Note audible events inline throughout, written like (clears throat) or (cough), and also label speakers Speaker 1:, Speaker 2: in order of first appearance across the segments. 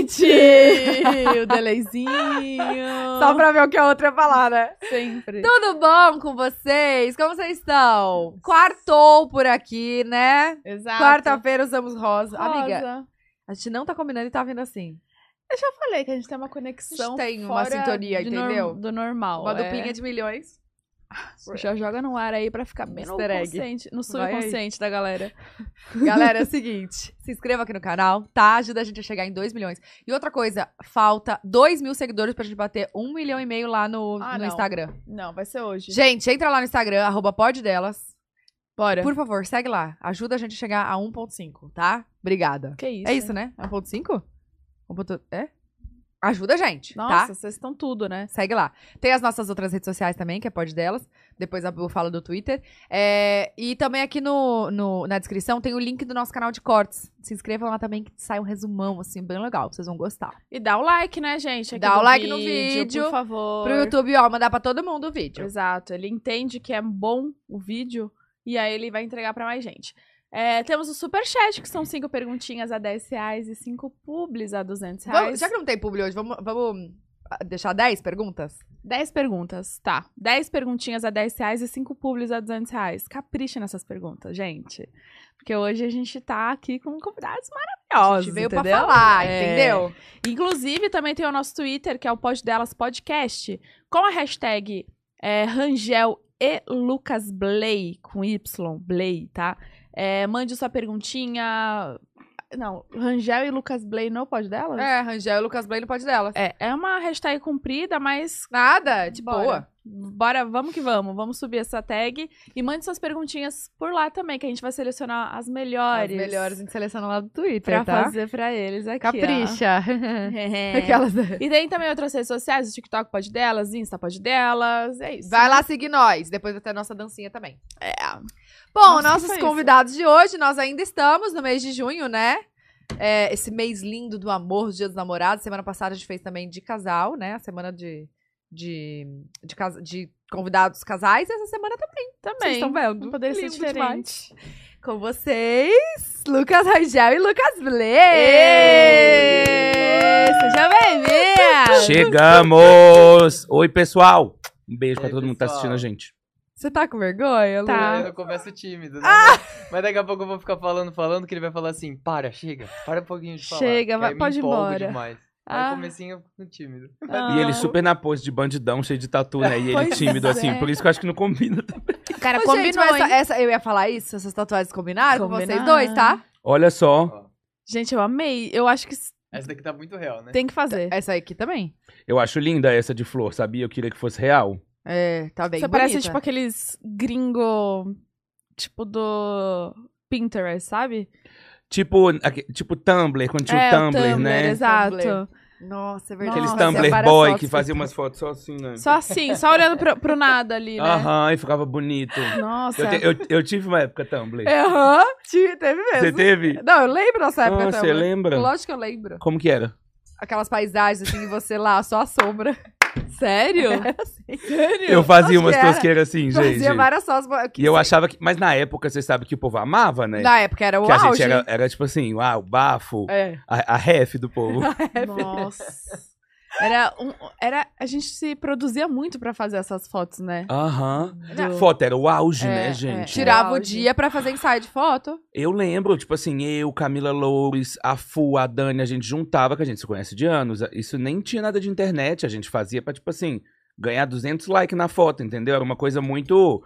Speaker 1: Gente! (laughs)
Speaker 2: o delayzinho.
Speaker 1: Só pra ver o que a outra ia falar, né?
Speaker 2: Sempre.
Speaker 1: Tudo bom com vocês? Como vocês estão? Quartou por aqui, né?
Speaker 2: Exato.
Speaker 1: Quarta-feira usamos rosa.
Speaker 2: Rosa.
Speaker 1: Amiga, a gente não tá combinando e tá vindo assim.
Speaker 2: Eu já falei que a gente tem uma
Speaker 1: A
Speaker 2: conexão.
Speaker 1: gente tem uma
Speaker 2: fora
Speaker 1: sintonia,
Speaker 2: de
Speaker 1: entendeu?
Speaker 2: do normal.
Speaker 1: Uma
Speaker 2: é.
Speaker 1: duplinha de milhões.
Speaker 2: Já joga no ar aí pra ficar bem no
Speaker 1: Easter egg.
Speaker 2: consciente, no
Speaker 1: Vai aí.
Speaker 2: subconsciente da galera.
Speaker 1: Galera, é o seguinte, (laughs) se inscreva aqui no canal, tá? Ajuda a gente a chegar em 2 milhões. E outra coisa, falta 2 mil seguidores pra gente bater 1 milhão e meio lá no,
Speaker 2: Ah,
Speaker 1: no
Speaker 2: não.
Speaker 1: Instagram.
Speaker 2: Não, vai ser hoje.
Speaker 1: Gente, entra lá no Instagram, arroba poddelas.
Speaker 2: Bora.
Speaker 1: Por favor, segue lá. Ajuda a gente a chegar a 1.5, tá? Obrigada.
Speaker 2: Que isso?
Speaker 1: É isso, né? É 1.5? 1.5? É? Ajuda a gente,
Speaker 2: Nossa,
Speaker 1: tá?
Speaker 2: vocês estão tudo, né?
Speaker 1: Segue lá. Tem as nossas outras redes sociais também, que é Pod Delas. Depois a Bu fala do Twitter. É, e também aqui no, no- na descrição tem o link do nosso canal de cortes. Se inscrevam lá também, que sai um resumão, assim, bem legal. Vocês vão gostar.
Speaker 2: E dá o like, né, gente? aqui
Speaker 1: Dá o like no vídeo,
Speaker 2: Por favor.
Speaker 1: Pro YouTube, ó, mandar pra todo mundo o vídeo.
Speaker 2: Exato. Ele entende que é bom o vídeo e aí ele vai entregar pra mais gente. É, temos o superchat, que são cinco perguntinhas a 10 reais e cinco publis a 200
Speaker 1: Vamos-
Speaker 2: reais.
Speaker 1: já que não tem publi hoje, vamos, vamos ah, deixar 10 perguntas?
Speaker 2: 10 perguntas, tá. 10 perguntinhas a 10 reais e 5 publis a 200 reais. Capricha nessas perguntas, gente. Porque hoje a gente tá aqui com convidados
Speaker 1: A
Speaker 2: maravilhosos,
Speaker 1: gente veio
Speaker 2: entendeu?
Speaker 1: pra falar,
Speaker 2: É.
Speaker 1: entendeu?
Speaker 2: Inclusive, também tem o nosso Twitter, que é o Pod Delas Podcast, com a hashtag é, Rangel e Lucas Blay, com Y, Blay, tá? É, mande sua perguntinha... Não, Rangel e Lucas Blay no Pod Delas?
Speaker 1: É, Rangel e Lucas Blaine pode delas.
Speaker 2: É, é uma hashtag comprida, mas
Speaker 1: Nada, de
Speaker 2: Bora.
Speaker 1: boa.
Speaker 2: Bora, vamos que vamos. Vamos subir essa tag e mande suas perguntinhas por lá também, que a gente vai selecionar as
Speaker 1: As
Speaker 2: melhores.
Speaker 1: melhores a gente seleciona lá do
Speaker 2: pra
Speaker 1: Twitter, tá?
Speaker 2: fazer pra eles aqui. ó. (laughs)
Speaker 1: Capricha. (laughs)
Speaker 2: É.
Speaker 1: Aquelas...
Speaker 2: E tem também outras redes sociais, o TikTok pode delas, Insta pode delas, é isso.
Speaker 1: Vai lá seguir nós. Depois vai ter a nossa dancinha também.
Speaker 2: É.
Speaker 1: Bom,
Speaker 2: Nossa, que
Speaker 1: nossos
Speaker 2: foi isso?
Speaker 1: convidados de hoje, nós ainda estamos no mês de junho, né? É, esse mês lindo do amor, dia dos namorados. Semana passada a gente fez também de casal, né? A semana de, de, de, casa- de convidados casais. E essa semana também. Vocês
Speaker 2: Também.
Speaker 1: estão vendo?
Speaker 2: Não poderia ser
Speaker 1: Lindo
Speaker 2: diferente.
Speaker 1: Com vocês, Lucas Rangel e Lucas
Speaker 2: Ei!
Speaker 1: Blê! Seja bem-vindo!
Speaker 3: Chegamos! Oi, pessoal! Um beijo
Speaker 4: E
Speaker 3: pra
Speaker 4: aí,
Speaker 3: todo mundo que tá
Speaker 4: pessoal?
Speaker 3: assistindo a gente.
Speaker 1: Você tá com vergonha, Lu?
Speaker 2: Tá.
Speaker 4: Eu, eu começo tímido, né?
Speaker 2: Ah.
Speaker 4: Mas daqui a pouco eu vou ficar falando, falando, que ele vai falar assim, para, chega, para um pouquinho de falar.
Speaker 2: Chega,
Speaker 4: que aí
Speaker 2: vai-
Speaker 4: eu me
Speaker 2: pode ir
Speaker 4: empolgo
Speaker 2: embora.
Speaker 4: demais. Aí
Speaker 2: Ah.
Speaker 4: no comecinho eu fico tímido.
Speaker 2: Ah.
Speaker 3: E ele super na pose de bandidão, cheio de tatu, né? E ele
Speaker 2: Pois
Speaker 3: tímido,
Speaker 2: é.
Speaker 3: assim. Por isso que eu acho que não combina.
Speaker 2: Cara,
Speaker 1: Ô, gente,
Speaker 2: combinou,
Speaker 1: mas essa,
Speaker 2: hein?
Speaker 1: essa- eu ia falar isso, essas tatuagens combinaram com vocês
Speaker 2: Combinaram.
Speaker 1: dois, tá?
Speaker 3: Olha só,
Speaker 2: Gente, eu amei. Eu acho que s-
Speaker 4: Essa daqui tá muito real, né?
Speaker 2: tem que fazer.
Speaker 1: Essa aqui também.
Speaker 3: eu acho linda essa de flor, sabia? Eu queria que fosse real.
Speaker 1: É, tá bem
Speaker 2: Você
Speaker 1: bonita.
Speaker 2: parece tipo aqueles gringo, tipo do Pinterest, sabe?
Speaker 3: Tipo, aque- tipo Tumblr, quando tinha
Speaker 2: É,
Speaker 3: o Tumblr, né?
Speaker 2: Exato.
Speaker 1: Tumblr. Nossa, é verdade.
Speaker 3: tipo, Aqueles
Speaker 2: Nossa,
Speaker 3: Tumblr
Speaker 1: separa
Speaker 3: boy
Speaker 1: fotos
Speaker 3: que fazia umas fotos só assim, né?
Speaker 2: Só assim, só olhando pro, pro nada ali, né?
Speaker 3: Aham, e ficava bonito.
Speaker 2: Nossa.
Speaker 3: Eu, te- eu- eu tive uma época Tumblr.
Speaker 1: É, Aham, te- teve
Speaker 3: Você
Speaker 1: mesmo.
Speaker 3: teve?
Speaker 1: Não, eu lembro dessa época
Speaker 3: Ah,
Speaker 1: também.
Speaker 3: você lembra?
Speaker 1: Lógico que eu lembro.
Speaker 3: Como que era?
Speaker 1: Aquelas paisagens assim, e você lá, só a sombra. (laughs)
Speaker 2: Sério?
Speaker 1: Sério?
Speaker 3: É, Eu fazia umas
Speaker 1: tosqueira.
Speaker 3: tosqueiras assim, gente.
Speaker 1: Fazia várias sós.
Speaker 3: E eu achava que. Mas na época, você sabe que o povo amava, né?
Speaker 1: Na época era o
Speaker 3: que a
Speaker 1: auge.
Speaker 3: gente era, era tipo assim, uau, bafo,
Speaker 1: É.
Speaker 3: a, a ref do
Speaker 2: (laughs)
Speaker 3: povo.
Speaker 2: Nossa. é. Era um, era a gente se produzia muito pra fazer essas fotos, né?
Speaker 3: Aham.
Speaker 2: Do-
Speaker 3: Foto era o auge,
Speaker 2: É, é.
Speaker 3: né, gente?
Speaker 2: Tira-
Speaker 1: Tirava o
Speaker 2: auge.
Speaker 1: dia pra fazer ensaio de foto.
Speaker 3: Eu lembro, tipo assim, eu, Camila Loures, a Fu, a Dani, a gente juntava, que a gente se conhece de anos. Isso nem tinha nada de internet, a gente fazia pra, tipo assim, ganhar 200 likes na foto, entendeu? Era uma coisa muito.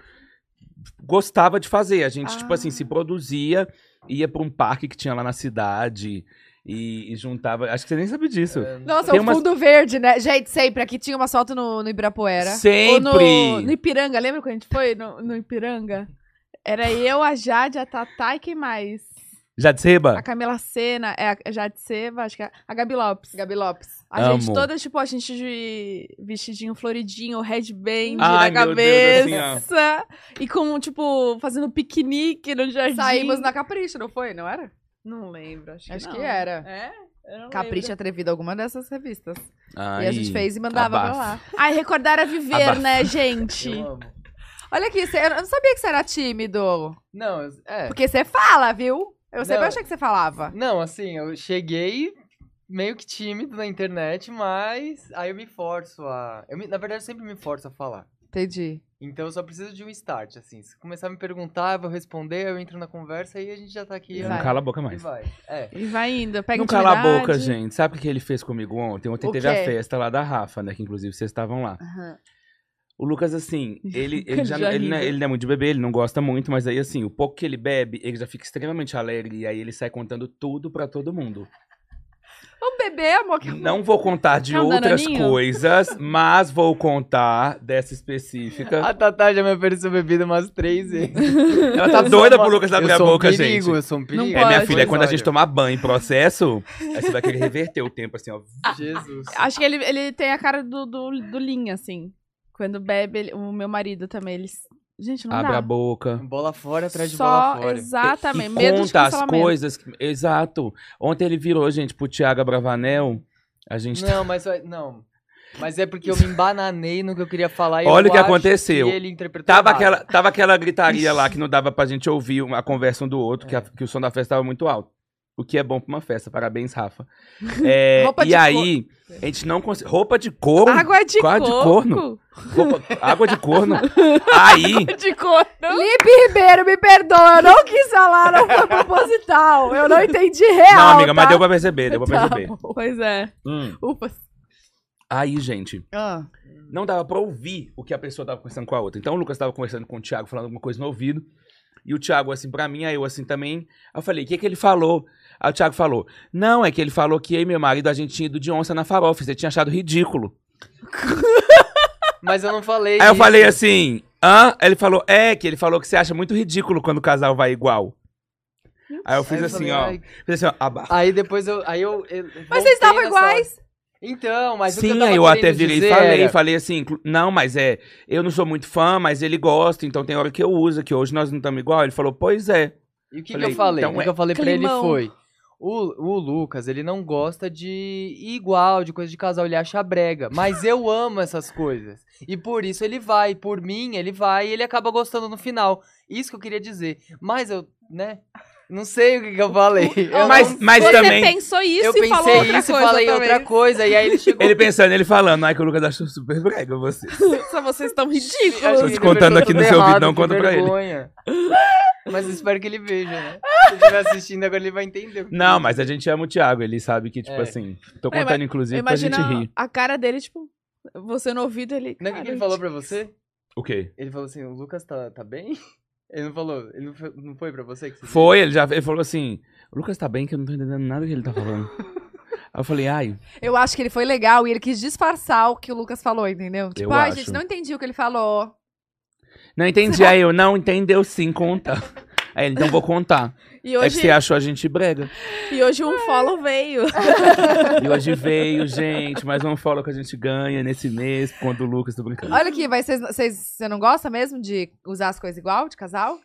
Speaker 3: Gostava de fazer. A gente, tipo
Speaker 2: Ah.
Speaker 3: assim, se produzia, ia pra um parque que tinha lá na cidade e, e juntava. Acho que você nem sabe disso.
Speaker 4: É,
Speaker 1: Nossa,
Speaker 3: Tem
Speaker 1: o
Speaker 3: umas-
Speaker 1: fundo verde, né? Gente, sempre. Aqui tinha uma foto no, no Ibirapuera.
Speaker 2: Ou
Speaker 3: Sempre!
Speaker 2: no, no Ipiranga, lembra quando a gente foi no, no Ipiranga? Era eu, a Jade, a Tatá e quem mais?
Speaker 3: Já de Seba?
Speaker 2: A Camila Sena, é a Jade Seba, acho que é a Gabi Lopes.
Speaker 1: Gabi Lopes.
Speaker 2: A gente
Speaker 3: Amo.
Speaker 2: toda, tipo, a gente de vestidinho floridinho, headband
Speaker 3: Ai,
Speaker 2: na
Speaker 3: meu Deus,
Speaker 2: cabeça. e com, tipo, fazendo piquenique no jardim.
Speaker 1: Saímos na Capricho, não foi? Não era?
Speaker 2: Não lembro, acho que
Speaker 1: Acho
Speaker 2: não.
Speaker 1: que era.
Speaker 2: É? Eu não
Speaker 1: Capricho Atrevido, alguma dessas revistas.
Speaker 3: Ai,
Speaker 1: e a gente fez e mandava pra
Speaker 3: abafo.
Speaker 1: lá.
Speaker 2: lembro. Ai, recordar é viver,
Speaker 3: Abafa.
Speaker 2: né, gente?
Speaker 4: eu amo.
Speaker 1: Olha aqui, cê- eu não sabia que você era tímido.
Speaker 4: Não, eu- é.
Speaker 1: Porque você fala, viu? Eu sempre
Speaker 4: Não.
Speaker 1: achei que você falava.
Speaker 4: Não, assim, eu cheguei, meio que tímido na internet, mas aí eu me forço a. Eu me- na verdade, eu sempre me forço a falar.
Speaker 1: Entendi.
Speaker 4: Então eu só preciso de um start, assim. Se começar a me perguntar, eu vou responder, eu entro na conversa e a gente já tá aqui.
Speaker 1: E
Speaker 3: Não
Speaker 4: ó,
Speaker 1: vai.
Speaker 3: cala a boca
Speaker 4: E
Speaker 3: mais.
Speaker 4: vai. É.
Speaker 2: E vai indo, pega
Speaker 1: um
Speaker 3: Não cala a boca,
Speaker 2: intimidade.
Speaker 3: gente. Sabe o que ele fez comigo ontem? Ontem
Speaker 1: O
Speaker 3: teve a
Speaker 1: quê?
Speaker 3: festa lá da Rafa, né? Que inclusive vocês estavam lá.
Speaker 2: Aham.
Speaker 3: O Lucas, assim, ele, ele,
Speaker 2: Ele
Speaker 3: já,
Speaker 2: já
Speaker 3: não- ele, não,
Speaker 2: rindo.
Speaker 3: ele não é muito de beber, ele não gosta muito, mas aí, assim, o pouco que ele bebe, ele já fica extremamente alegre e aí ele sai contando tudo pra todo mundo.
Speaker 1: Vamos beber, amor. que-
Speaker 3: Não vou contar de
Speaker 2: Quer um
Speaker 3: outras
Speaker 2: danoninho?
Speaker 3: coisas, mas vou contar dessa
Speaker 4: (laughs)
Speaker 3: específica.
Speaker 4: A Tatá já me ofereceu bebida umas três vezes.
Speaker 3: Ela tá
Speaker 4: Eu
Speaker 3: doida
Speaker 4: sou
Speaker 3: pro
Speaker 4: uma-
Speaker 3: Lucas abrir
Speaker 4: eu
Speaker 3: a
Speaker 4: sou um
Speaker 3: boca,
Speaker 4: perigo,
Speaker 3: gente.
Speaker 4: Eu sou um perigo.
Speaker 2: pode.
Speaker 3: É, minha
Speaker 2: Pode.
Speaker 3: filha, é quando a gente
Speaker 4: Olha,
Speaker 3: tomar banho em processo, aí você vai querer reverter o tempo, assim, ó.
Speaker 4: Jesus.
Speaker 2: Acho que ele, ele tem a cara do, do, do Linha, assim. Quando bebe, ele- o meu marido também, eles... Gente, não
Speaker 3: Abre
Speaker 2: dá.
Speaker 3: a boca.
Speaker 4: Bola fora atrás de
Speaker 2: Só,
Speaker 4: bola fora.
Speaker 2: exatamente.
Speaker 3: E
Speaker 2: medo de
Speaker 3: conta as
Speaker 2: cancelamento.
Speaker 3: coisas. que- Exato. Ontem ele virou, gente, pro Thiago Bravanel. A gente tá-
Speaker 4: Não, mas vai- não. Mas é porque eu me embananei no que eu queria falar e
Speaker 3: Olha
Speaker 4: eu
Speaker 3: o que
Speaker 4: acho
Speaker 3: aconteceu.
Speaker 4: que ele
Speaker 2: é
Speaker 4: interpretou
Speaker 3: Tava
Speaker 4: errado.
Speaker 3: aquela, tava aquela gritaria lá que não dava pra gente ouvir uma- a conversa um do outro,
Speaker 2: É.
Speaker 3: que, a- que o som da festa tava muito alto. O que é bom pra uma festa. Parabéns,
Speaker 2: (laughs)
Speaker 3: Rafa. É,
Speaker 1: Roupa
Speaker 3: e
Speaker 1: de
Speaker 3: aí, a gente não conseguiu. Roupa de couro?
Speaker 2: Água de
Speaker 3: Quase de corno.
Speaker 2: corno. (laughs)
Speaker 3: Roupa- água de corno. Aí,
Speaker 2: De
Speaker 3: (laughs)
Speaker 2: corno.
Speaker 1: Lipe Ribeiro, me perdoa, eu não quis falar, não foi proposital. Eu não entendi
Speaker 2: É
Speaker 1: real.
Speaker 3: Não, amiga, mas
Speaker 1: tá?
Speaker 3: deu pra perceber, deu pra
Speaker 1: Tá
Speaker 3: perceber.
Speaker 1: bom.
Speaker 2: Pois é.
Speaker 3: Hum.
Speaker 2: Ufa.
Speaker 3: Aí, gente,
Speaker 1: Ah,
Speaker 3: não dava pra ouvir o que a pessoa tava conversando com a outra. Então o Lucas tava conversando com o Thiago, falando alguma coisa no ouvido. E o Thiago, assim, pra mim, aí eu assim também. Aí eu falei, o que que ele falou? Aí o Thiago falou, não, é que ele falou que eu e meu marido, a gente tinha ido de onça na farofa, você tinha achado ridículo.
Speaker 4: Mas eu não falei.
Speaker 3: Aí eu
Speaker 4: isso.
Speaker 3: falei assim, hã? Aí ele falou, é, que ele falou que você acha muito ridículo quando o casal vai igual. Aí eu fiz
Speaker 4: Aí eu
Speaker 3: assim,
Speaker 4: falei,
Speaker 3: ó,
Speaker 4: "Ai,
Speaker 3: fiz assim, ó, abafa.
Speaker 4: Aí depois eu. Aí eu, eu
Speaker 1: Mas
Speaker 4: voltei
Speaker 1: vocês estavam
Speaker 4: nessa hora.
Speaker 1: iguais.
Speaker 4: Então, mas. o que
Speaker 3: Sim,
Speaker 4: eu,
Speaker 3: aí eu até virei e falei,
Speaker 4: falei.
Speaker 3: falei assim, inclu- não, mas é, eu não sou muito fã, mas ele gosta, então tem hora que eu uso, que hoje nós não estamos igual. Ele falou, pois é.
Speaker 4: E o que,
Speaker 3: Falei,
Speaker 4: que eu falei?
Speaker 3: então
Speaker 4: o
Speaker 3: é
Speaker 4: que eu falei pra
Speaker 2: climão.
Speaker 4: ele foi. O, o Lucas, ele não gosta de igual, de coisa de casal, ele acha brega. Mas eu amo essas coisas. E por isso ele vai, por mim ele vai e ele acaba gostando no final. Isso que eu queria dizer. Mas eu, né? Não sei o que, que eu falei. Eu
Speaker 3: mas
Speaker 4: não-
Speaker 3: mas
Speaker 2: Você
Speaker 3: também,
Speaker 2: pensou isso
Speaker 4: eu
Speaker 2: e falou
Speaker 4: pensei
Speaker 2: outra
Speaker 4: isso e
Speaker 2: coisa
Speaker 4: falei
Speaker 2: também.
Speaker 4: outra coisa. E aí ele chegou.
Speaker 3: ele pensando, ele falando, ai que o Lucas achou super brega você.
Speaker 2: Só vocês estão
Speaker 4: Acho
Speaker 2: ridículos.
Speaker 3: Tô
Speaker 4: que
Speaker 3: te
Speaker 4: ele
Speaker 3: contando
Speaker 4: interpretou
Speaker 3: aqui no
Speaker 4: tudo
Speaker 3: seu ouvido,
Speaker 4: errado,
Speaker 3: não
Speaker 4: que
Speaker 3: conta pra ele.
Speaker 4: vergonha. Mas espero que ele veja, né? Se ele estiver assistindo agora, ele vai entender. o que
Speaker 3: Não,
Speaker 4: eu
Speaker 3: mas a gente ama o Thiago, ele sabe que, tipo
Speaker 4: É.
Speaker 3: assim, tô
Speaker 2: mas
Speaker 3: contando inclusive pra gente
Speaker 2: Imagina
Speaker 3: rir.
Speaker 2: a cara dele, tipo, você no ouvido, ele...
Speaker 4: Não, o que,
Speaker 2: cara,
Speaker 4: que ele falou pra você?
Speaker 3: O quê?
Speaker 4: Ele falou assim, o Lucas tá, tá bem? (laughs) Ele não falou, ele não foi, não foi pra você que você
Speaker 3: Foi, ele já ele falou assim, o Lucas tá bem que eu não tô entendendo nada que ele tá
Speaker 4: (laughs)
Speaker 3: falando. aí eu falei, ai,
Speaker 1: Eu acho que ele foi legal e ele quis disfarçar o que o Lucas falou, entendeu? Tipo,
Speaker 3: Eu
Speaker 1: ai,
Speaker 3: acho.
Speaker 1: gente, não entendi o que ele falou.
Speaker 3: não entendi, aí eu, não entendeu sim, conta. Aí ele, então vou contar.
Speaker 2: E
Speaker 3: É que você
Speaker 2: hoje,
Speaker 3: achou a gente brega.
Speaker 2: e hoje um follow veio.
Speaker 3: E hoje veio, gente, mais um follow que a gente ganha nesse mês, quando o Lucas, tô brincando.
Speaker 1: É. Olha aqui, mas vocês, vocês, você não gosta mesmo de usar as coisas igual, de casal?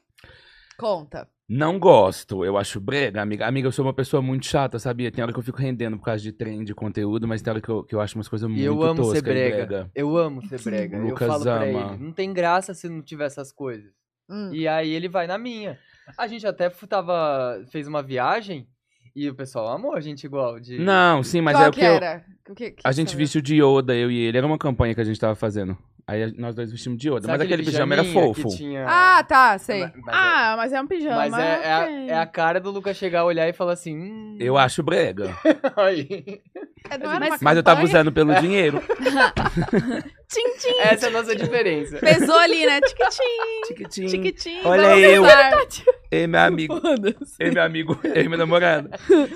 Speaker 1: Conta.
Speaker 3: Não gosto, eu acho brega, amiga. Amiga, eu sou uma pessoa muito chata, sabia? Tem hora que eu fico rendendo por causa de trem, de conteúdo, mas tem hora que eu, que eu acho umas coisas muito
Speaker 4: E eu amo
Speaker 3: toscas
Speaker 4: ser
Speaker 3: e
Speaker 4: brega. Eu amo ser brega. eu
Speaker 3: Lucas
Speaker 4: falo pra
Speaker 3: ama.
Speaker 4: ele, não tem graça se não tiver essas coisas.
Speaker 1: Hum.
Speaker 4: E aí ele vai na minha. A gente até fu- tava, fez uma viagem e o pessoal amou a gente igual. De...
Speaker 3: Não, sim, mas
Speaker 1: Qual
Speaker 3: é o
Speaker 1: que,
Speaker 3: que eu...
Speaker 1: era? O que- que
Speaker 3: A gente
Speaker 1: você-
Speaker 3: vestiu de Yoda, eu e ele. Era uma campanha que a gente tava fazendo. Aí a- nós dois vestimos de Yoda.
Speaker 4: Sabe
Speaker 3: mas aquele pijama era
Speaker 4: pijaminha que
Speaker 3: fofo.
Speaker 4: tinha-
Speaker 1: Ah, tá, sei.
Speaker 4: Ma- mas é-
Speaker 2: Ah, mas é um pijama.
Speaker 4: Mas é, é a,
Speaker 2: ok.
Speaker 4: é a cara do Lucas chegar, olhar e falar assim. Hum,
Speaker 3: Eu acho brega.
Speaker 4: (laughs) aí.
Speaker 2: É, não era uma
Speaker 3: Mas eu tava
Speaker 2: campanha?
Speaker 3: usando pelo
Speaker 4: (laughs)
Speaker 3: dinheiro.
Speaker 2: Tchim, tchim.
Speaker 4: Essa é a nossa diferença.
Speaker 2: Pesou ali, né? Tiquitim,
Speaker 3: Tiquitinho.
Speaker 2: tiquitim.
Speaker 3: Olha
Speaker 2: vamos
Speaker 3: eu.
Speaker 2: usar.
Speaker 1: Tá.
Speaker 3: Ei, meu amigo.
Speaker 2: Foda-se.
Speaker 3: Ei, meu amigo. (laughs) Ei, meu namorado.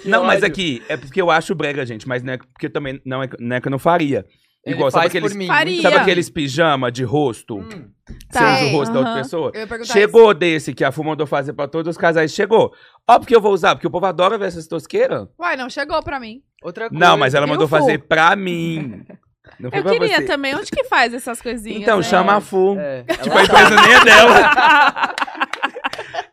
Speaker 3: Não, mas
Speaker 4: ódio.
Speaker 3: aqui, é porque eu acho brega, gente. Mas não é porque eu também não é, não é que eu não faria.
Speaker 4: Ele
Speaker 3: Igual, sabe
Speaker 4: faz por
Speaker 3: aqueles,
Speaker 4: mim.
Speaker 2: Faria.
Speaker 3: sabe aqueles pijama de rosto?
Speaker 4: Hum,
Speaker 3: que
Speaker 1: Tá.
Speaker 3: você usa o rosto da outra
Speaker 2: Aham.
Speaker 3: pessoa?
Speaker 1: Eu ia perguntar
Speaker 3: Chegou desse que a Fu mandou fazer pra todos os casais. Chegou. Ó, porque eu vou usar, porque o povo adora ver essas tosqueiras.
Speaker 1: isso. Uai, não chegou pra mim.
Speaker 4: outra coisa.
Speaker 3: Não, mas é ela
Speaker 1: eu
Speaker 3: mandou
Speaker 1: vou.
Speaker 3: fazer pra mim. Não foi
Speaker 2: Eu
Speaker 3: pra
Speaker 2: queria
Speaker 3: você.
Speaker 2: também. Onde que faz essas coisinhas?
Speaker 3: Então,
Speaker 2: né?
Speaker 3: chama a Fu.
Speaker 4: É,
Speaker 3: Tipo, a empresa nem é dela.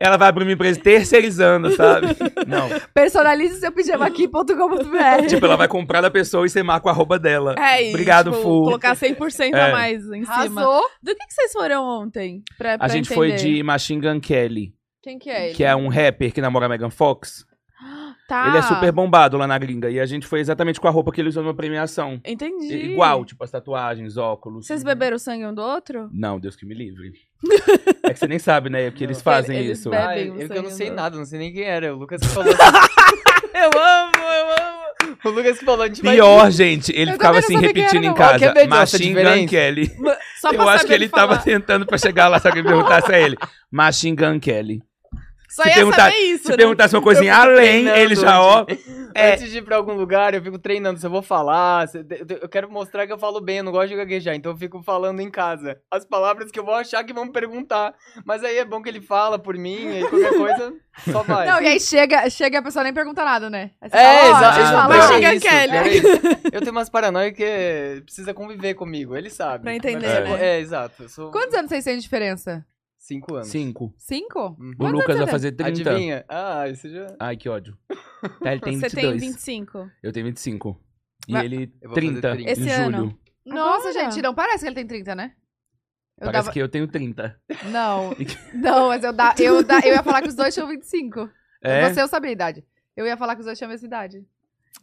Speaker 3: ela vai abrir uma empresa terceirizando, sabe? Não.
Speaker 1: Personalize seu pijama aqui.com.br.
Speaker 3: Tipo, ela vai comprar da pessoa e você marca o arroba dela.
Speaker 2: É isso.
Speaker 3: Obrigado, Fu.
Speaker 2: Colocar 100%
Speaker 3: É.
Speaker 2: a mais em cima.
Speaker 1: Arrasou.
Speaker 2: Do que, que vocês foram ontem? Pra,
Speaker 3: A
Speaker 2: pra
Speaker 3: gente
Speaker 2: entender?
Speaker 3: foi de Machine Gun Kelly,
Speaker 1: Quem que é ele?
Speaker 3: que é um rapper que namora a Megan Fox.
Speaker 2: Tá.
Speaker 3: Ele é super bombado lá na gringa. E a gente foi exatamente com a roupa que ele usou numa premiação.
Speaker 2: Entendi.
Speaker 3: I- Igual, tipo, as tatuagens, óculos.
Speaker 2: Vocês beberam sangue um do outro?
Speaker 3: Não, Deus que me (laughs) livre. é que você nem sabe, né? Porque eles
Speaker 4: Não.
Speaker 3: fazem
Speaker 2: Eles
Speaker 3: isso.
Speaker 2: bebem. o
Speaker 4: Ah, eu, eu que eu não
Speaker 2: sangue
Speaker 4: sei
Speaker 2: do-
Speaker 4: nada, não sei nem quem era. O Lucas que falou. assim- eu amo, eu amo. O Lucas que falou, a
Speaker 3: (laughs)
Speaker 4: gente vai-
Speaker 3: Pior, gente, ele
Speaker 1: Eu
Speaker 3: ficava
Speaker 1: também não
Speaker 3: assim
Speaker 1: sabia quem era,
Speaker 3: repetindo em
Speaker 1: não.
Speaker 4: Ó, quer
Speaker 3: casa.
Speaker 4: ver de nossa
Speaker 3: Machine Gun
Speaker 4: diferença?
Speaker 3: Kelly.
Speaker 2: Só pra
Speaker 3: Eu acho
Speaker 2: saber
Speaker 3: que ele
Speaker 2: falar.
Speaker 3: tava tentando pra chegar lá, só que perguntasse a ele. Machine Gun Kelly.
Speaker 2: Só
Speaker 3: se
Speaker 2: ia
Speaker 3: perguntar-
Speaker 2: saber isso,
Speaker 3: Se
Speaker 2: né?
Speaker 3: perguntasse uma coisinha
Speaker 4: Eu fico
Speaker 3: além,
Speaker 4: treinando
Speaker 3: ele já, ó. É.
Speaker 4: Antes de ir pra algum lugar, eu fico treinando se eu vou falar. se- de- de- eu quero mostrar que eu falo bem, eu não gosto de gaguejar, então eu fico falando em casa. As palavras que eu vou achar que vão me perguntar. Mas aí é bom que ele fala por mim, aí qualquer coisa só vai.
Speaker 1: Não, e aí chega, chega a pessoa nem pergunta nada, né? Aí você
Speaker 4: É,
Speaker 1: fala, ó,
Speaker 4: exato.
Speaker 1: deixa eu
Speaker 3: Ah,
Speaker 1: falar.
Speaker 3: não.
Speaker 1: Chega-
Speaker 2: Chega Kelly.
Speaker 4: Eu tenho umas paranoias que precisa conviver comigo, ele sabe.
Speaker 2: Pra entender,
Speaker 4: Mas eu
Speaker 3: né?
Speaker 4: vou- É, exato. Eu sou
Speaker 1: Quantos anos vocês têm de diferença?
Speaker 4: cinco anos.
Speaker 3: Cinco.
Speaker 1: Cinco?
Speaker 4: Uhum.
Speaker 3: O
Speaker 1: Quantos
Speaker 3: Lucas
Speaker 1: anos
Speaker 3: vai
Speaker 1: você
Speaker 3: fazer 30.
Speaker 4: Adivinha? Ah, isso já...
Speaker 3: Ai, que ódio.
Speaker 4: (laughs)
Speaker 3: Tá, ele tem
Speaker 2: Você tem
Speaker 3: 22.
Speaker 2: 25.
Speaker 3: Eu tenho 25. E
Speaker 1: Vai-
Speaker 3: ele,
Speaker 4: Eu vou fazer
Speaker 3: 30,
Speaker 4: 30.
Speaker 3: em
Speaker 2: Esse
Speaker 3: julho.
Speaker 2: ano.
Speaker 1: Nossa, gente, não parece que ele tem 30, né? Eu
Speaker 3: Parece
Speaker 1: dava...
Speaker 3: que eu tenho 30.
Speaker 1: Não, não, mas eu, da... Eu, da... eu ia falar que os dois tinham 25.
Speaker 3: É?
Speaker 1: Você eu sabia a idade. Eu ia falar que os dois tinham a mesma idade.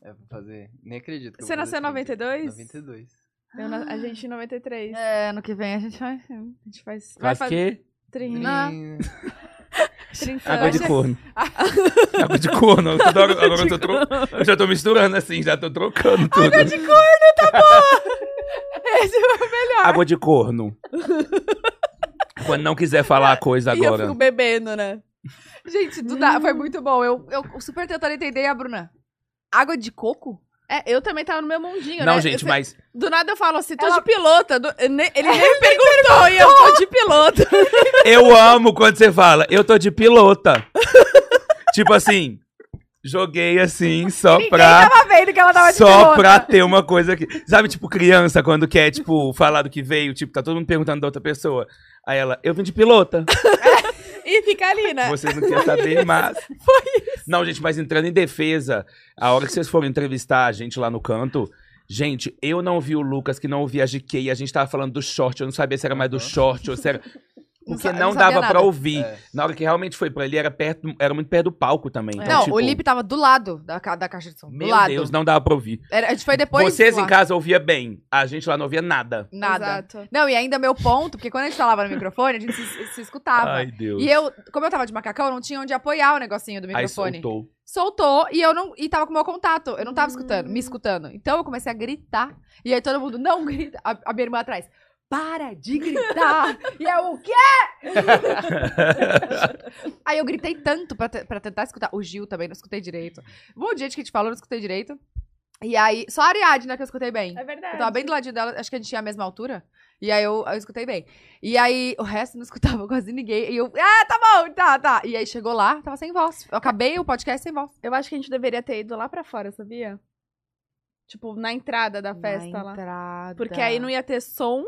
Speaker 4: Eu É, vou fazer... Nem acredito que eu
Speaker 2: Você
Speaker 4: vou fazer
Speaker 2: nasceu em
Speaker 4: 30.
Speaker 2: 92?
Speaker 4: 92.
Speaker 2: Eu na- A gente em 93.
Speaker 1: É, ano que vem a gente vai...
Speaker 2: A gente faz... vai
Speaker 3: Faz
Speaker 2: fazer
Speaker 3: quê?
Speaker 2: 30.
Speaker 1: Não.
Speaker 3: Água de
Speaker 1: achei-
Speaker 3: corno. (laughs)
Speaker 2: (laughs)
Speaker 3: Água de corno. Eu tô- Agora eu, tô tro- eu já tô misturando assim, já tô trocando tudo. Água de,
Speaker 2: tá
Speaker 3: (laughs)
Speaker 2: Esse foi- (laughs)
Speaker 3: corno. Quando não quiser falar a coisa
Speaker 2: E eu
Speaker 3: agora.
Speaker 2: fico bebendo, né?
Speaker 1: Gente, do da- foi muito bom. Eu, eu super tentando entender e a Bruna. Água de coco?
Speaker 2: É, eu também tava no meu mundinho, né?
Speaker 3: Não, gente,
Speaker 2: Eu-
Speaker 3: mas
Speaker 2: Do nada eu falo assim, tô
Speaker 1: Ela-
Speaker 2: de pilota. do- eu nem-
Speaker 1: (laughs)
Speaker 2: Ele nem me perguntou e eu tô de pilota.
Speaker 3: eu amo quando você fala, eu tô de (laughs) pilota. tipo assim, joguei assim só pra.
Speaker 1: Tava (laughs) vendo que ela tava de
Speaker 3: Só
Speaker 1: pilota.
Speaker 3: pra ter uma coisa aqui. Sabe, tipo, criança, quando quer, tipo, falar do que veio, tipo, tá todo mundo perguntando da outra pessoa. Aí ela, eu vim de pilota.
Speaker 2: E fica ali, né?
Speaker 3: Vocês não querem saber, mas. É. (laughs) Foi isso. Não, gente, mas entrando em defesa, a hora que vocês foram entrevistar a gente lá no canto. Gente, eu não vi o Lucas, que não ouvi a GK, e a gente tava falando do short, eu não sabia se era mais do short ou se era.
Speaker 1: Não
Speaker 3: Porque
Speaker 1: sa-
Speaker 3: não,
Speaker 1: não sabia
Speaker 3: dava pra
Speaker 1: nada.
Speaker 3: ouvir.
Speaker 4: É.
Speaker 3: Na hora que realmente foi pra ele, era, perto, era muito perto do palco também. Então,
Speaker 1: não,
Speaker 3: tipo,
Speaker 1: o Lipe tava do lado da, ca- da caixa de som. do
Speaker 3: Meu
Speaker 1: lado.
Speaker 3: Deus, não dava pra ouvir.
Speaker 1: Era- a gente foi depois.
Speaker 3: Vocês
Speaker 1: lá.
Speaker 3: em casa ouvia bem, a gente lá não ouvia nada.
Speaker 1: Nada.
Speaker 2: Exato.
Speaker 1: Não, e ainda meu ponto, porque quando a gente falava no microfone, a gente se, se escutava.
Speaker 3: Ai, Deus.
Speaker 1: e eu, como eu tava de macacão, eu não tinha onde apoiar o negocinho do
Speaker 3: Aí
Speaker 1: microfone.
Speaker 3: soltou.
Speaker 1: Soltou e eu não. E tava com o meu contato. Eu não tava escutando, me escutando. Então eu comecei a gritar. E aí todo mundo, não grita. A, a minha irmã atrás. Para de gritar! (laughs) e eu, o quê? Aí eu gritei tanto pra, te- pra tentar escutar. O Gil também, não escutei direito. Um monte de gente que te falou, não escutei direito. E aí, só a Ariadne que eu escutei bem.
Speaker 2: É verdade.
Speaker 1: Eu tava bem do ladinho dela, acho que a gente tinha a mesma altura. E aí eu, eu escutei bem. E aí o resto não (laughs) escutava quase ninguém. E eu, ah, tá bom, tá, tá. E aí chegou lá, tava sem voz. Eu acabei o podcast sem voz.
Speaker 2: Eu acho que a gente deveria ter ido lá pra fora, sabia? Tipo, na entrada da festa lá. Porque aí não ia ter som,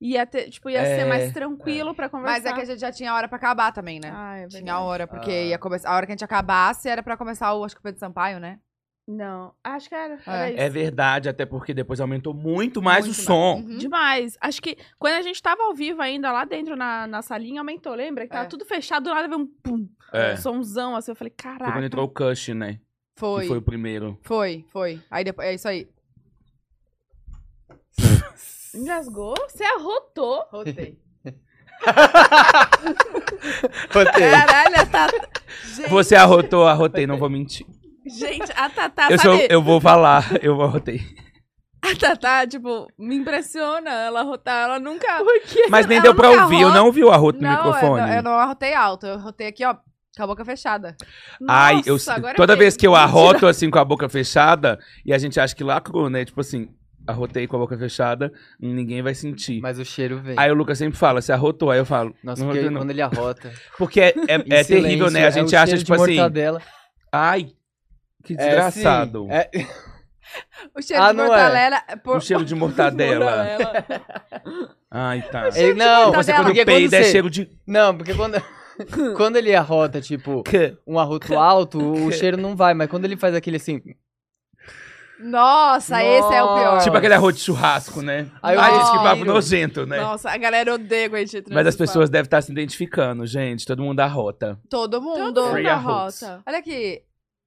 Speaker 2: ia ter, tipo, ia
Speaker 3: É,
Speaker 2: ser mais tranquilo pra conversar.
Speaker 1: Mas é que a gente já tinha hora pra acabar também, né?
Speaker 2: Ah, é
Speaker 1: tinha
Speaker 2: verdade.
Speaker 1: hora, porque
Speaker 4: Ah.
Speaker 1: ia começar. A hora que a gente acabasse era pra começar o, acho que o Pedro Sampaio, né?
Speaker 2: Não, acho que era. era isso.
Speaker 3: É verdade, até porque depois aumentou muito mais
Speaker 1: Muito
Speaker 3: o som.
Speaker 1: Uhum.
Speaker 2: Demais. Acho que quando a gente tava ao vivo ainda, lá dentro na, na salinha, aumentou. Lembra que tava
Speaker 1: É.
Speaker 2: tudo fechado, do nada veio um pum,
Speaker 3: É.
Speaker 2: um somzão assim. Eu falei,
Speaker 3: Foi quando
Speaker 2: caraca.
Speaker 3: entrou o Cush, né?
Speaker 1: Foi,
Speaker 3: Que foi o primeiro.
Speaker 1: foi, foi. Aí depois, é isso aí.
Speaker 2: Engasgou? Você arrotou?
Speaker 1: (laughs) Rotei.
Speaker 4: Rotei.
Speaker 2: Caralho, a Tatá. Gente,
Speaker 3: Você arrotou, arrotei, não vou mentir.
Speaker 2: gente, a
Speaker 1: Ah,
Speaker 2: Tatá,
Speaker 3: eu, sou,
Speaker 2: sabe?
Speaker 3: eu vou falar, (laughs) eu arrotei.
Speaker 2: A Tatá, tipo, me impressiona ela arrotar. Ela nunca. Por quê?
Speaker 3: Mas nem
Speaker 2: ela
Speaker 3: deu pra
Speaker 2: nunca
Speaker 3: ouvir, eu
Speaker 2: arrota.
Speaker 3: não ouvi o arroto no
Speaker 1: não, é
Speaker 3: microfone.
Speaker 1: Eu, não- eu não arrotei alto, eu rotei aqui, ó, com a boca fechada.
Speaker 3: Ai, eu,
Speaker 2: Nossa, agora
Speaker 3: toda
Speaker 2: veio.
Speaker 3: vez que eu arroto assim com a boca fechada, e a gente acha que lacrou, né? Tipo assim, arrotei com a boca fechada, ninguém vai sentir.
Speaker 4: Mas o cheiro vem.
Speaker 3: Aí o Lucas sempre fala, você arrotou, aí eu falo.
Speaker 4: Nossa,
Speaker 3: não
Speaker 4: porque
Speaker 3: arrotei, não.
Speaker 4: quando ele arrota.
Speaker 3: Porque (laughs) é, é-
Speaker 4: (laughs) em
Speaker 3: é terrível,
Speaker 4: silêncio,
Speaker 3: né? A
Speaker 4: é
Speaker 3: gente
Speaker 4: o
Speaker 3: acha,
Speaker 4: cheiro de
Speaker 3: tipo assim,
Speaker 4: mortadela.
Speaker 3: ai, que
Speaker 4: É,
Speaker 3: desgraçado.
Speaker 4: sim, é-
Speaker 1: O cheiro
Speaker 4: Ah,
Speaker 1: de
Speaker 4: não é.
Speaker 1: mortadela... É. por-
Speaker 3: O cheiro
Speaker 4: (laughs)
Speaker 3: de
Speaker 2: Ela-
Speaker 3: mortadela.
Speaker 2: ela-
Speaker 3: Ai, tá.
Speaker 4: ele- não,
Speaker 1: mortadela.
Speaker 3: Você quando
Speaker 4: É porque quando
Speaker 3: peida é
Speaker 4: você-
Speaker 3: cheiro de...
Speaker 4: Não, porque quando. (laughs) quando ele arrota, tipo,
Speaker 3: c.
Speaker 4: um arroto
Speaker 3: (laughs)
Speaker 4: alto, o cheiro não vai, mas quando ele faz aquele assim.
Speaker 1: Nossa, esse é o pior.
Speaker 3: Tipo aquele arroz de churrasco, né?
Speaker 4: Aí eu
Speaker 3: Ai,
Speaker 1: respiro.
Speaker 3: gente, que papo nojento, né?
Speaker 2: Nossa, a galera odeia quando a gente entra
Speaker 3: Mas as
Speaker 2: nesse
Speaker 3: pessoas devem estar se identificando, gente. Todo mundo arrota.
Speaker 1: Todo
Speaker 2: papo.
Speaker 1: mundo.
Speaker 2: Todo
Speaker 3: Free
Speaker 2: mundo
Speaker 3: a roots.
Speaker 2: arrota.
Speaker 1: Olha aqui.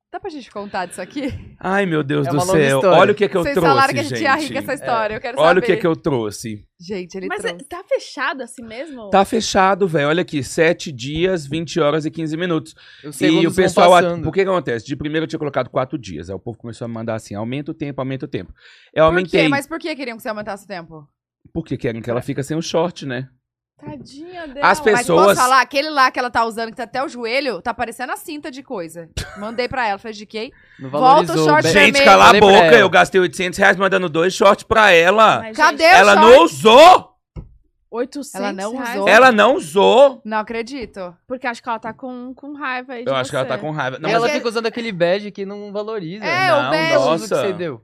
Speaker 1: Dá pra gente contar disso aqui?
Speaker 3: Ai, meu Deus
Speaker 4: É
Speaker 3: do
Speaker 4: uma longa
Speaker 3: céu.
Speaker 4: história.
Speaker 3: Olha o que é que eu
Speaker 1: Vocês
Speaker 3: trouxe,
Speaker 1: falaram que a gente,
Speaker 3: gente.
Speaker 1: ia rir com essa história, eu quero
Speaker 3: Olha o
Speaker 1: saber.
Speaker 3: que é que eu trouxe.
Speaker 1: Gente, (laughs) ele
Speaker 2: Mas é-
Speaker 1: trouxe.
Speaker 2: tá fechado assim mesmo?
Speaker 3: Tá fechado, velho. Olha aqui, 7 dias, 20 horas e 15 minutos.
Speaker 4: Os segundos
Speaker 3: E
Speaker 4: vão
Speaker 3: o pessoal. at-
Speaker 4: passando.
Speaker 3: Por que que acontece? De primeiro eu tinha colocado 4 dias. Aí o povo começou a mandar assim: aumenta o tempo, aumenta o tempo. Eu
Speaker 1: Por quê?
Speaker 3: aumentei.
Speaker 1: Mas por que queriam que você aumentasse o tempo?
Speaker 3: Porque querem que ela fica sem o short, né?
Speaker 2: Tadinha dela.
Speaker 1: Mas
Speaker 3: As Pessoas-
Speaker 1: posso falar, aquele lá que ela tá usando, que tá até o joelho, tá parecendo a cinta de coisa. Mandei pra ela, fez de quê?
Speaker 4: Não
Speaker 1: Volta o
Speaker 4: valorizou
Speaker 1: short
Speaker 4: bem.
Speaker 1: vermelho.
Speaker 3: Gente, cala a
Speaker 4: Falei pra
Speaker 3: boca.
Speaker 4: ela.
Speaker 3: Eu gastei 800 reais mandando dois shorts pra ela.
Speaker 2: Mas,
Speaker 1: Cadê
Speaker 2: gente,
Speaker 1: o
Speaker 3: Ela
Speaker 1: short?
Speaker 3: não usou!
Speaker 2: 800
Speaker 1: Ela não
Speaker 2: reais?
Speaker 1: usou.
Speaker 3: Ela não usou!
Speaker 1: Não acredito.
Speaker 2: Porque acho que ela tá com, com raiva aí de
Speaker 3: Eu acho que ela
Speaker 2: você.
Speaker 3: tá com raiva. Não,
Speaker 4: ela
Speaker 3: mas-
Speaker 1: Mas-
Speaker 4: fica usando aquele badge que não valoriza.
Speaker 1: É,
Speaker 3: Não,
Speaker 1: o bege.
Speaker 4: Não usa o que
Speaker 3: nossa.
Speaker 4: você deu.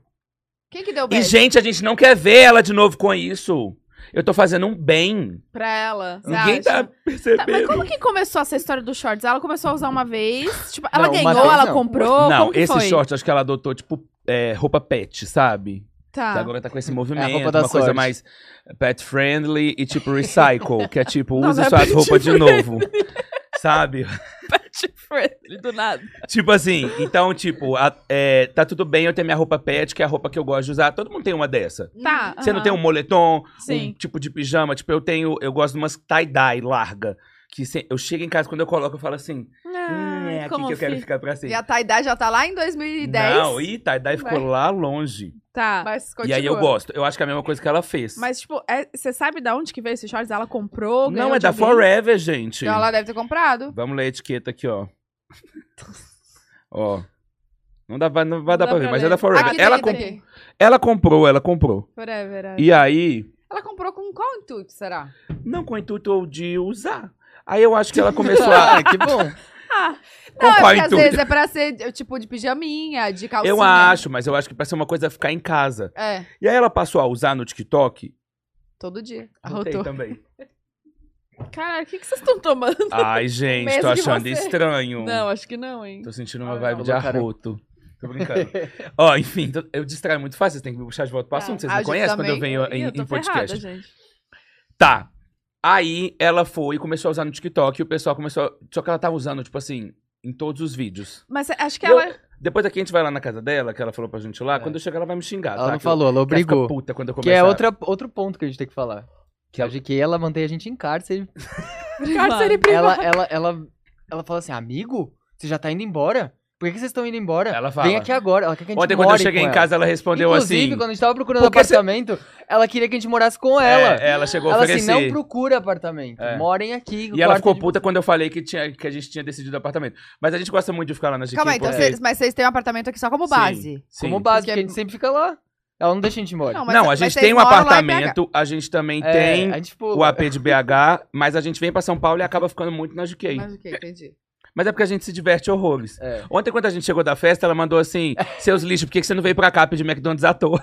Speaker 1: Quem que deu o
Speaker 3: E,
Speaker 1: beijo?
Speaker 3: gente, a gente não quer ver ela de novo com isso. Eu tô fazendo um bem.
Speaker 2: Pra ela. você
Speaker 3: Ninguém
Speaker 2: acha?
Speaker 3: tá
Speaker 2: Tá, mas
Speaker 3: percebendo.
Speaker 2: como que começou essa história dos shorts? Ela começou a usar uma vez?
Speaker 3: (laughs)
Speaker 2: Tipo, ela
Speaker 4: Não, uma
Speaker 2: ganhou,
Speaker 4: vez
Speaker 2: ela
Speaker 4: não.
Speaker 2: comprou?
Speaker 3: não,
Speaker 2: como que
Speaker 3: esse
Speaker 2: foi?
Speaker 3: short acho que ela adotou, tipo, é, roupa pet, sabe? Que
Speaker 2: Tá.
Speaker 3: agora tá com esse movimento, uma
Speaker 4: roupa da
Speaker 3: coisa
Speaker 4: sorte.
Speaker 3: mais pet friendly
Speaker 2: (laughs)
Speaker 3: e tipo recycle, que é tipo,
Speaker 2: Não,
Speaker 3: usa
Speaker 2: não é
Speaker 3: suas
Speaker 2: pet
Speaker 3: roupas de novo. Sabe? (laughs)
Speaker 2: Friendly, do nada.
Speaker 3: Tipo assim, então, tipo, a- é, tá tudo bem eu ter minha roupa pet, que é a roupa que eu gosto de usar. Todo mundo tem uma dessa.
Speaker 1: Uhum.
Speaker 2: Tá.
Speaker 3: Você não
Speaker 2: aham.
Speaker 3: tem um moletom, um
Speaker 2: Sim.
Speaker 3: tipo de pijama. Tipo, eu tenho, eu gosto de umas tie-dye larga. Que se- eu chego em casa, quando eu coloco, eu falo assim, hum, é
Speaker 2: Ai, assim?
Speaker 3: aqui que eu quero
Speaker 2: fiz?
Speaker 3: ficar pra sempre.
Speaker 1: E a Taidá já tá lá em 2010.
Speaker 3: Não, e tie-dye ficou
Speaker 1: Vai.
Speaker 3: lá longe.
Speaker 2: Tá.
Speaker 1: Mas continua.
Speaker 3: E aí eu gosto. Eu acho que é a mesma coisa que ela fez.
Speaker 2: Mas, tipo, é- você sabe da onde que veio esses shorts? Ela comprou? ganhou
Speaker 3: não, é
Speaker 2: de
Speaker 3: da
Speaker 2: alguém?
Speaker 3: Forever, gente.
Speaker 1: Então ela deve ter comprado.
Speaker 3: Vamos ler a etiqueta aqui, ó. ó. Não, dá, vai- não vai dar pra ver, mas é da Forever.
Speaker 1: Aqui
Speaker 3: ela,
Speaker 1: tem,
Speaker 3: comp-
Speaker 1: tem.
Speaker 3: ela comprou, ela comprou.
Speaker 1: Forever. é.
Speaker 3: E aí.
Speaker 1: Ela comprou com qual intuito, será?
Speaker 3: Não com o intuito de usar. Aí eu acho que ela começou a.
Speaker 4: (laughs) Ah, que bom.
Speaker 3: com
Speaker 1: não,
Speaker 3: qual
Speaker 1: é porque às
Speaker 3: intuito?
Speaker 1: vezes é pra ser é, tipo de pijaminha, de calcinha.
Speaker 3: Eu acho, mas eu acho que pra ser uma coisa ficar em casa.
Speaker 1: É,
Speaker 3: E aí ela passou a usar no TikTok.
Speaker 1: todo dia.
Speaker 3: Anotei (laughs)
Speaker 1: Arrotou.
Speaker 3: também.
Speaker 2: (laughs) Cara, o que, que vocês estão tomando?
Speaker 3: Ai, gente,
Speaker 2: Mesmo
Speaker 3: tô
Speaker 2: que
Speaker 3: achando
Speaker 2: você.
Speaker 3: estranho.
Speaker 2: Não, acho que não, hein?
Speaker 3: Tô sentindo uma
Speaker 2: Ah,
Speaker 3: vibe
Speaker 4: não.
Speaker 3: de
Speaker 4: Colocaram-
Speaker 3: arroto. Tô
Speaker 4: (laughs)
Speaker 3: brincando. Ó, enfim, tô- eu distraio muito fácil, vocês têm que me puxar de volta pro
Speaker 2: Tá.
Speaker 3: assunto. Vocês
Speaker 1: Ah,
Speaker 3: me
Speaker 1: gente,
Speaker 3: conhecem quando eu
Speaker 1: também.
Speaker 3: venho em,
Speaker 2: Ih, eu tô
Speaker 3: em podcast.
Speaker 2: ferrada, gente.
Speaker 3: Tá. Aí ela foi e começou a usar no TikTok e o pessoal começou. a- Só que ela tava usando, tipo assim, em todos os vídeos.
Speaker 2: Mas acho que
Speaker 3: Eu- (laughs)
Speaker 2: ela...
Speaker 3: Depois daqui a gente vai lá na casa dela, que ela falou pra gente lá.
Speaker 4: É.
Speaker 3: Quando eu chegar, ela vai me xingar.
Speaker 4: Ela
Speaker 3: tá? Que
Speaker 4: não
Speaker 3: eu-
Speaker 4: falou, ela
Speaker 3: que ela fica
Speaker 4: obrigou.
Speaker 3: puta quando eu
Speaker 4: Que
Speaker 3: começar.
Speaker 4: é outra, outro ponto que a gente tem que falar.
Speaker 3: Que é
Speaker 4: Que
Speaker 3: a-
Speaker 4: a... que ela mantém a gente em cárcere.
Speaker 2: Cárcere
Speaker 4: ela, ela, ela, ela fala assim, amigo, você já tá indo embora? Por que que vocês estão indo embora?
Speaker 3: Ela fala.
Speaker 4: Vem aqui agora. Ela quer que a gente
Speaker 3: Ontem, quando eu
Speaker 4: more
Speaker 3: cheguei
Speaker 4: com
Speaker 3: em
Speaker 4: ela.
Speaker 3: casa, ela respondeu
Speaker 4: Inclusive,
Speaker 3: assim.
Speaker 4: quando a gente tava procurando
Speaker 3: Porque cê-
Speaker 4: apartamento, ela queria que a gente morasse com
Speaker 3: é,
Speaker 4: ela.
Speaker 3: ela chegou a
Speaker 4: ela
Speaker 3: oferecer.
Speaker 4: assim, não procura apartamento.
Speaker 3: É.
Speaker 4: Morem aqui. o
Speaker 3: E ela
Speaker 4: quarto
Speaker 3: ficou
Speaker 4: de-
Speaker 3: puta quando eu falei que, tinha, que a gente tinha decidido o apartamento. Mas a gente gosta muito de ficar lá na GQ.
Speaker 1: Calma aí, então
Speaker 3: porque-
Speaker 1: vocês, mas vocês têm um apartamento aqui só como
Speaker 3: É. Sim,
Speaker 1: base.
Speaker 3: sim.
Speaker 4: Como base,
Speaker 1: Porque-
Speaker 4: porque a gente sempre fica lá. Ela não deixa a gente ir embora.
Speaker 1: Não,
Speaker 3: não, a
Speaker 1: mas
Speaker 3: gente
Speaker 1: vocês
Speaker 3: tem um
Speaker 1: moram lá em
Speaker 3: apartamento, a gente também
Speaker 4: É,
Speaker 3: tem
Speaker 4: a gente
Speaker 3: o
Speaker 4: pula.
Speaker 3: AP de BH, mas a gente vem pra São Paulo e acaba ficando muito na GK.
Speaker 1: Mas o que, entendi.
Speaker 3: Mas é porque a gente se diverte horrores.
Speaker 4: É.
Speaker 3: Ontem, quando a gente chegou da festa, ela mandou assim: seus lixos, por que que você não veio pra cá pedir McDonald's
Speaker 1: (laughs)
Speaker 3: à toa?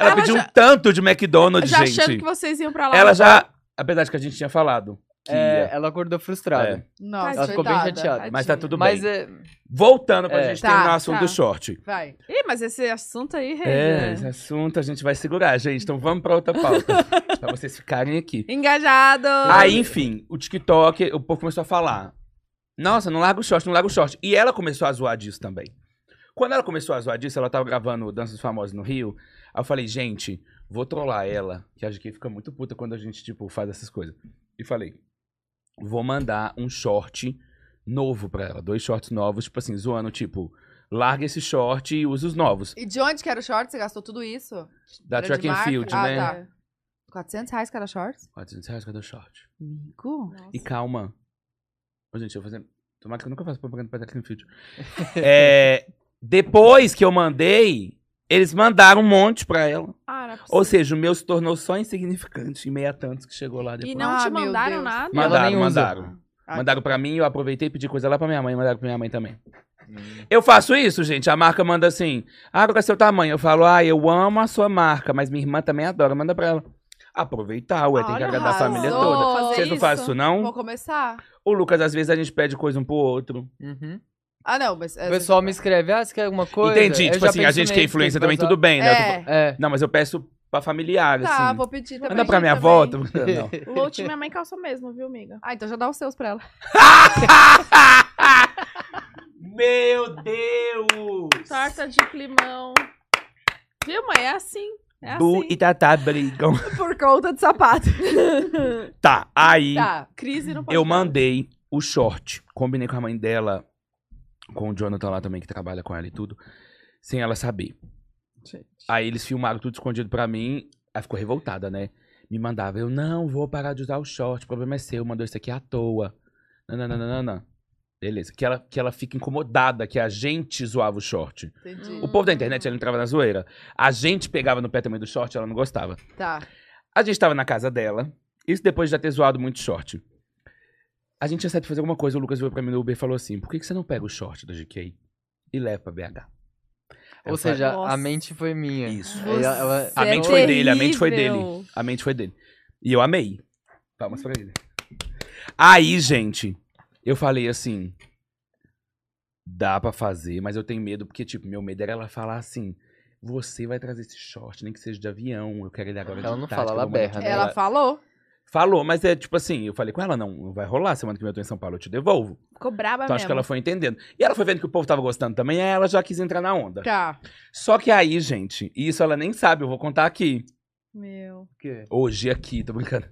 Speaker 3: ela pediu um tanto de McDonald's,
Speaker 2: Já achando
Speaker 3: gente.
Speaker 2: que vocês iam pra lá.
Speaker 3: Ela já. Apesar de que a gente tinha falado. que
Speaker 4: É,
Speaker 3: ia,
Speaker 4: ela acordou frustrada.
Speaker 1: Nossa,
Speaker 4: Ela ficou bem
Speaker 1: coitada.
Speaker 4: chateada.
Speaker 3: Mas tá É, tudo
Speaker 4: Mas
Speaker 3: bem.
Speaker 4: é,
Speaker 3: Voltando pra
Speaker 4: É.
Speaker 3: gente
Speaker 1: Tá,
Speaker 3: terminar o assunto
Speaker 2: tá.
Speaker 3: do short.
Speaker 1: Vai.
Speaker 2: Ih, mas esse assunto aí, rende,
Speaker 3: É,
Speaker 2: né?
Speaker 3: esse assunto a gente vai segurar, gente. Então vamos pra outra pauta. pra vocês ficarem aqui.
Speaker 2: Engajado.
Speaker 3: Aí, enfim, o TikTok, o povo começou a falar. Nossa, não larga o short, não larga o short. E ela começou a zoar disso também. Quando ela começou a zoar disso, ela tava gravando Dança dos Famosos no Rio. Aí eu falei, gente, vou trollar ela, que a GQ fica muito puta quando a gente, tipo, faz essas coisas. E falei, vou mandar um short novo pra ela. Dois shorts novos, tipo assim, zoando, tipo, larga esse short e usa os novos.
Speaker 1: E de onde que era o short? Você gastou tudo isso?
Speaker 3: Da
Speaker 1: Era de
Speaker 3: Track and
Speaker 1: marca?
Speaker 3: Field,
Speaker 1: Ah,
Speaker 3: né?
Speaker 1: tá. 400 reais cada short?
Speaker 3: 400 reais cada short.
Speaker 1: Amigo?
Speaker 3: E calma. Ô, gente, eu vou fazer. Tomara que eu nunca faço propaganda pra Tecno Future. é, depois que eu mandei, eles mandaram um monte pra ela.
Speaker 2: Ah, não é possível.
Speaker 3: Ou seja, o meu se tornou só insignificante em meia tantos que chegou lá depois.
Speaker 2: E não te
Speaker 1: Ah, meu
Speaker 2: mandaram
Speaker 1: Deus.
Speaker 3: (laughs)
Speaker 2: nada?
Speaker 4: Mas- ela
Speaker 3: Mandaram,
Speaker 4: nem usa.
Speaker 3: mandaram.
Speaker 1: Ah,
Speaker 3: Mandaram pra mim, eu aproveitei e pedi coisa lá pra minha mãe, mandaram pra minha mãe também. Eu faço isso, gente. A marca manda assim, ah, qual é seu tamanho? Eu falo, ah, eu amo a sua marca, mas minha irmã também adora, manda pra ela. Aproveitar, ué, tem que
Speaker 2: Olha,
Speaker 3: agradar a família
Speaker 1: arrasou. É
Speaker 3: toda.
Speaker 2: Fazer
Speaker 3: Vocês não fazem isso, não?
Speaker 1: Vou começar.
Speaker 3: O Lucas, às vezes, a gente pede coisa um pro outro.
Speaker 4: Uhum.
Speaker 1: Ah, não, mas...
Speaker 4: O pessoal me escreve, ah, você quer alguma coisa?
Speaker 3: Entendi.
Speaker 4: Eu
Speaker 3: Tipo
Speaker 4: já
Speaker 3: assim, a
Speaker 4: penso
Speaker 3: gente que é
Speaker 4: nele,
Speaker 3: influencer
Speaker 4: tem
Speaker 3: também,
Speaker 4: que
Speaker 3: tudo bem, né? Eu tô
Speaker 1: É.
Speaker 4: passar. É.
Speaker 3: fal- Não, mas eu peço pra familiar,
Speaker 1: Tá,
Speaker 3: assim.
Speaker 1: vou pedir também.
Speaker 3: (laughs) Manda pra minha
Speaker 2: também.
Speaker 3: avó. tô brincando, Não.
Speaker 2: O loot minha mãe calçou mesmo, viu, amiga?
Speaker 1: Ah, então já dá os seus pra ela.
Speaker 3: Meu Deus! Deus!
Speaker 2: Torta de climão. Viu, mãe? É assim. É
Speaker 3: Bu
Speaker 2: assim.
Speaker 3: e Tatá brigam.
Speaker 1: Por conta de sapato.
Speaker 3: Tá, aí
Speaker 1: Tá.
Speaker 2: Crise não pode
Speaker 3: eu
Speaker 2: dar.
Speaker 3: mandei o short. Combinei com a mãe dela, com o Jonathan lá também, que trabalha com ela e tudo, sem ela saber. Aí eles filmaram tudo escondido pra mim. Aí ficou revoltada, né? Me mandava, eu não vou parar de usar o short, o problema é seu, mandou isso aqui à toa. Nananana. Beleza. Que ela, que ela fica incomodada que a gente zoava o short.
Speaker 1: Entendi.
Speaker 3: O povo da internet, ela entrava na zoeira. A gente pegava no pé também do short, ela não gostava.
Speaker 1: Tá.
Speaker 3: A gente tava na casa dela. Isso depois de já ter zoado muito short. A gente ia sair pra fazer alguma coisa. O Lucas veio pra mim no Uber e falou assim: por que, que você não pega o short da GK e leva pra BH? Aí eu
Speaker 4: Ou seja,
Speaker 1: Nossa.
Speaker 4: a mente foi minha.
Speaker 3: falei, isso.
Speaker 4: Ela- ela-
Speaker 3: A
Speaker 1: Você é
Speaker 3: mente foi dele, a mente foi
Speaker 2: terrível.
Speaker 3: dele. A mente foi dele. E eu amei. Palmas pra ele. Aí, gente, eu falei assim: dá pra fazer, mas eu tenho medo, porque, tipo, meu medo era ela falar assim. Você vai trazer esse short, nem que seja de avião. Eu quero ele agora
Speaker 4: Ela
Speaker 3: de
Speaker 4: não
Speaker 3: tática,
Speaker 4: fala,
Speaker 3: eu
Speaker 4: ela
Speaker 3: vou mandar
Speaker 4: berra,
Speaker 3: te
Speaker 4: né?
Speaker 1: Ela
Speaker 3: levar.
Speaker 1: falou.
Speaker 3: Falou, mas é tipo assim, eu falei com ela, não, não vai rolar, semana que vem eu tô em São Paulo, eu te devolvo.
Speaker 2: Ficou braba
Speaker 3: Então
Speaker 2: É mesmo.
Speaker 3: acho que ela foi entendendo. E ela foi vendo que o povo tava gostando também, aí ela já quis entrar na onda.
Speaker 1: Tá.
Speaker 3: Só que aí, gente, e isso ela nem sabe, eu vou contar aqui.
Speaker 2: Meu.
Speaker 4: Que-
Speaker 3: Hoje aqui, tô brincando.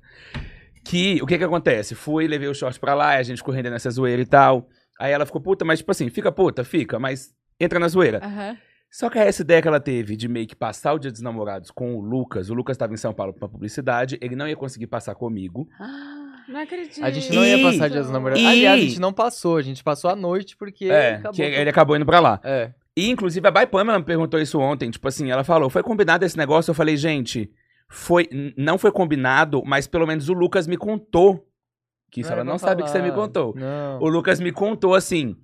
Speaker 3: Que, o que que acontece? Fui, levei o short pra lá, a gente correndo nessa zoeira e tal. Aí ela ficou puta, mas tipo assim, fica puta, fica, mas entra na zoeira.
Speaker 2: Aham.
Speaker 3: Só que essa ideia que ela teve de meio que passar o dia dos namorados com o Lucas, o Lucas tava em São Paulo pra publicidade, ele não ia conseguir passar comigo.
Speaker 2: Não acredito.
Speaker 4: A gente não ia
Speaker 3: E-
Speaker 4: passar dias dos namorados.
Speaker 3: E-
Speaker 4: Aliás, a gente não passou, a gente passou a noite porque
Speaker 3: é,
Speaker 4: acabou.
Speaker 3: que ele acabou indo pra lá.
Speaker 4: É.
Speaker 3: E, inclusive, a Bai Pamela me perguntou isso ontem. Tipo assim, ela falou, foi combinado esse negócio? Eu falei, gente, foi, n- não foi combinado, mas pelo menos o Lucas me contou. Que isso
Speaker 4: Ah,
Speaker 3: ela
Speaker 4: eu
Speaker 3: não
Speaker 4: vou
Speaker 3: sabe que você me
Speaker 4: falar.
Speaker 3: contou.
Speaker 4: Não.
Speaker 3: O Lucas me contou assim.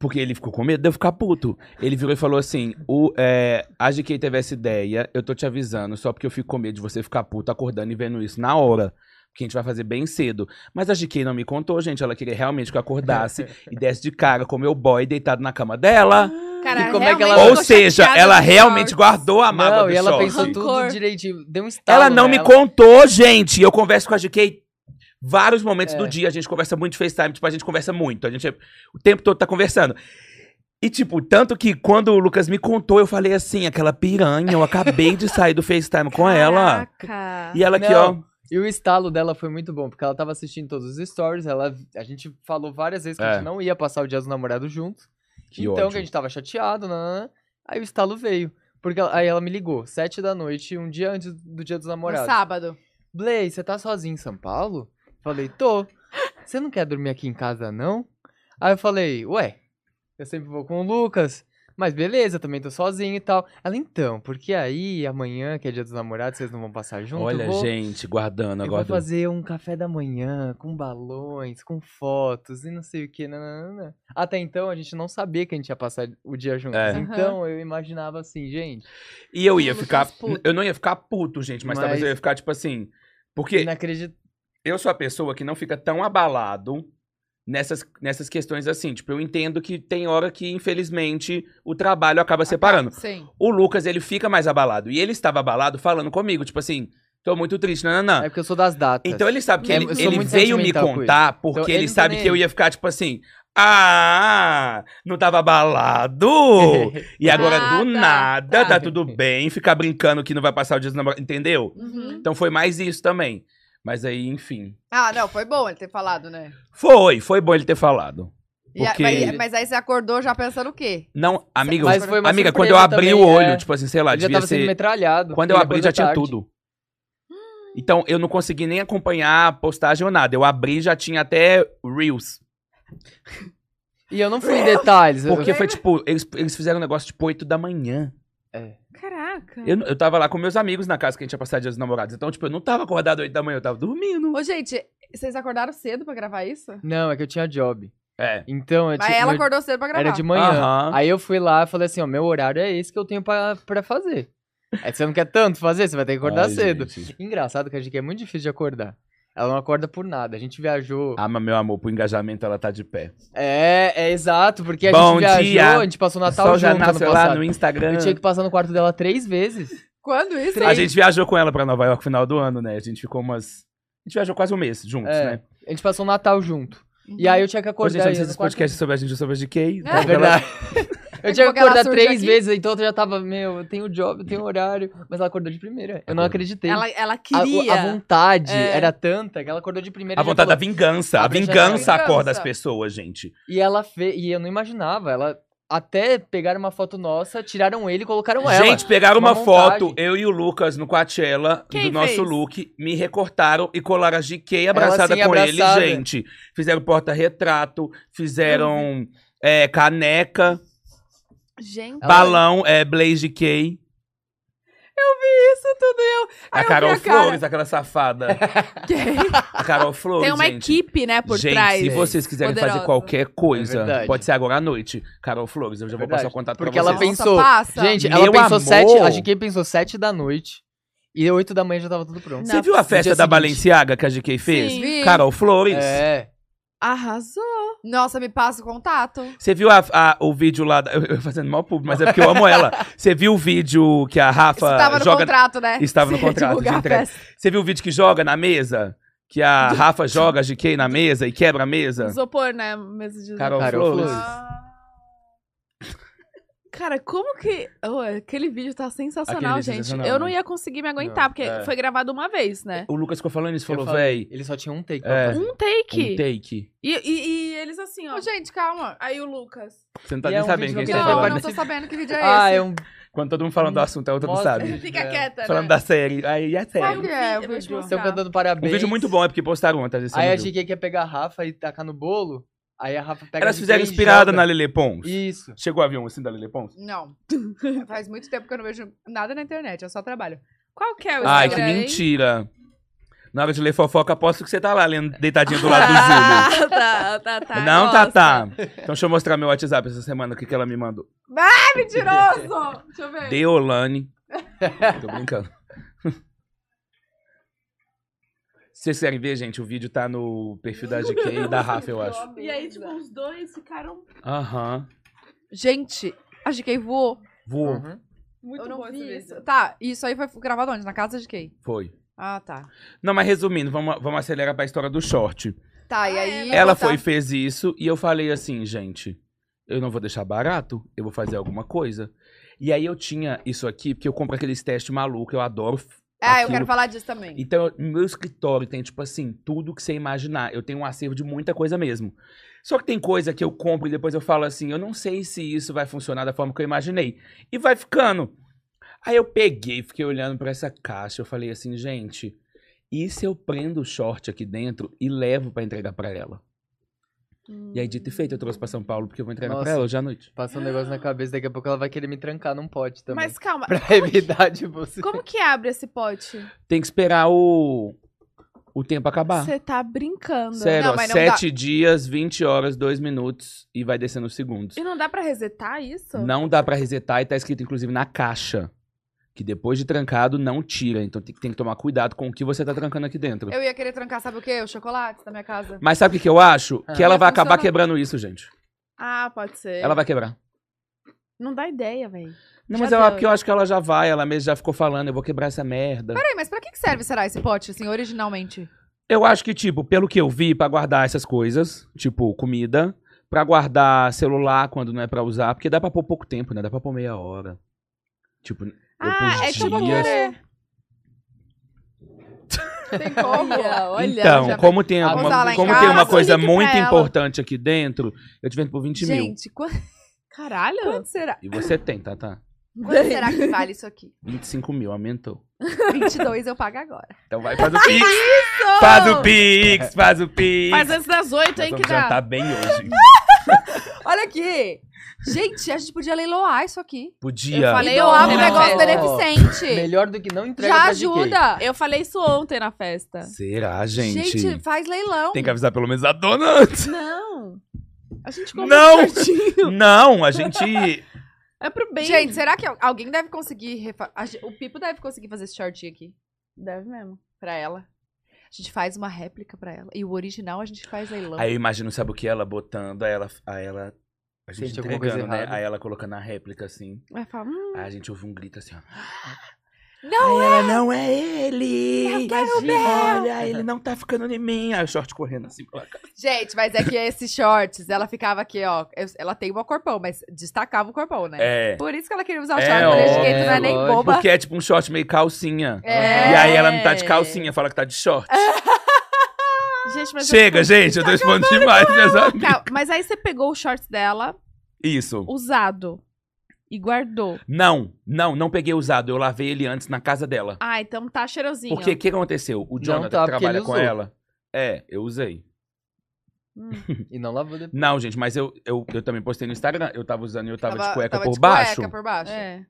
Speaker 3: Porque ele ficou com medo de eu ficar puto. Ele virou e falou assim: o, é, a GK teve essa ideia, eu tô te avisando, só porque eu fico com medo de você ficar puto acordando e vendo isso na hora. Porque a gente vai fazer bem cedo. Mas a GK não me contou, gente. Ela queria realmente que eu
Speaker 4: (laughs)
Speaker 3: acordasse e desse de cara com o meu boy deitado na cama dela.
Speaker 1: Cara,
Speaker 4: E como é que ela-
Speaker 1: realmente eu
Speaker 3: Ou
Speaker 1: tô
Speaker 3: seja,
Speaker 1: chateada
Speaker 3: ela
Speaker 1: com
Speaker 3: realmente
Speaker 1: o
Speaker 3: guardou a mágoa
Speaker 4: Não,
Speaker 3: do
Speaker 4: e ela
Speaker 3: short.
Speaker 4: pensou
Speaker 2: Rancor.
Speaker 4: tudo direitinho, deu um estalo.
Speaker 3: assim. Ela não me
Speaker 4: nela.
Speaker 3: contou, gente. Eu converso com a GK vários momentos
Speaker 4: É.
Speaker 3: do dia. A gente conversa muito de FaceTime, tipo, a gente conversa muito. A gente é- o tempo todo tá conversando. E, tipo, tanto que quando o Lucas me contou, eu falei assim, aquela piranha, eu acabei de sair do FaceTime com ela.
Speaker 1: Caraca.
Speaker 3: E ela aqui,
Speaker 4: Não.
Speaker 3: ó.
Speaker 4: E o estalo dela foi muito bom, porque ela tava assistindo todos os stories, ela, a gente falou várias vezes que a
Speaker 3: É.
Speaker 4: gente não ia passar o dia dos namorados juntos.
Speaker 3: Que
Speaker 4: então
Speaker 3: ódio.
Speaker 4: que a gente tava chateado, nanana, aí o estalo veio. Porque ela- aí ela me ligou, sete da noite, um dia antes do dia dos
Speaker 1: No
Speaker 4: namorados.
Speaker 1: sábado.
Speaker 4: Blay, você tá sozinho em São Paulo? Falei, tô. Você não quer dormir aqui em casa, não? Aí eu falei, ué, eu sempre vou com o Lucas. Mas beleza, também tô sozinho e tal. Ela, então, porque aí amanhã, que é dia dos namorados, vocês não vão passar junto?
Speaker 3: Olha,
Speaker 4: eu vou,
Speaker 3: gente, guardando,
Speaker 4: Eu vou
Speaker 3: guardando.
Speaker 4: fazer um café da manhã com balões, com fotos e não sei o né, que. Nananana. Até então, a gente não sabia que a gente ia passar o dia juntos.
Speaker 3: É.
Speaker 4: Então, eu imaginava assim, gente,
Speaker 3: E eu ia
Speaker 1: Lucas
Speaker 3: ficar...
Speaker 1: puto.
Speaker 3: Eu não ia ficar puto, gente, mas,
Speaker 4: Mas-
Speaker 3: talvez eu ia ficar, tipo assim... Porque
Speaker 4: inacreditável.
Speaker 3: eu sou a pessoa que não fica tão abalado nessas, nessas questões assim. Tipo, eu entendo que tem hora que, infelizmente, o trabalho acaba separando.
Speaker 1: Sim.
Speaker 3: O Lucas, ele fica mais abalado. E ele estava abalado falando comigo, tipo assim, tô muito triste, nananã.
Speaker 4: É porque eu sou das
Speaker 3: Ah.
Speaker 4: datas. (laughs)
Speaker 3: Então ele sabe que
Speaker 1: É,
Speaker 3: ele,
Speaker 1: eu sou
Speaker 3: ele
Speaker 4: muito
Speaker 3: veio me
Speaker 4: sentimental com
Speaker 3: contar porque
Speaker 4: Então,
Speaker 3: ele,
Speaker 4: ele não tá
Speaker 3: sabe
Speaker 4: nem
Speaker 3: que eu
Speaker 4: aí.
Speaker 3: ia ficar, tipo assim, ah, não tava abalado.
Speaker 4: (laughs)
Speaker 3: e agora,
Speaker 1: Ah,
Speaker 3: do
Speaker 1: tá,
Speaker 3: nada,
Speaker 1: tá.
Speaker 3: tá tudo bem, ficar brincando que não vai passar o dia dos namorados, entendeu?
Speaker 1: Uhum.
Speaker 3: Então foi mais isso também. Mas aí, enfim.
Speaker 1: Ah, não, foi bom ele ter falado, né?
Speaker 3: Foi, foi bom ele ter falado.
Speaker 1: E a-
Speaker 3: Porque-
Speaker 1: mas, mas aí você acordou já pensando o quê?
Speaker 3: Não, amiga,
Speaker 4: Mas foi uma
Speaker 3: amiga, quando
Speaker 4: surpresa
Speaker 3: eu abri
Speaker 4: também,
Speaker 3: o olho,
Speaker 4: é.
Speaker 3: tipo assim, sei lá,
Speaker 4: Ele já
Speaker 3: devia
Speaker 4: tava sendo
Speaker 3: ser.
Speaker 4: metralhado.
Speaker 3: Quando eu abri, já tinha tudo. Então, eu não consegui nem acompanhar a postagem ou nada. Eu abri já tinha até Reels.
Speaker 4: E eu não fui em detalhes. eu-
Speaker 3: Porque foi tipo, eles, eles fizeram um negócio tipo 8 da manhã.
Speaker 4: É.
Speaker 2: Caraca.
Speaker 3: Eu, não- eu tava lá com meus amigos na casa que a gente ia passar dia dos namorados. Então, tipo, eu não tava acordado 8 da manhã, eu tava dormindo.
Speaker 1: Ô, gente, vocês acordaram cedo pra gravar isso?
Speaker 4: Não, é que eu tinha job.
Speaker 3: É.
Speaker 4: Então, eu
Speaker 1: Mas
Speaker 4: tinha-
Speaker 1: ela
Speaker 4: meu-
Speaker 1: acordou cedo pra gravar.
Speaker 4: era de manhã.
Speaker 3: Aham.
Speaker 4: Aí eu fui lá e falei assim, ó, meu horário é esse que eu tenho pra, pra fazer. Aí você não quer tanto fazer, você vai ter que acordar
Speaker 3: Ai,
Speaker 4: cedo.
Speaker 3: gente.
Speaker 4: Engraçado que a gente é muito difícil de acordar. Ela não acorda por nada. A gente viajou.
Speaker 3: Ah, mas meu amor, pro engajamento ela tá de pé.
Speaker 4: É, é exato, porque a
Speaker 3: Bom
Speaker 4: gente viajou,
Speaker 3: dia.
Speaker 4: a gente passou tá o
Speaker 3: O
Speaker 4: Natal
Speaker 3: sol
Speaker 4: junto
Speaker 3: já
Speaker 4: ano
Speaker 3: nasceu lá
Speaker 4: passado.
Speaker 3: no Instagram.
Speaker 4: Eu tinha que passar no quarto dela três vezes.
Speaker 1: Quando isso?
Speaker 3: A
Speaker 1: hein?
Speaker 3: gente viajou com ela pra Nova York no final do ano, né? A gente ficou umas. A gente viajou quase um mês juntos,
Speaker 4: É.
Speaker 3: né?
Speaker 4: A gente passou o Natal junto. E aí eu tinha que
Speaker 3: Hoje a
Speaker 4: acordar.
Speaker 3: gente
Speaker 4: e
Speaker 3: vai
Speaker 4: eu
Speaker 3: fazer
Speaker 4: no
Speaker 3: esse tá
Speaker 4: quarto-
Speaker 3: podcast sobre a gente, sobre a GK.
Speaker 1: É
Speaker 4: É verdade. (laughs) Eu tinha que
Speaker 1: pouco ela
Speaker 4: acordar
Speaker 1: surge
Speaker 4: três
Speaker 1: aqui.
Speaker 4: vezes, então eu já tava, meu, eu tenho job, eu tenho horário. Mas ela acordou de primeira. Eu
Speaker 3: Acordou.
Speaker 4: não acreditei.
Speaker 2: Ela, ela
Speaker 4: A- o-
Speaker 2: queria.
Speaker 4: A, vontade
Speaker 2: É.
Speaker 4: era tanta que ela acordou de primeira.
Speaker 3: A
Speaker 4: e já
Speaker 3: vontade da
Speaker 4: falou-
Speaker 3: vingança. A
Speaker 4: Abre a
Speaker 3: vingança
Speaker 1: janela.
Speaker 3: acorda as
Speaker 1: Vingança.
Speaker 3: pessoas, gente.
Speaker 4: E ela fez. E eu não imaginava. Ela até pegaram uma foto nossa, tiraram ele e colocaram ela.
Speaker 3: gente, pegaram uma,
Speaker 4: uma
Speaker 3: foto,
Speaker 4: montagem.
Speaker 3: eu e o Lucas no Coachella,
Speaker 2: Quem
Speaker 3: do nosso
Speaker 2: fez?
Speaker 3: look, me recortaram e colaram a GK abraçada
Speaker 4: assim,
Speaker 3: com
Speaker 4: abraçada.
Speaker 3: ele, gente. Fizeram porta-retrato, fizeram
Speaker 1: Uhum.
Speaker 3: é, caneca, (laughs)
Speaker 2: Gente,
Speaker 4: Ela-
Speaker 3: balão, é, Blaze K.
Speaker 1: Isso tudo eu.
Speaker 3: A
Speaker 1: Aí eu
Speaker 3: Carol
Speaker 1: vi a cara.
Speaker 3: Flores,
Speaker 1: (laughs)
Speaker 3: aquela safada. A Carol Flores.
Speaker 2: tem uma
Speaker 3: gente.
Speaker 2: equipe, né, por
Speaker 3: gente,
Speaker 2: trás.
Speaker 3: se vocês quiserem fazer
Speaker 1: Poderosa.
Speaker 3: qualquer coisa,
Speaker 4: É verdade.
Speaker 3: pode ser agora à noite. Carol Flores, eu já vou
Speaker 4: Verdade.
Speaker 3: passar o contato
Speaker 4: Porque
Speaker 3: pra
Speaker 4: ela
Speaker 3: vocês.
Speaker 1: Nossa,
Speaker 4: pensou,
Speaker 1: passa.
Speaker 4: Gente, ela
Speaker 3: Meu
Speaker 4: pensou
Speaker 3: amor!
Speaker 4: sete. A GK pensou sete da noite. E oito da manhã já tava tudo pronto.
Speaker 2: Não.
Speaker 3: Você viu a
Speaker 4: No dia
Speaker 3: festa da
Speaker 4: seguinte.
Speaker 3: Balenciaga que a GK fez?
Speaker 2: Sim.
Speaker 1: Vi.
Speaker 3: Carol Flores.
Speaker 4: É.
Speaker 2: Arrasou.
Speaker 1: Nossa, me passa o contato.
Speaker 3: Você viu a- a- o vídeo lá, da, (laughs) eu, eu fazendo mal público, mas é porque eu amo ela. Você viu o vídeo que a
Speaker 1: Isso
Speaker 3: Rafa
Speaker 1: tava no
Speaker 3: joga...
Speaker 1: contrato, né?
Speaker 3: Estava no
Speaker 2: Você
Speaker 3: contrato.
Speaker 2: divulgar
Speaker 3: de
Speaker 2: a
Speaker 3: entrega.
Speaker 2: festa.
Speaker 3: Você viu o vídeo que joga na mesa? Que a Rafa joga a GK na mesa e quebra a mesa?
Speaker 2: Isopor, né? Mesa de
Speaker 3: Carol,
Speaker 4: Carol
Speaker 3: Flores.
Speaker 4: Flores.
Speaker 1: Ah,
Speaker 2: Cara, como que. Ô, aquele vídeo tá sensacional,
Speaker 3: Aquele
Speaker 2: gente.
Speaker 3: sensacional,
Speaker 2: eu não
Speaker 3: né?
Speaker 2: ia conseguir me aguentar,
Speaker 4: Não,
Speaker 2: porque
Speaker 3: é.
Speaker 2: foi gravado uma vez, né?
Speaker 3: O Lucas ficou falando isso,
Speaker 4: Eu
Speaker 3: falou,
Speaker 4: falei,
Speaker 3: véi,
Speaker 4: Ele só tinha um take.
Speaker 3: É.
Speaker 4: pra fazer.
Speaker 2: Um take.
Speaker 3: um take.
Speaker 2: E, e- e eles assim, ó.
Speaker 1: Ô, gente, calma.
Speaker 2: Aí o Lucas.
Speaker 3: Você não tá
Speaker 4: E
Speaker 3: nem
Speaker 4: é um
Speaker 3: sabendo
Speaker 4: vídeo
Speaker 3: quem
Speaker 4: que
Speaker 3: você tá
Speaker 4: vai
Speaker 1: Não,
Speaker 3: falando.
Speaker 1: não tô
Speaker 3: né?
Speaker 1: sabendo que vídeo é
Speaker 4: Ah,
Speaker 1: esse.
Speaker 4: é um.
Speaker 3: Quando todo mundo falando do assunto, a outra não
Speaker 4: Mostra.
Speaker 3: sabe.
Speaker 2: Fica
Speaker 4: É.
Speaker 2: quieta,
Speaker 3: Falando
Speaker 2: né?
Speaker 3: da série. Aí é
Speaker 1: Qual
Speaker 3: série.
Speaker 1: que é o
Speaker 2: Eu vou te
Speaker 1: vídeo?
Speaker 2: mostrar.
Speaker 4: Estão
Speaker 2: Tá.
Speaker 4: cantando parabéns.
Speaker 3: Um vídeo muito bom, né, é porque postaram ontem. às vezes você
Speaker 4: Aí
Speaker 3: não
Speaker 4: a
Speaker 3: viu.
Speaker 4: GK quer pegar a Rafa e tacar no bolo. Aí a Rafa pega
Speaker 3: Elas
Speaker 4: a GK
Speaker 3: fizeram
Speaker 4: e
Speaker 3: inspirada
Speaker 4: joga.
Speaker 3: na Lele Pons.
Speaker 4: Isso.
Speaker 3: Chegou o avião assim da Lele Pons?
Speaker 1: Não. (laughs) Faz muito tempo que eu não vejo nada na internet, eu só trabalho.
Speaker 2: Qual que é o
Speaker 3: Ai, que
Speaker 2: Instagram, hein?
Speaker 3: mentira. Na hora de ler fofoca, aposto que você tá lá, lendo, deitadinha
Speaker 4: (laughs)
Speaker 3: do lado do Júlio.
Speaker 2: Ah, tá, tá, tá.
Speaker 3: não,
Speaker 2: gosto.
Speaker 3: Tatá. Então deixa eu mostrar meu WhatsApp essa semana, o que, que ela me mandou.
Speaker 1: É mentiroso! Deixa eu ver.
Speaker 3: Deolane.
Speaker 4: (laughs)
Speaker 3: Tô brincando. (laughs) Se vocês querem ver, gente, o vídeo tá no perfil da GK e da Rafa, eu acho.
Speaker 2: E aí, tipo, os dois ficaram
Speaker 3: Aham.
Speaker 1: Gente, a GK voou.
Speaker 3: Voou.
Speaker 4: Uhum.
Speaker 2: muito
Speaker 1: eu não
Speaker 2: bom esse
Speaker 1: vi
Speaker 2: vídeo.
Speaker 1: isso. Tá, isso aí foi gravado onde? Na casa de quem?
Speaker 3: Foi.
Speaker 1: Ah, tá.
Speaker 3: Não, mas resumindo, vamos, vamos acelerar pra história do short.
Speaker 1: Tá, e
Speaker 2: Ah,
Speaker 1: aí.
Speaker 2: é,
Speaker 3: Ela
Speaker 1: botar-
Speaker 3: foi e fez isso e eu falei assim, gente, eu não vou deixar barato, eu vou fazer alguma coisa. E aí eu tinha isso aqui, porque eu compro aqueles testes malucos, eu adoro. f-
Speaker 1: É, eu
Speaker 3: aquilo.
Speaker 1: quero falar disso também.
Speaker 3: Então, eu- meu escritório tem, tipo assim, tudo que você imaginar. Eu tenho um acervo de muita coisa mesmo. Só que tem coisa que eu compro e depois eu falo assim, eu não sei se isso vai funcionar da forma que eu imaginei. E vai ficando. Aí eu peguei, fiquei olhando pra essa caixa, eu falei assim, gente, e se eu prendo o short aqui dentro e levo pra entregar pra ela? E aí, dito e feito, eu trouxe pra São Paulo, porque eu vou entregar
Speaker 4: Nossa.
Speaker 3: pra ela hoje à noite.
Speaker 4: Passa um negócio na cabeça, daqui a pouco ela vai querer me trancar num pote também.
Speaker 2: Mas calma,
Speaker 4: (laughs) Pra evitar de você.
Speaker 2: como que abre esse pote?
Speaker 3: Tem que esperar o, o tempo acabar.
Speaker 2: Você tá brincando.
Speaker 3: Sério,
Speaker 1: Não,
Speaker 3: ó,
Speaker 1: mas não
Speaker 3: sete dias, 20 horas, 2 minutos e vai descendo os segundos.
Speaker 2: E não dá pra resetar isso?
Speaker 3: é Não dá pra resetar e tá escrito, inclusive, na caixa. Que depois de trancado, não tira. Então tem, que- tem que tomar cuidado com o que você tá trancando aqui dentro.
Speaker 1: Eu ia querer trancar, sabe o quê? O chocolate da minha casa.
Speaker 3: Mas sabe o que, que eu acho?
Speaker 4: Ah.
Speaker 3: Que ela
Speaker 1: Mas
Speaker 3: vai acabar
Speaker 1: funciona.
Speaker 3: quebrando isso, gente.
Speaker 2: Ah, pode ser.
Speaker 3: Ela vai quebrar.
Speaker 2: Não dá ideia, velho.
Speaker 3: Não,
Speaker 2: Já
Speaker 3: mas é
Speaker 2: deu.
Speaker 3: porque eu acho que ela já vai, ela mesma já ficou falando, eu vou quebrar essa merda.
Speaker 1: Peraí, mas pra que que serve, será, esse pote, assim, originalmente?
Speaker 3: Eu acho que, tipo, pelo que eu vi, pra guardar essas coisas, tipo, comida, pra guardar celular quando não é pra usar, porque dá pra pôr pouco tempo, né? Dá pra pôr meia hora. Tipo, eu
Speaker 2: Ah,
Speaker 3: pus
Speaker 2: é que eu vou
Speaker 3: dias.
Speaker 2: querer.
Speaker 1: Tem como?
Speaker 2: Olha, olha.
Speaker 3: então,
Speaker 1: já-
Speaker 3: como tem,
Speaker 1: Vamos lá
Speaker 3: alguma,
Speaker 1: em
Speaker 3: como
Speaker 1: casa,
Speaker 3: tem uma
Speaker 1: passa o
Speaker 3: coisa
Speaker 2: link pra
Speaker 3: muito
Speaker 2: ela.
Speaker 3: importante aqui dentro, eu te vendo por 20 mil.
Speaker 1: Gente, quanto,
Speaker 2: assim, Caralho.
Speaker 1: quanto (laughs) será?
Speaker 3: E você tem, tá, tá?
Speaker 1: Quanto será que vale isso aqui?
Speaker 3: 25 mil, aumentou.
Speaker 1: 22 eu pago agora.
Speaker 3: Então vai, faz o Pix! faz o Pix! Faz o Pix!
Speaker 2: Mas antes das oito,
Speaker 3: Nós
Speaker 2: hein, que
Speaker 3: vamos
Speaker 2: dá.
Speaker 3: jantar bem hoje.
Speaker 1: Olha aqui! Gente, a gente podia leiloar isso aqui.
Speaker 3: Podia.
Speaker 2: Eu falei
Speaker 1: Eu abro um
Speaker 2: ontem na
Speaker 1: negócio
Speaker 2: festa.
Speaker 1: beneficente.
Speaker 4: Melhor do que não entrega
Speaker 1: Já
Speaker 4: pra GK.
Speaker 1: ajuda!
Speaker 2: Eu falei isso ontem na festa.
Speaker 3: Será, gente?
Speaker 1: Gente, faz leilão.
Speaker 3: Tem que avisar pelo menos a dona antes.
Speaker 2: Não. A gente conversa
Speaker 3: Não!
Speaker 2: certinho.
Speaker 3: Não, a gente (laughs)
Speaker 2: É pro bem.
Speaker 1: Gente, será que al- alguém deve conseguir. refa- a ge- O Pipo deve conseguir fazer esse shortinho aqui
Speaker 2: deve mesmo.
Speaker 1: pra ela. A gente faz uma réplica pra ela. E o original a gente faz leilão.
Speaker 3: Aí eu imagino, sabe o que? Ela botando, a ela. A, ela, a gente
Speaker 4: Sente alguma coisa
Speaker 3: entregando, né?
Speaker 4: errada.
Speaker 3: A ela colocando a réplica assim.
Speaker 2: Vai falar, hum,
Speaker 3: Aí a gente ouve um grito assim, ó.
Speaker 1: Não
Speaker 3: Aí ela, não é ele!
Speaker 2: Imagina.
Speaker 3: Olha, ele não tá ficando em mim. Aí o short correndo assim pela cara.
Speaker 1: Gente, mas é que esses shorts, ela ficava aqui, ó. eu- Ela tem um corpão, mas destacava o corpão, né?
Speaker 3: É.
Speaker 1: Por isso que ela queria usar o
Speaker 3: É,
Speaker 1: short, porque a gente
Speaker 4: óbvio,
Speaker 1: não é nem
Speaker 4: lógico.
Speaker 1: boba.
Speaker 3: Porque é tipo um short meio calcinha.
Speaker 1: É.
Speaker 3: E aí ela não tá de calcinha, fala que tá de short. (laughs)
Speaker 2: Gente, mas eu
Speaker 3: Chega,
Speaker 2: fico-
Speaker 3: gente, eu tô expondo demais, né, meus amigos.
Speaker 2: Calma, mas aí você pegou o short dela,
Speaker 3: Isso.
Speaker 2: usado, e guardou.
Speaker 3: Não, não, não peguei usado. Eu lavei ele antes na casa dela.
Speaker 2: Ah, então tá cheirosinho.
Speaker 3: Porque o que aconteceu? O Jonathan
Speaker 4: tá,
Speaker 3: que
Speaker 4: porque
Speaker 3: trabalha
Speaker 4: ele
Speaker 3: com
Speaker 4: usou.
Speaker 3: ela. É, eu usei.
Speaker 4: E não lavou depois.
Speaker 3: Não, gente, mas eu, eu, eu também postei no Instagram. Eu tava usando e eu tava, de cueca
Speaker 1: tava
Speaker 3: por
Speaker 1: de
Speaker 3: baixo.
Speaker 1: cueca por baixo.
Speaker 2: É.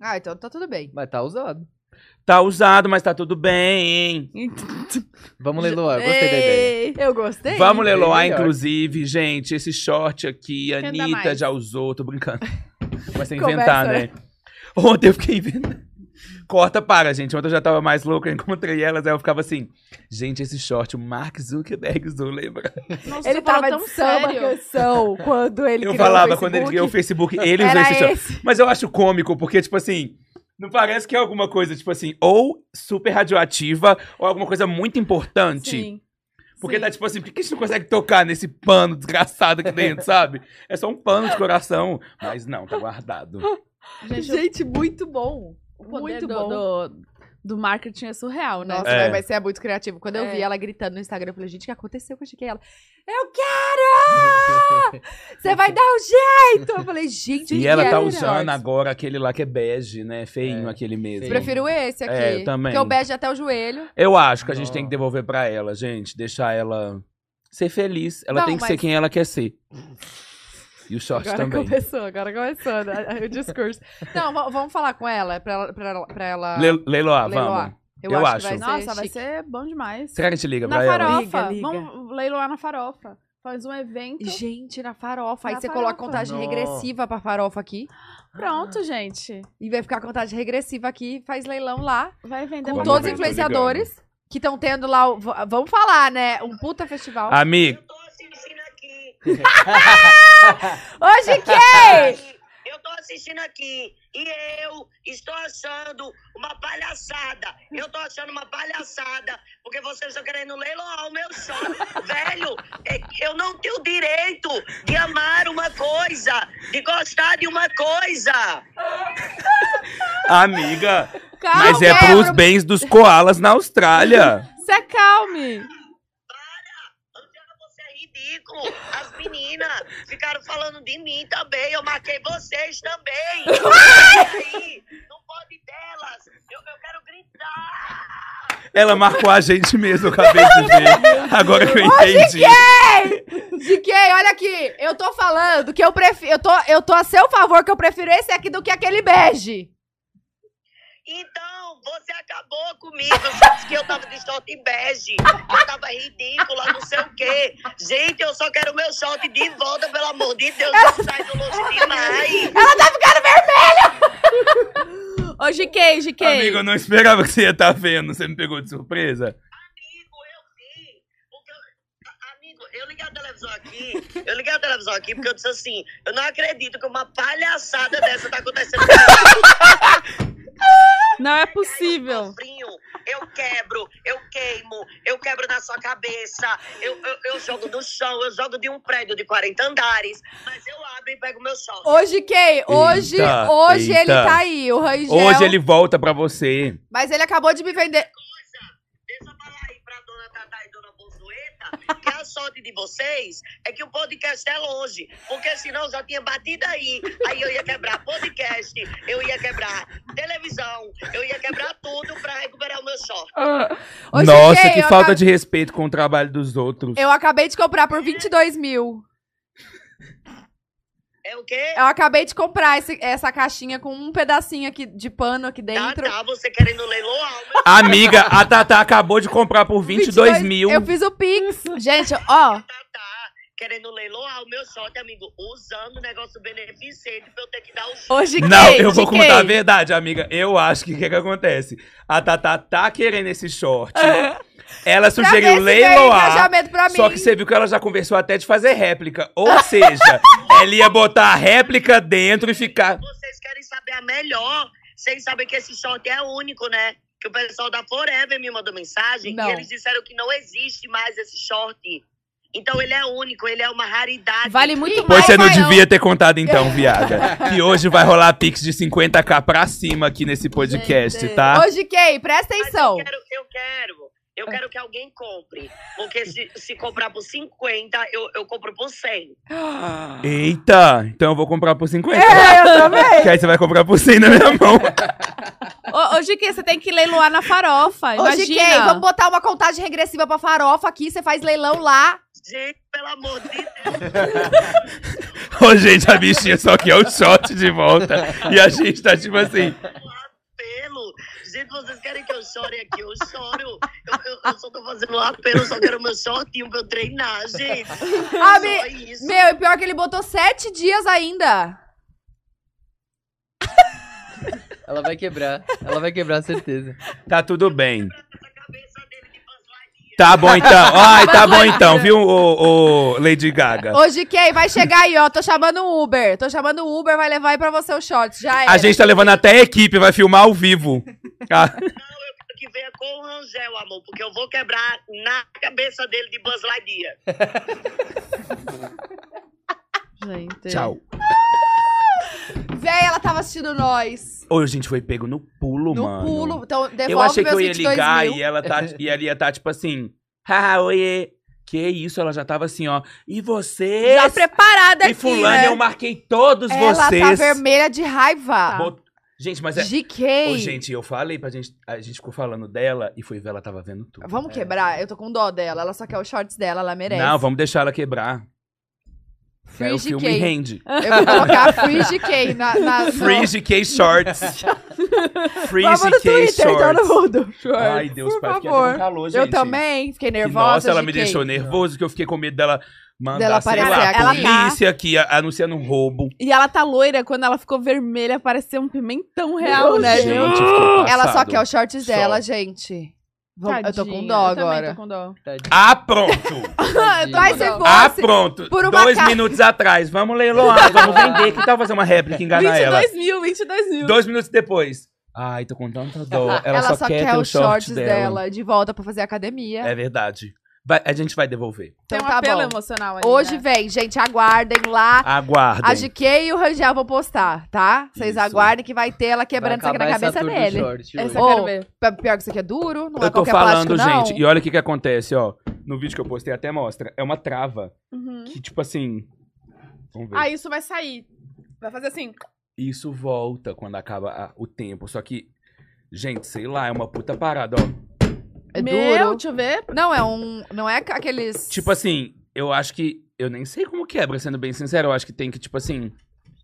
Speaker 1: Ah, então tá tudo bem.
Speaker 4: Mas tá usado.
Speaker 3: Tá usado, mas tá tudo bem.
Speaker 4: Vamos
Speaker 3: Ah,
Speaker 4: leiloar, gostei da ideia.
Speaker 1: Eu gostei.
Speaker 3: Vamos
Speaker 4: bem
Speaker 3: leloar,
Speaker 4: melhor.
Speaker 3: inclusive, gente. Esse short aqui, a
Speaker 2: Renda
Speaker 3: Anitta
Speaker 2: mais.
Speaker 3: já usou,
Speaker 1: (laughs)
Speaker 3: tô brincando. Começa a
Speaker 1: Começa.
Speaker 3: inventar, né? Ontem eu fiquei inventando. Corta para, gente. Ontem eu já tava mais louca, eu encontrei elas, aí eu ficava assim, gente, esse short, o Mark Zuckerberg usou, lembra?
Speaker 2: Nossa,
Speaker 1: Ele
Speaker 2: você falou
Speaker 1: tava
Speaker 2: tão
Speaker 1: de samba
Speaker 2: sério. (laughs)
Speaker 1: canção quando ele
Speaker 3: eu
Speaker 1: criou
Speaker 3: falava
Speaker 1: o
Speaker 3: quando ele
Speaker 1: Facebook.
Speaker 3: criou o Facebook, ele usou
Speaker 1: Era
Speaker 3: esse short.
Speaker 1: esse.
Speaker 3: Mas eu acho cômico, porque, tipo assim, não parece que é alguma coisa, tipo assim, ou super radioativa, ou alguma coisa muito importante.
Speaker 2: Sim.
Speaker 3: Porque
Speaker 2: Sim.
Speaker 3: tá tipo assim, por que que a gente não consegue tocar nesse pano desgraçado aqui dentro, sabe? É só um pano de coração. Mas não, tá guardado.
Speaker 2: Gente, eu-
Speaker 1: Gente, muito bom. O poder
Speaker 2: muito
Speaker 1: do-
Speaker 2: bom.
Speaker 1: do-
Speaker 2: Do, do marketing é surreal, né?
Speaker 1: Nossa,
Speaker 3: É.
Speaker 1: mas- mas você é muito criativo. Quando eu
Speaker 2: É.
Speaker 1: vi ela gritando no Instagram, eu falei, gente, o que aconteceu com a Chiquinha? Ela, eu
Speaker 3: (laughs)
Speaker 1: quero! Você vai dar um jeito! Eu falei, gente,
Speaker 3: E
Speaker 1: que
Speaker 3: ela tá
Speaker 1: era?
Speaker 3: usando agora aquele lá que é bege, né? Feinho
Speaker 4: É,
Speaker 3: aquele mesmo.
Speaker 4: sim.
Speaker 1: Prefiro esse aqui.
Speaker 3: É, eu também.
Speaker 1: Porque o bege até o joelho.
Speaker 3: Eu acho que a gente
Speaker 4: Não.
Speaker 3: tem que devolver pra ela, gente. Deixar ela ser feliz. Ela
Speaker 1: Não,
Speaker 3: tem que
Speaker 1: mas-
Speaker 3: ser quem ela quer ser. E o short
Speaker 1: Agora
Speaker 3: também.
Speaker 1: começou, agora começou a- a- (laughs) o discurso. Não, va- vamos falar com ela, pra ela... Pra ela, pra ela-
Speaker 3: Le
Speaker 1: Leiloar.
Speaker 3: Leiloar, ah, vamos. eu
Speaker 1: que vai
Speaker 3: acho.
Speaker 2: Nossa,
Speaker 1: ser
Speaker 2: vai
Speaker 1: chique.
Speaker 2: ser bom demais.
Speaker 3: Será que a gente liga
Speaker 2: Na
Speaker 3: pra ela?
Speaker 2: farofa.
Speaker 1: Liga, liga.
Speaker 2: Vamos leiloar na farofa. Faz um evento.
Speaker 1: Gente, na farofa. Aí
Speaker 2: Na
Speaker 1: você coloca
Speaker 2: farofa.
Speaker 1: contagem
Speaker 4: Não.
Speaker 1: regressiva pra farofa aqui.
Speaker 2: Pronto, gente.
Speaker 1: E vai ficar contagem regressiva aqui, faz leilão lá.
Speaker 2: Vai vender
Speaker 1: com
Speaker 3: Vamos
Speaker 1: todos
Speaker 3: ver,
Speaker 1: os
Speaker 3: tô
Speaker 1: influenciadores que estão tendo lá, o- v- vamos falar, né? Um puta festival.
Speaker 3: Amigo,
Speaker 5: Eu tô assistindo aqui.
Speaker 1: (laughs) Hoje quem?
Speaker 5: Eu tô assistindo aqui. E eu estou achando uma palhaçada. Eu tô achando uma palhaçada. Porque vocês estão querendo leiloar o meu show. (laughs) Velho, é- eu não tenho direito de amar uma coisa, de gostar de uma coisa.
Speaker 3: amiga.
Speaker 1: Calma,
Speaker 3: Mas é
Speaker 1: quebra
Speaker 3: pros bens dos koalas na Austrália.
Speaker 2: Se acalme.
Speaker 5: Angela, você é ridículo. As meninas ficaram falando de mim também. Eu marquei vocês também. E aí, não pode delas. Eu, eu quero gritar.
Speaker 3: Ela marcou a gente mesmo, eu acabei de ver. Agora que eu entendi.
Speaker 1: é, o- De quem? Olha aqui, eu tô falando que eu prefiro, eu tô, eu tô a seu favor que eu prefiro esse aqui do que aquele bege.
Speaker 5: Então, você acabou comigo. Você disse que eu tava de short bege. Eu tava ridícula, não sei o quê. Gente, eu só quero meu short de volta, pelo amor de Deus. Não sai do luxo demais.
Speaker 2: Ô, GK, GK.
Speaker 3: Amigo, eu não esperava que você ia estar vendo. Você me pegou de surpresa.
Speaker 5: Amigo, eu vi. Porque eu- a- Amigo, eu liguei a televisão aqui. Eu liguei a televisão aqui porque eu disse assim: eu não acredito que uma palhaçada dessa tá acontecendo.
Speaker 2: Não é
Speaker 5: Eu
Speaker 2: possível.
Speaker 5: sofrinho, Eu quebro, eu queimo, eu quebro na sua cabeça, eu, eu, eu jogo do chão, eu jogo de um prédio de 40 andares, mas eu abro e pego meu short.
Speaker 1: Hoje quem? Hoje,
Speaker 3: Eita,
Speaker 1: hoje
Speaker 3: eita.
Speaker 1: ele tá aí, o Rangel.
Speaker 3: Hoje ele volta pra você.
Speaker 1: Mas ele acabou de me vender.
Speaker 5: Deixa eu falar aí pra dona Tatá e dona Bolsoeta que a sorte de vocês é que o podcast é longe, porque senão eu já tinha batido aí. Aí eu ia quebrar podcast, eu ia quebrar televisão, eu ia quebrar tudo pra recuperar o meu short.
Speaker 1: Hoje
Speaker 3: Nossa,
Speaker 1: quem?
Speaker 3: que
Speaker 1: Eu
Speaker 3: falta
Speaker 1: acabei-
Speaker 3: de respeito com o trabalho dos outros.
Speaker 1: Eu acabei de comprar por 22 mil.
Speaker 5: É o quê?
Speaker 1: Eu acabei de comprar esse- essa caixinha com um pedacinho aqui de pano aqui
Speaker 5: Tá,
Speaker 1: dentro.
Speaker 5: tá, você querendo leiloar o meu
Speaker 3: Amiga, a Tatá acabou de comprar por 22 mil.
Speaker 1: Eu fiz o Pix. Gente, ó.
Speaker 5: Tatá querendo leiloar o meu short, amigo, usando o negócio beneficente pra eu ter que dar o short.
Speaker 2: Hoje
Speaker 3: Não, eu vou contar a verdade, amiga. Eu acho que o que, que acontece? A Tatá tá querendo esse
Speaker 1: (laughs)
Speaker 3: short.
Speaker 1: Pra ver
Speaker 3: Ela sugeriu
Speaker 1: se vem
Speaker 3: leiloar.
Speaker 1: engajamento pra mim.
Speaker 3: Só que você viu que ela já conversou até de fazer réplica. Ou (laughs) seja, ela ia botar a réplica dentro e ficar.
Speaker 5: Vocês querem saber a melhor. Vocês sabem que esse short é único, né? Que o pessoal da Forever me mandou mensagem
Speaker 1: Não.
Speaker 5: e eles disseram que não existe mais esse short. Então ele é único, ele é uma raridade.
Speaker 1: Vale muito
Speaker 3: Pois
Speaker 1: mais.
Speaker 3: você não
Speaker 1: Vai,
Speaker 3: devia ter contado então, viada. que hoje vai rolar pix de 50k pra cima aqui nesse podcast,
Speaker 2: Gente.
Speaker 3: tá?
Speaker 1: Hoje, Kay, presta
Speaker 5: Mas
Speaker 1: atenção.
Speaker 5: Eu quero, eu quero. Eu quero que alguém compre. Porque se, se comprar por 50, eu, eu compro por 100.
Speaker 3: Eita, então eu vou comprar por 50.
Speaker 1: É, eu também.
Speaker 3: Que aí você vai comprar por 100 na minha mão.
Speaker 2: Ô, ô, GK, você tem que leiloar na farofa.
Speaker 1: Hoje,
Speaker 2: Imagina.
Speaker 1: Kay, vamos botar uma contagem regressiva pra farofa aqui. Você faz leilão lá.
Speaker 5: Gente, pelo amor de Deus.
Speaker 3: Ô, gente, a bichinha só quer o shot de volta. E a gente tá tipo assim.
Speaker 5: apelo. Gente, vocês querem que eu chore aqui? Eu choro. Eu, eu- eu só tô fazendo um apelo, eu só quero meu shortinho pra eu treinar, gente.
Speaker 1: Ah, me-
Speaker 5: só isso.
Speaker 1: Meu, e pior que ele botou sete dias ainda.
Speaker 4: Ela vai quebrar. Ela vai quebrar, certeza.
Speaker 3: Tá tudo bem.
Speaker 5: A cabeça dele que faz lá.
Speaker 3: Tá bom então. Ai, tá bom então, viu, ô, ô, Lady Gaga?
Speaker 1: Hoje, Kay, vai chegar aí, ó. Tô chamando o Uber. Tô chamando o Uber, vai levar aí pra você o shot. Já é.
Speaker 3: A gente tá levando até a equipe, vai filmar ao (laughs) vivo. Ah,
Speaker 5: Que venha com o Rangel, amor, porque eu vou quebrar na cabeça dele de Buzz Lightyear.
Speaker 2: Gente.
Speaker 3: tchau.
Speaker 1: Véi, ela tava assistindo nós.
Speaker 3: Ô, gente, foi pego no pulo,
Speaker 1: No
Speaker 3: mano.
Speaker 1: pulo. Então, devolve
Speaker 3: Eu achei que
Speaker 1: meus
Speaker 3: eu ia
Speaker 1: 22
Speaker 3: ligar
Speaker 1: mil.
Speaker 3: e ela, tá, e ela ia tá, tipo assim. Haha, oiê. Que isso, ela já tava assim, ó. E você?
Speaker 2: Já preparada
Speaker 3: E
Speaker 2: aqui,
Speaker 3: fulano,
Speaker 2: né?
Speaker 3: eu marquei todos
Speaker 1: Ela
Speaker 3: vocês.
Speaker 1: tá vermelha de raiva.
Speaker 3: Bot- Gente, mas é.
Speaker 1: GK.
Speaker 3: Ô, gente, eu falei pra gente. A gente ficou falando dela e foi ver, ela tava vendo tudo.
Speaker 1: Vamos quebrar. Eu tô com dó dela. Ela só quer os shorts dela, ela merece.
Speaker 3: Não, vamos deixar ela quebrar. Que aí
Speaker 1: Free
Speaker 3: o
Speaker 1: GK.
Speaker 3: filme rende.
Speaker 1: Eu vou colocar Free GK na. na no-
Speaker 3: (laughs) Free GK Shorts. Free
Speaker 1: Vamos no
Speaker 3: GK
Speaker 1: Twitter, todo
Speaker 3: Shorts.
Speaker 1: mundo. Shorts.
Speaker 3: Ai, Deus,
Speaker 1: por
Speaker 3: pai, fiquei
Speaker 1: favor.
Speaker 3: até com um calor, gente.
Speaker 1: Eu também fiquei
Speaker 3: Que,
Speaker 1: nervosa.
Speaker 3: Nossa, ela me
Speaker 1: GK.
Speaker 3: deixou nervoso que eu fiquei com medo dela mandar,
Speaker 1: Dela
Speaker 3: sei lá,
Speaker 1: aparecer
Speaker 3: a
Speaker 1: aqui. tá
Speaker 3: polícia aqui a- anunciando um roubo.
Speaker 2: E ela tá loira, quando ela ficou vermelha, parecia um pimentão real,
Speaker 1: Meu
Speaker 2: né?
Speaker 1: Deus.
Speaker 3: Gente, eu fiquei
Speaker 1: Ela só
Speaker 3: passado.
Speaker 1: quer os shorts
Speaker 3: Só.
Speaker 1: dela, gente. Vamos- eu tô com
Speaker 2: Tadinha,
Speaker 1: dó
Speaker 2: eu também
Speaker 1: agora.
Speaker 2: tô com dó.
Speaker 4: Tadinho,
Speaker 3: Ah, pronto!
Speaker 1: (laughs)
Speaker 4: tadinho.
Speaker 1: Mas se
Speaker 2: Ah,
Speaker 3: Ah,
Speaker 1: fosse.
Speaker 3: pronto!
Speaker 1: por uma
Speaker 3: Dois
Speaker 1: ca-
Speaker 3: minutos atrás.
Speaker 1: (laughs)
Speaker 3: Vamos leiloar, vamos vender. Que tal fazer uma réplica e enganar ela?
Speaker 2: 22 mil, 22 mil.
Speaker 3: Dois minutos depois. Ai, tô com tanta dor. Ela,
Speaker 1: Ela, só, quer,
Speaker 3: ter o
Speaker 1: os shorts dela. né? de volta pra fazer academia.
Speaker 3: É verdade. Vai- a gente vai devolver.
Speaker 2: Tem
Speaker 1: Então
Speaker 2: um
Speaker 1: tá
Speaker 2: apelo
Speaker 1: bom.
Speaker 2: emocional ali,
Speaker 1: Hoje
Speaker 2: né?
Speaker 1: vem, gente, aguardem lá. A
Speaker 3: Aguardem.
Speaker 1: GK e o Rangel vão postar, tá? Vocês
Speaker 3: Isso.
Speaker 1: aguardem que vai ter ela
Speaker 4: Vai
Speaker 1: quebrando isso aqui na
Speaker 4: acabar essa
Speaker 1: cabeça
Speaker 4: tour do
Speaker 1: dele.
Speaker 4: short
Speaker 2: Essa
Speaker 4: hoje.
Speaker 2: eu quero
Speaker 1: Ô,
Speaker 2: ver.
Speaker 1: P- Pior que isso aqui é duro, não é
Speaker 3: Eu tô
Speaker 1: qualquer
Speaker 3: falando,
Speaker 1: plástico, não.
Speaker 3: gente, e olha o que que acontece, ó. No vídeo que eu postei até mostra. É uma trava.
Speaker 2: Uhum.
Speaker 3: Que, tipo assim... Vamos ver.
Speaker 2: Ah, isso vai sair. Vai fazer assim.
Speaker 3: Isso volta quando acaba a- o tempo. Só que, gente, sei lá, é uma puta parada, ó.
Speaker 1: É
Speaker 2: Meu,
Speaker 1: duro.
Speaker 2: deixa eu ver.
Speaker 1: Não, é um. Não é aqueles.
Speaker 3: Tipo assim, eu acho que. Eu nem sei como quebra, sendo bem sincero. Eu acho que tem que, tipo assim,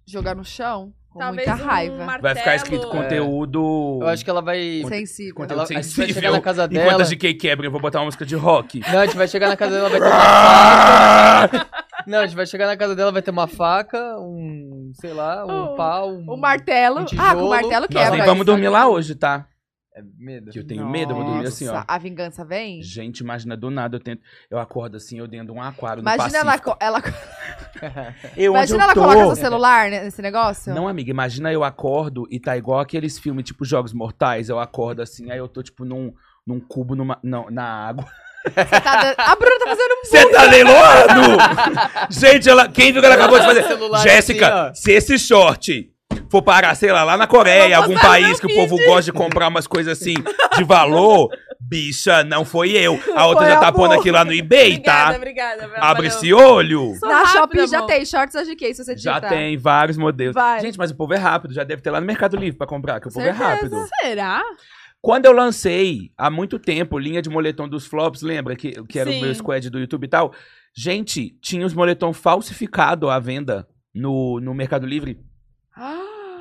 Speaker 1: jogar no chão com
Speaker 2: Talvez
Speaker 1: muita
Speaker 2: um
Speaker 1: raiva.
Speaker 2: martelo.
Speaker 3: vai ficar escrito conteúdo.
Speaker 4: Eu acho que ela vai.
Speaker 1: Sensível.
Speaker 3: Conteúdo
Speaker 4: Ela- a gente vai
Speaker 3: sensível.
Speaker 4: chegar na casa
Speaker 3: Enquanto
Speaker 4: dela.
Speaker 3: a GK quebra, eu vou botar uma música de rock.
Speaker 1: (laughs)
Speaker 4: Não, a gente vai chegar na casa dela, vai ter uma... Não, a gente vai chegar na casa dela, vai ter uma faca, um, sei lá, um
Speaker 2: Oh,
Speaker 4: pau. Um...
Speaker 1: O martelo.
Speaker 4: Um
Speaker 1: ah, com o
Speaker 4: tijolo.
Speaker 1: martelo
Speaker 3: Nós
Speaker 1: quebra.
Speaker 3: nem vamos dormir lá hoje, tá?
Speaker 4: É medo.
Speaker 3: Que eu tenho medo, eu vou dormir assim, ó.
Speaker 1: Nossa, A vingança vem?
Speaker 3: Gente, imagina, do nada eu tento. Eu acordo assim, eu dentro de um aquário.
Speaker 1: Imagina
Speaker 3: no
Speaker 1: ela,
Speaker 3: Pacífico.
Speaker 1: co- ela,
Speaker 4: (laughs)
Speaker 3: Eu, onde
Speaker 1: imagina
Speaker 3: eu
Speaker 1: ela
Speaker 3: tô?
Speaker 1: coloca seu celular ne- nesse negócio?
Speaker 3: Não, amiga, imagina eu acordo e tá igual aqueles filmes, tipo Jogos Mortais. Eu acordo assim, aí eu tô, tipo, num, num cubo numa, não, na água.
Speaker 1: Você tá dan- A Bruna tá
Speaker 3: (laughs)
Speaker 1: fazendo um
Speaker 3: Você tá leiloando? (laughs) Gente, ela, quem viu que ela acabou de fazer?
Speaker 4: Celular assim,
Speaker 3: Jéssica,
Speaker 4: ó.
Speaker 3: se esse short for parar, sei lá, lá na Coreia, algum país que o
Speaker 2: meu
Speaker 3: povo gosta de comprar umas coisas assim de valor, bicha, não foi eu. A outra já tá pondo aqui lá no eBay,
Speaker 2: Obrigada,
Speaker 3: tá?
Speaker 2: obrigada. valeu.
Speaker 3: Abre esse olho.
Speaker 2: Sou
Speaker 1: Na
Speaker 2: rápida,
Speaker 1: Shopee já
Speaker 2: amor.
Speaker 1: tem shorts da GK, se você
Speaker 3: Já
Speaker 1: digitar.
Speaker 3: tem vários modelos.
Speaker 1: Vai.
Speaker 3: Gente, mas o povo é rápido, já deve ter lá no Mercado Livre pra comprar, que o povo é
Speaker 1: Certeza.
Speaker 3: rápido.
Speaker 2: Será?
Speaker 3: Quando eu lancei, há muito tempo, linha de moletom dos flops, lembra? Que, que era
Speaker 2: Sim.
Speaker 3: o meu squad do YouTube e tal. Gente, tinha os moletom falsificado à venda no, no Mercado Livre.
Speaker 1: Ah,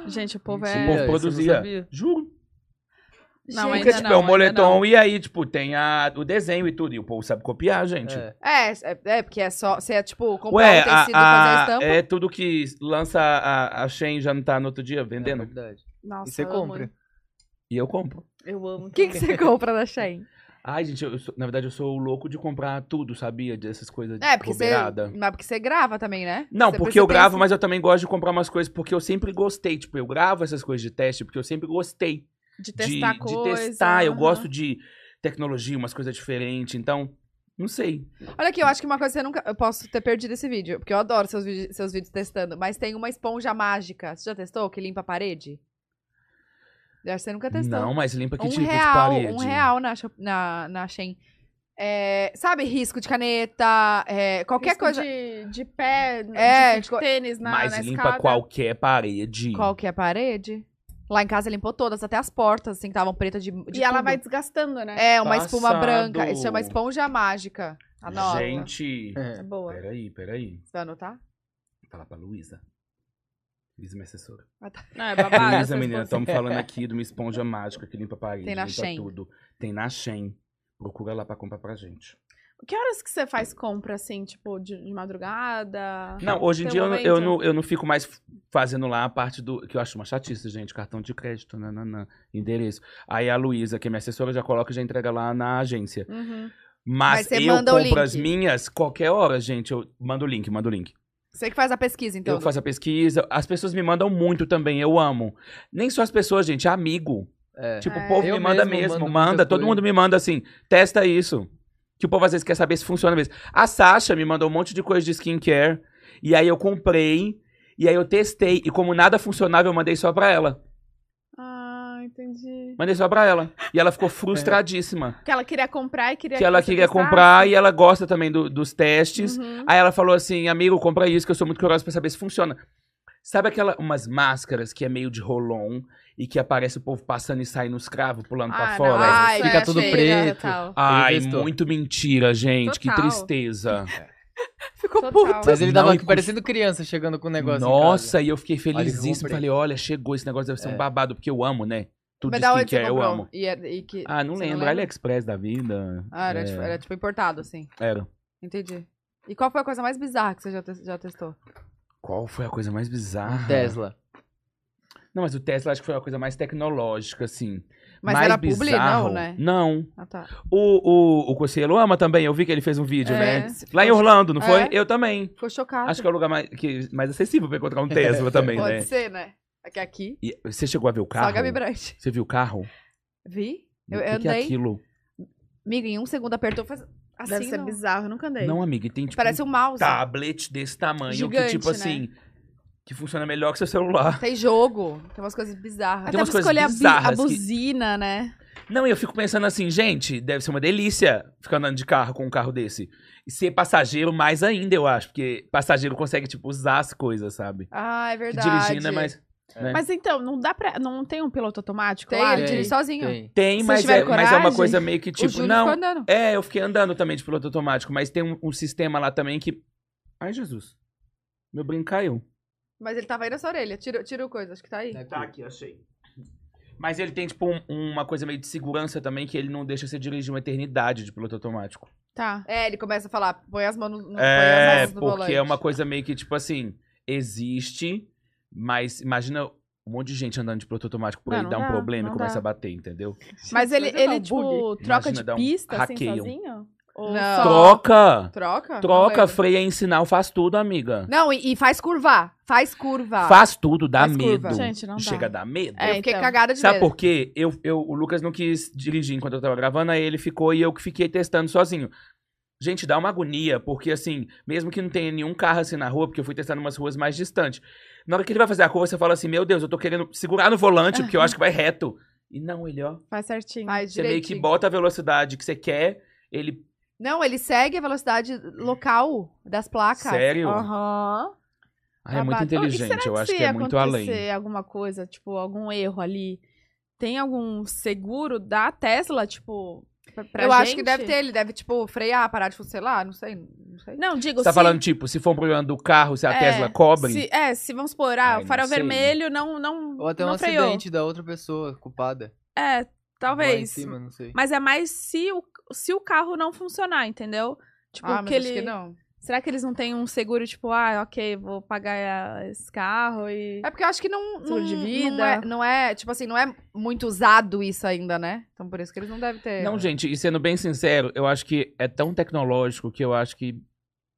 Speaker 2: Gente, o povo
Speaker 3: o
Speaker 4: É,
Speaker 3: povo
Speaker 4: isso eu
Speaker 2: é...
Speaker 4: não
Speaker 3: produzia.
Speaker 4: sabia.
Speaker 3: Juro.
Speaker 2: Não,
Speaker 1: gente.
Speaker 2: ainda
Speaker 3: Porque, tipo, é um
Speaker 2: ainda
Speaker 3: moletom
Speaker 2: não.
Speaker 3: e aí, tipo, tem a, o desenho e tudo. E o povo sabe copiar, gente.
Speaker 4: É.
Speaker 1: (gasps) É, é, é, porque é só. Você é tipo, comprar
Speaker 3: Ué,
Speaker 1: um tecido
Speaker 3: a,
Speaker 1: e fazer a
Speaker 3: a,
Speaker 1: estampa.
Speaker 3: é tudo que lança a, a Shein já não tá no outro dia vendendo.
Speaker 4: É verdade.
Speaker 2: Nossa,
Speaker 4: e você
Speaker 2: eu amo-
Speaker 4: compra.
Speaker 3: E eu compro.
Speaker 2: Eu amo.
Speaker 3: (laughs)
Speaker 1: O que, que você compra na Shein?
Speaker 3: Ai, gente, eu sou- na verdade eu sou o louco de comprar tudo, sabia? Dessas coisas de
Speaker 1: É, porque você.
Speaker 3: bobeirada.
Speaker 1: Mas porque você grava também, né?
Speaker 3: Não,
Speaker 1: Você-
Speaker 3: porque
Speaker 1: você
Speaker 3: eu
Speaker 1: tem
Speaker 3: gravo,
Speaker 1: esse-
Speaker 3: mas eu também gosto de comprar umas coisas, porque eu sempre gostei. Tipo, eu gravo essas coisas de teste, porque eu sempre gostei
Speaker 2: De
Speaker 3: de,
Speaker 2: testar
Speaker 3: de
Speaker 2: coisa.
Speaker 3: testar. Eu
Speaker 2: aham.
Speaker 3: gosto de tecnologia, umas coisas diferentes. Então, não sei.
Speaker 1: Olha aqui, eu acho que uma coisa que você nunca. Eu posso ter perdido esse vídeo, porque eu adoro seus, vídeos- seus vídeos testando. Mas tem uma esponja mágica. Você já testou? Que limpa a parede? Eu acho que você nunca testou.
Speaker 3: Não, mas limpa que
Speaker 1: Tá um
Speaker 3: tipo
Speaker 1: real,
Speaker 3: de parede.
Speaker 1: um real na, Shop- na, na Shein. É, sabe, risco de caneta, é, qualquer
Speaker 2: Risco
Speaker 1: coisa.
Speaker 2: De, de pé,
Speaker 1: É,
Speaker 2: de,
Speaker 1: de co-
Speaker 2: tênis na,
Speaker 3: mas
Speaker 2: na
Speaker 3: limpa
Speaker 2: escada.
Speaker 3: qualquer parede.
Speaker 1: Qual que é a parede? Lá em casa limpou todas, até as portas, assim, que estavam pretas de, de
Speaker 2: E ela
Speaker 1: tudo.
Speaker 2: vai desgastando, né?
Speaker 1: É, uma espuma
Speaker 3: Passado.
Speaker 1: branca. Isso chama esponja mágica. Anota. tá?
Speaker 3: Gente,
Speaker 4: É.
Speaker 2: Boa.
Speaker 3: peraí, peraí.
Speaker 1: Você vai anotar?
Speaker 3: Falar pra Luísa. Luísa, minha assessora.
Speaker 2: Não, é
Speaker 1: Ah,
Speaker 2: babado.
Speaker 3: Luísa,
Speaker 2: essas
Speaker 3: menina,
Speaker 2: coisas.
Speaker 1: (laughs)
Speaker 3: estamos falando aqui de uma esponja mágica que limpa a parede.
Speaker 1: Tem na
Speaker 3: limpa
Speaker 1: Shein.
Speaker 3: tudo. Tem na Shen. Procura lá pra comprar pra gente.
Speaker 2: Que horas que você faz compra, assim, tipo, de, de madrugada?
Speaker 3: Não, hoje em
Speaker 2: Tem
Speaker 1: um
Speaker 3: dia eu, não-
Speaker 2: momento?
Speaker 3: eu não, eu não fico mais f- fazendo lá a parte do. Que eu acho uma chatice, gente. Cartão de crédito, nananã, endereço. Aí a Luísa, que é minha assessora, já coloca e já entrega lá na agência.
Speaker 2: Uhum.
Speaker 1: Mas
Speaker 3: Mas,
Speaker 1: você
Speaker 3: eu
Speaker 1: manda o
Speaker 3: compro as
Speaker 1: link.
Speaker 3: minhas qualquer hora, gente. Eu mando o link, mando o link.
Speaker 1: Você que faz a pesquisa, então.
Speaker 3: eu faço a pesquisa. As pessoas me mandam muito também, eu amo. Nem só as pessoas, gente, amigo.
Speaker 4: É.
Speaker 3: Tipo,
Speaker 2: É.
Speaker 3: o povo
Speaker 4: Eu
Speaker 3: me manda
Speaker 4: mesmo
Speaker 3: mesmo,
Speaker 4: mando
Speaker 3: manda.
Speaker 4: muita
Speaker 3: Todo
Speaker 4: coisa.
Speaker 3: mundo me manda assim, testa isso. Que o povo às vezes quer saber se funciona mesmo. A Sasha me mandou um monte de coisa de skincare. E aí eu comprei. E aí eu testei. E como nada funcionava, eu mandei só pra ela.
Speaker 2: Ah, entendi.
Speaker 3: Mandei só pra ela. E ela
Speaker 4: É.
Speaker 3: ficou frustradíssima.
Speaker 2: Porque ela queria comprar e queria.
Speaker 3: Que ela
Speaker 2: você
Speaker 3: queria
Speaker 2: testasse.
Speaker 3: comprar e ela gosta também do- dos testes.
Speaker 2: Uhum.
Speaker 3: Aí ela falou assim, amigo, compra isso que eu sou muito curiosa pra saber se funciona. Sabe aquela umas máscaras que é meio de rolon e que aparece o povo passando e saindo os cravos, pulando pra
Speaker 2: Ah,
Speaker 3: fora?
Speaker 2: não, mas isso
Speaker 4: Fica
Speaker 2: é
Speaker 4: tudo
Speaker 2: cheira, (laughs)
Speaker 4: preto.
Speaker 2: tal.
Speaker 3: Ai,
Speaker 4: Ele testou.
Speaker 3: muito mentira, gente. Que
Speaker 2: Total.
Speaker 3: tristeza.
Speaker 1: Ficou
Speaker 2: Total.
Speaker 1: puto.
Speaker 4: Mas ele
Speaker 3: Ah, é. Não,
Speaker 4: tava
Speaker 3: e cust-
Speaker 4: parecendo criança chegando com o (laughs) negócio. em casa.
Speaker 3: Nossa, e eu fiquei
Speaker 4: eu
Speaker 3: felizíssimo.
Speaker 4: comprei.
Speaker 3: Falei, olha, chegou esse negócio, deve ser um
Speaker 4: É.
Speaker 3: babado, porque eu amo, né? Tudo de
Speaker 1: Mas da onde você
Speaker 3: skincare, eu
Speaker 1: comprou?
Speaker 3: amo.
Speaker 1: E, era- e que...
Speaker 3: Ah, não
Speaker 1: Você não
Speaker 3: lembro.
Speaker 1: lembra?
Speaker 3: AliExpress da vida.
Speaker 1: Ah, era,
Speaker 3: É,
Speaker 1: tipo, era tipo importado, assim.
Speaker 3: era.
Speaker 1: Entendi. E qual foi a coisa mais bizarra que você já, te- já testou?
Speaker 3: Qual foi a coisa mais bizarra?
Speaker 4: Tesla.
Speaker 3: Não, mas o Tesla acho que foi uma coisa mais tecnológica, assim.
Speaker 1: Mas
Speaker 3: mais
Speaker 1: era publi,
Speaker 3: bizarro.
Speaker 1: não, né?
Speaker 3: Não.
Speaker 1: Ah, tá.
Speaker 3: O, o, o Cossielo ama também, eu vi que ele fez um vídeo,
Speaker 2: É.
Speaker 3: né? Lá em Orlando, não foi?
Speaker 1: É.
Speaker 3: Eu também.
Speaker 1: Ficou chocado.
Speaker 3: Acho que é o lugar mais, que- mais acessível pra encontrar um Tesla também,
Speaker 1: Pode
Speaker 3: né?
Speaker 1: ser, né? Aqui, aqui
Speaker 3: E você chegou a ver o
Speaker 1: só
Speaker 3: carro?
Speaker 1: a Gabi Brandt.
Speaker 3: Você viu o carro?
Speaker 1: Vi? Eu
Speaker 3: o que que é
Speaker 1: andei.
Speaker 3: aquilo?
Speaker 1: Amigo, em um segundo apertou, faz assim.
Speaker 2: Deve ser
Speaker 1: não.
Speaker 2: bizarro, eu nunca andei.
Speaker 3: Não, amiga, e tem tipo
Speaker 1: Parece um
Speaker 3: um
Speaker 1: mouse.
Speaker 3: tablet desse tamanho
Speaker 2: Gigante,
Speaker 3: que tipo
Speaker 2: né?
Speaker 3: assim, que funciona melhor que seu celular.
Speaker 1: Tem jogo. Tem umas coisas bizarras.
Speaker 2: Até
Speaker 3: Tem umas
Speaker 2: pra
Speaker 3: coisas
Speaker 2: escolher a, bi- a
Speaker 3: bizarras que-
Speaker 2: buzina, né?
Speaker 3: Não, e eu fico pensando assim, gente, deve ser uma delícia ficar andando de carro com um carro desse. E ser passageiro mais ainda, eu acho, porque passageiro consegue tipo usar as coisas, sabe?
Speaker 1: Ah, é
Speaker 3: Que
Speaker 1: verdade.
Speaker 3: dirigindo é mais né?
Speaker 2: Mas então, não dá pra. Não tem um piloto automático
Speaker 1: Tem,
Speaker 2: lá?
Speaker 1: ele dirige sozinho.
Speaker 4: Tem.
Speaker 3: tem,
Speaker 2: Vocês
Speaker 3: mas é,
Speaker 2: tiveram
Speaker 3: mas é uma
Speaker 2: coragem?
Speaker 3: coisa meio que
Speaker 1: o
Speaker 3: tipo,
Speaker 1: Júlio
Speaker 3: não.
Speaker 1: ficou andando.
Speaker 3: É, eu fiquei andando também de piloto automático, mas tem um, um sistema lá também que Ai, Jesus. Meu brinco caiu.
Speaker 1: Mas ele tava aí nessa orelha. Tirou, tirou coisa, acho que tá
Speaker 4: Né,
Speaker 1: aí.
Speaker 3: Tá aqui, achei. Mas ele tem, tipo, um- uma coisa meio de segurança também, que ele não deixa você dirigir uma eternidade de piloto automático.
Speaker 2: Tá.
Speaker 1: É, ele começa a falar, põe as mãos no, põe as
Speaker 3: É,
Speaker 1: mãos no volante.
Speaker 3: porque é uma coisa meio que, tipo assim, existe, mas imagina um monte de gente andando de piloto automático por
Speaker 2: Não,
Speaker 3: aí,
Speaker 2: não
Speaker 3: dá um
Speaker 2: dá,
Speaker 3: problema e
Speaker 2: não
Speaker 3: começa
Speaker 2: dá.
Speaker 3: a bater, entendeu?
Speaker 2: Mas ele,
Speaker 1: Coisa
Speaker 2: ele
Speaker 1: não, bullying.
Speaker 2: tipo, troca
Speaker 3: Imagina, dá
Speaker 2: de
Speaker 3: um
Speaker 2: pista, assim,
Speaker 3: hackeiam.
Speaker 2: sozinho? Ou
Speaker 1: Não.
Speaker 2: só-
Speaker 3: Troca!
Speaker 1: Troca?
Speaker 3: Troca,
Speaker 1: Não lembro.
Speaker 3: freia em sinal, faz tudo, amiga.
Speaker 1: Não, e, e faz curvar. Faz curva.
Speaker 3: Faz tudo, dá
Speaker 1: Faz
Speaker 3: medo.
Speaker 1: curva.
Speaker 2: Gente, não dá.
Speaker 3: Chega a dar medo.
Speaker 1: Eu
Speaker 2: É,
Speaker 1: fiquei
Speaker 2: então.
Speaker 1: cagada de
Speaker 3: Sabe
Speaker 1: medo.
Speaker 3: por quê? Eu, eu, o Lucas não quis dirigir enquanto eu tava gravando, aí ele ficou e eu que fiquei testando sozinho. Gente, dá uma agonia, porque assim, mesmo que não tenha nenhum carro assim na rua, porque eu fui testar em umas ruas mais distantes. Na hora que ele vai fazer a curva, você fala assim: Meu Deus, eu tô querendo segurar no volante, porque eu acho que vai reto. E não, ele, ó.
Speaker 2: Faz certinho.
Speaker 1: Faz
Speaker 3: Você é meio que
Speaker 1: direitinho.
Speaker 3: bota a velocidade que você quer, ele.
Speaker 1: Não, ele segue a velocidade local das placas.
Speaker 3: Sério?
Speaker 2: Aham.
Speaker 3: Ai, é muito
Speaker 2: Babado. Ô, e será
Speaker 3: inteligente, eu acho que é muito
Speaker 2: Se
Speaker 3: além.
Speaker 2: acontecer alguma coisa, tipo, algum erro ali, tem algum seguro da Tesla, tipo, pra, pra
Speaker 1: eu acho
Speaker 2: gente?
Speaker 1: que deve ter, ele deve, tipo, frear, parar de funcionar, não sei, não sei.
Speaker 2: Não, digo,
Speaker 3: Você tá
Speaker 2: se-
Speaker 3: falando, tipo, se for um problema do carro, se a
Speaker 2: É,
Speaker 3: Tesla cobre.
Speaker 2: se- é, se vamos supor, ah,
Speaker 3: Ai,
Speaker 2: o
Speaker 3: não
Speaker 2: farol
Speaker 3: sei.
Speaker 2: vermelho não, não,
Speaker 4: Ou até um
Speaker 2: não freou.
Speaker 4: acidente da outra pessoa culpada.
Speaker 2: É,
Speaker 4: Lá em
Speaker 2: talvez.
Speaker 4: cima, não sei.
Speaker 2: Mas é mais se o, se o carro não funcionar, entendeu? Tipo,
Speaker 1: ah, mas
Speaker 2: que ele...
Speaker 1: acho que não.
Speaker 2: Será que eles não têm um seguro, tipo, ah, ok, vou pagar esse carro e.
Speaker 1: É porque eu acho que não. não
Speaker 2: Seguro de
Speaker 1: Não
Speaker 2: vida.
Speaker 1: é, não é, tipo assim, não é muito usado isso ainda, né? Então por isso que eles não devem ter.
Speaker 3: Não, gente, e sendo bem sincero, eu acho que é tão tecnológico que eu acho que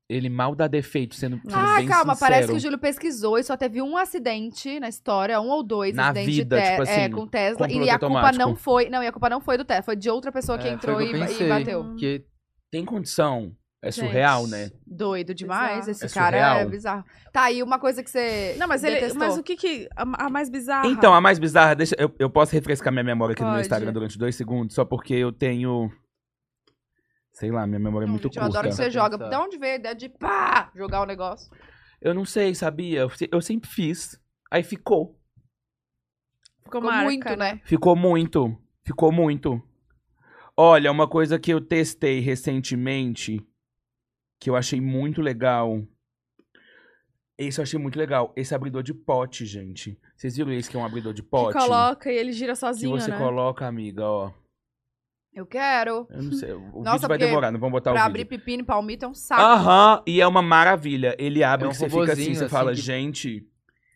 Speaker 3: ele mal dá defeito, sendo, sendo
Speaker 1: Ah,
Speaker 3: bem
Speaker 1: calma, parece que
Speaker 3: sincero.
Speaker 1: o Júlio pesquisou e só teve um acidente na história, um ou dois
Speaker 3: Na
Speaker 1: acidente
Speaker 3: vida,
Speaker 1: te- é,
Speaker 3: tipo assim,
Speaker 1: com Tesla.
Speaker 3: com
Speaker 1: E a
Speaker 3: piloto
Speaker 1: culpa
Speaker 3: automático.
Speaker 1: não foi. Não, e a culpa não foi do Tesla, foi de outra pessoa que
Speaker 4: É, foi
Speaker 1: entrou
Speaker 4: o
Speaker 1: e,
Speaker 4: que eu
Speaker 1: ba- e
Speaker 4: pensei.
Speaker 1: bateu.
Speaker 4: Porque
Speaker 3: Tem condição. É
Speaker 2: Gente.
Speaker 3: surreal, né?
Speaker 1: Doido demais,
Speaker 2: Bizarro.
Speaker 1: esse
Speaker 3: É
Speaker 1: cara é
Speaker 3: surreal.
Speaker 1: bizarro. Tá, e uma coisa que você.
Speaker 2: Não, mas, ele,
Speaker 1: detestou?
Speaker 2: mas o que que. A, a mais bizarra.
Speaker 3: Então, a mais bizarra, deixa, eu, eu posso refrescar minha memória aqui no meu
Speaker 2: Pode.
Speaker 3: Instagram durante dois segundos, só porque eu tenho. Sei lá, minha memória é
Speaker 1: Não,
Speaker 3: muito
Speaker 1: gente, eu adoro que
Speaker 3: curta.
Speaker 1: você joga.
Speaker 4: Pensar.
Speaker 1: De onde veio a ideia de pá, jogar o negócio?
Speaker 3: Eu não sei, sabia? Eu, se- eu sempre fiz. Aí ficou.
Speaker 2: ficou
Speaker 1: Ficou
Speaker 2: marca,
Speaker 1: muito, né?
Speaker 3: Ficou muito. Ficou muito. Olha, uma coisa que eu testei recentemente, que eu achei muito legal. Esse eu achei muito legal. Esse abridor de pote, gente. Vocês viram esse que é um abridor de pote?
Speaker 2: Que coloca e ele gira
Speaker 3: que
Speaker 2: sozinho,
Speaker 3: você
Speaker 2: né?
Speaker 3: coloca, amiga, ó.
Speaker 1: Eu quero.
Speaker 3: Eu não
Speaker 1: (laughs)
Speaker 3: sei. O
Speaker 1: Nossa,
Speaker 3: vídeo vai
Speaker 1: porque
Speaker 3: demorar, não vamos botar
Speaker 1: pra
Speaker 3: o vídeo.
Speaker 1: abrir pepino e palmito é um saco.
Speaker 3: Tá Aham, e é uma maravilha. Ele abre
Speaker 4: É um
Speaker 3: que você fica assim,
Speaker 4: robozinho,
Speaker 3: você
Speaker 4: assim,
Speaker 3: fala,
Speaker 4: que-
Speaker 3: gente.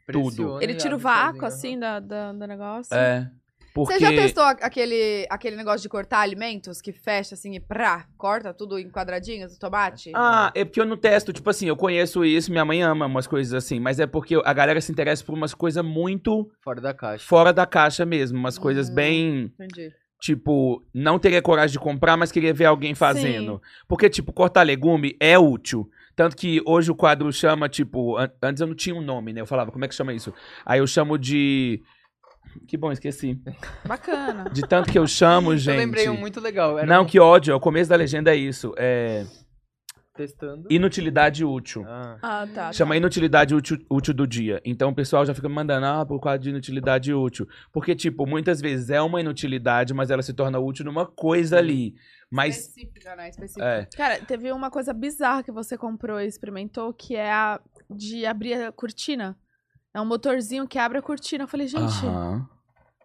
Speaker 4: pressiona
Speaker 2: Ele
Speaker 4: e
Speaker 2: tira o
Speaker 4: abre
Speaker 2: vácuo,
Speaker 4: sozinho,
Speaker 2: assim, da, da- do negócio.
Speaker 3: né? É. Porque.
Speaker 1: Você já testou a- aquele, aquele negócio de cortar alimentos que fecha assim e prá, corta tudo em quadradinhos do tomate?
Speaker 3: Ah, é porque eu não testo. Tipo assim, eu conheço isso, minha mãe ama umas coisas assim. Mas é porque a galera se interessa por umas coisas muito
Speaker 4: aham, Fora da caixa.
Speaker 3: fora da caixa mesmo. Umas coisas
Speaker 4: Uhum.
Speaker 1: Hum.
Speaker 3: bem.
Speaker 1: Entendi.
Speaker 3: Tipo, não teria coragem de comprar, mas queria ver alguém fazendo. Porque, tipo, cortar legume é útil. Tanto que hoje o quadro chama, tipo. an- antes eu não tinha um nome, né? Eu falava, como é que chama isso? Aí eu chamo de. Que bom, esqueci. (laughs)
Speaker 2: Bacana.
Speaker 3: De tanto que eu chamo, gente.
Speaker 4: (laughs) Eu lembrei um muito legal. Era
Speaker 3: Não,
Speaker 4: um
Speaker 3: que ódio. O começo da legenda é isso. É.
Speaker 4: Testando.
Speaker 3: Inutilidade útil.
Speaker 4: Ah.
Speaker 2: Ah, tá.
Speaker 3: Chama inutilidade útil, útil do dia. Então o pessoal já fica me mandando, ah, por causa de inutilidade útil. Porque, tipo, muitas vezes é uma inutilidade, mas ela se torna útil numa coisa ali. Mas.
Speaker 1: Específica, né? Específica.
Speaker 3: É.
Speaker 2: Cara, teve uma coisa bizarra que você comprou e experimentou, que é a de abrir a cortina. É um motorzinho que abre a cortina. Eu falei, gente,
Speaker 3: Aham.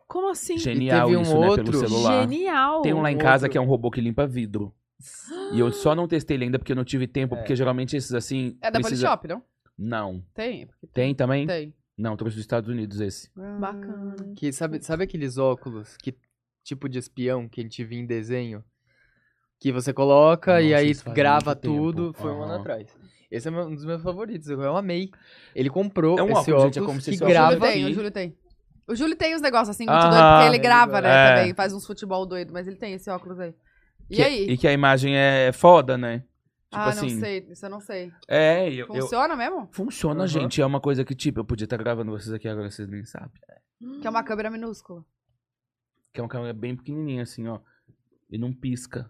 Speaker 2: como assim?
Speaker 3: Genial
Speaker 4: teve um
Speaker 3: isso, né? Pelo
Speaker 4: outro-
Speaker 3: celular.
Speaker 2: Genial.
Speaker 3: Tem um lá em
Speaker 4: outro.
Speaker 3: casa que é um robô que limpa vidro. E eu só não testei ele ainda porque eu não tive tempo,
Speaker 4: É.
Speaker 3: porque geralmente esses assim.
Speaker 1: É da
Speaker 3: precisa-
Speaker 1: Polishop, não?
Speaker 3: Não.
Speaker 1: Tem. porque
Speaker 3: Tem também?
Speaker 1: Tem.
Speaker 3: Não, trouxe dos Estados Unidos esse.
Speaker 2: (gasps) Bacana.
Speaker 4: Que sabe, sabe aqueles óculos que tipo de espião que a gente via em desenho? Que você coloca e
Speaker 3: Nossa,
Speaker 4: aí
Speaker 3: isso faz
Speaker 4: grava
Speaker 3: muito tempo.
Speaker 4: tudo. Foi um ano
Speaker 3: Aham.
Speaker 4: atrás. Esse é meu- um dos meus favoritos, eu amei. Ele comprou
Speaker 3: É um
Speaker 4: esse
Speaker 3: óculos,
Speaker 4: óculos
Speaker 3: gente, é como se
Speaker 4: que
Speaker 3: esse
Speaker 1: O Júlio
Speaker 4: grava...
Speaker 3: óculos-
Speaker 1: tem, o
Speaker 3: aqui.
Speaker 1: Júlio tem. O Júlio tem uns negócios assim, muito
Speaker 3: Aham.
Speaker 1: doido, porque ele grava, né?
Speaker 3: É.
Speaker 1: Também, faz uns futebol doido, mas ele tem esse óculos aí. E
Speaker 3: Que-
Speaker 1: aí?
Speaker 3: E que a imagem é foda, né? Tipo
Speaker 1: ah,
Speaker 3: assim.
Speaker 1: não sei, isso eu não sei.
Speaker 3: É, eu. eu-
Speaker 1: Funciona mesmo?
Speaker 3: Funciona,
Speaker 4: Aham.
Speaker 3: gente. É uma coisa que, tipo, eu podia estar gravando vocês aqui agora, vocês nem sabem. Hum.
Speaker 1: Que é
Speaker 2: um,
Speaker 1: uma câmera minúscula.
Speaker 3: Que é uma câmera bem pequenininha, assim, ó. E não pisca.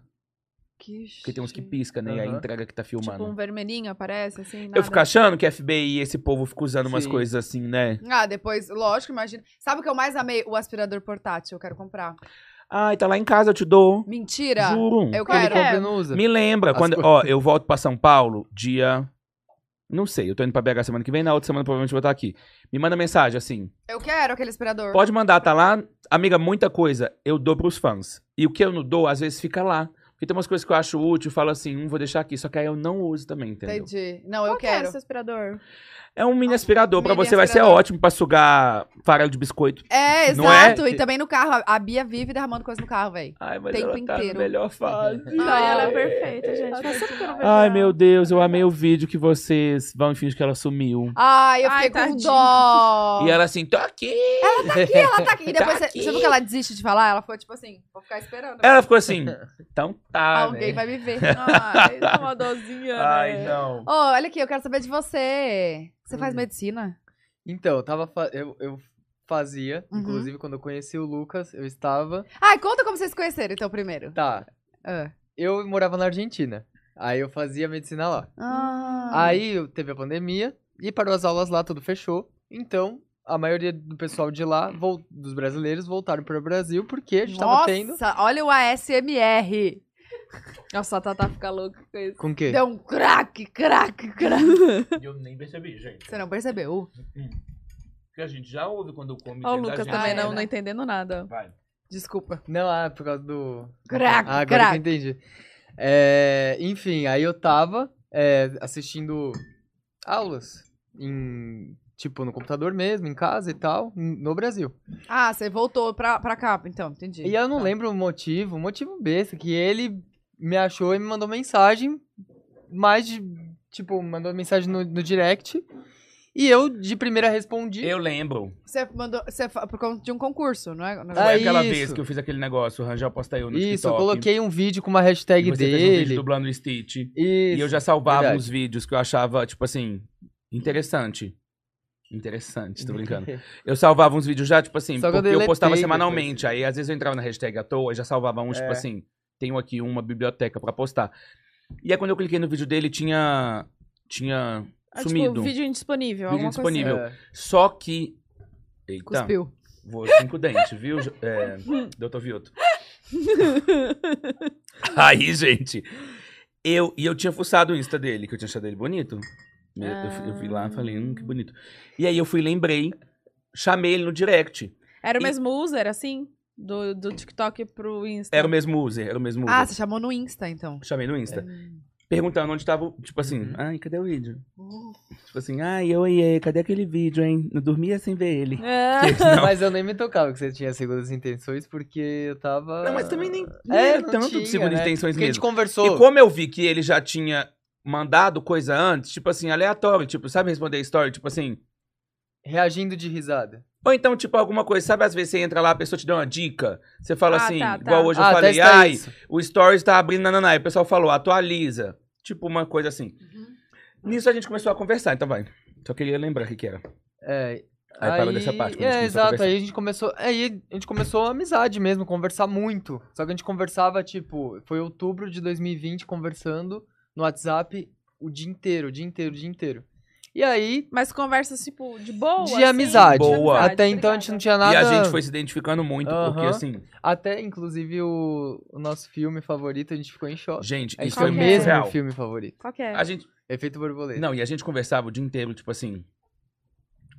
Speaker 1: Que
Speaker 3: Porque tem uns que pisca, né? E aí
Speaker 4: Aham.
Speaker 3: entrega que tá filmando.
Speaker 2: Tipo um vermelhinho aparece, assim, nada.
Speaker 3: eu fico achando que FBI e esse povo fica usando umas
Speaker 4: Sim.
Speaker 3: coisas assim, né?
Speaker 1: Ah, depois, lógico, imagina. Sabe o que eu mais amei? O aspirador portátil, eu quero comprar.
Speaker 3: Ai, tá lá em casa, eu te dou.
Speaker 1: Mentira!
Speaker 3: Juro.
Speaker 1: Eu
Speaker 2: É,
Speaker 4: Que ele
Speaker 1: quero.
Speaker 4: compra e não usa.
Speaker 3: Me lembra,
Speaker 4: As
Speaker 3: quando.
Speaker 4: co-
Speaker 3: Ó, eu volto pra São Paulo dia. Não sei, eu tô indo pra BH semana que vem, na outra semana provavelmente eu vou estar aqui. Me manda mensagem assim.
Speaker 1: Eu quero aquele aspirador.
Speaker 3: Pode mandar, tá lá. Amiga, muita coisa eu dou pros fãs. E o que eu não dou, às vezes fica lá. Porque tem umas coisas que eu acho útil, eu falo assim, hum, vou deixar aqui. Só que aí eu não uso também, entendeu?
Speaker 1: Entendi. Não,
Speaker 2: Qual
Speaker 1: eu
Speaker 2: que é
Speaker 1: quero.
Speaker 2: esse aspirador?
Speaker 3: É um mini aspirador, pra
Speaker 1: Mini
Speaker 3: você vai ser
Speaker 1: aspirador.
Speaker 3: ótimo pra sugar farelo de biscoito.
Speaker 1: É,
Speaker 3: Não é?
Speaker 1: exato. E também no carro. A- A Bia vive derramando coisa no carro, velho.
Speaker 3: Ai, mas
Speaker 1: Tempo
Speaker 3: ela tá
Speaker 1: inteiro.
Speaker 3: na
Speaker 1: (laughs)
Speaker 3: melhor fase.
Speaker 2: Ai, ela é perfeita, gente. Faz tempo que eu não vejo
Speaker 3: Ai,
Speaker 2: ela.
Speaker 3: meu Deus, eu amei o vídeo que vocês vão e fingem que ela sumiu.
Speaker 1: Ai, eu
Speaker 2: Ai,
Speaker 1: fiquei com
Speaker 2: tadinha.
Speaker 1: dó.
Speaker 3: (laughs) E ela assim, tô aqui!
Speaker 1: E ela tá aqui. E depois
Speaker 3: (laughs) Tá
Speaker 1: você,
Speaker 3: aqui.
Speaker 1: você viu que ela desiste de falar? Ela foi tipo assim, vou ficar esperando.
Speaker 3: Ela
Speaker 1: (laughs)
Speaker 3: ficou assim, então tá,
Speaker 1: Alguém
Speaker 3: né?
Speaker 1: vai me
Speaker 3: (laughs)
Speaker 1: ver.
Speaker 2: Ai, dá uma dozinha,
Speaker 3: Ai,
Speaker 2: né?
Speaker 3: não.
Speaker 1: Ô, olha aqui, eu quero saber de você. Você faz
Speaker 4: Hum.
Speaker 1: medicina?
Speaker 4: Então, eu tava fa- eu, eu fazia,
Speaker 1: Uhum.
Speaker 4: inclusive quando eu conheci o Lucas, eu estava...
Speaker 1: Ai, conta como vocês se conheceram, então, primeiro.
Speaker 4: Tá,
Speaker 1: Ah.
Speaker 4: eu morava na Argentina. Aí eu fazia medicina lá.
Speaker 1: Ah.
Speaker 4: Aí eu- teve a pandemia e parou as aulas lá, tudo fechou. Então, a maioria do pessoal de lá, vol- dos brasileiros, voltaram para o Brasil porque a gente tava
Speaker 1: Nossa,
Speaker 4: tendo.
Speaker 1: olha o ASMR.
Speaker 2: Nossa, a Tata fica louca com isso.
Speaker 4: Com o quê?
Speaker 1: Deu um craque, craque,
Speaker 4: (laughs)
Speaker 1: craque.
Speaker 3: Eu nem percebi, gente.
Speaker 1: Você não percebeu?
Speaker 3: Porque a gente já ouve quando come.
Speaker 2: Ó, o Lucas
Speaker 1: gente.
Speaker 2: também
Speaker 1: Ah,
Speaker 2: não,
Speaker 1: é,
Speaker 2: não
Speaker 1: né?
Speaker 2: entendendo nada.
Speaker 1: Desculpa.
Speaker 4: Não, ah, por causa do.
Speaker 1: Crack,
Speaker 4: ah, agora que
Speaker 1: crack.
Speaker 4: eu entendi. É, enfim, aí eu tava. é, assistindo aulas em tipo no computador mesmo, em casa e tal, n- no Brasil.
Speaker 1: Ah, você voltou pra, pra cá, então, entendi.
Speaker 4: E eu não lembro o motivo, o motivo besta, que ele me achou e me mandou mensagem, mais de, tipo, mandou mensagem no, no direct, e eu de primeira respondi.
Speaker 3: Eu lembro.
Speaker 1: Você mandou. Você, fa- por conta de um concurso, não é? Um negócio-
Speaker 3: Foi
Speaker 4: Ah,
Speaker 3: aquela
Speaker 4: isso.
Speaker 3: vez que eu fiz aquele negócio, o Rangel posta eu no
Speaker 4: Isso, eu
Speaker 3: TikTok.
Speaker 4: coloquei um vídeo com uma
Speaker 3: e
Speaker 4: hashtag
Speaker 3: você fez um vídeo
Speaker 4: dele.
Speaker 3: dublando o Stitch.
Speaker 4: Isso.
Speaker 3: E eu já salvava
Speaker 4: verdade.
Speaker 3: uns vídeos que eu achava, tipo assim, interessante. Interessante, tô
Speaker 4: (laughs)
Speaker 3: brincando. Eu salvava uns vídeos já, tipo assim,
Speaker 4: Só que eu
Speaker 3: porque eu, postava
Speaker 4: deletei
Speaker 3: semanalmente. Aí às vezes eu entrava na hashtag à toa e já salvava uns, tipo
Speaker 4: É.
Speaker 3: assim, tenho aqui uma biblioteca pra postar. E aí quando eu cliquei no vídeo dele, tinha. Tinha
Speaker 2: Ah,
Speaker 3: sumido.
Speaker 2: Tipo, vídeo indisponível.
Speaker 3: Vídeo
Speaker 2: alguma
Speaker 3: indisponível.
Speaker 4: É.
Speaker 3: Só que. Eita,
Speaker 1: Cuspiu.
Speaker 3: vou cinco dentes, viu, Jo-
Speaker 4: (laughs)
Speaker 3: é, doutor Vioto? Aí, gente, eu, e eu tinha fuçado o Insta dele, que eu tinha achado ele bonito. Eu, eu fui- eu fui
Speaker 4: Ah.
Speaker 3: lá e falei, hum, que bonito. E aí eu fui, lembrei, chamei ele no direct.
Speaker 2: Assim. Era o
Speaker 3: E-
Speaker 2: mesmo user, assim? Do, do TikTok pro Insta.
Speaker 3: Era o mesmo user, era o mesmo
Speaker 4: Tá.
Speaker 3: user.
Speaker 1: Ah, você chamou no Insta, então.
Speaker 3: Chamei no Insta. Perguntando onde tava, o- tipo assim,
Speaker 4: É. Uhum. Oh.
Speaker 3: ai, cadê o vídeo? Tipo assim, ai, eu e cadê aquele vídeo, hein? Não dormia sem ver ele.
Speaker 2: É.
Speaker 4: Mas eu nem me tocava que você tinha segundas intenções, porque eu tava.
Speaker 3: Não, mas também nem, nem
Speaker 4: Ah. É,
Speaker 3: era
Speaker 4: não
Speaker 3: tanto
Speaker 4: tinha,
Speaker 3: de segunda
Speaker 4: né?
Speaker 3: intenções
Speaker 4: Porque a gente
Speaker 3: mesmo.
Speaker 4: conversou.
Speaker 3: E como eu vi que ele já tinha mandado coisa antes, tipo assim, aleatório, tipo, sabe responder story, tipo assim.
Speaker 4: Reagindo de risada.
Speaker 3: Ou então, tipo, alguma coisa, sabe, às vezes você entra lá, a pessoa te dá uma dica, você fala
Speaker 2: Ah,
Speaker 3: assim,
Speaker 2: tá, tá.
Speaker 3: igual hoje eu
Speaker 4: até
Speaker 3: falei,
Speaker 4: está
Speaker 3: ai,
Speaker 4: isso.
Speaker 3: o stories tá abrindo nananá, e o pessoal falou, atualiza. Tipo, uma coisa assim.
Speaker 2: Uhum.
Speaker 3: Nisso a gente começou a conversar, então vai. Só queria lembrar o que que era.
Speaker 4: É.
Speaker 3: Aí parou dessa parte, quando a gente começou a
Speaker 4: É, exato.
Speaker 3: conversar.
Speaker 4: Aí a gente começou. Aí a gente começou a amizade mesmo, conversar muito. Só que a gente conversava, tipo, foi outubro de 2020 conversando no WhatsApp o dia inteiro, o dia inteiro, o dia inteiro. E aí,
Speaker 2: Mas conversas, tipo, de boa.
Speaker 4: de
Speaker 2: assim?
Speaker 4: amizade.
Speaker 3: Boa.
Speaker 4: Até então a gente não tinha nada.
Speaker 3: E a gente foi se identificando muito, porque
Speaker 4: Aham.
Speaker 3: assim,
Speaker 4: Até, inclusive, o, o nosso filme favorito, a gente ficou em choque.
Speaker 3: gente,
Speaker 4: A gente
Speaker 3: isso
Speaker 4: foi
Speaker 3: foi
Speaker 2: Qual que
Speaker 3: muito
Speaker 4: mesmo
Speaker 3: real.
Speaker 4: o filme favorito.
Speaker 2: Qual que é?
Speaker 3: A gente,
Speaker 4: Efeito borboleta.
Speaker 3: Não, e a gente conversava o dia inteiro, tipo assim.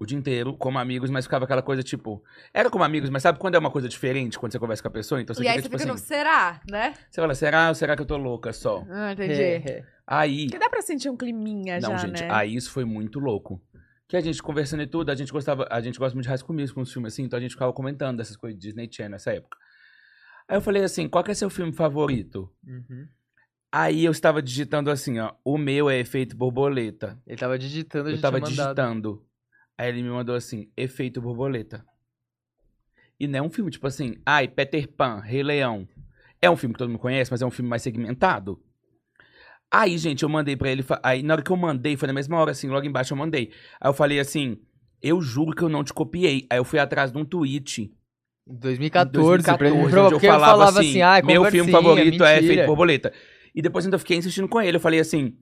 Speaker 3: O dia inteiro, como amigos, mas ficava aquela coisa tipo. Era como amigos, mas sabe quando é uma coisa diferente quando você conversa com a pessoa? Então você
Speaker 1: E aí
Speaker 4: tá
Speaker 3: fica,
Speaker 1: você
Speaker 3: tipo
Speaker 1: fica
Speaker 3: assim.
Speaker 1: no será, né?
Speaker 3: Você fala, será ou será que eu tô louca só?
Speaker 1: Ah,
Speaker 4: É,
Speaker 1: entendi.
Speaker 4: é.
Speaker 3: Aí.
Speaker 2: Porque dá pra sentir um climinha
Speaker 3: Não,
Speaker 2: já,
Speaker 3: gente,
Speaker 2: né?
Speaker 3: aí isso foi muito louco. Que a gente conversando e tudo, a gente gostava. A gente gosta muito de high school musical, uns filmes assim, então a gente ficava comentando dessas coisas de Disney Channel nessa época. Aí eu falei assim: qual que é seu filme favorito?
Speaker 4: Uhum.
Speaker 3: Aí eu estava digitando assim, ó. O meu é efeito borboleta.
Speaker 4: Ele tava digitando, a
Speaker 3: Eu
Speaker 4: gente
Speaker 3: tava
Speaker 4: tinha mandado.
Speaker 3: digitando. Aí ele me mandou assim, efeito borboleta. E não é um filme, tipo assim, ai, Peter Pan, Rei Leão. É um filme que todo mundo conhece, mas é um filme mais segmentado. Aí, gente, eu mandei pra ele. fa- Aí, na hora que eu mandei, foi na mesma hora, assim, logo embaixo eu mandei. Aí eu falei assim, eu juro que eu não te copiei. Aí eu fui atrás de um tweet.
Speaker 4: Em
Speaker 3: em
Speaker 4: 2014, pra ele me
Speaker 3: 2014,
Speaker 4: provar,
Speaker 3: onde
Speaker 4: porque eu falava assim, ah,
Speaker 3: meu filme
Speaker 4: conversinha,
Speaker 3: favorito é
Speaker 4: mentira."
Speaker 3: Efeito Borboleta. E depois ainda fiquei insistindo com ele. Eu falei assim: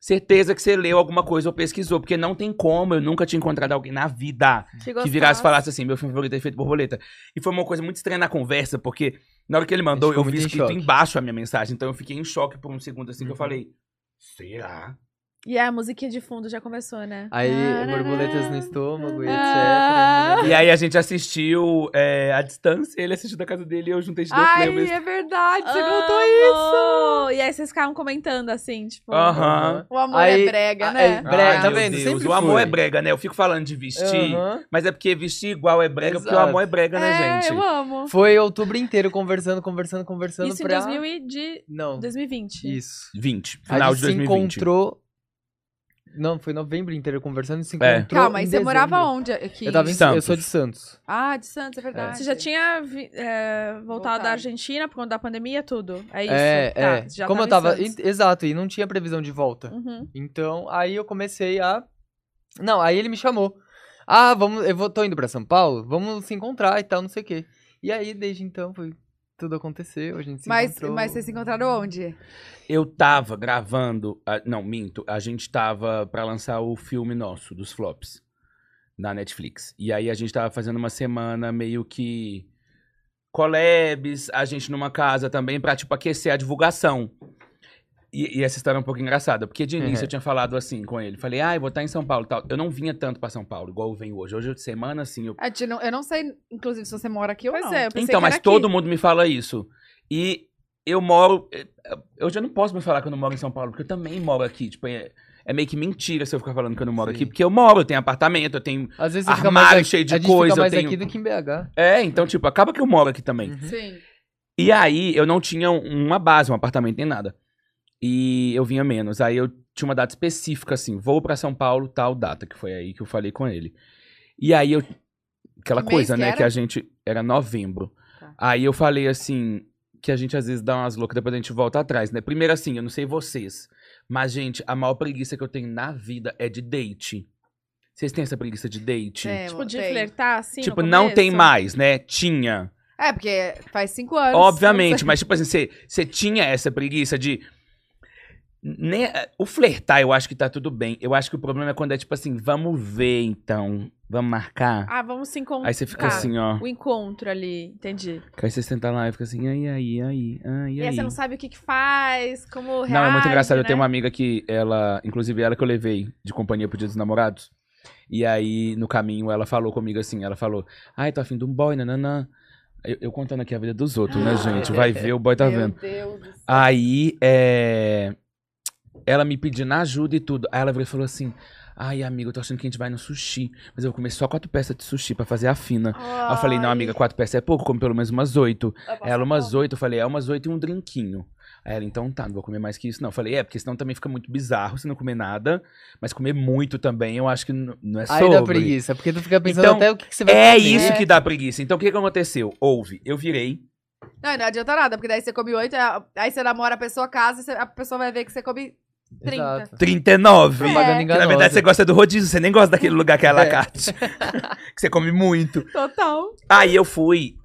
Speaker 3: certeza que você leu alguma coisa ou pesquisou, porque não tem como eu nunca tinha encontrado alguém na vida que virasse e falasse assim: meu filme favorito é Efeito Borboleta. E foi uma coisa muito estranha na conversa, porque na hora que ele mandou,
Speaker 4: Ele ficou
Speaker 3: eu vi
Speaker 4: muito em
Speaker 3: escrito
Speaker 4: choque.
Speaker 3: embaixo a minha mensagem. Então eu fiquei em choque por um segundo assim que eu
Speaker 4: Uhum.
Speaker 3: falei: será?
Speaker 2: E a musiquinha de fundo já começou, né?
Speaker 4: Aí, borboletas no estômago e etc. né?
Speaker 2: Ah.
Speaker 3: E aí a gente assistiu é, à distância, ele assistiu da casa dele e eu juntei de dois play ao mesmo.
Speaker 1: Ai, é verdade,
Speaker 4: Ah,
Speaker 1: você contou isso.
Speaker 2: isso! E aí vocês ficavam comentando assim, tipo.
Speaker 3: Aham.
Speaker 4: Aham.
Speaker 1: O amor
Speaker 4: Aí-
Speaker 1: é brega,
Speaker 4: a-
Speaker 1: né?
Speaker 4: é brega,
Speaker 3: Ai,
Speaker 4: tá
Speaker 3: meu
Speaker 4: vendo?
Speaker 3: Deus,
Speaker 4: Sempre
Speaker 3: o amor
Speaker 4: foi.
Speaker 3: é brega, né? Eu fico falando de vestir,
Speaker 4: Aham.
Speaker 3: mas é porque vestir igual é brega, porque o
Speaker 4: Exato.
Speaker 3: amor é brega, né,
Speaker 2: É,
Speaker 3: gente?
Speaker 2: eu amo.
Speaker 4: Foi outubro inteiro conversando, conversando, conversando
Speaker 2: Isso em
Speaker 4: pra...
Speaker 2: 2000 e de
Speaker 4: Não,
Speaker 2: 2020.
Speaker 4: isso.
Speaker 3: 20,
Speaker 4: A
Speaker 3: final
Speaker 4: gente
Speaker 3: de
Speaker 4: se
Speaker 3: 2020.
Speaker 4: encontrou... Não, foi novembro inteiro conversando e se
Speaker 3: É.
Speaker 4: encontrou
Speaker 1: Calma,
Speaker 4: em
Speaker 1: e você morava
Speaker 4: dezembro.
Speaker 1: onde? Aqui?
Speaker 4: Eu tava em
Speaker 3: Santos.
Speaker 4: Eu sou de Santos.
Speaker 1: Ah, de Santos, é verdade.
Speaker 2: Você já tinha vi- é, voltado
Speaker 1: Voltado.
Speaker 2: da Argentina por conta da pandemia, tudo? É isso?
Speaker 4: é,
Speaker 2: Tá,
Speaker 4: é.
Speaker 2: você Já
Speaker 4: Como eu
Speaker 2: tava
Speaker 4: tava...
Speaker 2: em Santos.
Speaker 4: e- Exato, e não tinha previsão de volta.
Speaker 2: Uhum.
Speaker 4: Então, aí eu comecei a. Não, aí ele me chamou. Ah, vamos, eu vou, tô indo pra São Paulo, vamos se encontrar e tal, não sei o quê. E aí, desde então, foi, tudo aconteceu, a gente se
Speaker 1: Mas,
Speaker 4: encontrou.
Speaker 1: mas vocês se encontraram onde?
Speaker 3: Eu tava gravando, ah, não, minto, a gente tava pra lançar o filme nosso, dos flops, na Netflix. E aí a gente tava fazendo uma semana meio que collabs, a gente numa casa também pra, tipo, aquecer a divulgação. E, e essa história é um pouco engraçada, porque de início
Speaker 4: Uhum.
Speaker 3: eu tinha falado assim com ele. Falei, ah, eu vou estar em São Paulo e tal. Eu não vinha tanto pra São Paulo, igual eu venho hoje. Hoje, de semana, assim, eu
Speaker 1: A gente não- Eu não sei, inclusive, se você mora aqui ou
Speaker 2: Pois
Speaker 1: não.
Speaker 2: é, eu pensei
Speaker 3: então,
Speaker 2: que era
Speaker 3: mas todo
Speaker 2: aqui.
Speaker 3: mundo me fala isso. E eu moro. eh, Eu já não posso mais falar que eu não moro em São Paulo, porque eu também moro aqui. Tipo, é, é meio que mentira se eu ficar falando que eu não moro
Speaker 4: Sim.
Speaker 3: aqui, porque eu moro, eu tenho apartamento, eu tenho.
Speaker 4: Às vezes você
Speaker 3: Armário
Speaker 4: fica mais aqui,
Speaker 3: cheio de
Speaker 4: a gente fica
Speaker 3: coisa, eu
Speaker 4: mais
Speaker 3: tenho-
Speaker 4: aqui do que em Uhum. BH.
Speaker 3: É, então, tipo, acaba que eu moro aqui também.
Speaker 1: Sim.
Speaker 3: E aí, eu não tinha um- uma base, um apartamento, nem nada. E eu vinha menos. Aí eu tinha uma data específica, assim, vou pra São Paulo, tal data, que foi aí que eu falei com ele. E aí eu. Aquela
Speaker 1: Que mês
Speaker 3: coisa,
Speaker 1: que
Speaker 3: né,
Speaker 1: era?
Speaker 3: que a gente. Era novembro.
Speaker 1: Tá.
Speaker 3: Aí eu falei assim, que a gente às vezes dá umas loucas, depois a gente volta atrás, né? Primeiro assim, eu não sei vocês, mas, gente, a maior preguiça que eu tenho na vida é de date. Vocês têm essa preguiça de date?
Speaker 1: É.
Speaker 2: Tipo, de
Speaker 1: tem.
Speaker 2: flertar, assim, no
Speaker 3: tipo, não tem
Speaker 2: começo?
Speaker 3: mais, né? Tinha.
Speaker 1: É, porque faz cinco anos.
Speaker 3: Obviamente, mas tipo assim, você- você tinha essa preguiça de. Né, o flertar, eu acho que tá tudo bem. Eu acho que o problema é quando é tipo assim, vamos ver então, vamos marcar.
Speaker 2: Ah, vamos se encontrar.
Speaker 3: aí você fica assim, ó.
Speaker 2: O encontro ali, entendi.
Speaker 3: Aí você senta lá e fica assim, ai, ai, ai, ai,
Speaker 2: E,
Speaker 3: ai.
Speaker 2: aí você não sabe o que, que faz, como reage,
Speaker 3: Não, é muito engraçado.
Speaker 2: Né?
Speaker 3: Eu tenho uma amiga que ela, inclusive ela que eu levei de companhia pro Dia dos Namorados. E aí, no caminho, ela falou comigo assim: ela falou, ai, tô afim de um boy, nananã. Eu, eu contando aqui a vida dos outros,
Speaker 2: Ah,
Speaker 3: né,
Speaker 2: é.
Speaker 3: gente? Vai ver, o boy tá vendo.
Speaker 1: Deus do céu.
Speaker 3: Aí, é... Ela me pedindo ajuda e tudo. Aí ela virou e falou assim... Ai, amiga, eu tô achando que a gente vai no sushi. Mas eu vou comer só quatro peças de sushi pra fazer a fina. Aí eu falei, não, amiga, quatro peças é pouco. Come pelo menos umas oito. Ela, umas oito. Eu falei, é umas oito e um drinquinho. Aí ela, então tá, não vou comer mais que isso não. Eu falei, é, porque senão também fica muito bizarro se não comer nada. Mas comer muito também, eu acho que n- não é sobre.
Speaker 4: Aí dá preguiça, porque tu fica pensando
Speaker 3: Então,
Speaker 4: até o que, que você vai
Speaker 3: É
Speaker 4: comer.
Speaker 3: isso que dá preguiça. Então o que que aconteceu? Houve, eu virei.
Speaker 1: Não, e não adianta nada, porque daí você come oito, é, aí você namora a pessoa, casa, e você- a pessoa vai ver que você come
Speaker 3: Tipo
Speaker 1: 30.
Speaker 4: Exato.
Speaker 3: 39.
Speaker 4: Propaganda
Speaker 3: Que,
Speaker 4: enganosa.
Speaker 3: É. na verdade, você gosta do rodízio, você nem gosta daquele lugar que é à la carte. (laughs) que você come muito.
Speaker 2: Total.
Speaker 3: Aí eu fui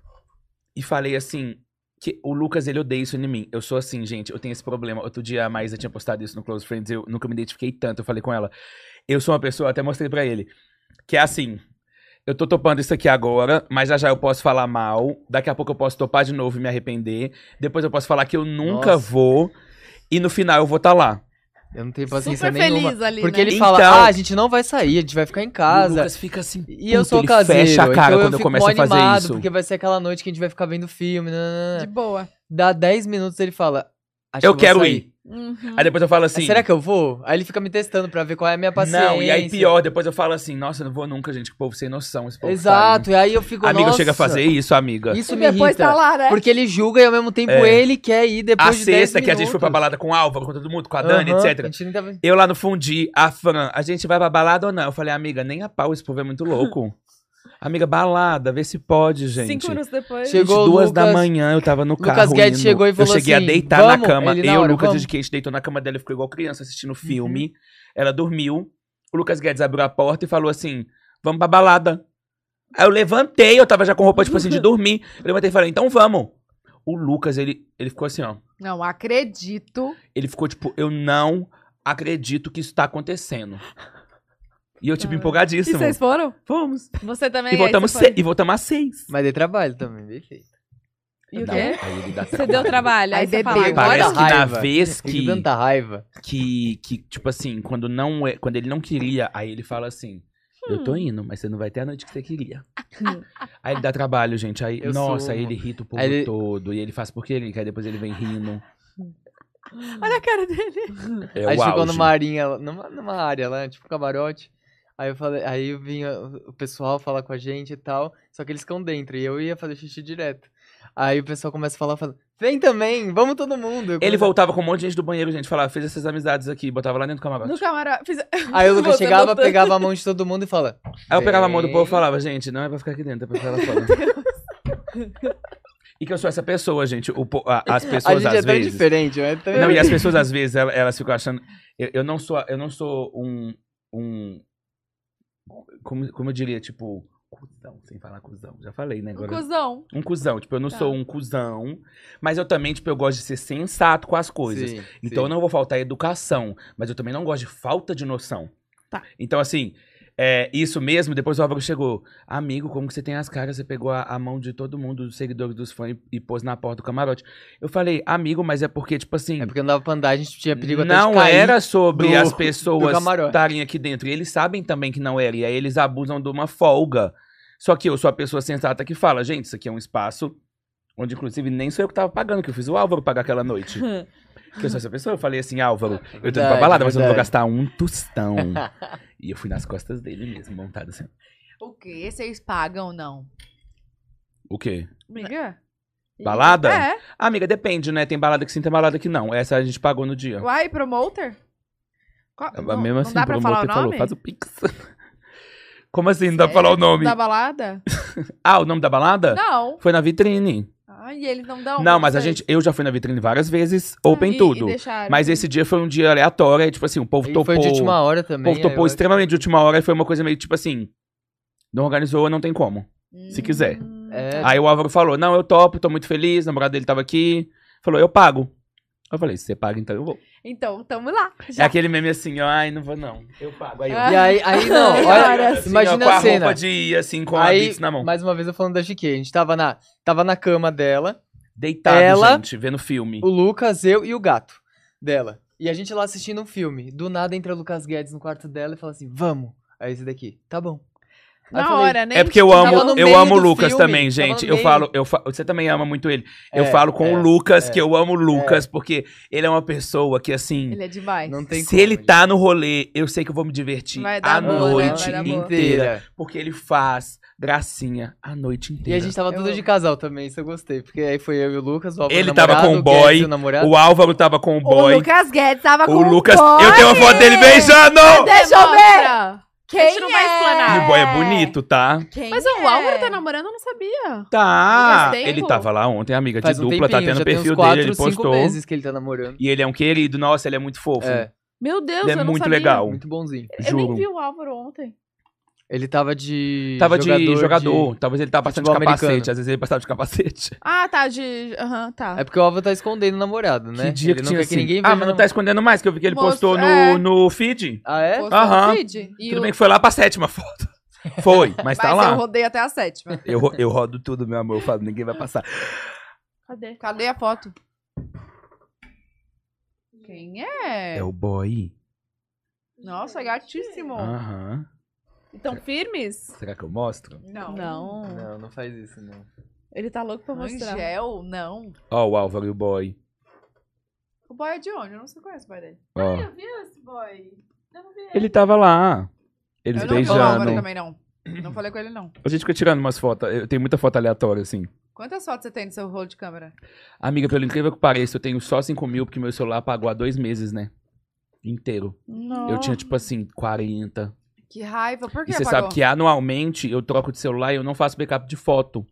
Speaker 3: e falei assim. Que o Lucas, ele odeia isso em mim. Eu sou assim, gente, eu tenho esse problema. Outro dia a Maísa tinha postado isso no Close Friends, eu nunca me identifiquei tanto. Eu falei com ela. Eu sou uma pessoa, até mostrei pra ele, que é assim. Eu tô topando isso aqui agora, mas já já eu posso falar mal. Daqui a pouco eu posso topar de novo e me arrepender. Depois eu posso falar que eu nunca
Speaker 4: Nossa.
Speaker 3: vou. E no final eu vou estar tá lá.
Speaker 4: Eu não tenho
Speaker 3: assim,
Speaker 4: paciência
Speaker 1: Super
Speaker 4: nenhuma.
Speaker 1: feliz ali,
Speaker 4: Porque
Speaker 1: né?
Speaker 4: ele fala,
Speaker 3: Então-
Speaker 4: ah, a gente não vai sair, a gente vai ficar em
Speaker 3: O
Speaker 4: casa.
Speaker 3: Lucas fica assim.
Speaker 4: E eu
Speaker 3: puto,
Speaker 4: sou
Speaker 3: ele
Speaker 4: caseiro,
Speaker 3: fecha a cara
Speaker 4: então
Speaker 3: quando eu
Speaker 4: eu
Speaker 3: começo
Speaker 4: fico
Speaker 3: a
Speaker 4: mó
Speaker 3: fazer
Speaker 4: animado,
Speaker 3: isso.
Speaker 4: porque vai ser aquela noite que a gente vai ficar vendo filme.
Speaker 1: De
Speaker 4: nananana.
Speaker 1: boa.
Speaker 4: Dá 10 minutos ele fala, acho
Speaker 3: Eu
Speaker 4: que vou
Speaker 3: quero
Speaker 4: sair. "Ah,
Speaker 3: ir.
Speaker 2: Uhum.
Speaker 3: Aí depois eu falo assim.
Speaker 4: Uhum. Será que eu vou? Aí ele fica me testando pra ver qual é a minha paciência.
Speaker 3: Não, e aí pior, depois eu falo assim, nossa, eu não vou nunca, gente, que povo sem noção, esse povo
Speaker 4: Exato, e aí eu fico,
Speaker 3: sabe. Amiga,
Speaker 4: nossa,
Speaker 3: chega a fazer isso, amiga.
Speaker 4: Isso
Speaker 1: e
Speaker 4: me
Speaker 1: depois
Speaker 4: irrita.
Speaker 1: tá lá, né?
Speaker 4: Porque ele julga e ao mesmo tempo
Speaker 3: É.
Speaker 4: ele quer ir depois
Speaker 3: a
Speaker 4: de 10
Speaker 3: sexta que a gente foi pra
Speaker 4: minutos.
Speaker 3: balada com o Álvaro, com todo mundo, com a Dani,
Speaker 4: Aham, a
Speaker 3: etc.
Speaker 4: gente não tava-
Speaker 3: Eu lá no fundi, a Fran, a gente vai pra balada ou não? Eu falei, amiga, nem a pau, esse povo é muito
Speaker 4: (laughs)
Speaker 3: louco. amiga, balada, vê se pode, gente.
Speaker 2: Cinco minutos depois.
Speaker 4: Chega- Chegou o
Speaker 3: duas
Speaker 4: Lucas-
Speaker 3: da manhã, eu tava no
Speaker 4: Lucas
Speaker 3: carro.
Speaker 4: Guedes
Speaker 3: indo.
Speaker 4: chegou e falou
Speaker 3: Eu cheguei
Speaker 4: assim,
Speaker 3: a deitar
Speaker 4: "Vamos?"
Speaker 3: na cama.
Speaker 4: Ele na
Speaker 3: eu,
Speaker 4: hora,
Speaker 3: Lucas
Speaker 4: "Vamos." Uhum.
Speaker 3: de Quente, deitou na cama dela, e ficou igual criança assistindo filme. Ela dormiu. O Lucas Guedes abriu a porta e falou assim: Vamos pra balada. Aí eu levantei, eu tava já com roupa, tipo
Speaker 4: (laughs)
Speaker 3: assim, de dormir. Eu levantei e falei, então vamos. O Lucas, ele, ele ficou assim, ó.
Speaker 1: Não acredito.
Speaker 3: Ele ficou tipo, eu não acredito que isso tá acontecendo. E eu, tipo,
Speaker 2: Caramba.
Speaker 1: E
Speaker 3: empolgadíssimo.
Speaker 1: vocês foram?
Speaker 3: Vamos.
Speaker 2: Você também.
Speaker 3: E
Speaker 2: aí,
Speaker 3: voltamos,
Speaker 2: você foi.
Speaker 3: se- e voltamos às seis.
Speaker 4: Mas dei trabalho também, perfeito.
Speaker 2: E o
Speaker 3: Não,
Speaker 2: quê?
Speaker 3: aí ele dá
Speaker 2: Você deu trabalho. Aí
Speaker 1: Aí
Speaker 2: você fala,
Speaker 1: bebeu.
Speaker 2: agora
Speaker 3: Parece que na
Speaker 4: raiva.
Speaker 3: vez
Speaker 4: Fiquei
Speaker 3: que,
Speaker 4: tanta raiva.
Speaker 3: que, que, tipo assim, quando não é, quando ele não queria, aí ele fala assim, eu tô indo, mas você não vai ter a noite que você queria. (laughs) aí ele dá trabalho, gente, aí,
Speaker 4: Eu
Speaker 3: nossa,
Speaker 4: sou
Speaker 3: aí
Speaker 4: uma.
Speaker 3: ele irrita o povo
Speaker 4: Aí ele-
Speaker 3: todo, e ele faz porque ele quer, depois ele vem rindo.
Speaker 2: (laughs) olha a cara dele.
Speaker 3: É
Speaker 4: aí
Speaker 3: o
Speaker 4: a gente ficou
Speaker 3: auge.
Speaker 4: numa arinha, numa, numa área lá, tipo camarote. Aí eu falei, aí eu vinha o- o pessoal falar com a gente e tal, só que eles ficam dentro, e eu ia fazer xixi direto. Aí o pessoal começa a falar, fala, vem também, vamos todo mundo. Eu
Speaker 3: Ele
Speaker 4: começo-
Speaker 3: voltava com um monte de gente do banheiro, gente, falava, fez essas amizades aqui, botava lá dentro do camarote.
Speaker 2: No camarote. Fiz...
Speaker 4: (laughs) Aí o Lucas
Speaker 2: Voltando,
Speaker 4: chegava,
Speaker 2: voltando.
Speaker 4: pegava a mão de todo mundo e fala,
Speaker 3: Aí eu pegava a mão do
Speaker 4: Bem.
Speaker 3: povo e falava, gente, não é pra ficar aqui dentro, é pra ficar lá fora. e que eu sou essa pessoa, gente. O po- a- as
Speaker 4: a
Speaker 3: pessoas,
Speaker 4: gente é
Speaker 3: às
Speaker 4: tão
Speaker 3: vezes.
Speaker 4: diferente, né? Tão-
Speaker 3: Não, e as pessoas, às vezes, ela- elas, ficam achando. Eu, eu não sou, eu não sou um. um como, como eu diria, tipo. Cusão, sem falar cuzão. Já falei, né?
Speaker 1: Um
Speaker 3: Agora.
Speaker 1: cuzão.
Speaker 3: Um cuzão. Tipo, eu não
Speaker 2: Tá.
Speaker 3: sou um cuzão. Mas eu também, tipo, eu gosto de ser sensato com as coisas.
Speaker 4: Sim,
Speaker 3: Então eu
Speaker 4: sim.
Speaker 3: não vou faltar educação, mas eu também não gosto de falta de noção.
Speaker 2: Tá.
Speaker 3: Então, assim, é, isso mesmo, depois o Álvaro chegou. Amigo, como que você tem as caras? Você pegou a, a mão de todo mundo, dos seguidores dos fãs, e, e pôs na porta do camarote. Eu falei, amigo, mas é porque, tipo assim.
Speaker 4: É porque não dava pra andar, a gente tinha perigo até de
Speaker 3: não
Speaker 4: cair.
Speaker 3: era sobre
Speaker 4: do-
Speaker 3: as
Speaker 4: do
Speaker 3: pessoas
Speaker 4: camarote.
Speaker 3: estarem aqui dentro. E eles sabem também que não era. E aí eles abusam de uma folga. Só que eu sou a pessoa sensata que fala, gente, isso aqui é um espaço Onde, inclusive, nem sou eu que tava pagando, que eu fiz o Álvaro pagar aquela
Speaker 4: (laughs)
Speaker 3: noite. que eu sou essa pessoa. Eu falei assim, Álvaro, eu tô indo pra
Speaker 4: Verdade,
Speaker 3: balada, mas eu não vou
Speaker 4: verdade.
Speaker 3: gastar um
Speaker 4: (laughs)
Speaker 3: tostão. e eu fui nas costas dele mesmo, montado assim.
Speaker 1: O quê? Vocês pagam ou não?
Speaker 3: O quê?
Speaker 2: Amiga?
Speaker 3: Balada?
Speaker 1: É.
Speaker 3: Ah, Amiga, depende, né? Tem balada que sim, tem balada que não. Essa a gente pagou no dia.
Speaker 1: Uai, promoter? Qual- não,
Speaker 3: Mesmo
Speaker 1: não
Speaker 3: assim,
Speaker 1: dá pra
Speaker 3: pelo
Speaker 1: falar
Speaker 3: amor
Speaker 1: o
Speaker 3: que
Speaker 1: nome?
Speaker 3: falou, faz o pix. (laughs) Como assim, não dá pra falar o nome?
Speaker 1: Da balada?
Speaker 3: Ah, o nome da balada?
Speaker 1: Não.
Speaker 3: Foi na vitrine.
Speaker 2: Ah,
Speaker 1: Ai, eles não dão.
Speaker 3: não, mas a
Speaker 1: vocês?
Speaker 3: gente, eu já fui na vitrine várias vezes, open
Speaker 1: E-
Speaker 3: tudo.
Speaker 1: e deixaram.
Speaker 3: mas esse dia foi um dia aleatório, aí, tipo assim, o povo
Speaker 4: E
Speaker 3: topou.
Speaker 4: foi de última hora
Speaker 3: o
Speaker 4: também.
Speaker 3: povo
Speaker 4: aí eu
Speaker 3: topou
Speaker 4: acho.
Speaker 3: extremamente de última hora e foi uma coisa meio tipo assim. Não organizou, não tem como. se quiser.
Speaker 1: Hum.
Speaker 4: É,
Speaker 3: Aí o Álvaro falou: Não, eu topo, tô muito feliz, o namorado dele tava aqui. Falou: Eu pago. Eu falei: Se você paga, então eu vou.
Speaker 1: Então, tamo lá.
Speaker 3: É
Speaker 1: Já.
Speaker 3: aquele meme assim, ó, ai, não vou não. Eu pago. Aí eu
Speaker 1: Ah,
Speaker 4: E aí, aí
Speaker 3: (laughs)
Speaker 4: não, olha,
Speaker 3: Assim, ó,
Speaker 4: imagina
Speaker 3: com
Speaker 4: a
Speaker 3: roupa
Speaker 4: cena.
Speaker 3: de, assim, com a
Speaker 4: aí,
Speaker 3: Bix na mão.
Speaker 4: mais uma vez eu falando da Chique, a gente tava na, tava na cama dela,
Speaker 3: Deitado,
Speaker 4: Ela-
Speaker 3: gente, vendo filme.
Speaker 4: o Lucas, eu e o gato dela. E a gente lá assistindo um filme. Do nada entra o Lucas Guedes no quarto dela e fala assim: "Vamos". Aí esse daqui. Tá bom. Aí
Speaker 2: Na
Speaker 4: eu falei,
Speaker 2: hora, né?
Speaker 3: É porque eu
Speaker 4: Tava
Speaker 3: amo,
Speaker 4: no
Speaker 3: eu
Speaker 4: meio
Speaker 3: amo o
Speaker 4: do
Speaker 3: Lucas
Speaker 4: filme,
Speaker 3: também,
Speaker 4: tava
Speaker 3: gente.
Speaker 4: no
Speaker 3: Eu
Speaker 4: meio.
Speaker 3: falo, eu fa- você também ama muito ele. eu
Speaker 4: É,
Speaker 3: falo com o
Speaker 4: é,
Speaker 3: Lucas
Speaker 4: é.
Speaker 3: que eu amo o Lucas porque ele é uma pessoa que assim,
Speaker 1: Ele é demais.
Speaker 4: Não tem
Speaker 3: se
Speaker 4: como,
Speaker 3: ele
Speaker 4: gente.
Speaker 3: tá no rolê, eu sei que eu vou me divertir
Speaker 1: Vai dar
Speaker 3: a
Speaker 1: boa, né?
Speaker 3: noite
Speaker 1: Vai dar boa.
Speaker 3: inteira, porque ele faz gracinha a noite
Speaker 4: E
Speaker 3: inteira.
Speaker 4: a gente tava
Speaker 1: Eu
Speaker 4: tudo de
Speaker 1: amo.
Speaker 4: casal também, isso eu gostei. Porque aí foi eu e o Lucas, o Álvaro
Speaker 3: Ele
Speaker 4: namorado,
Speaker 3: tava com o
Speaker 4: o Guedes
Speaker 3: boy,
Speaker 4: e o namorado.
Speaker 3: O Álvaro tava com o boy.
Speaker 1: O Lucas Guedes tava
Speaker 3: O
Speaker 1: com o
Speaker 3: Lucas,
Speaker 1: boy.
Speaker 3: eu tenho uma foto dele beijando.
Speaker 1: Deixa eu ver.
Speaker 2: Mostra.
Speaker 1: Quem
Speaker 2: A gente não vai
Speaker 1: é?
Speaker 2: explanar.
Speaker 3: E o boy é bonito, tá?
Speaker 1: Quem
Speaker 2: Mas
Speaker 1: é?
Speaker 2: o Álvaro tá namorando, eu não sabia.
Speaker 3: Tá.
Speaker 2: Faz tempo.
Speaker 3: Ele tava lá ontem, amiga de
Speaker 4: Faz um
Speaker 3: dupla, tá
Speaker 4: tempinho,
Speaker 3: tendo
Speaker 4: já
Speaker 3: o
Speaker 4: tem uns
Speaker 3: perfil
Speaker 4: quatro,
Speaker 3: dele, ele
Speaker 4: cinco
Speaker 3: postou.
Speaker 4: meses que ele tá namorando.
Speaker 3: E ele é um querido, nossa, ele é muito fofo.
Speaker 4: É,
Speaker 2: Meu Deus,
Speaker 3: Ele é
Speaker 2: eu não
Speaker 3: muito
Speaker 2: sabia.
Speaker 3: legal.
Speaker 4: muito bonzinho.
Speaker 2: Eu nem
Speaker 3: Juro.
Speaker 2: vi o Álvaro ontem.
Speaker 4: Ele tava de
Speaker 3: Tava de
Speaker 4: de-
Speaker 3: jogador, talvez ele tava passando de
Speaker 4: futebol
Speaker 3: capacete,
Speaker 4: americano.
Speaker 3: às vezes ele passava de capacete.
Speaker 2: Ah, tá, de... Aham, tá.
Speaker 4: É porque o Álvaro tá escondendo o namorado, né?
Speaker 3: Que dia
Speaker 4: ele
Speaker 3: que
Speaker 4: não
Speaker 3: tinha
Speaker 4: quer
Speaker 3: assim.
Speaker 4: que ninguém
Speaker 3: ah,
Speaker 4: veja
Speaker 3: mas não
Speaker 4: o
Speaker 3: tá escondendo mais, que eu vi que ele
Speaker 1: Mostrou,
Speaker 3: postou no,
Speaker 1: é.
Speaker 3: no feed.
Speaker 4: namorado. Ah, é?
Speaker 1: Postou
Speaker 3: Aham.
Speaker 1: no feed. E
Speaker 3: Tudo
Speaker 1: o-
Speaker 3: bem que foi lá pra sétima
Speaker 4: (laughs)
Speaker 3: foto. Foi, mas tá
Speaker 1: Mas eu
Speaker 3: lá.
Speaker 1: rodei até a sétima.
Speaker 3: Eu, ro- eu rodo tudo, meu amor, eu falo, ninguém vai passar.
Speaker 2: Cadê?
Speaker 1: Cadê a foto? Quem é?
Speaker 3: É o boy.
Speaker 1: Nossa, gatíssimo.
Speaker 3: Ah. Aham.
Speaker 2: Estão Então, firmes?
Speaker 3: Será que eu mostro?
Speaker 1: Não.
Speaker 2: Não.
Speaker 4: Não, não faz isso, não.
Speaker 2: Ele tá louco pra mostrar.
Speaker 1: Angel, não.
Speaker 3: Ó o Álvaro e o boy.
Speaker 1: O boy é de onde? Eu não sei conhece o boy dele.
Speaker 3: Ó.
Speaker 2: vi esse boy. Eu não vi
Speaker 3: Ele tava lá. Eles
Speaker 1: eu não vi o Álvaro
Speaker 3: beijando.
Speaker 1: também, não. Não falei com ele, não.
Speaker 3: A gente fica tirando umas fotos. Eu tenho muita foto aleatória, assim.
Speaker 1: Quantas fotos você tem do seu rolo de câmera?
Speaker 3: Amiga, pelo incrível que pareça, eu tenho só 5 mil, porque meu celular apagou há dois meses, né? Inteiro.
Speaker 2: Não.
Speaker 3: Eu tinha, tipo assim, 40.
Speaker 1: Que raiva. Por que
Speaker 3: E você
Speaker 1: apagou?
Speaker 3: sabe que anualmente eu troco de celular e eu não faço backup de foto.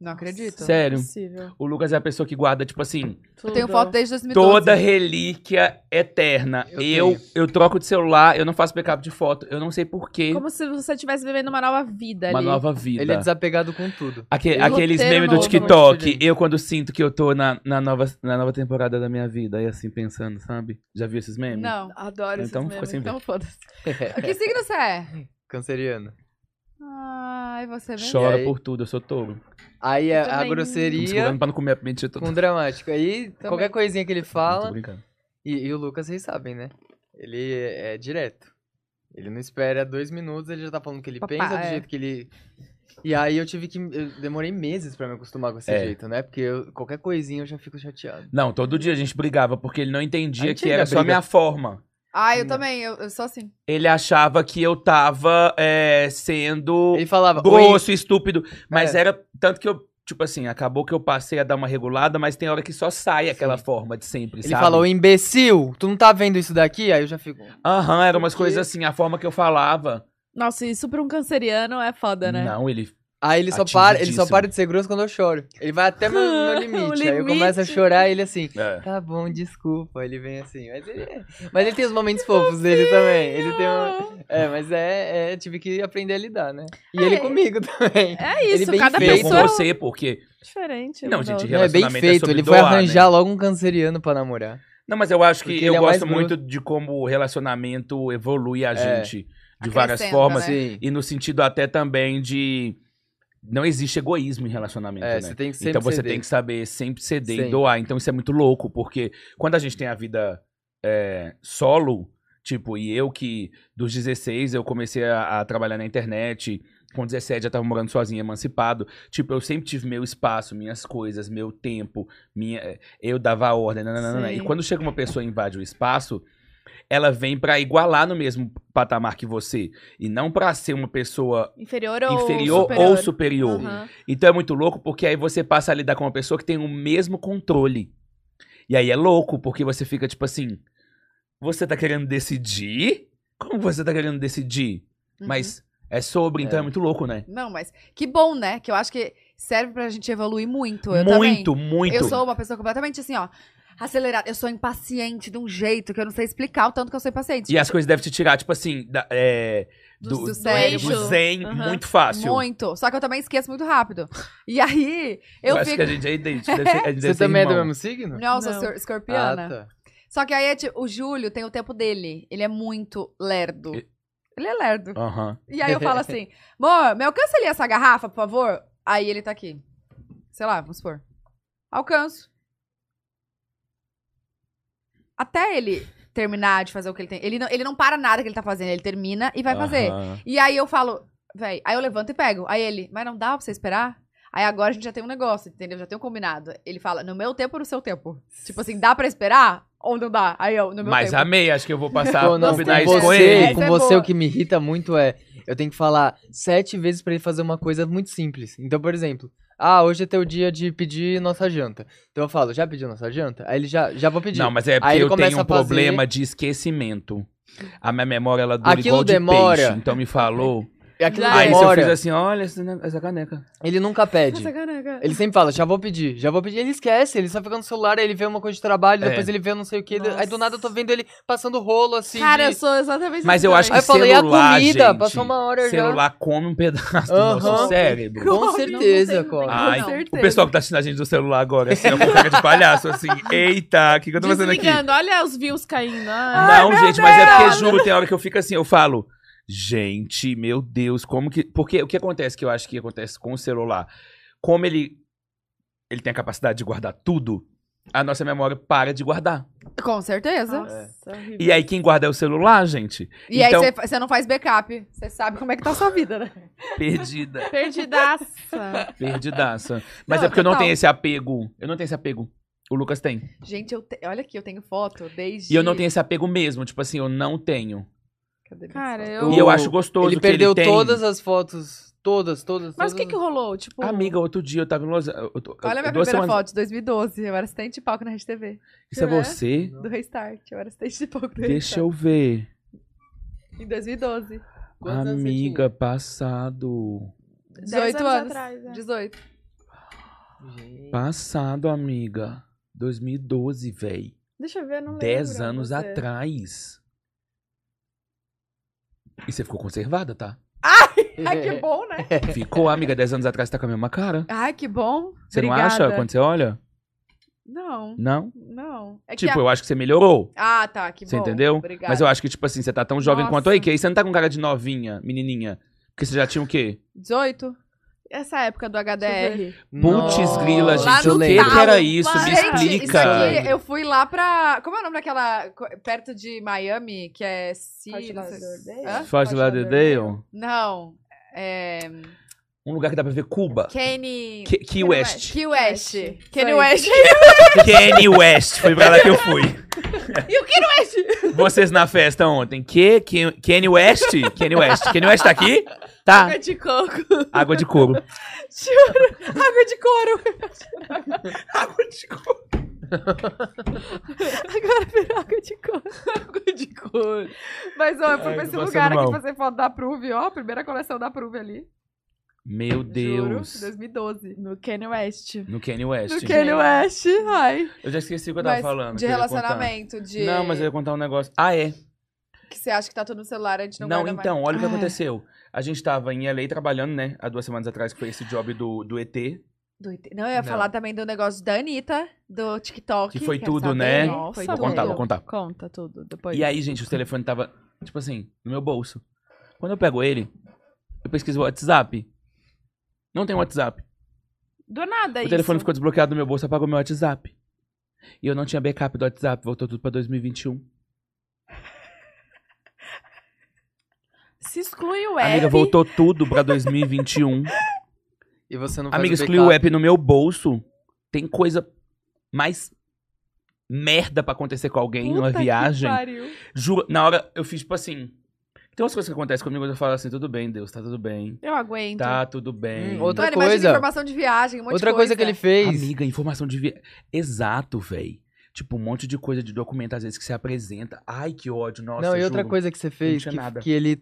Speaker 1: Não acredito.
Speaker 3: Sério.
Speaker 2: Impossível.
Speaker 3: O Lucas é a pessoa que guarda, tipo assim,
Speaker 1: Eu tenho
Speaker 2: Tudo.
Speaker 1: foto desde 2012.
Speaker 3: toda relíquia eterna.
Speaker 4: Eu
Speaker 3: Eu, eu,
Speaker 4: tenho.
Speaker 3: troco de celular, eu não faço backup de foto. Eu não sei porquê.
Speaker 2: Como se você estivesse vivendo uma nova vida
Speaker 3: Uma
Speaker 2: ali.
Speaker 3: nova vida.
Speaker 4: Ele é desapegado
Speaker 3: (laughs)
Speaker 4: com tudo.
Speaker 3: Aque-
Speaker 2: Um
Speaker 3: aqueles
Speaker 2: roteiro
Speaker 3: memes do
Speaker 2: novo,
Speaker 3: TikTok.
Speaker 4: diferente.
Speaker 3: Eu, quando sinto que eu tô na, na, nova, na nova temporada da minha vida, e assim pensando, sabe? Já viu esses memes?
Speaker 1: Não.
Speaker 2: Adoro
Speaker 3: Então
Speaker 2: esses
Speaker 3: ficou
Speaker 2: memes,
Speaker 3: sem ver.
Speaker 2: então foda-se.
Speaker 1: Que signo você é?
Speaker 4: Canceriano.
Speaker 1: Ai, você é mesmo.
Speaker 3: Chora
Speaker 4: E aí?
Speaker 3: por tudo, eu sou touro.
Speaker 4: Aí a, a
Speaker 2: também.
Speaker 3: Tô me
Speaker 4: grosseria
Speaker 3: segurando pra não comer a mentira toda.
Speaker 4: com dramático. Aí qualquer coisinha que ele
Speaker 3: Tô
Speaker 4: fala.
Speaker 3: brincando.
Speaker 4: E, e o Lucas, vocês sabem, né? Ele é, é direto. Ele não espera dois minutos, ele já tá falando o que ele
Speaker 1: Papá,
Speaker 4: pensa, do
Speaker 1: é.
Speaker 4: jeito que ele. E aí eu tive que. Eu demorei meses pra me acostumar com esse
Speaker 3: É.
Speaker 4: jeito, né? Porque eu- qualquer coisinha eu já fico chateado.
Speaker 3: Não, todo dia a gente brigava, porque ele não entendia
Speaker 4: A gente
Speaker 3: que era
Speaker 4: ainda
Speaker 3: só
Speaker 4: briga.
Speaker 3: minha forma.
Speaker 1: Ai, Ah, eu
Speaker 4: Não.
Speaker 1: também. Eu, eu sou assim.
Speaker 3: ele achava que eu tava é, sendo
Speaker 4: Ele falava. "Oi,
Speaker 3: grosso, estúpido. Mas
Speaker 4: É.
Speaker 3: era. Tanto que eu. Tipo assim, acabou que eu passei a dar uma regulada, mas tem hora que só sai aquela forma de sempre,
Speaker 4: Ele
Speaker 3: sabe?
Speaker 4: fala, ô imbecil, tu não tá vendo isso daqui? Aí eu já fico.
Speaker 3: Aham, eram umas
Speaker 4: Por quê?
Speaker 3: coisas assim, a forma que eu falava.
Speaker 2: Nossa, isso pra um canceriano é foda, né?
Speaker 3: Não, ele.
Speaker 4: Aí ele só,
Speaker 3: Atingidíssimo.
Speaker 4: para, ele só para de ser grosso quando eu choro. Ele vai até meu,
Speaker 2: (laughs)
Speaker 4: meu
Speaker 2: O
Speaker 4: limite. Aí eu
Speaker 2: limite.
Speaker 4: começo a chorar e ele assim,
Speaker 3: É.
Speaker 4: tá bom, desculpa. Ele vem assim. Mas ele, é- mas ele tem os momentos fofos dele também. Ele tem um- É, mas é, é, Tive que aprender a lidar, né? E ele
Speaker 2: É.
Speaker 4: comigo (laughs) também.
Speaker 2: É isso,
Speaker 4: Ele bem
Speaker 2: cada
Speaker 4: feito.
Speaker 3: Eu com
Speaker 2: pessoa é
Speaker 3: você, porque.
Speaker 2: diferente. um
Speaker 3: Não,
Speaker 2: uma da
Speaker 3: gente,
Speaker 2: outra.
Speaker 4: Não, é bem
Speaker 3: Relacionamento é
Speaker 4: feito.
Speaker 3: sobre
Speaker 4: ele foi
Speaker 3: doar, né?
Speaker 4: arranjar logo um canceriano pra namorar.
Speaker 3: Não, mas eu acho que
Speaker 4: Porque
Speaker 3: eu
Speaker 4: ele é mais
Speaker 3: gosto muito de como o relacionamento evolui a
Speaker 4: É.
Speaker 3: gente de várias
Speaker 1: Acrescenta,
Speaker 3: formas.
Speaker 1: né?
Speaker 4: Sim.
Speaker 3: E no sentido até também de. Não existe egoísmo em relacionamento,
Speaker 4: É,
Speaker 3: né?
Speaker 4: você tem que sempre
Speaker 3: Então você
Speaker 4: ceder.
Speaker 3: tem que saber sempre ceder e
Speaker 4: Sempre.
Speaker 3: doar. Então isso é muito louco, porque quando a gente tem a vida é, solo, tipo, e eu que dos 16 eu comecei a, a trabalhar na internet Com 17 já tava morando sozinho, emancipado. Tipo, eu sempre tive meu espaço, minhas coisas, meu tempo, minha... é, eu dava a ordem. nananana.
Speaker 2: Sim.
Speaker 3: E quando chega uma pessoa e invade o espaço, ela vem pra igualar no mesmo patamar que você. E não pra ser uma pessoa
Speaker 2: Inferior ou
Speaker 3: inferior
Speaker 2: superior?
Speaker 3: ou superior.
Speaker 2: Aham.
Speaker 3: Então é muito louco porque aí você passa a lidar com uma pessoa que tem o mesmo controle. E aí é louco porque você fica tipo assim: você tá querendo decidir? Como você tá querendo decidir?
Speaker 1: Uhum.
Speaker 3: Mas é sobre, então é.
Speaker 4: É.
Speaker 3: muito louco, né?
Speaker 1: Não, mas que bom, né? Que eu acho que serve pra gente evoluir muito. Eu também.
Speaker 3: muito, muito.
Speaker 1: Eu sou uma pessoa completamente assim, ó, acelerada. Eu sou impaciente de um jeito que eu não sei explicar o tanto que eu sou impaciente.
Speaker 3: E as coisas devem te tirar, tipo assim, da- é,
Speaker 1: Do-
Speaker 3: do,
Speaker 1: do
Speaker 3: do
Speaker 1: eixo.
Speaker 3: zen
Speaker 2: Aham.
Speaker 3: muito fácil.
Speaker 1: Muito. Só que eu também esqueço muito rápido. E aí,
Speaker 3: Eu,
Speaker 1: eu,
Speaker 3: acho
Speaker 1: fico.
Speaker 3: que a gente é idêntico. deve ser- a
Speaker 4: (laughs)
Speaker 3: gente
Speaker 4: Você
Speaker 3: deve ser
Speaker 4: também é do
Speaker 3: irmão.
Speaker 4: mesmo signo?
Speaker 1: Não, eu sou
Speaker 2: Não.
Speaker 1: escor- escorpiana.
Speaker 4: Ah, tá.
Speaker 1: Só que aí é tipo, o Júlio tem o tempo dele. Ele é muito lerdo.
Speaker 3: E-
Speaker 1: Ele é lerdo.
Speaker 3: Aham.
Speaker 1: E aí eu falo assim: amor, me alcança ali essa garrafa, por favor? Aí ele tá aqui. Sei lá, vamos supor. Alcanço. Até ele terminar de fazer o que ele tem. Ele não, ele não para nada que ele tá fazendo, ele termina e vai fazer.
Speaker 3: Aham.
Speaker 1: E aí eu falo, véi, aí eu levanto e pego. Aí ele, mas não dá pra você esperar? Aí agora a gente já tem um negócio, entendeu? Já tem um combinado. Ele fala, no meu tempo ou no seu tempo? Tipo assim, dá pra esperar ou não dá? Aí eu, no meu
Speaker 3: Mas
Speaker 1: tempo.
Speaker 3: amei, acho
Speaker 1: (laughs)
Speaker 3: que eu vou passar
Speaker 4: Pô,
Speaker 3: a
Speaker 4: não,
Speaker 3: Tá, combinar
Speaker 4: com
Speaker 3: isso com ele.
Speaker 4: você,
Speaker 1: Essa
Speaker 4: com
Speaker 1: é
Speaker 4: você
Speaker 1: boa.
Speaker 4: o que me irrita muito é eu tenho que falar sete vezes pra ele fazer uma coisa muito simples. Então, por exemplo, ah, hoje é teu dia de pedir nossa janta. Então eu falo, já pediu nossa janta? Aí ele já, já vou pedir.
Speaker 3: Não, mas é porque
Speaker 4: Aí ele
Speaker 3: eu
Speaker 4: começa
Speaker 3: tenho um
Speaker 4: a fazer-
Speaker 3: problema de esquecimento. A minha memória, ela dura
Speaker 4: Aquilo
Speaker 3: igual de
Speaker 4: demora.
Speaker 3: peixe. Então me falou.
Speaker 4: E É Aquilo
Speaker 2: Ah,
Speaker 3: Aí se eu
Speaker 4: demora,
Speaker 3: fiz assim, olha esse ne- essa caneca.
Speaker 4: ele nunca pede.
Speaker 1: Nossa, caraca.
Speaker 4: (laughs) Ele sempre fala, já vou pedir, já vou pedir. Ele esquece, ele só fica no celular, aí ele vê uma coisa de trabalho,
Speaker 3: É.
Speaker 4: depois ele vê não sei o que.
Speaker 2: Nossa.
Speaker 4: Aí do nada eu tô vendo ele passando rolo assim.
Speaker 2: Cara, eu
Speaker 4: de...
Speaker 2: sou exatamente
Speaker 3: Mas
Speaker 2: assim
Speaker 3: eu acho
Speaker 2: também.
Speaker 4: Aí
Speaker 3: que
Speaker 4: eu falei, "É a
Speaker 3: celular,
Speaker 4: comida,
Speaker 3: gente,
Speaker 4: passou uma hora já.
Speaker 3: Celular come um pedaço do
Speaker 4: Aham.
Speaker 3: nosso cérebro.
Speaker 4: Com
Speaker 1: Não, não
Speaker 4: certeza,
Speaker 2: tem-
Speaker 4: Cora.
Speaker 3: Ai,
Speaker 1: Com
Speaker 3: o
Speaker 1: certeza.
Speaker 3: pessoal que tá assistindo a gente do celular agora, assim, é uma cara de palhaço, assim, eita, o que, que eu tô fazendo aqui?
Speaker 2: Desligando, olha os views caindo. ah.
Speaker 3: Não, gente, mas é porque, juro, tem hora que eu fico assim, eu falo, gente, meu Deus, como que. Porque o que acontece que eu acho que acontece com o celular? Como ele. Ele tem a capacidade de guardar tudo, a nossa memória para de guardar.
Speaker 1: Com certeza.
Speaker 2: Nossa, horrível.
Speaker 3: E aí, quem guarda é o celular, gente?
Speaker 1: E
Speaker 3: então,
Speaker 1: aí você não faz backup. Você sabe como é que tá a sua vida, né? (laughs)
Speaker 3: perdida,
Speaker 2: Perdidaça.
Speaker 3: perdidaça. Mas
Speaker 1: Não,
Speaker 3: é porque eu não
Speaker 1: total.
Speaker 3: tenho esse apego. Eu não tenho esse apego. O Lucas tem.
Speaker 1: Gente, eu te- olha aqui, eu tenho foto desde.
Speaker 3: E eu não tenho esse apego mesmo. Tipo assim, eu não tenho.
Speaker 1: Cadê minha
Speaker 2: Cara,
Speaker 1: foto?
Speaker 2: eu.
Speaker 3: E eu acho gostoso.
Speaker 4: ele
Speaker 3: que
Speaker 4: perdeu
Speaker 3: tem.
Speaker 4: todas as fotos, todas, todas.
Speaker 2: Mas o que
Speaker 4: todas
Speaker 2: que rolou? Tipo.
Speaker 3: Amiga, outro dia eu tava em Los eu tô- eu-
Speaker 1: Olha a minha
Speaker 3: duas
Speaker 1: primeira
Speaker 3: semanas-
Speaker 1: foto, de 2012. Eu era assistente de palco na Rede TV.
Speaker 3: Isso é
Speaker 1: né?
Speaker 3: você?
Speaker 1: Do Restart. Eu era assistente de palco do
Speaker 3: Deixa
Speaker 1: Restart. (laughs)
Speaker 3: eu ver.
Speaker 1: Em 2012.
Speaker 4: Quantos anos você
Speaker 3: Amiga, passado.
Speaker 2: dez
Speaker 1: 18
Speaker 2: anos.
Speaker 1: anos.
Speaker 2: atrás, é.
Speaker 1: 18.
Speaker 4: Gente.
Speaker 3: Passado, amiga. 2012, véi.
Speaker 2: Deixa eu ver, não lembro.
Speaker 3: 10 anos
Speaker 2: você.
Speaker 3: atrás. E você ficou conservada, tá? É,
Speaker 1: Ai, que bom,
Speaker 3: (laughs)
Speaker 1: né?
Speaker 3: Ficou, amiga, 10 anos atrás tá com a mesma cara.
Speaker 1: Ai, que bom.
Speaker 3: Você não
Speaker 1: Obrigada.
Speaker 3: acha quando você olha?
Speaker 1: Não,
Speaker 3: Não?
Speaker 1: não. É que
Speaker 3: tipo,
Speaker 1: a-
Speaker 3: eu acho que você melhorou.
Speaker 1: Ah, tá, que bom.
Speaker 3: Você entendeu?
Speaker 1: Obrigada.
Speaker 3: Mas eu acho que, tipo assim, você tá tão jovem
Speaker 2: Nossa.
Speaker 3: quanto aí, que aí você não tá com cara de novinha, menininha. Porque você já tinha o quê?
Speaker 1: 18?
Speaker 2: Essa época do
Speaker 1: Deixa eu
Speaker 2: HDR.
Speaker 3: Putz,
Speaker 4: Nossa.
Speaker 1: Lá
Speaker 3: grila, gente. O
Speaker 1: no
Speaker 3: que
Speaker 1: talo.
Speaker 3: que era isso? Me
Speaker 1: Gente, isso
Speaker 3: explica.
Speaker 1: aqui, eu fui lá pra... Como é o nome daquela... co- Perto de Miami, que é... Si,
Speaker 2: Fort
Speaker 1: não sei-
Speaker 2: Lauderdale?
Speaker 1: é- Hã?
Speaker 3: Foz de
Speaker 2: Fort
Speaker 3: Lauderdale.
Speaker 1: Não. É...
Speaker 3: Um lugar que dá pra ver Cuba.
Speaker 1: Kenny...
Speaker 3: Ke- Key West.
Speaker 1: Key West.
Speaker 2: West.
Speaker 1: Kenny
Speaker 2: Isso aí. (laughs)
Speaker 1: (laughs) West.
Speaker 3: Kanye West. Foi pra lá que eu fui.
Speaker 1: E o Kanye
Speaker 3: West? Vocês na festa ontem. Que? Ken- Kanye West? Kanye West. Kanye West tá aqui? Tá.
Speaker 2: Água de coco.
Speaker 3: Água de couro.
Speaker 1: Água de couro.
Speaker 3: (laughs) Água de couro.
Speaker 1: Agora virou água de couro. água de couro. Mas, ó, eu fui pra
Speaker 3: Ai, tô
Speaker 1: esse
Speaker 3: passando
Speaker 1: lugar aqui
Speaker 3: mal.
Speaker 1: fazer foto da Pruve, ó. Primeira coleção da Pruve ali.
Speaker 3: Meu
Speaker 1: Juro,
Speaker 3: Deus.
Speaker 1: 2012.
Speaker 2: No Kanye West. É.
Speaker 3: No Kanye West.
Speaker 1: Do Kanye West. Ai.
Speaker 3: Eu já esqueci o que eu tava
Speaker 1: Mas
Speaker 3: falando.
Speaker 1: De
Speaker 3: que eu ia contar.
Speaker 1: relacionamento, de...
Speaker 3: Não, mas eu ia contar um negócio. Ah, é.
Speaker 1: Que você acha que tá tudo no celular, a gente não,
Speaker 3: Não,
Speaker 1: guarda
Speaker 3: então, olha o que
Speaker 2: Ah, é.
Speaker 3: aconteceu. A gente tava em LA trabalhando, né? Há duas semanas atrás, que foi esse job do, do ET.
Speaker 1: mais. Do- Não, eu ia
Speaker 3: Não.
Speaker 1: falar também do negócio da Anitta, do TikTok.
Speaker 3: Que foi
Speaker 1: quero
Speaker 3: tudo,
Speaker 1: saber.
Speaker 3: né?
Speaker 1: Nossa,
Speaker 2: Foi
Speaker 3: Vou
Speaker 2: tudo.
Speaker 3: contar, vou contar.
Speaker 2: Conta tudo depois.
Speaker 3: E aí, gente, o telefone tava, tipo assim, no meu bolso. Quando eu pego ele, eu pesquiso o WhatsApp. Não tem WhatsApp.
Speaker 2: Do nada,
Speaker 3: o
Speaker 2: É isso.
Speaker 3: telefone ficou desbloqueado no meu bolso, apagou meu WhatsApp. E eu não tinha backup do um. WhatsApp, voltou tudo pra 2021.
Speaker 2: Se exclui o app.
Speaker 3: Amiga, voltou tudo
Speaker 2: (laughs)
Speaker 3: pra 2021.
Speaker 4: E você não faz
Speaker 3: Amiga,
Speaker 4: o
Speaker 3: excluiu o
Speaker 4: backup.
Speaker 3: app no meu bolso. Tem coisa mais merda pra acontecer com alguém numa
Speaker 2: Puta que
Speaker 3: viagem.
Speaker 2: pariu.
Speaker 3: Juro, na hora eu fiz tipo assim. Tem umas coisas que acontecem comigo eu falo assim: tudo bem, Deus, tá tudo bem.
Speaker 2: Eu aguento.
Speaker 3: Tá tudo bem.
Speaker 4: Hum, outra
Speaker 1: Mano, imagina
Speaker 4: coisa.
Speaker 1: informação de viagem, um monte
Speaker 4: Outra
Speaker 1: de
Speaker 4: coisa que ele fez.
Speaker 3: Amiga, informação de viagem. Exato, véi. Tipo, um monte de coisa de documento às vezes que se apresenta. Ai, que ódio, nossa.
Speaker 4: não, e outra
Speaker 3: juro.
Speaker 4: coisa que você fez,
Speaker 3: tinha
Speaker 4: que,
Speaker 3: nada.
Speaker 4: que ele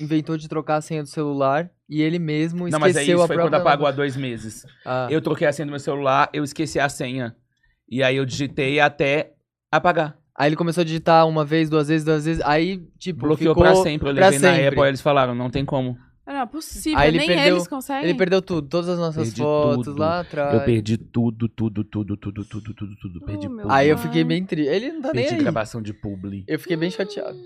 Speaker 4: inventou de trocar a senha do celular e ele mesmo
Speaker 3: Não,
Speaker 4: esqueceu
Speaker 3: mas aí isso
Speaker 4: a
Speaker 3: foi
Speaker 4: própria...
Speaker 3: quando apagou há dois meses.
Speaker 4: Ah,
Speaker 3: Eu troquei a senha do meu celular, eu esqueci a senha. E aí eu digitei até apagar.
Speaker 4: Aí ele começou a digitar uma vez, duas vezes, duas vezes, aí, tipo,
Speaker 3: Bloqueou
Speaker 4: ficou...
Speaker 3: pra sempre. Eu
Speaker 4: pra
Speaker 3: levei na
Speaker 4: sempre.
Speaker 3: Apple, eles falaram, não tem como.
Speaker 2: Não, não é possível.
Speaker 4: Aí ele
Speaker 2: Nem
Speaker 4: perdeu-
Speaker 2: eles conseguem.
Speaker 4: Ele perdeu tudo, todas as nossas
Speaker 3: Perdi
Speaker 4: fotos
Speaker 3: tudo.
Speaker 4: lá atrás.
Speaker 3: Eu perdi tudo, tudo, tudo, tudo, tudo, tudo, tudo. Perdi
Speaker 2: meu
Speaker 3: tudo.
Speaker 4: Aí eu
Speaker 2: Ai.
Speaker 4: fiquei bem triste. Ele não tá nem
Speaker 3: Perdi
Speaker 4: aí.
Speaker 3: gravação de publi.
Speaker 4: Eu fiquei bem chateado.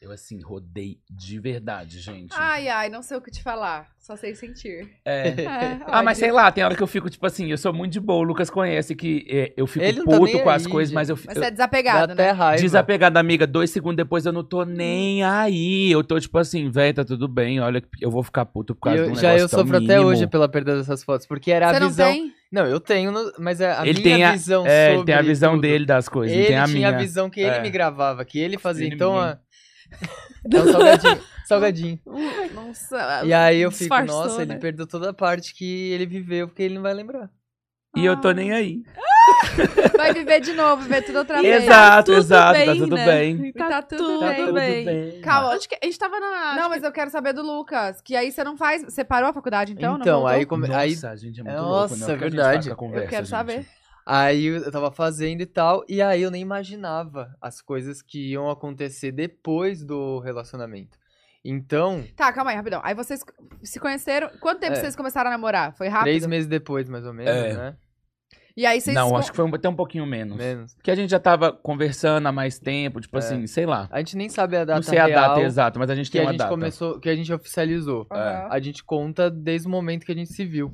Speaker 3: Eu, assim, rodei de verdade, gente.
Speaker 1: Ai, ai, não sei o que te falar. Só sei sentir.
Speaker 3: É.
Speaker 2: É,
Speaker 3: Ah, mas
Speaker 2: ódio.
Speaker 3: sei lá, tem hora que eu fico, tipo assim, eu sou muito de boa, o Lucas conhece que é, eu fico
Speaker 4: Ele não tá
Speaker 3: puto
Speaker 4: nem
Speaker 3: com as
Speaker 4: aí,
Speaker 3: coisas, mas eu,
Speaker 1: Mas
Speaker 3: eu
Speaker 1: você é
Speaker 4: Dá
Speaker 1: desapegado,
Speaker 4: até
Speaker 1: né?
Speaker 4: raiva. Uhum.
Speaker 3: Desapegada, amiga, dois segundos depois eu não tô nem aí. Eu tô tipo assim, véi, tá tudo bem, olha, eu vou ficar puto por
Speaker 4: E
Speaker 3: causa um
Speaker 4: eu-
Speaker 3: do
Speaker 4: já eu sofro até hoje pela perda dessas fotos, porque era
Speaker 1: Você
Speaker 4: a
Speaker 1: não
Speaker 4: visão...
Speaker 1: tem?
Speaker 4: Não, eu tenho, no- mas é a
Speaker 3: Ele
Speaker 4: minha
Speaker 3: tem a-
Speaker 4: visão
Speaker 3: É, ele
Speaker 4: sobre
Speaker 3: tem a visão
Speaker 4: tudo.
Speaker 3: dele das coisas,
Speaker 4: Ele
Speaker 3: não tem a
Speaker 4: tinha
Speaker 3: minha.
Speaker 4: a visão que ele
Speaker 3: É.
Speaker 4: me gravava, que ele fazia.
Speaker 3: Ele
Speaker 4: Então,
Speaker 3: me-
Speaker 4: a... é um
Speaker 1: (laughs)
Speaker 4: salgadinho. salgadinho.
Speaker 1: Nossa.
Speaker 4: E aí eu fico,
Speaker 2: Disfarçou,
Speaker 4: nossa,
Speaker 2: né?
Speaker 4: ele perdeu toda a parte que ele viveu, porque ele não vai lembrar.
Speaker 3: E eu tô nem aí.
Speaker 1: Vai viver de novo, viver tudo outra vez.
Speaker 3: Exato,
Speaker 2: Tudo
Speaker 3: exato, tá
Speaker 2: bem,
Speaker 3: tudo
Speaker 2: né?
Speaker 3: bem.
Speaker 2: Tá,
Speaker 1: Tá
Speaker 2: tudo,
Speaker 1: tudo
Speaker 3: Tá
Speaker 2: bem.
Speaker 3: tudo bem.
Speaker 1: Calma.
Speaker 2: Acho que a gente tava na...
Speaker 1: Não, mas eu quero saber do Lucas. Que aí você não faz. Você parou a faculdade, então? não voltou?
Speaker 4: aí, come... aí,
Speaker 3: Nossa, gente, é muito louco, né?
Speaker 4: Nossa,
Speaker 3: O que a gente
Speaker 4: verdade.
Speaker 3: faz com a conversa,
Speaker 1: Eu quero
Speaker 3: gente?
Speaker 1: saber.
Speaker 4: aí eu tava fazendo e tal, e aí eu nem imaginava as coisas que iam acontecer depois do relacionamento. Então,
Speaker 1: Tá, calma aí, rapidão. Aí vocês se conheceram. Quanto tempo
Speaker 4: É.
Speaker 1: vocês começaram a namorar? Foi rápido?
Speaker 4: três meses depois, mais ou menos,
Speaker 3: É.
Speaker 4: né?
Speaker 1: E aí vocês.
Speaker 3: Não,
Speaker 1: con-
Speaker 3: acho que foi um- até um pouquinho menos.
Speaker 4: Menos.
Speaker 3: Porque a gente já tava conversando há mais tempo, tipo
Speaker 4: É.
Speaker 3: assim, sei lá.
Speaker 4: A gente nem sabe a data
Speaker 3: Não sei a
Speaker 4: real
Speaker 3: data exata, mas a gente
Speaker 4: que
Speaker 3: tem
Speaker 4: a
Speaker 3: uma
Speaker 4: gente
Speaker 3: data.
Speaker 4: começou, que a gente oficializou.
Speaker 1: Aham,
Speaker 4: A gente conta desde o momento que a gente se viu.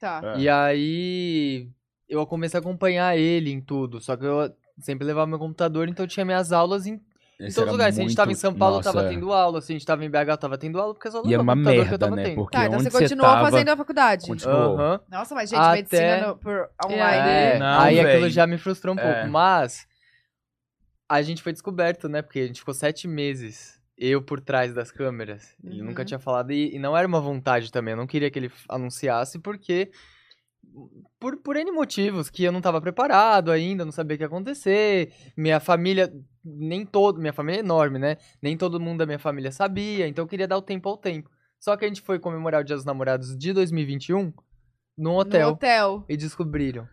Speaker 1: Tá.
Speaker 3: É.
Speaker 4: E aí eu comecei a acompanhar ele em tudo, só que eu sempre levava meu computador, então eu tinha minhas aulas em, em
Speaker 3: É, Esse
Speaker 4: todos os
Speaker 3: era
Speaker 4: lugares. Se a gente
Speaker 3: muito-
Speaker 4: tava em São Paulo, eu
Speaker 3: Nossa,
Speaker 4: tava
Speaker 3: é.
Speaker 4: tendo aula. Se a gente tava em BH, eu tava tendo aula, porque só
Speaker 3: E é
Speaker 4: levava
Speaker 3: uma
Speaker 4: o computador que eu
Speaker 3: merda,
Speaker 4: tava
Speaker 3: né?
Speaker 4: tendo.
Speaker 3: Porque tipo,
Speaker 1: Tá, então
Speaker 3: onde
Speaker 1: você continuou
Speaker 3: tava...
Speaker 1: fazendo a faculdade.
Speaker 3: Continu-
Speaker 4: Aham.
Speaker 1: Nossa, mas gente,
Speaker 4: Até-
Speaker 1: medicina no- por online.
Speaker 4: É,
Speaker 3: Não,
Speaker 4: aí aquilo
Speaker 3: véi.
Speaker 4: já me frustrou um
Speaker 3: É.
Speaker 4: pouco, mas a gente foi descoberto, né? Porque a gente ficou sete meses. Eu por trás das câmeras. Ele nunca
Speaker 1: Uhum.
Speaker 4: tinha falado. E, e não era uma vontade também. Eu não queria que ele f- anunciasse, porque. Por, por N motivos, que eu não tava preparado ainda, não sabia o que ia acontecer. Minha família, nem todo. Minha família é enorme, né? Nem todo mundo da minha família sabia, então eu queria dar o tempo ao tempo. Só que a gente foi comemorar o Dia dos Namorados de 2021 num hotel.
Speaker 3: É.
Speaker 1: No hotel.
Speaker 4: E descobriram. é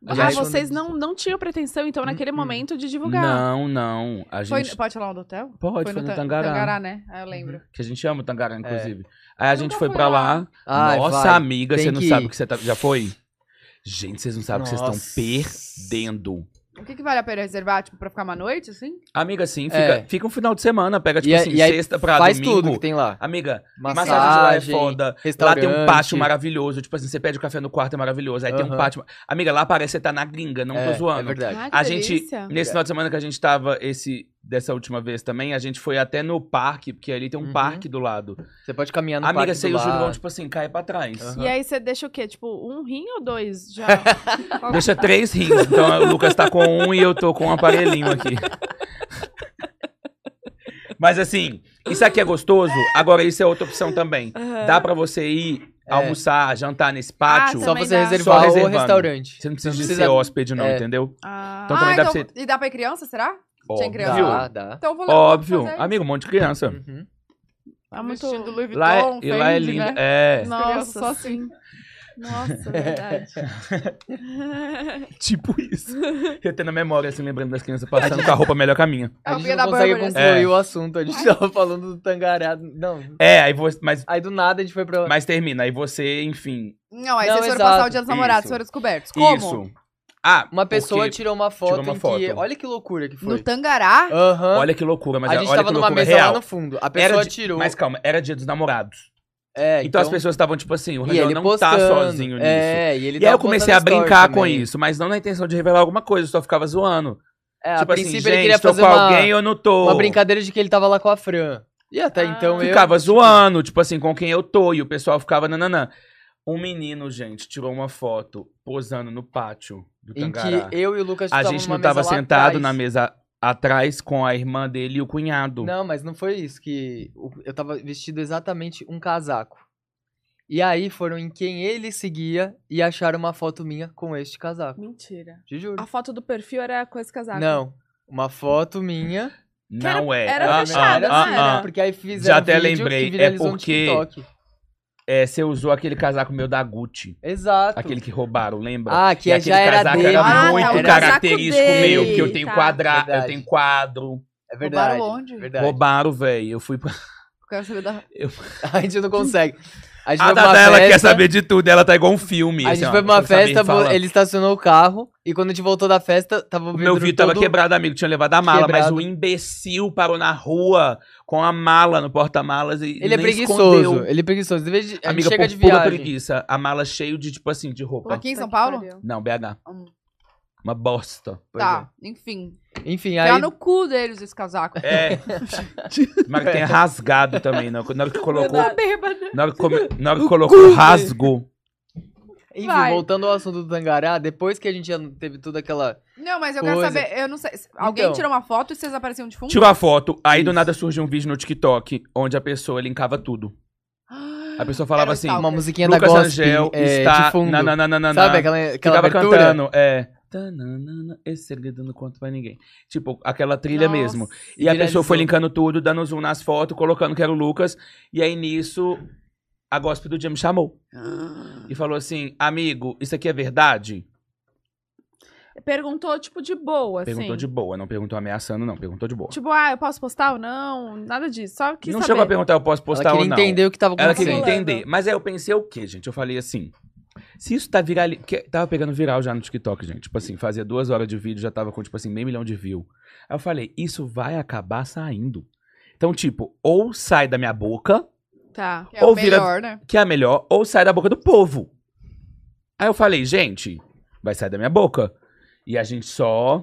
Speaker 3: Mas
Speaker 2: ah,
Speaker 3: aí-
Speaker 2: vocês não, não tinham pretensão, então, naquele
Speaker 4: Hum, hum.
Speaker 2: momento de divulgar.
Speaker 3: Não, não. A
Speaker 1: Foi-
Speaker 3: gente...
Speaker 1: Pode falar um do hotel?
Speaker 3: Pode, foi, no
Speaker 1: Ta-
Speaker 3: Tangará.
Speaker 1: Tangará, né? Ah, eu lembro.
Speaker 3: Que a gente ama o
Speaker 4: É.
Speaker 3: Tangará, inclusive. Aí
Speaker 1: Eu
Speaker 3: a gente
Speaker 1: nunca
Speaker 3: foi
Speaker 1: fui
Speaker 3: pra
Speaker 1: lá.
Speaker 3: lá.
Speaker 4: Ai,
Speaker 3: Nossa,
Speaker 4: vai.
Speaker 3: amiga,
Speaker 4: Tem
Speaker 3: você não
Speaker 4: que
Speaker 3: sabe
Speaker 4: ir.
Speaker 3: o que você tá... Já foi? Gente, vocês não sabem o que
Speaker 4: Nossa.
Speaker 3: vocês estão perdendo.
Speaker 1: O que, que vale a pena reservar, tipo, pra ficar uma noite, assim?
Speaker 3: Amiga, sim, fica,
Speaker 4: É.
Speaker 3: fica um final de semana. Pega, tipo
Speaker 4: E aí-
Speaker 3: assim,
Speaker 4: e aí
Speaker 3: sexta pra
Speaker 4: Faz
Speaker 3: domingo.
Speaker 4: tudo que tem lá.
Speaker 3: Amiga,
Speaker 4: Massagem,
Speaker 3: massagem lá é foda. Lá
Speaker 4: restaurante.
Speaker 3: tem um pátio maravilhoso. Tipo assim, você pede o café no quarto, é maravilhoso. Aí tem um
Speaker 4: Aham.
Speaker 3: pátio... Amiga, lá parece que você tá na gringa, não
Speaker 4: é,
Speaker 3: tô zoando.
Speaker 4: É verdade.
Speaker 2: Ah, que
Speaker 3: A gente,
Speaker 2: delícia.
Speaker 3: nesse
Speaker 4: É.
Speaker 3: final de semana que a gente tava, esse, dessa última vez também, a gente foi até no parque, porque ali tem um
Speaker 4: Uhum.
Speaker 3: parque do lado.
Speaker 4: Você pode caminhar no
Speaker 3: Amiga,
Speaker 4: parque
Speaker 3: você e
Speaker 4: do
Speaker 3: o Júlio vão,
Speaker 4: lado.
Speaker 3: tipo assim, cair pra trás.
Speaker 4: Aham.
Speaker 2: E aí você deixa o quê? Tipo, um rim ou dois já?
Speaker 3: Deixa três rins. Então o Lucas tá com um e eu tô com um aparelhinho aqui. (laughs) Mas assim, isso aqui é gostoso. Agora, isso é outra opção também.
Speaker 2: Aham.
Speaker 3: Dá pra você ir
Speaker 4: É.
Speaker 3: almoçar, jantar nesse pátio.
Speaker 2: Ah,
Speaker 4: Só
Speaker 2: Também
Speaker 4: você
Speaker 2: dá.
Speaker 3: Só
Speaker 4: reservar o
Speaker 3: reservando.
Speaker 4: restaurante.
Speaker 3: Você não precisa,
Speaker 4: Não
Speaker 3: de
Speaker 4: precisa-
Speaker 3: ser hóspede, não,
Speaker 4: é.
Speaker 3: entendeu?
Speaker 2: Ah,
Speaker 3: (laughs) Então também
Speaker 1: ah,
Speaker 3: dá pra
Speaker 1: então, e dá pra criança, será? Tinha
Speaker 3: Óbvio.
Speaker 1: criança.
Speaker 4: Dá, dá.
Speaker 1: Então eu vou lá.
Speaker 3: Óbvio.
Speaker 1: vou fazer.
Speaker 3: Amigo, um monte de criança.
Speaker 4: Uhum.
Speaker 1: Tá
Speaker 2: é muito...
Speaker 1: Vestido Louis Vuitton,
Speaker 3: Lá é, e lá é
Speaker 1: Fendi,
Speaker 3: lindo.
Speaker 1: né?
Speaker 3: É.
Speaker 2: Nossa,
Speaker 1: Só
Speaker 2: assim.
Speaker 3: (laughs)
Speaker 2: Nossa, verdade.
Speaker 3: Tipo isso. Eu tenho na memória, assim, lembrando das crianças passando com a roupa melhor que a minha.
Speaker 1: É
Speaker 4: A
Speaker 1: o
Speaker 4: gente
Speaker 1: Bia
Speaker 4: não
Speaker 1: da
Speaker 4: consegue
Speaker 1: Burberry. assim.
Speaker 4: concluir
Speaker 3: É.
Speaker 4: o assunto. A gente tava falando do tangará. Não.
Speaker 3: É, aí você. Mas,
Speaker 4: Aí do nada a gente foi pra.
Speaker 3: mas termina. Aí você, enfim.
Speaker 1: Não, aí
Speaker 4: Não,
Speaker 1: vocês foram
Speaker 4: exato.
Speaker 1: passar o dia dos namorados,
Speaker 3: Isso.
Speaker 1: foram descobertos. Como?
Speaker 3: Isso. Ah,
Speaker 4: Uma pessoa
Speaker 3: porque-
Speaker 4: tirou uma foto
Speaker 3: tirou uma
Speaker 4: em que.
Speaker 3: foto.
Speaker 4: Olha que loucura que
Speaker 1: No
Speaker 4: foi.
Speaker 1: Tangará?
Speaker 4: Aham.
Speaker 3: Olha que loucura, mas
Speaker 4: a
Speaker 3: é-
Speaker 4: gente
Speaker 3: olha
Speaker 4: tava
Speaker 3: que
Speaker 4: numa
Speaker 3: loucura
Speaker 4: mesa
Speaker 3: real.
Speaker 4: lá no fundo. A pessoa
Speaker 3: de-
Speaker 4: tirou.
Speaker 3: Mas calma, era dia dos namorados.
Speaker 4: É,
Speaker 3: Então, as pessoas estavam tipo assim, o
Speaker 4: E
Speaker 3: Rangel
Speaker 4: ele
Speaker 3: não
Speaker 4: postando.
Speaker 3: tá sozinho nisso.
Speaker 4: É, e
Speaker 3: E
Speaker 4: ele
Speaker 3: aí
Speaker 4: tava
Speaker 3: eu comecei a
Speaker 4: postando story
Speaker 3: brincar com
Speaker 4: também.
Speaker 3: isso, mas não na intenção de revelar alguma coisa, eu só ficava zoando.
Speaker 4: É, a
Speaker 3: tipo assim,
Speaker 4: princípio ele
Speaker 3: gente,
Speaker 4: queria
Speaker 3: tô
Speaker 4: fazer
Speaker 3: com
Speaker 4: uma,
Speaker 3: alguém ou não tô.
Speaker 4: uma brincadeira de que ele tava lá com a Fran. E até
Speaker 2: Ah.
Speaker 4: então eu.
Speaker 3: Ficava zoando, tipo assim, com quem eu tô, e o pessoal ficava nananã. Um menino, gente, tirou uma foto posando no pátio do
Speaker 4: Em
Speaker 3: Tangará.
Speaker 4: que eu e o Lucas
Speaker 3: A
Speaker 4: tava
Speaker 3: gente
Speaker 4: numa
Speaker 3: não tava
Speaker 4: mesa lá
Speaker 3: sentado
Speaker 4: atrás.
Speaker 3: na mesa atrás com a irmã dele e o cunhado.
Speaker 4: Não, mas não foi isso que o- eu tava vestido exatamente um casaco. E aí foram em quem ele seguia e acharam uma foto minha com este casaco.
Speaker 2: Mentira.
Speaker 4: Te juro.
Speaker 2: A foto do perfil era com esse casaco.
Speaker 4: Não, uma foto minha.
Speaker 3: Não é.
Speaker 2: era
Speaker 3: Ah, ah,
Speaker 2: fechada,
Speaker 3: ah,
Speaker 2: não
Speaker 4: assim, né?
Speaker 3: ah.
Speaker 4: Porque aí fizeram
Speaker 3: Já até
Speaker 4: vídeo que
Speaker 3: lembrei, é
Speaker 4: viralizou no
Speaker 3: porque-
Speaker 4: TikTok.
Speaker 3: É, você usou aquele casaco meu da Gucci.
Speaker 4: Exato.
Speaker 3: Aquele que roubaram, lembra?
Speaker 4: Ah, que
Speaker 3: E
Speaker 4: é-
Speaker 3: aquele
Speaker 4: já era
Speaker 3: casaco
Speaker 4: dele.
Speaker 3: era
Speaker 1: Ah, tá,
Speaker 3: muito
Speaker 1: o casaco
Speaker 3: característico
Speaker 1: dele.
Speaker 3: meu, porque eu tenho
Speaker 2: Tá.
Speaker 3: quadra, eu
Speaker 4: Verdade.
Speaker 3: tenho quadro.
Speaker 4: É verdade.
Speaker 1: Roubaram onde?
Speaker 4: Verdade.
Speaker 3: Roubaram, velho. Eu fui pra...
Speaker 1: Eu quero saber da.
Speaker 4: (laughs) A gente não consegue. A gente
Speaker 3: A
Speaker 4: foi pra
Speaker 3: Dada, Hum.
Speaker 4: uma
Speaker 3: Ah, tá, ela
Speaker 4: festa,
Speaker 3: quer saber de tudo, ela tá igual um filme.
Speaker 4: A
Speaker 3: assim,
Speaker 4: gente
Speaker 3: ó,
Speaker 4: foi pra uma
Speaker 3: não sabe nem
Speaker 4: festa, bo-
Speaker 3: falar.
Speaker 4: ele estacionou o carro e quando a gente voltou da festa, tava
Speaker 3: O meu vidro tava
Speaker 4: todo-
Speaker 3: quebrado, amigo. Tinha levado a mala, mas
Speaker 4: Quebrado.
Speaker 3: o imbecil parou na rua com a mala no porta-malas e
Speaker 4: Ele é
Speaker 3: nem
Speaker 4: preguiçoso.
Speaker 3: escondeu.
Speaker 4: Ele é preguiçoso. Em vez de- a gente
Speaker 3: Amiga,
Speaker 4: chega
Speaker 3: por
Speaker 4: de
Speaker 3: pura
Speaker 4: viagem. é
Speaker 3: preguiça. A mala cheio de, tipo assim, de roupa.
Speaker 1: Aqui em
Speaker 2: Puta
Speaker 1: São
Speaker 2: que
Speaker 1: Paulo?
Speaker 2: pariu.
Speaker 3: Não, BH.
Speaker 1: Hum.
Speaker 3: Uma
Speaker 4: (laughs)
Speaker 3: bosta.
Speaker 4: Pois
Speaker 1: tá, enfim.
Speaker 4: Enfim,
Speaker 1: Tá
Speaker 4: aí.
Speaker 1: no cu deles esse
Speaker 4: (laughs)
Speaker 1: casaco.
Speaker 3: É. Mas
Speaker 4: É.
Speaker 3: tem rasgado também, na na hora que colocou.
Speaker 2: Tô bêbada.
Speaker 3: Na hora que, come- na hora que colocou rasgo.
Speaker 4: Enfim,
Speaker 2: Vai.
Speaker 4: voltando ao assunto do Tangará, depois que a gente já teve toda aquela.
Speaker 1: Não, mas eu quero
Speaker 4: Coisa.
Speaker 1: saber. Eu não sei. se- Alguém
Speaker 4: Então. Tipo,
Speaker 1: tirou uma foto e vocês apareciam de fundo?
Speaker 3: Tirou a foto, aí do nada surgiu um vídeo no TikTok onde a pessoa linkava tudo. A pessoa falava
Speaker 1: Era
Speaker 3: assim:
Speaker 1: tal.
Speaker 4: Uma musiquinha da
Speaker 3: Lucas
Speaker 4: gospel
Speaker 3: Angel
Speaker 4: é,
Speaker 3: está.
Speaker 4: de fundo.
Speaker 3: nananana,
Speaker 4: Sabe aquela, aquela
Speaker 3: ficava
Speaker 4: abertura?
Speaker 3: cantando, é. tananana, Esse segredo não conta pra ninguém. Tipo, aquela trilha
Speaker 1: Nossa.
Speaker 3: mesmo. E a pessoa
Speaker 4: Viralizou.
Speaker 3: foi linkando tudo, dando zoom nas fotos, colocando que era o Lucas. E aí nisso, a gospel do dia me chamou. E falou assim: Amigo, isso aqui é verdade?
Speaker 2: Perguntou, tipo, de boa,
Speaker 3: Perguntou
Speaker 2: assim.
Speaker 3: de boa, não perguntou ameaçando, não, perguntou de boa.
Speaker 2: Tipo, ah, eu posso postar ou não? Nada disso. Só que
Speaker 3: não
Speaker 2: saber.
Speaker 3: chegou a perguntar, eu posso postar ou
Speaker 4: ela queria
Speaker 3: não.
Speaker 4: entender o que tava
Speaker 3: Ela
Speaker 4: acontecendo.
Speaker 3: queria
Speaker 2: rolando.
Speaker 3: entender. Mas aí eu pensei o quê, gente? Eu falei assim. Se isso tá viral. Porque tava pegando viral já no TikTok, gente. Tipo assim, fazia duas horas de vídeo, já tava com, tipo assim, meio milhão de views. Aí eu falei, isso vai acabar saindo. Então, tipo, ou sai da minha boca,
Speaker 2: Tá.
Speaker 1: É o
Speaker 3: Ou vira-
Speaker 1: melhor, né?
Speaker 3: que é a melhor, ou sai da boca do povo. Aí eu falei, gente, vai sair da minha boca. E a gente só.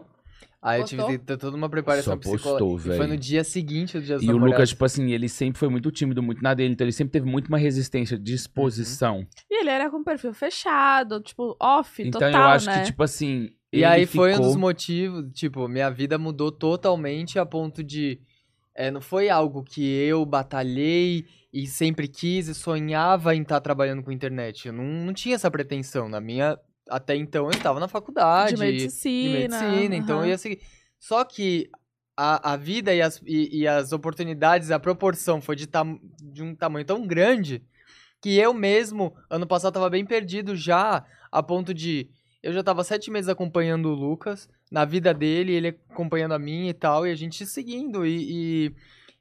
Speaker 4: Aí eu tive
Speaker 1: Postou?
Speaker 4: que ter toda uma preparação
Speaker 3: Só
Speaker 4: psicológica.
Speaker 3: postou,
Speaker 4: E Foi
Speaker 3: velho.
Speaker 4: no dia seguinte do dia dos
Speaker 3: E o
Speaker 4: namorados.
Speaker 3: Lucas, tipo assim, ele sempre foi muito tímido, muito na dele. Então ele sempre teve muito uma resistência de
Speaker 4: Uhum.
Speaker 3: exposição.
Speaker 2: E ele era com perfil fechado, tipo, off,
Speaker 3: então
Speaker 2: total,
Speaker 3: eu acho
Speaker 2: né?
Speaker 3: que, tipo assim.
Speaker 4: E
Speaker 3: ele
Speaker 4: aí foi um
Speaker 3: ficou-
Speaker 4: dos motivos, tipo, minha vida mudou totalmente a ponto de. é, não foi algo que eu batalhei e sempre quis e sonhava em estar trabalhando com internet. Eu não, não tinha essa pretensão. Na minha. Até então eu estava na faculdade.
Speaker 2: de medicina.
Speaker 4: de medicina, então
Speaker 2: aham.
Speaker 4: eu ia seguir. Só que a, a vida e as, e, e as oportunidades, a proporção foi de, tam, de um tamanho tão grande que eu mesmo, ano passado, tava bem perdido já, a ponto de. Eu já tava sete meses acompanhando o Lucas, na vida dele, ele acompanhando a minha e tal, e a gente seguindo. E, e,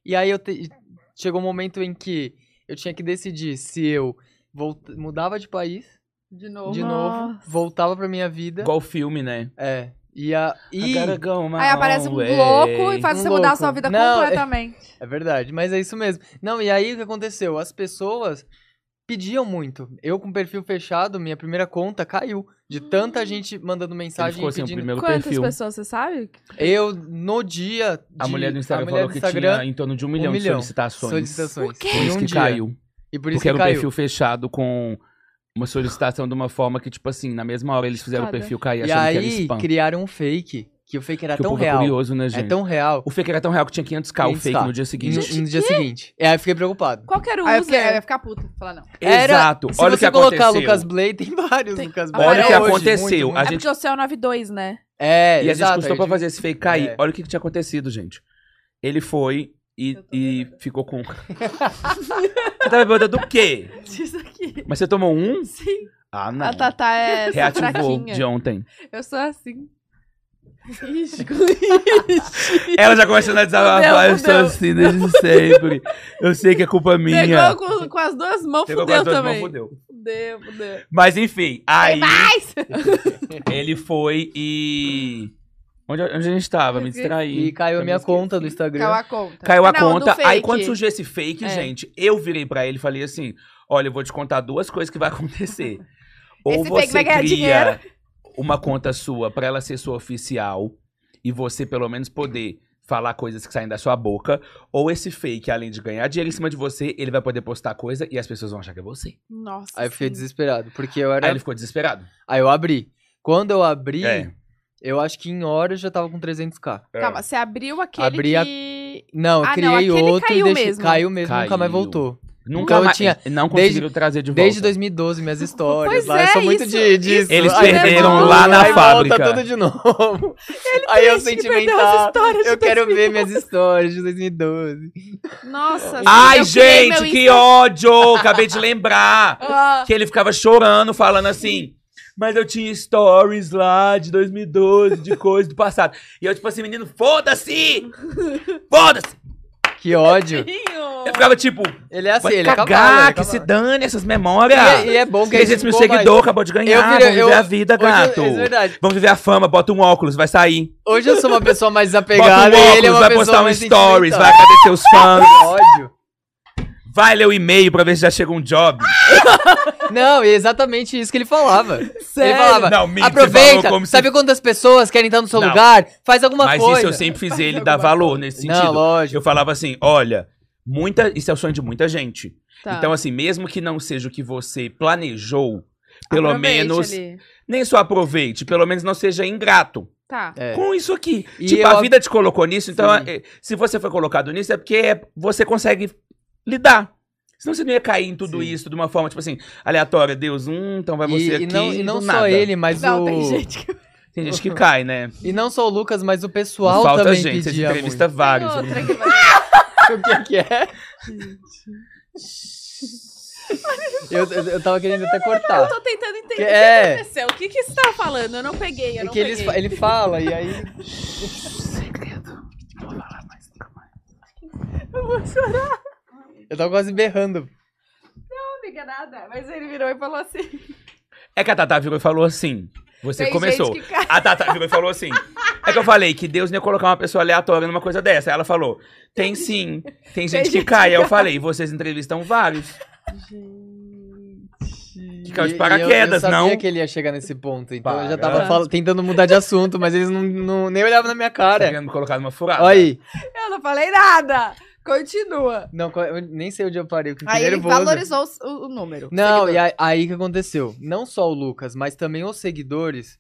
Speaker 4: e aí eu te- chegou um momento em que eu tinha que decidir se eu volt, mudava de país
Speaker 1: De novo.
Speaker 4: de novo,
Speaker 2: Nossa.
Speaker 4: voltava pra minha vida.
Speaker 3: Igual o filme, né?
Speaker 4: É. E a. E...
Speaker 1: Aí aparece um louco
Speaker 3: é.
Speaker 1: e faz
Speaker 4: Um
Speaker 1: você mudar a
Speaker 4: louco.
Speaker 1: sua vida
Speaker 4: Não, é-
Speaker 1: completamente.
Speaker 4: É verdade, mas é isso mesmo. Não, e aí o que aconteceu? As pessoas pediam muito. Eu com perfil fechado, minha primeira conta caiu. De
Speaker 2: Hum.
Speaker 4: tanta gente mandando
Speaker 3: Ele
Speaker 4: mensagem
Speaker 3: ficou
Speaker 4: e
Speaker 3: assim, o
Speaker 4: pedindo.
Speaker 3: primeiro
Speaker 2: Quantas
Speaker 3: perfil.
Speaker 2: pessoas você sabe?
Speaker 4: Eu, no dia.
Speaker 3: A
Speaker 4: de-
Speaker 3: mulher do Instagram
Speaker 4: a mulher
Speaker 3: falou
Speaker 4: do
Speaker 3: que
Speaker 4: Instagram,
Speaker 3: tinha em torno de um milhão, de
Speaker 4: milhão.
Speaker 3: solicitações.
Speaker 4: solicitações.
Speaker 2: O quê?
Speaker 3: Por
Speaker 4: Em
Speaker 3: isso
Speaker 4: um
Speaker 3: que
Speaker 4: dia.
Speaker 3: caiu.
Speaker 4: E por isso
Speaker 3: Porque
Speaker 4: que
Speaker 3: era um
Speaker 4: caiu.
Speaker 3: perfil fechado com uma solicitação de uma forma que, tipo assim, na mesma hora eles fizeram o
Speaker 2: Chocada.
Speaker 3: perfil cair
Speaker 4: E
Speaker 3: achando que era
Speaker 4: aí
Speaker 3: spam.
Speaker 4: criaram um fake. Que o fake era
Speaker 3: Porque o
Speaker 4: tão
Speaker 3: povo é
Speaker 4: real.
Speaker 3: curioso, né,
Speaker 4: é
Speaker 3: gente?
Speaker 4: tão real.
Speaker 3: O fake era tão real que tinha 500k o
Speaker 4: Insta.
Speaker 3: fake no dia
Speaker 4: E
Speaker 3: seguinte.
Speaker 4: no, e no dia seguinte. É, aí eu fiquei preocupado.
Speaker 2: Qual que era o
Speaker 1: Aí eu
Speaker 2: user?
Speaker 1: fiquei- eu ia ficar puta. Falar não.
Speaker 4: Era-
Speaker 3: Exato.
Speaker 4: Se
Speaker 3: Olha o
Speaker 4: você
Speaker 3: que
Speaker 4: colocar
Speaker 3: aconteceu.
Speaker 4: Lucas Blay, tem (laughs) vários
Speaker 2: Tem-
Speaker 4: Lucas Blay.
Speaker 3: Olha o que
Speaker 4: Até hoje,
Speaker 3: aconteceu.
Speaker 4: muito,
Speaker 3: A
Speaker 2: é
Speaker 4: muito.
Speaker 3: gente-
Speaker 2: porque o seu é o 92, né?
Speaker 4: É,
Speaker 3: E a gente
Speaker 4: exato.
Speaker 3: custou pra
Speaker 4: gente-
Speaker 3: fazer esse fake cair.
Speaker 4: É.
Speaker 3: Olha o que que tinha acontecido, gente. Ele foi e,
Speaker 1: Eu tô
Speaker 3: e ficou
Speaker 2: (laughs)
Speaker 3: com. um. Você tava bêbada do quê?
Speaker 2: (laughs) Diz aqui.
Speaker 3: Mas você tomou um?
Speaker 2: Sim.
Speaker 3: Ah, não.
Speaker 2: A Tatá
Speaker 4: (laughs)
Speaker 2: é essa
Speaker 3: Reativou
Speaker 2: fraquinha.
Speaker 3: de ontem.
Speaker 1: Eu sou assim.
Speaker 2: Ixi,
Speaker 3: Ela já começa a
Speaker 2: Fudeu,
Speaker 3: desabafar, eu sou
Speaker 2: fudeu.
Speaker 3: assim desde sempre. Eu sei que é culpa minha.
Speaker 2: Pegou com, com as duas mãos,
Speaker 3: Pegou com as
Speaker 2: fudeu
Speaker 3: duas mãos,
Speaker 2: também.
Speaker 3: fudeu.
Speaker 2: Fudeu, fudeu.
Speaker 3: Mas enfim, aí
Speaker 2: mais!
Speaker 3: ele foi
Speaker 2: (laughs)
Speaker 3: e. Onde, onde a gente tava? Me distraí.
Speaker 4: E caiu a
Speaker 3: Eu
Speaker 4: minha
Speaker 3: me esqueci.
Speaker 4: conta do Instagram.
Speaker 1: Caiu a conta.
Speaker 3: Caiu a
Speaker 2: Ah, Não, do
Speaker 3: conta. Aí
Speaker 2: fake.
Speaker 3: quando surgiu esse fake,
Speaker 2: É.
Speaker 3: gente, eu virei pra ele e falei assim: olha, eu vou te contar duas coisas que vai
Speaker 2: (laughs)
Speaker 3: acontecer. Ou
Speaker 2: Esse fake
Speaker 3: você
Speaker 2: vai ganhar
Speaker 3: cria uma conta sua pra ela ser sua oficial e você pelo menos poder falar coisas que saem da sua boca, ou esse fake, além de ganhar dinheiro em cima de você, ele vai poder postar coisa e as pessoas vão achar que é você.
Speaker 2: Nossa.
Speaker 4: Aí eu fiquei
Speaker 2: sim.
Speaker 4: desesperado, porque eu era.
Speaker 3: Aí ele ficou desesperado.
Speaker 4: Aí eu abri. Quando eu abri,
Speaker 3: É.
Speaker 4: eu acho que em horas já tava com 300k.
Speaker 2: Calma, você abriu aquele
Speaker 4: Abri a-
Speaker 2: que...
Speaker 4: Não, eu
Speaker 2: Ah, não,
Speaker 4: criei
Speaker 2: aquele
Speaker 4: outro
Speaker 2: caiu
Speaker 4: e deixei.
Speaker 2: mesmo.
Speaker 4: Caiu mesmo, nunca mais
Speaker 3: Caiu.
Speaker 4: voltou.
Speaker 3: Nunca
Speaker 4: Então eu
Speaker 3: mais
Speaker 4: tinha-
Speaker 3: não
Speaker 4: desde-
Speaker 3: conseguiram trazer de volta.
Speaker 4: Desde
Speaker 2: (laughs)
Speaker 4: 2012, minhas histórias
Speaker 2: Pois
Speaker 4: lá.
Speaker 2: é,
Speaker 4: eu sou muito
Speaker 2: isso-
Speaker 4: de, disso.
Speaker 3: Eles
Speaker 4: Aí
Speaker 3: perderam
Speaker 4: volta,
Speaker 3: lá na
Speaker 4: aí
Speaker 3: fábrica.
Speaker 4: Volta tudo de (laughs) novo. aí eu
Speaker 2: Triste que perdeu as
Speaker 4: sentimental.
Speaker 2: histórias de
Speaker 4: Eu quero
Speaker 2: 2000.
Speaker 4: ver minhas histórias de 2012.
Speaker 2: Nossa.
Speaker 3: Ai,
Speaker 2: eu criei
Speaker 3: gente,
Speaker 2: meu
Speaker 3: que
Speaker 2: Insta-
Speaker 3: ódio! Acabei
Speaker 2: (laughs)
Speaker 3: de lembrar
Speaker 2: Ah,
Speaker 3: que ele ficava chorando, falando assim. Mas eu tinha stories lá de 2012, de coisa do passado. E eu, tipo assim, menino, foda-se! Foda-se!
Speaker 2: (laughs)
Speaker 4: Que ódio.
Speaker 3: Eu ficava tipo,
Speaker 4: Ele é assim,
Speaker 3: vai
Speaker 4: ele é
Speaker 3: cagar,
Speaker 4: cavalo, ele é
Speaker 3: que se
Speaker 4: cavalo.
Speaker 3: dane essas
Speaker 4: E
Speaker 3: memórias!
Speaker 4: é- E, é bom que a
Speaker 3: 300
Speaker 4: gente
Speaker 3: mil
Speaker 4: ficou
Speaker 3: seguidor,
Speaker 4: mais-
Speaker 3: acabou de ganhar,
Speaker 4: Eu virei-
Speaker 3: vamos viver
Speaker 4: eu-
Speaker 3: a vida,
Speaker 4: Hoje eu-
Speaker 3: gato!
Speaker 4: é verdade.
Speaker 3: Vamos viver a fama, bota um óculos, vai sair.
Speaker 4: Hoje eu sou uma pessoa mais
Speaker 3: Bota um
Speaker 4: desapegada e ele
Speaker 3: óculos,
Speaker 4: é uma
Speaker 3: vai
Speaker 4: pessoa
Speaker 3: postar um
Speaker 4: mais
Speaker 3: stories, vai
Speaker 4: sentimental.
Speaker 3: agradecer os fãs.
Speaker 4: Que ódio.
Speaker 3: Vai ler o e-mail pra ver se já chegou um job.
Speaker 4: Não, é exatamente isso que ele falava.
Speaker 2: Sério?
Speaker 4: Ele falava,
Speaker 3: Não, Mick, você
Speaker 4: aproveita,
Speaker 3: falou como se-
Speaker 4: sabe quantas pessoas querem estar no seu
Speaker 3: Não.
Speaker 4: lugar? Faz alguma
Speaker 3: Mas
Speaker 4: coisa.
Speaker 3: isso eu sempre fiz ele dar valor nesse sentido.
Speaker 4: Não, lógico.
Speaker 3: Eu falava assim, olha, muita, isso é o sonho de muita gente.
Speaker 2: tá.
Speaker 3: Então, assim, mesmo que não seja o que você planejou, pelo
Speaker 2: Aproveite
Speaker 3: menos,
Speaker 2: ali.
Speaker 3: nem só aproveite, pelo menos não seja ingrato
Speaker 2: Tá.
Speaker 4: É.
Speaker 3: com isso aqui.
Speaker 4: E
Speaker 3: tipo,
Speaker 4: eu-
Speaker 3: a vida te colocou nisso, então
Speaker 4: Sim.
Speaker 3: é, se você foi colocado nisso é porque é- você consegue lidar. Senão você não ia cair em tudo
Speaker 4: Sim.
Speaker 3: isso de uma forma, tipo assim, aleatória. Deus, hum, então vai
Speaker 4: E-
Speaker 3: você
Speaker 4: e,
Speaker 3: aqui.
Speaker 4: não, e não
Speaker 3: do
Speaker 4: só
Speaker 3: nada.
Speaker 4: ele, mas
Speaker 2: Não,
Speaker 4: o.
Speaker 2: tem gente que...
Speaker 3: Tem gente
Speaker 4: (laughs)
Speaker 3: que cai, né?
Speaker 4: E não só o Lucas, mas o pessoal
Speaker 3: Falta
Speaker 4: também
Speaker 3: gente, você
Speaker 4: pedia
Speaker 3: entrevista
Speaker 2: Tem
Speaker 3: vários.
Speaker 4: né?
Speaker 2: outra que vai...
Speaker 4: muito. (laughs) O que que é? Eu, eu, eu tava querendo até cortar.
Speaker 2: Eu tô tentando entender
Speaker 4: Que-
Speaker 2: o que
Speaker 4: é.
Speaker 2: aconteceu. O que que você tava falando? Eu não peguei, eu
Speaker 4: É
Speaker 2: não
Speaker 4: que eles,
Speaker 2: peguei.
Speaker 4: fa- ele fala e aí. Eu tava quase berrando.
Speaker 2: Não liga nada. Mas ele virou e falou assim...
Speaker 3: É que a Tata virou e falou assim. Você
Speaker 2: Tem
Speaker 3: começou.
Speaker 2: gente que cai.
Speaker 3: A Tata virou e falou assim. É que eu falei que Deus não ia colocar uma pessoa aleatória numa coisa dessa. Aí Ela falou: tem sim, tem gente que
Speaker 2: gente
Speaker 3: cai. Aí eu falei: vocês entrevistam vários. Que caiu de
Speaker 4: E- e eu-
Speaker 3: paraquedas,
Speaker 4: eu,
Speaker 3: não.
Speaker 4: sabia que ele ia chegar nesse ponto, então eu já
Speaker 3: Para.
Speaker 4: tava fal- tentando mudar de assunto, mas eles não, não- nem olhavam na minha
Speaker 3: Tá
Speaker 4: cara.
Speaker 3: querendo me colocar numa furada.
Speaker 4: Olha aí.
Speaker 2: Eu não falei nada. Continua.
Speaker 4: Não, co- eu nem sei onde eu parei, porque
Speaker 1: Aí ele
Speaker 4: nervoso.
Speaker 1: valorizou os- o, o número.
Speaker 4: Não,
Speaker 1: Seguidor.
Speaker 4: e aí, aí que aconteceu? Não só o Lucas, mas também os seguidores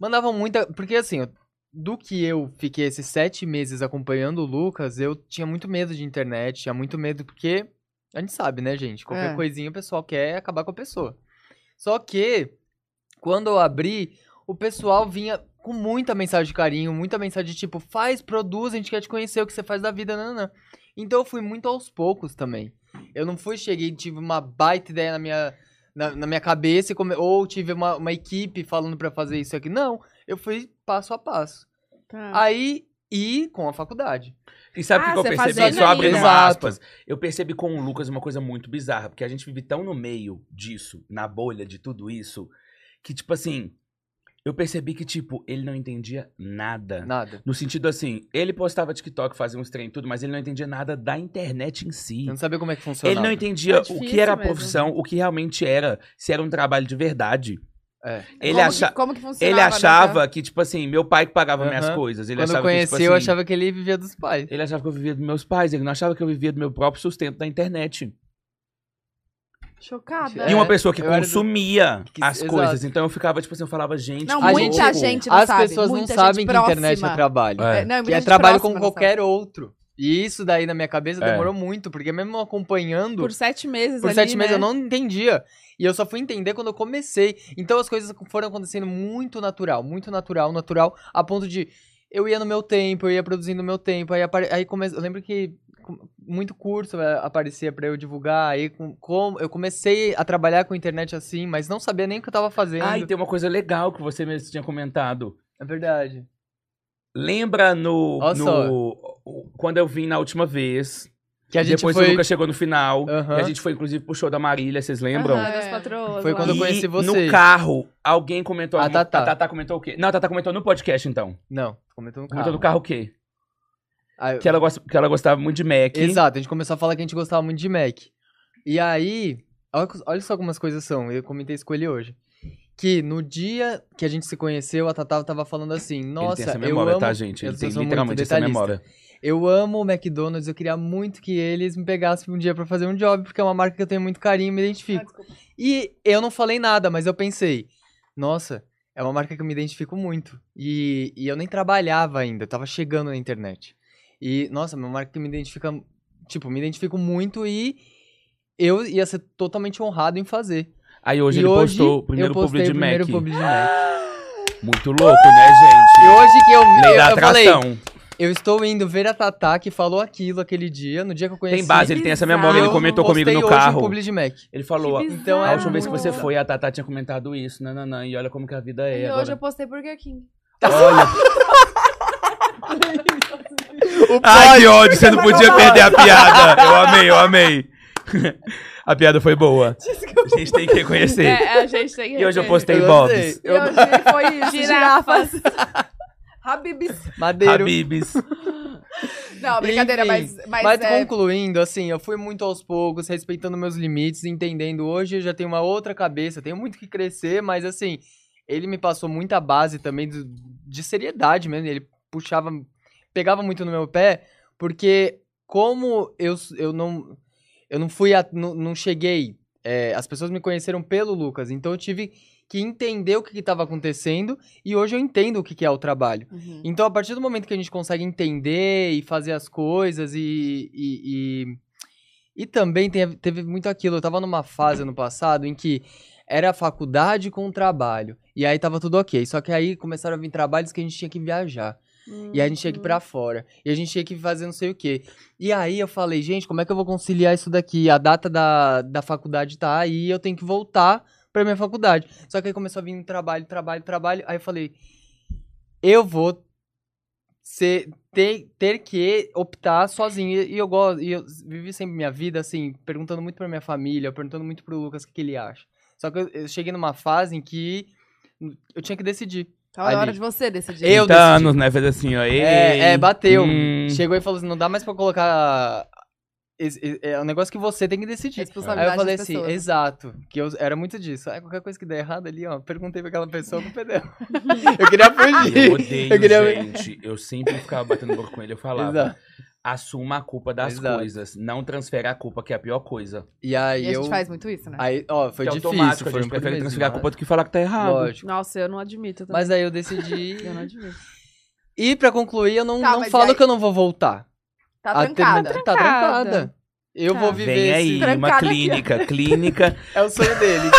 Speaker 4: mandavam muita. Porque assim, eu- do que eu fiquei esses sete meses acompanhando o Lucas, eu tinha muito medo de internet, tinha muito medo, porque a gente sabe, né, gente? Qualquer
Speaker 1: É.
Speaker 4: coisinha o pessoal quer acabar com a pessoa. Só que, quando eu abri, o pessoal vinha com muita mensagem de carinho, muita mensagem de tipo, faz, produz, a gente quer te conhecer, o que você faz da vida, nananã. Então eu fui muito aos poucos também. Eu não fui, cheguei e tive uma baita ideia na minha, na, na minha cabeça, e come- ou tive uma, uma equipe falando pra fazer isso aqui. Não, eu fui passo a passo.
Speaker 1: Tá.
Speaker 4: Aí, e com a faculdade.
Speaker 3: E sabe o
Speaker 2: Ah,
Speaker 3: que eu
Speaker 2: você
Speaker 3: percebi?
Speaker 2: fazendo
Speaker 3: Só abrindo
Speaker 4: ali,
Speaker 3: uma
Speaker 4: né?
Speaker 3: aspas. Eu percebi com o Lucas uma coisa muito bizarra, porque a gente vive tão no meio disso, na bolha de tudo isso, que, tipo assim, eu percebi que, tipo, ele não entendia nada.
Speaker 4: Nada.
Speaker 3: No sentido assim, ele postava TikTok, fazia uns trem e tudo, mas ele não entendia nada da internet em si.
Speaker 4: Eu não sabia como é que funcionava.
Speaker 3: Ele não entendia
Speaker 2: É
Speaker 3: o que
Speaker 2: difícil
Speaker 3: era a
Speaker 2: mesmo.
Speaker 3: profissão, o que realmente era, se era um trabalho de verdade.
Speaker 4: É.
Speaker 3: Ele,
Speaker 1: como,
Speaker 3: acha...
Speaker 1: que, como que funcionava?
Speaker 3: ele
Speaker 1: né,
Speaker 3: achava
Speaker 1: tá?
Speaker 3: que, tipo assim, meu pai que pagava minhas
Speaker 4: Aham.
Speaker 3: coisas. Ele
Speaker 4: Quando eu
Speaker 3: achava
Speaker 4: conheci,
Speaker 3: que, tipo assim,
Speaker 4: eu achava que ele vivia dos pais.
Speaker 3: Ele achava que eu vivia dos meus pais, ele não achava que eu vivia do meu próprio sustento da internet.
Speaker 1: Chocada.
Speaker 3: E
Speaker 4: É,
Speaker 3: uma pessoa que
Speaker 4: eu era do-
Speaker 3: consumia
Speaker 4: que-
Speaker 3: as
Speaker 4: exato.
Speaker 3: coisas. Então eu ficava, tipo assim, eu falava, gente.
Speaker 1: Não,
Speaker 3: que
Speaker 4: muita
Speaker 3: louco.
Speaker 1: gente- né, não
Speaker 4: As
Speaker 1: sabe,
Speaker 4: pessoas não
Speaker 1: muita gente
Speaker 4: sabem que internet
Speaker 1: próxima.
Speaker 4: é trabalho.
Speaker 3: É.
Speaker 1: não,
Speaker 4: Que
Speaker 1: muita
Speaker 4: é
Speaker 1: gente
Speaker 4: trabalho
Speaker 1: próxima,
Speaker 4: como
Speaker 1: não sabe.
Speaker 4: qualquer outro. E isso daí na minha cabeça
Speaker 3: É.
Speaker 4: demorou muito, porque mesmo acompanhando
Speaker 2: Por sete meses
Speaker 4: por
Speaker 2: ali,
Speaker 4: sete
Speaker 2: né?
Speaker 4: meses eu não entendia. E eu só fui entender quando eu comecei. Então as coisas foram acontecendo muito natural, muito natural, natural, a ponto de eu ia no meu tempo, eu ia produzindo no meu tempo, aí, apare... aí come... eu lembro que com- muito curso eh, aparecia pra eu divulgar, aí com... com- eu comecei a trabalhar com internet assim, mas não sabia nem o que eu tava fazendo.
Speaker 3: Ah, e tem uma coisa legal que você mesmo tinha comentado.
Speaker 4: É verdade.
Speaker 3: Lembra no.
Speaker 4: Olha só.
Speaker 3: no- o- quando eu vim na última vez.
Speaker 4: Que a gente
Speaker 3: depois o
Speaker 4: foi...
Speaker 3: Lucas chegou no final.
Speaker 4: Aham.
Speaker 3: E a gente foi, inclusive, pro show da Marília, vocês lembram?
Speaker 2: Aham, das
Speaker 1: É.
Speaker 2: patroas
Speaker 4: Foi
Speaker 2: lá.
Speaker 4: quando eu
Speaker 3: E
Speaker 4: conheci
Speaker 3: No
Speaker 4: vocês.
Speaker 3: carro, alguém comentou.
Speaker 4: A
Speaker 3: alguma-
Speaker 4: Tatá.
Speaker 3: A Tatá comentou o quê? Não, a Tatá comentou no podcast, então.
Speaker 4: Não, comentou no
Speaker 3: Comentou
Speaker 4: carro.
Speaker 3: no carro o quê?
Speaker 4: Aí-
Speaker 3: Que ela, gosta, que ela gostava muito de Mac.
Speaker 4: Exato, a gente começou a falar que a gente gostava muito de Mac. E aí, olha, co- olha só como as coisas são, eu comentei isso com ele hoje. que no dia que a gente se conheceu, a Tatá tava falando assim: Nossa,
Speaker 3: ele tem essa
Speaker 4: eu
Speaker 3: memória,
Speaker 4: amo.
Speaker 3: tá, gente? Ele
Speaker 4: eu
Speaker 3: tem
Speaker 4: sou muito
Speaker 3: literalmente essa
Speaker 4: detalhista.
Speaker 3: memória.
Speaker 4: Eu amo o McDonald's, eu queria muito que eles me pegassem um dia pra fazer um job, porque é uma marca que eu tenho muito carinho e me identifico. E eu não falei nada, mas eu pensei, nossa, é uma marca que eu me identifico muito. E, e eu nem trabalhava ainda, eu tava chegando na internet. E, nossa, é uma marca que me identifica, tipo, me identifico muito e eu ia ser totalmente honrado em fazer.
Speaker 3: Aí hoje
Speaker 4: e
Speaker 3: ele
Speaker 4: hoje
Speaker 3: postou o primeiro
Speaker 4: eu postei
Speaker 3: publi de
Speaker 4: o primeiro
Speaker 3: Mac.
Speaker 4: publi
Speaker 3: (gasps)
Speaker 4: de Mac.
Speaker 3: Muito louco, né, gente?
Speaker 4: E hoje que eu,
Speaker 3: Lei
Speaker 4: eu,
Speaker 3: da
Speaker 4: eu falei,
Speaker 3: atração.
Speaker 4: eu estou indo ver a Tatá que falou aquilo aquele dia, no dia que eu conheci.
Speaker 3: tem base, ele tem essa memória, ele
Speaker 4: Eu
Speaker 3: comentou
Speaker 4: postei
Speaker 3: comigo no
Speaker 4: hoje um
Speaker 3: carro.
Speaker 4: publi de Mac.
Speaker 3: Ele falou, ó,
Speaker 2: Que
Speaker 4: então é
Speaker 3: a última
Speaker 4: bizarro.
Speaker 3: vez que você foi, a Tatá tinha comentado isso, nananã, e olha como que a vida é
Speaker 1: E
Speaker 3: agora.
Speaker 1: hoje eu postei Burger King.
Speaker 4: Tá
Speaker 3: Olha,
Speaker 4: O
Speaker 3: ai, que ódio, você não podia perder a piada. Eu amei, eu amei. (laughs) a piada foi boa. A gente tem que reconhecer.
Speaker 2: É, é, a gente
Speaker 4: (laughs)
Speaker 2: tem que
Speaker 3: E hoje eu
Speaker 2: rever.
Speaker 3: postei
Speaker 4: Eu
Speaker 3: Bobs,
Speaker 4: sei.
Speaker 1: E hoje foi isso,
Speaker 2: Girafas.
Speaker 1: girafas. Habibis.
Speaker 4: Madeiro.
Speaker 3: Habibs.
Speaker 1: Não, brincadeira,
Speaker 4: Enfim,
Speaker 1: mas, mas,
Speaker 4: Mas
Speaker 1: é,
Speaker 4: concluindo, assim, eu fui muito aos poucos, respeitando meus limites, entendendo. Hoje eu já tenho uma outra cabeça, tenho muito que crescer, mas assim, ele me passou muita base também do- de seriedade mesmo. Ele puxava, pegava muito no meu pé, porque como eu, s- eu não eu não fui, a- não, não cheguei, é, as pessoas me conheceram pelo Lucas, então eu tive que entender o que estava acontecendo e hoje eu entendo o que que é o trabalho.
Speaker 1: Uhum.
Speaker 4: Então, a partir do momento que a gente consegue entender e fazer as coisas e. E, e, e também tem- teve muito aquilo. Eu tava numa fase no passado em que era faculdade com trabalho. E aí tava tudo ok. Só que aí começaram a vir trabalhos que a gente tinha que viajar. E aí a gente tinha que ir pra fora. E a gente tinha que fazer não sei o quê. E aí eu falei, gente, como é que eu vou conciliar isso daqui? A data da, da faculdade tá aí, eu tenho que voltar pra minha faculdade. Só que aí começou a vir trabalho, trabalho, trabalho. Aí eu falei, eu vou ser, ter, ter que optar sozinho. E eu gosto, e eu vivi sempre minha vida assim, perguntando muito pra minha família, perguntando muito pro Lucas o que, que ele acha. Só que eu, eu cheguei numa fase em que eu tinha que decidir.
Speaker 1: Tava na Então é hora de
Speaker 4: ali.
Speaker 1: você decidir.
Speaker 3: 30
Speaker 4: Eu decidi.
Speaker 3: anos, né? Fez assim, ó. ei,
Speaker 4: É, é, bateu.
Speaker 3: hum.
Speaker 4: Chegou e falou assim: não dá mais pra colocar. esse- esse- É um negócio que você tem que
Speaker 1: é A
Speaker 4: decidir. Aí
Speaker 1: responsabilidade
Speaker 4: eu falei
Speaker 1: das
Speaker 4: assim,
Speaker 1: pessoas.
Speaker 4: exato. Que eu era muito disso. Aí qualquer coisa que der errado ali, ó, perguntei pra aquela pessoa com o pneu.
Speaker 3: (laughs)
Speaker 4: (laughs) eu queria fugir.
Speaker 3: Ah. Eu odeio,
Speaker 4: Eu queria-
Speaker 3: gente. Eu sempre ficava batendo boca com ele. Eu falava,
Speaker 4: Exato.
Speaker 3: assuma a culpa das
Speaker 4: Exato.
Speaker 3: coisas. Não transfere a culpa, que é a pior coisa.
Speaker 4: E aí
Speaker 1: E a
Speaker 4: eu.
Speaker 1: gente faz muito isso, né?
Speaker 4: Aí, ó, foi
Speaker 3: que é
Speaker 4: difícil.
Speaker 3: automático, a
Speaker 4: Foi um
Speaker 3: gente prefere
Speaker 4: primeiro,
Speaker 3: transferir a
Speaker 4: mas-
Speaker 3: culpa do que falar que tá errado.
Speaker 4: Lógico.
Speaker 2: Nossa, eu não admito também.
Speaker 4: Mas aí eu decidi.
Speaker 2: Eu não admito.
Speaker 4: E pra concluir, eu não,
Speaker 1: Tá,
Speaker 4: não
Speaker 1: mas
Speaker 4: falo
Speaker 1: aí-
Speaker 4: que eu não vou voltar.
Speaker 1: Tá
Speaker 4: A
Speaker 1: trancada.
Speaker 4: ter-
Speaker 2: Tá
Speaker 4: Tá
Speaker 2: trancada.
Speaker 4: trancada. Eu
Speaker 2: Tá.
Speaker 4: vou
Speaker 3: Vem
Speaker 4: viver
Speaker 3: aí,
Speaker 4: esse...
Speaker 3: uma
Speaker 1: Trancada aqui,
Speaker 3: clínica,
Speaker 4: (laughs)
Speaker 3: clínica.
Speaker 4: É o sonho dele.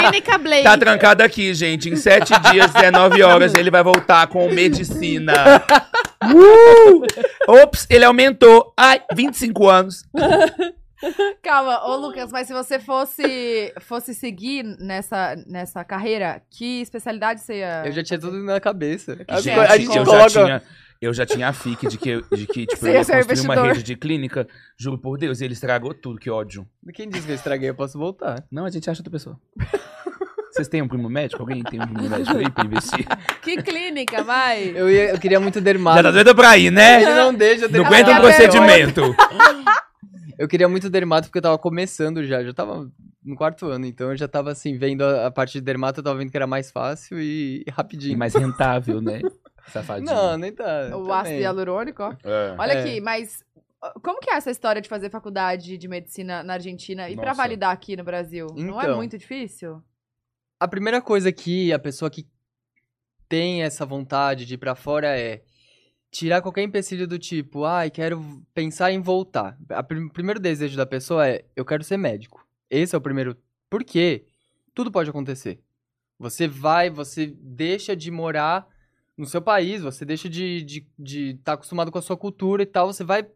Speaker 2: Clínica Blake.
Speaker 3: Tá trancada aqui, gente. Em sete dias, 19 horas, ele vai voltar com medicina. (laughs) Uh! Ops, ele aumentou. Ai, 25 anos.
Speaker 1: Calma, ô Lucas, mas se você fosse, fosse seguir nessa, nessa carreira, que especialidade você ia.
Speaker 4: eu já tinha tudo na cabeça. As
Speaker 3: Gente,
Speaker 4: co- a gente
Speaker 3: eu,
Speaker 4: coloca...
Speaker 3: já tinha, eu já tinha a FIC de que, eu- de que tipo,
Speaker 1: Você
Speaker 3: eu
Speaker 1: ia
Speaker 3: ia
Speaker 1: ser
Speaker 3: construir uma
Speaker 1: investidor.
Speaker 3: rede de clínica. Juro por Deus, ele estragou tudo, que ódio.
Speaker 4: Quem disse que eu estraguei, eu posso voltar.
Speaker 3: Não, a gente acha outra pessoa. Vocês têm um primo médico? Alguém tem um primo médico aí pra investir?
Speaker 1: Que clínica, vai?
Speaker 4: Eu, ia- eu queria muito dermato.
Speaker 3: (laughs) Já tá doida pra ir, né?
Speaker 4: Ele não deixa eu
Speaker 3: Não
Speaker 4: dermato.
Speaker 3: aguenta um
Speaker 1: Até hoje.
Speaker 3: procedimento.
Speaker 4: Eu queria muito dermato porque eu tava começando já. Já tava no quarto ano, então eu já tava assim, vendo a, a parte de dermato, eu tava vendo que era mais fácil e, e
Speaker 3: E
Speaker 4: rapidinho.
Speaker 3: mais rentável, né? Safadinho.
Speaker 4: Não, nem tá.
Speaker 1: O
Speaker 4: também.
Speaker 1: ácido hialurônico, ó.
Speaker 3: É.
Speaker 1: Olha
Speaker 4: É.
Speaker 1: aqui, mas ó, como que é essa história de fazer faculdade de medicina na Argentina e pra
Speaker 3: Nossa.
Speaker 1: validar aqui no Brasil? Não é
Speaker 4: Então.
Speaker 1: muito difícil?
Speaker 4: A primeira coisa que a pessoa que tem essa vontade de ir pra fora é tirar qualquer empecilho do tipo, ai, quero pensar em voltar. A prim- o primeiro desejo da pessoa é, eu quero ser médico. Esse é o primeiro. Por quê? Tudo pode acontecer. Você vai, você deixa de morar no seu país, você deixa de estar de, de tá acostumado com a sua cultura e tal, você vai.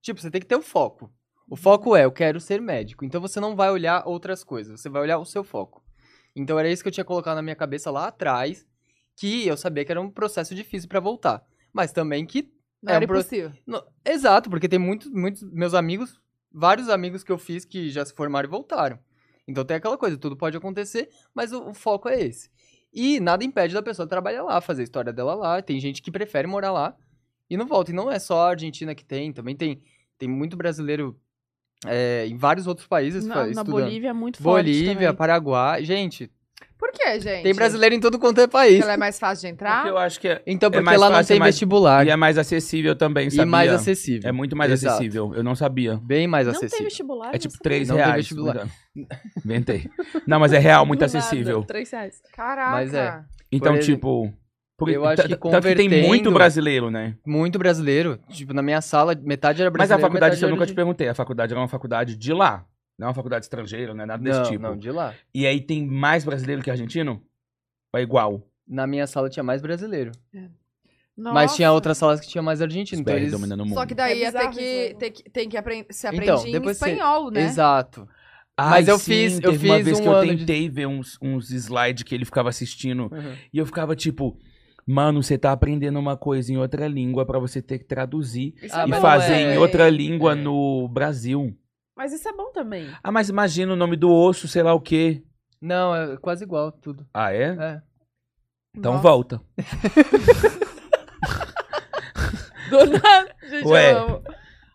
Speaker 4: Tipo, você tem que ter o foco. O foco é, eu quero ser médico. Então você não vai olhar outras coisas, você vai olhar o seu foco. Então era isso que eu tinha colocado na minha cabeça lá atrás, que eu sabia que era um processo difícil pra voltar. Mas também que.
Speaker 1: Não
Speaker 4: É
Speaker 1: era
Speaker 4: um pro-
Speaker 1: impossível.
Speaker 4: no- exato, porque tem muitos, muitos meus amigos, vários amigos que eu fiz que já se formaram e voltaram. Então tem aquela coisa, tudo pode acontecer, mas o, o foco é esse. E nada impede da pessoa trabalhar lá, fazer a história dela lá. Tem gente que prefere morar lá e não volta. E não é só a Argentina que tem, também tem, tem muito brasileiro é, em vários outros países fa-
Speaker 2: Na, na
Speaker 4: estudando.
Speaker 2: Bolívia é muito forte
Speaker 4: Bolívia,
Speaker 2: também.
Speaker 4: Paraguai. Gente,
Speaker 1: Por quê, gente?
Speaker 4: Tem brasileiro em todo quanto é país.
Speaker 1: Ela é mais fácil de entrar?
Speaker 3: Porque eu acho que é,
Speaker 4: Então, porque
Speaker 3: mais
Speaker 4: lá não
Speaker 3: fácil,
Speaker 4: tem
Speaker 3: é mais-
Speaker 4: vestibular.
Speaker 3: e é mais acessível também,
Speaker 4: Ah, E
Speaker 3: sabia?
Speaker 4: mais acessível.
Speaker 3: É muito mais
Speaker 4: Exato.
Speaker 3: acessível. Eu não sabia.
Speaker 4: Bem mais
Speaker 2: Não tem
Speaker 4: acessível.
Speaker 2: vestibular?
Speaker 3: É
Speaker 2: não
Speaker 3: tipo
Speaker 2: sabia.
Speaker 3: 3
Speaker 4: Não tem
Speaker 3: reais.
Speaker 4: vestibular.
Speaker 3: (laughs) Inventei. Não, mas é real, muito
Speaker 2: Do
Speaker 3: acessível.
Speaker 2: Nada, 3 reais.
Speaker 1: Caraca.
Speaker 4: Mas é.
Speaker 3: Então,
Speaker 4: Por
Speaker 3: tipo. Por,
Speaker 4: eu acho que
Speaker 3: tanto tem muito
Speaker 4: convertendo-
Speaker 3: brasileiro, né?
Speaker 4: Muito brasileiro. Tipo, na minha sala, metade era
Speaker 3: Mas
Speaker 4: brasileiro.
Speaker 3: a faculdade,
Speaker 4: metade
Speaker 3: isso eu
Speaker 4: era
Speaker 3: nunca
Speaker 4: de-
Speaker 3: te perguntei. A faculdade era uma faculdade de lá. Não é uma faculdade estrangeira, não é nada desse
Speaker 4: não,
Speaker 3: tipo.
Speaker 4: Não, de lá.
Speaker 3: E aí tem mais brasileiro que argentino? Ou é igual?
Speaker 4: Na minha sala tinha mais brasileiro. Mas
Speaker 1: Nossa.
Speaker 4: tinha outras salas que tinha mais argentino. Então
Speaker 3: BR
Speaker 4: eles...
Speaker 3: dominando o mundo.
Speaker 1: Só que daí
Speaker 2: É
Speaker 1: ia ter
Speaker 2: bizarro isso
Speaker 1: que,
Speaker 2: aí.
Speaker 1: ter que- tem que aprender, se aprende
Speaker 4: Então,
Speaker 1: em
Speaker 4: depois você-
Speaker 1: espanhol, né?
Speaker 4: Exato.
Speaker 3: Ai,
Speaker 4: Mas eu
Speaker 3: sim,
Speaker 4: fiz- eu
Speaker 3: teve uma
Speaker 4: fiz
Speaker 3: vez
Speaker 4: um
Speaker 3: que eu
Speaker 4: ano de-
Speaker 3: tentei ver uns, uns slides que ele ficava assistindo e eu ficava tipo, mano, você tá aprendendo uma coisa em outra língua pra você ter que traduzir
Speaker 2: Isso
Speaker 4: Ah,
Speaker 2: é
Speaker 3: e
Speaker 2: bom,
Speaker 3: fazer
Speaker 2: é.
Speaker 3: em outra língua
Speaker 4: É.
Speaker 3: no Brasil.
Speaker 2: Mas isso é bom também.
Speaker 3: Ah, mas imagina o nome do osso, sei lá o quê.
Speaker 4: Não, é quase igual tudo.
Speaker 3: Ah, é?
Speaker 4: É.
Speaker 3: Então
Speaker 1: Nossa.
Speaker 3: volta.
Speaker 2: Do nada, gente,
Speaker 3: Ué.
Speaker 2: eu amo.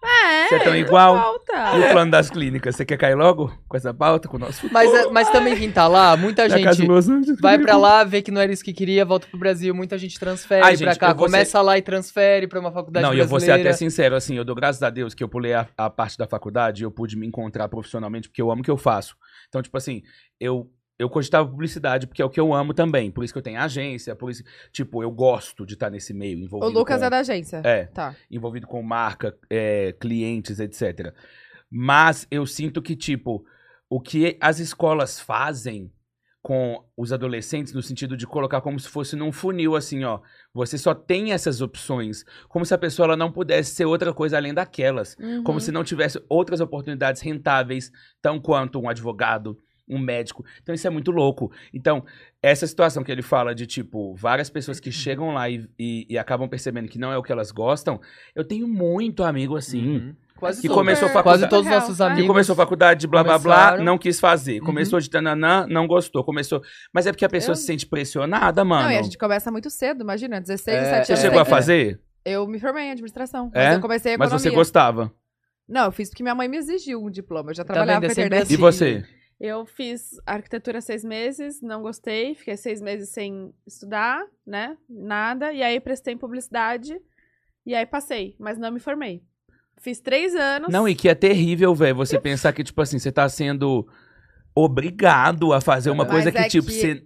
Speaker 2: É,
Speaker 3: Você é tão
Speaker 2: não
Speaker 3: igual?
Speaker 2: falta.
Speaker 3: E o plano das clínicas? Você quer cair logo com essa pauta, com o nosso...
Speaker 4: Mas,
Speaker 3: (laughs)
Speaker 4: é- mas também quem tá lá, muita
Speaker 3: Da casa dos
Speaker 4: gente
Speaker 3: meus anjos?
Speaker 4: vai pra lá, vê que não era isso que queria, volta pro Brasil. Muita gente transfere
Speaker 3: Ai,
Speaker 4: pra
Speaker 3: gente,
Speaker 4: cá.
Speaker 3: eu vou ser-
Speaker 4: Começa lá e transfere pra uma faculdade
Speaker 3: Não, e eu vou ser
Speaker 4: brasileira.
Speaker 3: até sincero, assim, eu dou graças a Deus que eu pulei a, a parte da faculdade e eu pude me encontrar profissionalmente, porque eu amo o que eu faço. Então, tipo assim, eu, eu cogitava publicidade, porque é o que eu amo também. Por isso que eu tenho agência, por isso. Tipo, eu gosto de estar nesse meio
Speaker 1: O
Speaker 3: envolvido.
Speaker 1: Lucas
Speaker 3: com,
Speaker 1: é da agência.
Speaker 3: É,
Speaker 1: Tá.
Speaker 3: envolvido com marca, é, clientes, etc. Mas eu sinto que, tipo, o que as escolas fazem com os adolescentes, no sentido de colocar como se fosse num funil, assim, ó. Você só tem essas opções. Como se a pessoa ela não pudesse ser outra coisa além daquelas.
Speaker 2: Uhum.
Speaker 3: Como se não tivesse outras oportunidades rentáveis, tão quanto um advogado, um médico. Então isso é muito louco. Então, essa situação que ele fala de, tipo, várias pessoas que chegam lá e, e- e acabam percebendo que não é o que elas gostam, eu tenho muito amigo assim.
Speaker 4: Uhum. Quase
Speaker 3: Que
Speaker 4: todos.
Speaker 3: começou a faculdade.
Speaker 4: Quase todos os
Speaker 1: Real,
Speaker 4: nossos
Speaker 1: vai.
Speaker 3: Que
Speaker 4: amigos.
Speaker 3: começou a faculdade de blá blá blá,
Speaker 4: começaram.
Speaker 3: não quis fazer.
Speaker 4: Uhum.
Speaker 3: Começou de tananã, não gostou. Começou. Mas é porque a pessoa
Speaker 1: Eu-
Speaker 3: se sente pressionada, mano.
Speaker 1: Não, e a gente começa muito cedo, imagina, 16,
Speaker 4: Ah, É,
Speaker 1: 17
Speaker 3: Você
Speaker 1: anos.
Speaker 3: chegou
Speaker 1: tem
Speaker 3: a
Speaker 1: que-
Speaker 3: fazer?
Speaker 1: Eu me formei em administração.
Speaker 3: É?
Speaker 1: Mas eu comecei a
Speaker 3: Mas
Speaker 1: economia.
Speaker 3: você gostava.
Speaker 1: Não, eu fiz porque minha mãe me exigiu um diploma. Eu já
Speaker 4: Tá
Speaker 1: trabalhava
Speaker 4: vendo?
Speaker 1: com
Speaker 4: É
Speaker 1: a
Speaker 4: sempre
Speaker 1: internet.
Speaker 3: E
Speaker 4: Sim.
Speaker 3: você?
Speaker 2: Eu fiz arquitetura seis meses, não gostei, fiquei seis meses sem estudar, né? Nada. E aí prestei em publicidade e aí passei, mas não me formei. Fiz três anos.
Speaker 3: Não, e que é terrível, velho, você pensar que, tipo assim, você tá sendo obrigado a fazer uma
Speaker 1: Mas
Speaker 3: coisa
Speaker 1: é
Speaker 3: que, tipo,
Speaker 1: que
Speaker 3: você.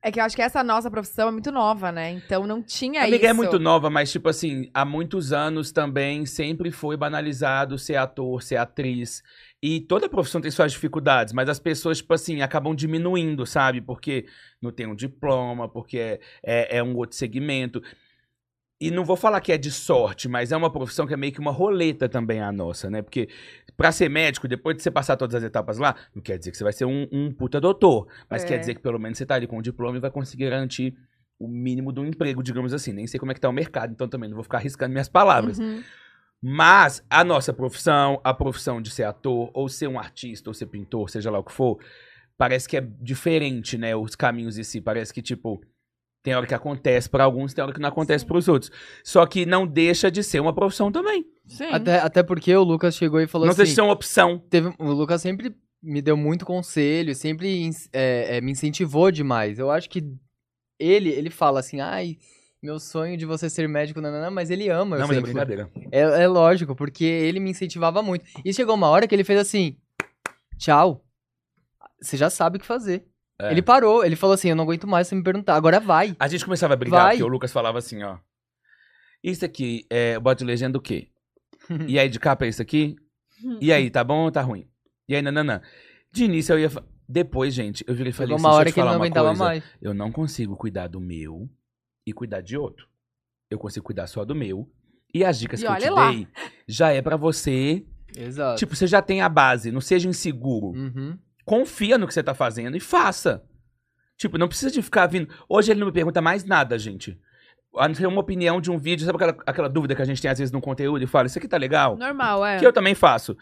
Speaker 1: É que eu acho que essa nossa profissão é muito nova, né? Então não tinha
Speaker 3: Amiga,
Speaker 1: isso.
Speaker 3: é muito nova, mas, tipo assim, há muitos anos também sempre foi banalizado ser ator, ser atriz. E toda profissão tem suas dificuldades, mas as pessoas, tipo assim, acabam diminuindo, sabe? Porque não tem um diploma, porque é, é, é um outro segmento. E não vou falar que é de sorte, mas é uma profissão que é meio que uma roleta também a nossa, né? Porque pra ser médico, depois de você passar todas as etapas lá, não quer dizer que você vai ser um, um puta doutor, mas
Speaker 2: É.
Speaker 3: quer dizer que pelo menos você tá ali com o diploma e vai conseguir garantir o mínimo do emprego, digamos assim. Nem sei como é que tá o mercado, então também não vou ficar arriscando minhas palavras.
Speaker 1: Uhum.
Speaker 3: Mas a nossa profissão, a profissão de ser ator, ou ser um artista, ou ser pintor, seja lá o que for, parece que é diferente, né? Os caminhos em si. Parece que, tipo, tem hora que acontece pra alguns, tem hora que não acontece
Speaker 2: Sim.
Speaker 3: pros outros. Só que não deixa de ser uma profissão também.
Speaker 1: Sim.
Speaker 4: Até, até porque o Lucas chegou e falou
Speaker 3: não
Speaker 4: assim...
Speaker 3: deixa de ser uma opção.
Speaker 4: teve, o Lucas sempre me deu muito conselho, sempre ins- é, é, me incentivou demais. Eu acho que ele, ele fala assim, ai, meu sonho de você ser médico, nananã, mas ele ama. eu
Speaker 3: não, mas é
Speaker 4: sempre.
Speaker 3: brincadeira.
Speaker 4: É, é lógico, porque ele me incentivava muito. E chegou uma hora que ele fez assim, tchau, você já sabe o que fazer.
Speaker 3: É.
Speaker 4: Ele parou, ele falou assim, eu não aguento mais você me perguntar, agora vai.
Speaker 3: A gente começava a brigar,
Speaker 4: Vai.
Speaker 3: porque o Lucas falava assim, ó. Isso aqui, é, bota de legenda o
Speaker 4: (laughs)
Speaker 3: quê? E aí de capa é isso aqui?
Speaker 2: Uhum.
Speaker 3: E aí, tá bom ou tá ruim? E aí, nananã. De início eu ia. fa- Depois, gente, eu virei e falei
Speaker 4: Chegou
Speaker 3: assim,
Speaker 4: uma hora
Speaker 3: deixa eu te
Speaker 4: que ele
Speaker 3: falar
Speaker 4: não
Speaker 3: uma
Speaker 4: aguentava
Speaker 3: coisa.
Speaker 4: mais.
Speaker 3: Eu não consigo cuidar do meu e cuidar de outro. Eu consigo cuidar só do meu. E as dicas
Speaker 1: E
Speaker 3: que eu te
Speaker 1: olha lá.
Speaker 3: dei já é pra você.
Speaker 4: Exato.
Speaker 3: Tipo, você já tem a base, não seja inseguro.
Speaker 4: Uhum.
Speaker 3: Confia no que você tá fazendo e faça. Tipo, não precisa de ficar vindo. Hoje ele não me pergunta mais nada, gente. A não ser uma opinião de um vídeo, sabe aquela, aquela dúvida que a gente tem às vezes no conteúdo e fala, isso aqui tá legal?
Speaker 2: Normal, é.
Speaker 3: Que eu também faço.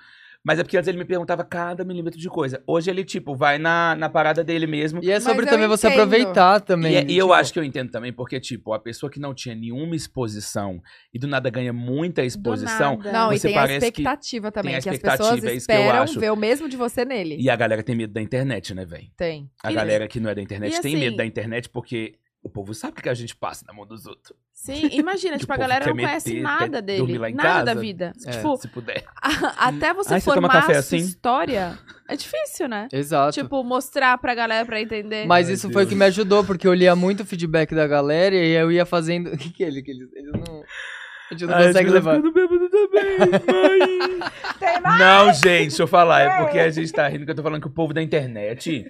Speaker 3: Mas é porque antes ele me perguntava cada milímetro de coisa. Hoje ele, tipo, vai na, na parada dele mesmo.
Speaker 4: E é
Speaker 1: Mas
Speaker 4: sobre
Speaker 1: eu
Speaker 4: também você
Speaker 1: entendo.
Speaker 4: aproveitar também.
Speaker 3: E, e eu
Speaker 4: tipo,
Speaker 3: acho que eu entendo também, porque, tipo, a pessoa que não tinha nenhuma exposição e do nada ganha muita exposição.
Speaker 2: nada.
Speaker 1: Não,
Speaker 3: Você
Speaker 1: e tem a
Speaker 3: parece que-
Speaker 1: expectativa também,
Speaker 3: tem a
Speaker 1: que as
Speaker 3: expectativa,
Speaker 1: pessoas
Speaker 3: é isso que eu
Speaker 1: esperam
Speaker 3: acho.
Speaker 1: ver o mesmo de você nele.
Speaker 3: E a galera tem medo da internet, né, velho?
Speaker 1: Tem.
Speaker 3: A
Speaker 2: E-
Speaker 3: galera que não é da internet
Speaker 2: e
Speaker 3: tem
Speaker 2: assim-
Speaker 3: medo da internet porque o povo sabe o que a gente passa na mão dos outros.
Speaker 2: Sim, imagina,
Speaker 3: (laughs) Que
Speaker 2: tipo, a
Speaker 3: o povo
Speaker 2: galera
Speaker 3: quer
Speaker 2: não conhece
Speaker 3: meter,
Speaker 2: nada
Speaker 3: quer
Speaker 2: dele.
Speaker 3: dormir lá em
Speaker 2: nada da
Speaker 3: casa.
Speaker 2: vida.
Speaker 3: (laughs)
Speaker 4: É.
Speaker 2: Tipo, (laughs)
Speaker 3: Se puder.
Speaker 2: a- até você
Speaker 3: Ai, você toma
Speaker 2: formar
Speaker 3: café
Speaker 2: a sua
Speaker 3: assim?
Speaker 2: história, é difícil, né?
Speaker 4: Exato.
Speaker 2: Tipo, é. mostrar pra galera pra entender.
Speaker 4: Mas
Speaker 3: Ai,
Speaker 4: isso foi o que
Speaker 3: Deus.
Speaker 4: me ajudou, porque eu lia muito o feedback da galera e eu ia fazendo. (laughs) O que, que é ele? Que eles, eles não. A gente não consegue levar.
Speaker 2: Tem
Speaker 3: Não, gente, deixa eu falar. É porque a gente tá rindo que eu tô falando que o povo da internet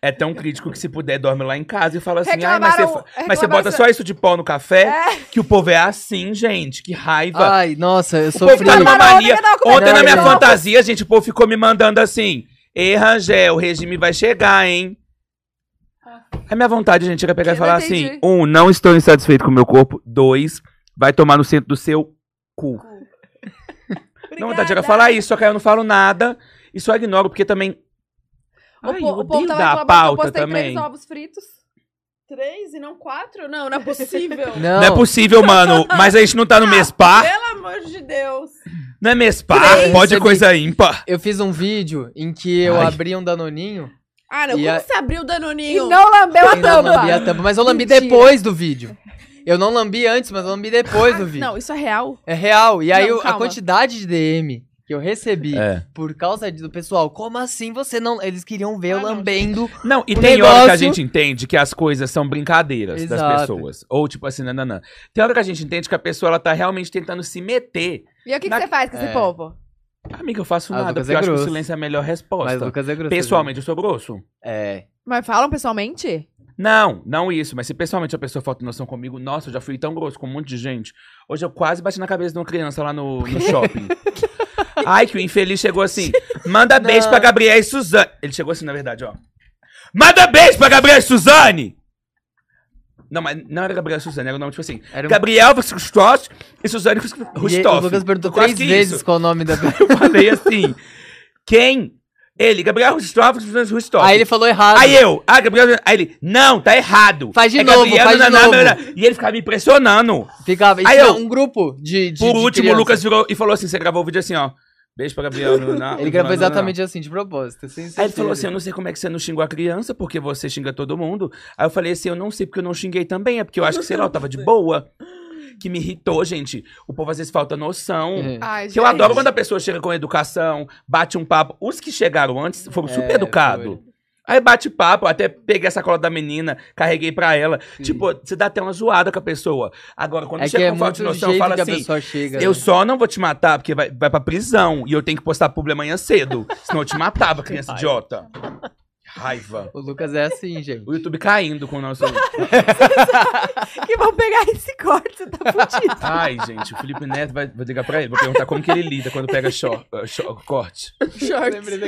Speaker 3: é tão crítico que se puder dorme lá em casa e fala assim, ai, mas você,
Speaker 1: Reclamaram-
Speaker 3: fa- mas você
Speaker 1: reclamaram-
Speaker 3: bota só isso de pó no café, que o povo é assim, gente, que raiva.
Speaker 4: Ai, nossa, eu
Speaker 3: o povo
Speaker 4: sofri.
Speaker 3: tá numa
Speaker 1: Reclamaram ontem
Speaker 3: mania.
Speaker 1: que eu tava comendo
Speaker 3: Ontem na minha
Speaker 4: feijão.
Speaker 3: fantasia, gente, o povo ficou me mandando assim, ei, Rangel, o regime vai chegar, hein? A minha vontade, gente, era pegar
Speaker 1: Eu
Speaker 3: e
Speaker 1: não
Speaker 3: falar
Speaker 1: entendi.
Speaker 3: assim, um, não estou insatisfeito com o meu corpo, dois, vai tomar no centro do seu cu. Não, vontade era
Speaker 1: Obrigada.
Speaker 3: falar isso, só que aí eu não falo nada e só ignoro, porque também.
Speaker 1: O,
Speaker 3: Ai,
Speaker 1: po-
Speaker 3: eu
Speaker 1: o povo
Speaker 3: odeio
Speaker 1: tava
Speaker 3: dar
Speaker 1: reclamando que eu
Speaker 3: pauta
Speaker 1: postei
Speaker 3: também.
Speaker 1: três ovos fritos.
Speaker 2: Três e não quatro? Não, não é possível. Ah.
Speaker 4: Não,
Speaker 3: Não é possível, mano. Mas a gente não tá no mês par.
Speaker 2: Pelo amor de Deus.
Speaker 3: Não é mês par.
Speaker 4: Três.
Speaker 3: Pode coisa ímpar.
Speaker 4: eu fiz um vídeo em que eu
Speaker 3: Ai.
Speaker 4: abri um danoninho
Speaker 2: Ah, não.
Speaker 4: E
Speaker 2: como
Speaker 4: a-
Speaker 2: você abriu o
Speaker 1: E
Speaker 2: Danoninho?
Speaker 1: não lambeu a
Speaker 4: e não lambi a
Speaker 1: tampa.
Speaker 4: tampa, mas eu lambi
Speaker 2: Mentira.
Speaker 4: depois do vídeo. Eu não lambi antes, mas eu lambi depois do vídeo.
Speaker 2: Não, isso é real.
Speaker 4: É real. E aí
Speaker 2: Não,
Speaker 4: eu- a
Speaker 2: calma.
Speaker 4: quantidade de DM que eu recebi
Speaker 3: É.
Speaker 4: por causa de- do pessoal, como assim você não. Eles queriam ver eu
Speaker 2: Ah, não,
Speaker 4: lambendo.
Speaker 3: Não, e
Speaker 4: O
Speaker 3: tem hora que a
Speaker 4: negócio-
Speaker 3: gente entende que as coisas são brincadeiras das
Speaker 4: Exato.
Speaker 3: pessoas. Ou tipo assim, nananã. Tem hora que a gente entende que a pessoa ela tá realmente tentando se meter.
Speaker 1: E o que, que
Speaker 3: Na-
Speaker 1: você faz com esse
Speaker 4: É.
Speaker 1: povo?
Speaker 3: Amiga, eu faço
Speaker 4: Ah,
Speaker 3: nada,
Speaker 4: Lucas
Speaker 3: porque
Speaker 4: é
Speaker 3: eu acho que o
Speaker 4: grosso.
Speaker 3: silêncio é a melhor
Speaker 4: Mas o
Speaker 3: resposta.
Speaker 4: Lucas é grosso.
Speaker 3: Pessoalmente, eu sou grosso?
Speaker 4: É.
Speaker 1: Mas falam pessoalmente?
Speaker 3: Não, não isso. Mas se pessoalmente a pessoa falta noção comigo, nossa, eu já fui tão grosso com um monte de gente. Hoje eu quase bati na cabeça de uma criança lá no, no
Speaker 4: (laughs)
Speaker 3: shopping. Ai, que o infeliz chegou assim. Manda beijo pra Gabriel e Suzane. Ele chegou assim, na verdade, ó. Manda beijo pra Gabriel e Suzane! Não, mas não era Gabriel e Suzane, era o nome tipo assim.
Speaker 4: Era um-
Speaker 3: Gabriel Rustoff e Suzane
Speaker 4: E aí, o
Speaker 3: Rustoff.
Speaker 4: Lucas perguntou
Speaker 3: Quase
Speaker 4: três
Speaker 3: que é
Speaker 4: vezes
Speaker 3: isso.
Speaker 4: qual o nome da.
Speaker 3: Eu falei assim. Quem? Ele, Gabriel Rustoff e Suzane Rustoff.
Speaker 4: (laughs) Aí ele falou errado.
Speaker 3: Aí eu, ah, Gabriel. Aí ele, não, tá errado.
Speaker 4: Faz de
Speaker 3: É
Speaker 4: novo,
Speaker 3: Gabriel,
Speaker 4: faz de
Speaker 3: naná,
Speaker 4: novo.
Speaker 3: naná. E ele ficava me impressionando.
Speaker 4: Ficava.
Speaker 3: Aí
Speaker 4: Aí
Speaker 3: eu-
Speaker 4: um grupo de. de
Speaker 3: Por
Speaker 4: de
Speaker 3: último, o
Speaker 4: criança.
Speaker 3: Lucas virou e falou assim: você gravou o vídeo assim, ó. Beijo pra Gabriel. naná,
Speaker 4: Ele gravou
Speaker 3: naná, naná.
Speaker 4: exatamente assim, de propósito. sem
Speaker 3: Aí ele
Speaker 4: sentido.
Speaker 3: falou assim: Eu não sei como é que você não xingou a criança, porque você xinga todo mundo. Aí eu falei assim: Eu não sei porque eu não xinguei também. É porque eu acho que, sei lá, eu tava de boa. Que me irritou, gente. O povo às vezes falta noção.
Speaker 4: É.
Speaker 1: Ai,
Speaker 3: Que eu adoro quando a pessoa chega com educação, bate um papo. Os que chegaram antes foram
Speaker 4: É,
Speaker 3: super educados. Aí bate papo, até peguei a sacola da menina, carreguei pra ela.
Speaker 4: Sim.
Speaker 3: Tipo, você dá até uma zoada com a pessoa. Agora, quando
Speaker 4: É que
Speaker 3: chega
Speaker 4: é
Speaker 3: com falta de
Speaker 4: muito o
Speaker 3: noção,
Speaker 4: jeito
Speaker 3: fala
Speaker 4: que a
Speaker 3: assim.
Speaker 4: pessoa chega.
Speaker 3: Eu
Speaker 4: né?
Speaker 3: só não vou te matar porque vai, vai pra prisão e eu tenho que postar publi amanhã cedo. Senão eu te
Speaker 4: (laughs)
Speaker 3: matava, criança idiota. Raiva.
Speaker 4: O Lucas é
Speaker 3: (laughs)
Speaker 4: assim, gente.
Speaker 3: O YouTube caindo com o nosso.
Speaker 1: Que vão pegar esse corte, você tá fudido.
Speaker 3: Ai, gente, o Felipe Neto vai vou ligar pra ele, vou perguntar como que ele lida quando pega short, corte.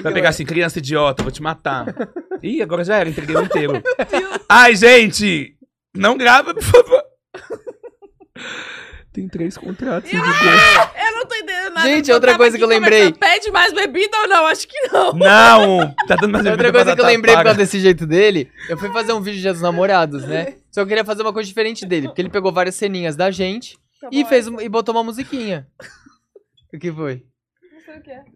Speaker 3: Vai pegar assim, criança idiota, vou te matar. (laughs) Ih, agora já era, entreguei o inteiro. Ai, gente! Não grava, por favor. Tem três contratos. meu Deus.
Speaker 2: Eu não tô entendendo nada.
Speaker 4: Gente,
Speaker 2: eu
Speaker 4: outra
Speaker 2: tava
Speaker 4: coisa
Speaker 2: aqui
Speaker 4: que eu lembrei.
Speaker 2: conversando, Pede mais bebida ou não? Acho que não.
Speaker 3: Não! Tá dando mais
Speaker 4: Outra coisa que eu lembrei por causa desse jeito dele, eu fui fazer um vídeo de Dia dos Namorados, né? Só que eu queria fazer uma coisa diferente dele, porque ele pegou várias ceninhas da gente
Speaker 2: Tá
Speaker 4: e fez um- e botou uma musiquinha. O que foi?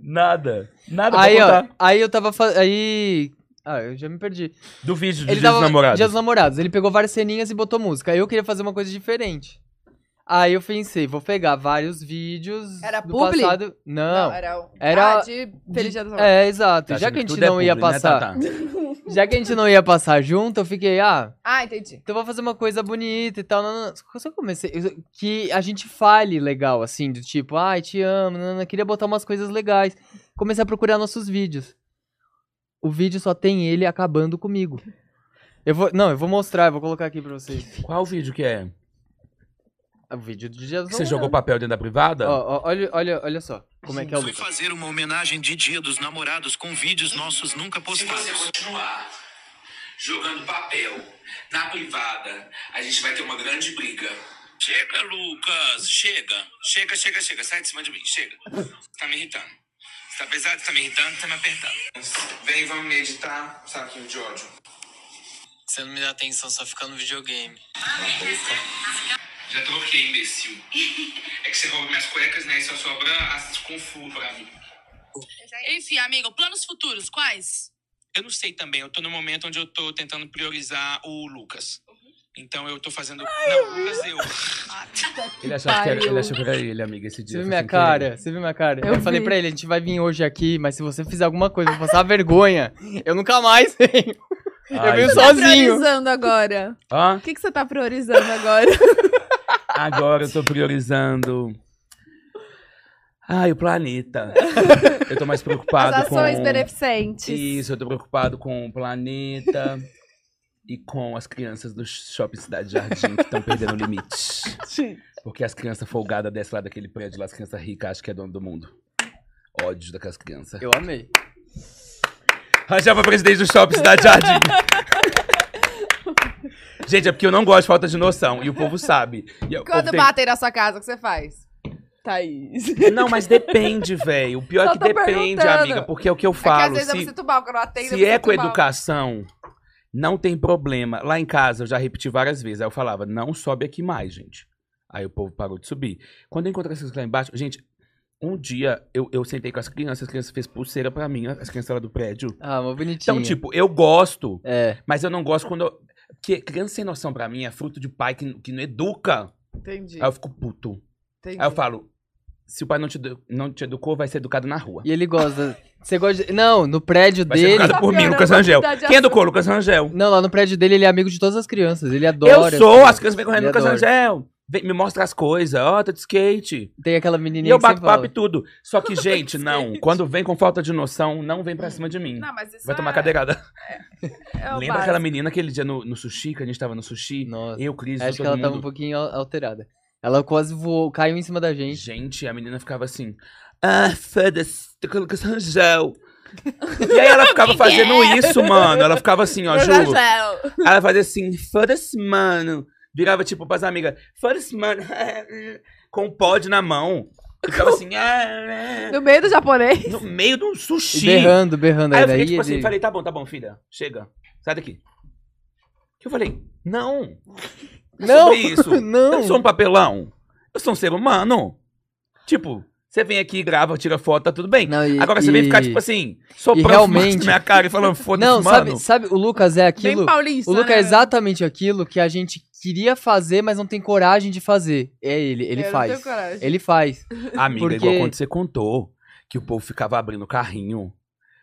Speaker 3: Nada. (laughs) Nada
Speaker 4: Aí,
Speaker 3: pra
Speaker 4: ó,
Speaker 3: contar.
Speaker 4: aí eu tava fa- aí Ah, eu já me perdi.
Speaker 3: Do vídeo de
Speaker 4: Ele
Speaker 3: Dia dos
Speaker 4: tava
Speaker 3: Namorados.
Speaker 4: Dia dos Namorados. Ele pegou várias ceninhas e botou música. Aí eu queria fazer uma coisa diferente. Aí eu pensei, vou pegar vários vídeos
Speaker 1: Era
Speaker 4: do
Speaker 1: publi?
Speaker 4: passado. Não.
Speaker 1: era um...
Speaker 4: Era-
Speaker 1: Ah, de Feliz Dia dos Namorados.
Speaker 4: É, exato.
Speaker 3: Tá
Speaker 4: já
Speaker 3: achando
Speaker 4: que a gente
Speaker 3: tudo é
Speaker 4: não ia
Speaker 3: publi, né,
Speaker 4: passar,
Speaker 3: Tatá?
Speaker 4: já que a gente não ia passar junto, eu fiquei, ah,
Speaker 1: Ah, entendi.
Speaker 4: Então vou fazer uma coisa bonita e tal. Não, não. Só que eu comecei. eu- Que a gente fale legal, assim, do tipo, ai, te amo, não, não, queria botar umas coisas legais. Comecei a procurar nossos vídeos. O vídeo só tem ele acabando comigo. Eu vou. Não, eu vou mostrar, eu vou colocar aqui pra vocês. É
Speaker 3: Qual vídeo que é?
Speaker 4: O vídeo do dia dos
Speaker 3: Que você
Speaker 4: namorados.
Speaker 3: jogou papel dentro da privada?
Speaker 4: Ó, ó, olha, olha, olha só. Como é que é o
Speaker 6: Foi
Speaker 4: Lucas?
Speaker 6: fazer uma homenagem de Dia dos Namorados com vídeos nossos nunca
Speaker 7: Se você
Speaker 6: postados.
Speaker 7: continuar jogando papel na privada, a gente vai ter uma grande briga. Chega, Lucas, chega. Chega, chega, chega. Sai de cima de mim, chega. Tá me irritando. Tá pesado? Tá me irritando? Tá me apertando. Vem, vamos meditar. Saquinho de ódio.
Speaker 8: Você não me dá atenção, só fica no videogame.
Speaker 7: Já troquei, imbecil. É que você rouba minhas cuecas, né? E só sobra as confu pra mim.
Speaker 9: Enfim, amigo, planos futuros, quais?
Speaker 7: Eu não sei também. Eu tô no momento onde eu tô tentando priorizar o Lucas. Então eu tô fazendo. não, Lucas, eu.
Speaker 3: Ele achava, que era,
Speaker 1: Pariu.
Speaker 3: ele achava que era ele, amiga, esse
Speaker 4: Você
Speaker 3: dia.
Speaker 4: viu
Speaker 3: foi
Speaker 4: minha
Speaker 3: tá sem querer.
Speaker 4: cara? Você viu minha cara?
Speaker 1: Eu
Speaker 4: Eu, falei
Speaker 1: vi.
Speaker 4: pra ele, a gente vai vir hoje aqui, mas se você fizer alguma coisa, eu vou passar vergonha. Eu nunca mais (laughs) venho.
Speaker 3: Ai,
Speaker 4: venho
Speaker 1: Você
Speaker 3: gente.
Speaker 1: tá
Speaker 4: Sozinho.
Speaker 1: priorizando agora?
Speaker 3: Hã?
Speaker 1: O que, que você tá priorizando agora?
Speaker 3: Agora eu tô priorizando. Ai, o planeta. Eu tô mais preocupado
Speaker 1: As
Speaker 3: com.
Speaker 1: ações beneficentes.
Speaker 3: Isso, eu tô preocupado com o planeta e com as crianças do shopping Cidade Jardim que estão perdendo o limite. Porque as crianças folgadas descem lá daquele prédio lá, as crianças ricas acham que é dono do mundo. Ódio daquelas crianças.
Speaker 4: Eu amei.
Speaker 3: Rangel pra presidente do shopping Cidade Jardim. Gente, é porque eu não gosto de falta de noção. E o povo sabe. E o povo
Speaker 1: Quando
Speaker 3: tem-
Speaker 1: batem na sua casa, o que você faz? É
Speaker 2: Thaís.
Speaker 3: Não, mas depende, velho. O pior
Speaker 1: Só
Speaker 3: é que
Speaker 1: tô
Speaker 3: depende,
Speaker 1: perguntando.
Speaker 3: amiga. Porque é o que eu
Speaker 1: é que às
Speaker 3: falo.
Speaker 1: vezes eu
Speaker 3: se-
Speaker 1: me sinto mal, quando eu atendo, eu
Speaker 3: Se
Speaker 1: me
Speaker 3: é
Speaker 1: sinto
Speaker 3: com
Speaker 1: tá mal.
Speaker 3: educação, não tem problema. Lá em casa, eu já repeti várias vezes. Aí eu falava, não sobe aqui mais, gente. Aí o povo parou de subir. Quando eu encontrei essas crianças lá embaixo, gente, um dia eu, eu sentei com as crianças, as crianças fez pulseira pra mim, as crianças lá do prédio.
Speaker 4: Ah, mas bonitinho.
Speaker 3: Então, tipo, eu gosto,
Speaker 4: É.
Speaker 3: mas eu não gosto quando. eu- Porque criança sem noção pra mim é fruto de pai que, que não educa.
Speaker 1: Entendi,
Speaker 3: Aí eu fico puto.
Speaker 1: entendi.
Speaker 3: Aí eu falo, se o pai não te, edu- não te educou, vai ser educado na rua.
Speaker 4: E ele gosta. Você gosta de. Não, no prédio
Speaker 3: Vai ser
Speaker 4: dele.
Speaker 3: educado por mim,
Speaker 1: piorando
Speaker 3: Lucas
Speaker 1: a
Speaker 3: Rangel.
Speaker 1: quantidade de
Speaker 3: Quem educou, Lucas Rangel?
Speaker 4: Não, lá no prédio dele ele é amigo de todas as crianças. Ele adora.
Speaker 3: eu sou, as
Speaker 4: assim.
Speaker 3: crianças vêm correndo,
Speaker 4: Ele
Speaker 3: Lucas
Speaker 4: adora.
Speaker 3: Angel, vem, me mostra as coisas, ó, tá de skate.
Speaker 4: Tem aquela
Speaker 3: E
Speaker 4: menininha
Speaker 3: eu
Speaker 4: que
Speaker 3: bato
Speaker 4: sempre fala.
Speaker 3: papo e tudo.
Speaker 1: (laughs)
Speaker 3: Só que, gente, não. Quando vem com falta de noção, não vem pra cima de mim.
Speaker 1: Não, mas isso
Speaker 3: Vai tomar
Speaker 1: é-
Speaker 3: cadeirada.
Speaker 1: é o
Speaker 3: Lembra
Speaker 1: básico.
Speaker 3: aquela menina aquele dia no, no sushi, que a gente tava no sushi?
Speaker 4: Nossa.
Speaker 3: Eu, Cris,
Speaker 4: Acho que
Speaker 3: todo
Speaker 4: ela
Speaker 3: mundo.
Speaker 4: tava um pouquinho al- alterada. Ela quase voou, caiu em cima da gente.
Speaker 3: Gente, a menina ficava assim. Ah, foda-se, tô com o Lucas Rangel. E aí ela ficava fazendo isso, mano. Ela ficava assim, ó, juro. Ela fazia assim, foda-se, mano. Virava tipo pras amigas, foda-se, mano. (laughs) Com um pod na mão. E Ficava assim, ah,
Speaker 1: (laughs) No meio do japonês.
Speaker 3: no meio de um
Speaker 4: E
Speaker 3: sushi.
Speaker 4: berrando, berrando.
Speaker 3: Aí eu
Speaker 4: daí
Speaker 3: fiquei tipo assim,
Speaker 4: ele-
Speaker 3: falei, tá bom, tá bom, filha. Chega. Sai daqui. Que eu falei, não. É
Speaker 4: Não,
Speaker 3: sobre isso. Eu
Speaker 4: (laughs) não.
Speaker 3: não sou um papelão. Eu sou um ser humano. Tipo, você vem aqui, grava, tira foto, tá tudo bem.
Speaker 4: Não, e-
Speaker 3: Agora você vem
Speaker 4: e-
Speaker 3: ficar, tipo assim, soprando
Speaker 4: realmente-
Speaker 3: fumaça na minha cara e falando, foda-se,
Speaker 4: Não,
Speaker 3: mano.
Speaker 4: sabe, sabe, o Lucas é
Speaker 1: Bem
Speaker 4: aquilo.
Speaker 1: paulista,
Speaker 4: O Lucas
Speaker 1: né?
Speaker 4: é exatamente aquilo que a gente queria fazer, mas não tem coragem de fazer. É ele, ele
Speaker 1: Eu não tenho
Speaker 4: faz.
Speaker 1: coragem.
Speaker 4: Ele faz.
Speaker 3: Amiga,
Speaker 4: Porque-
Speaker 3: igual quando você contou que o povo ficava abrindo o carrinho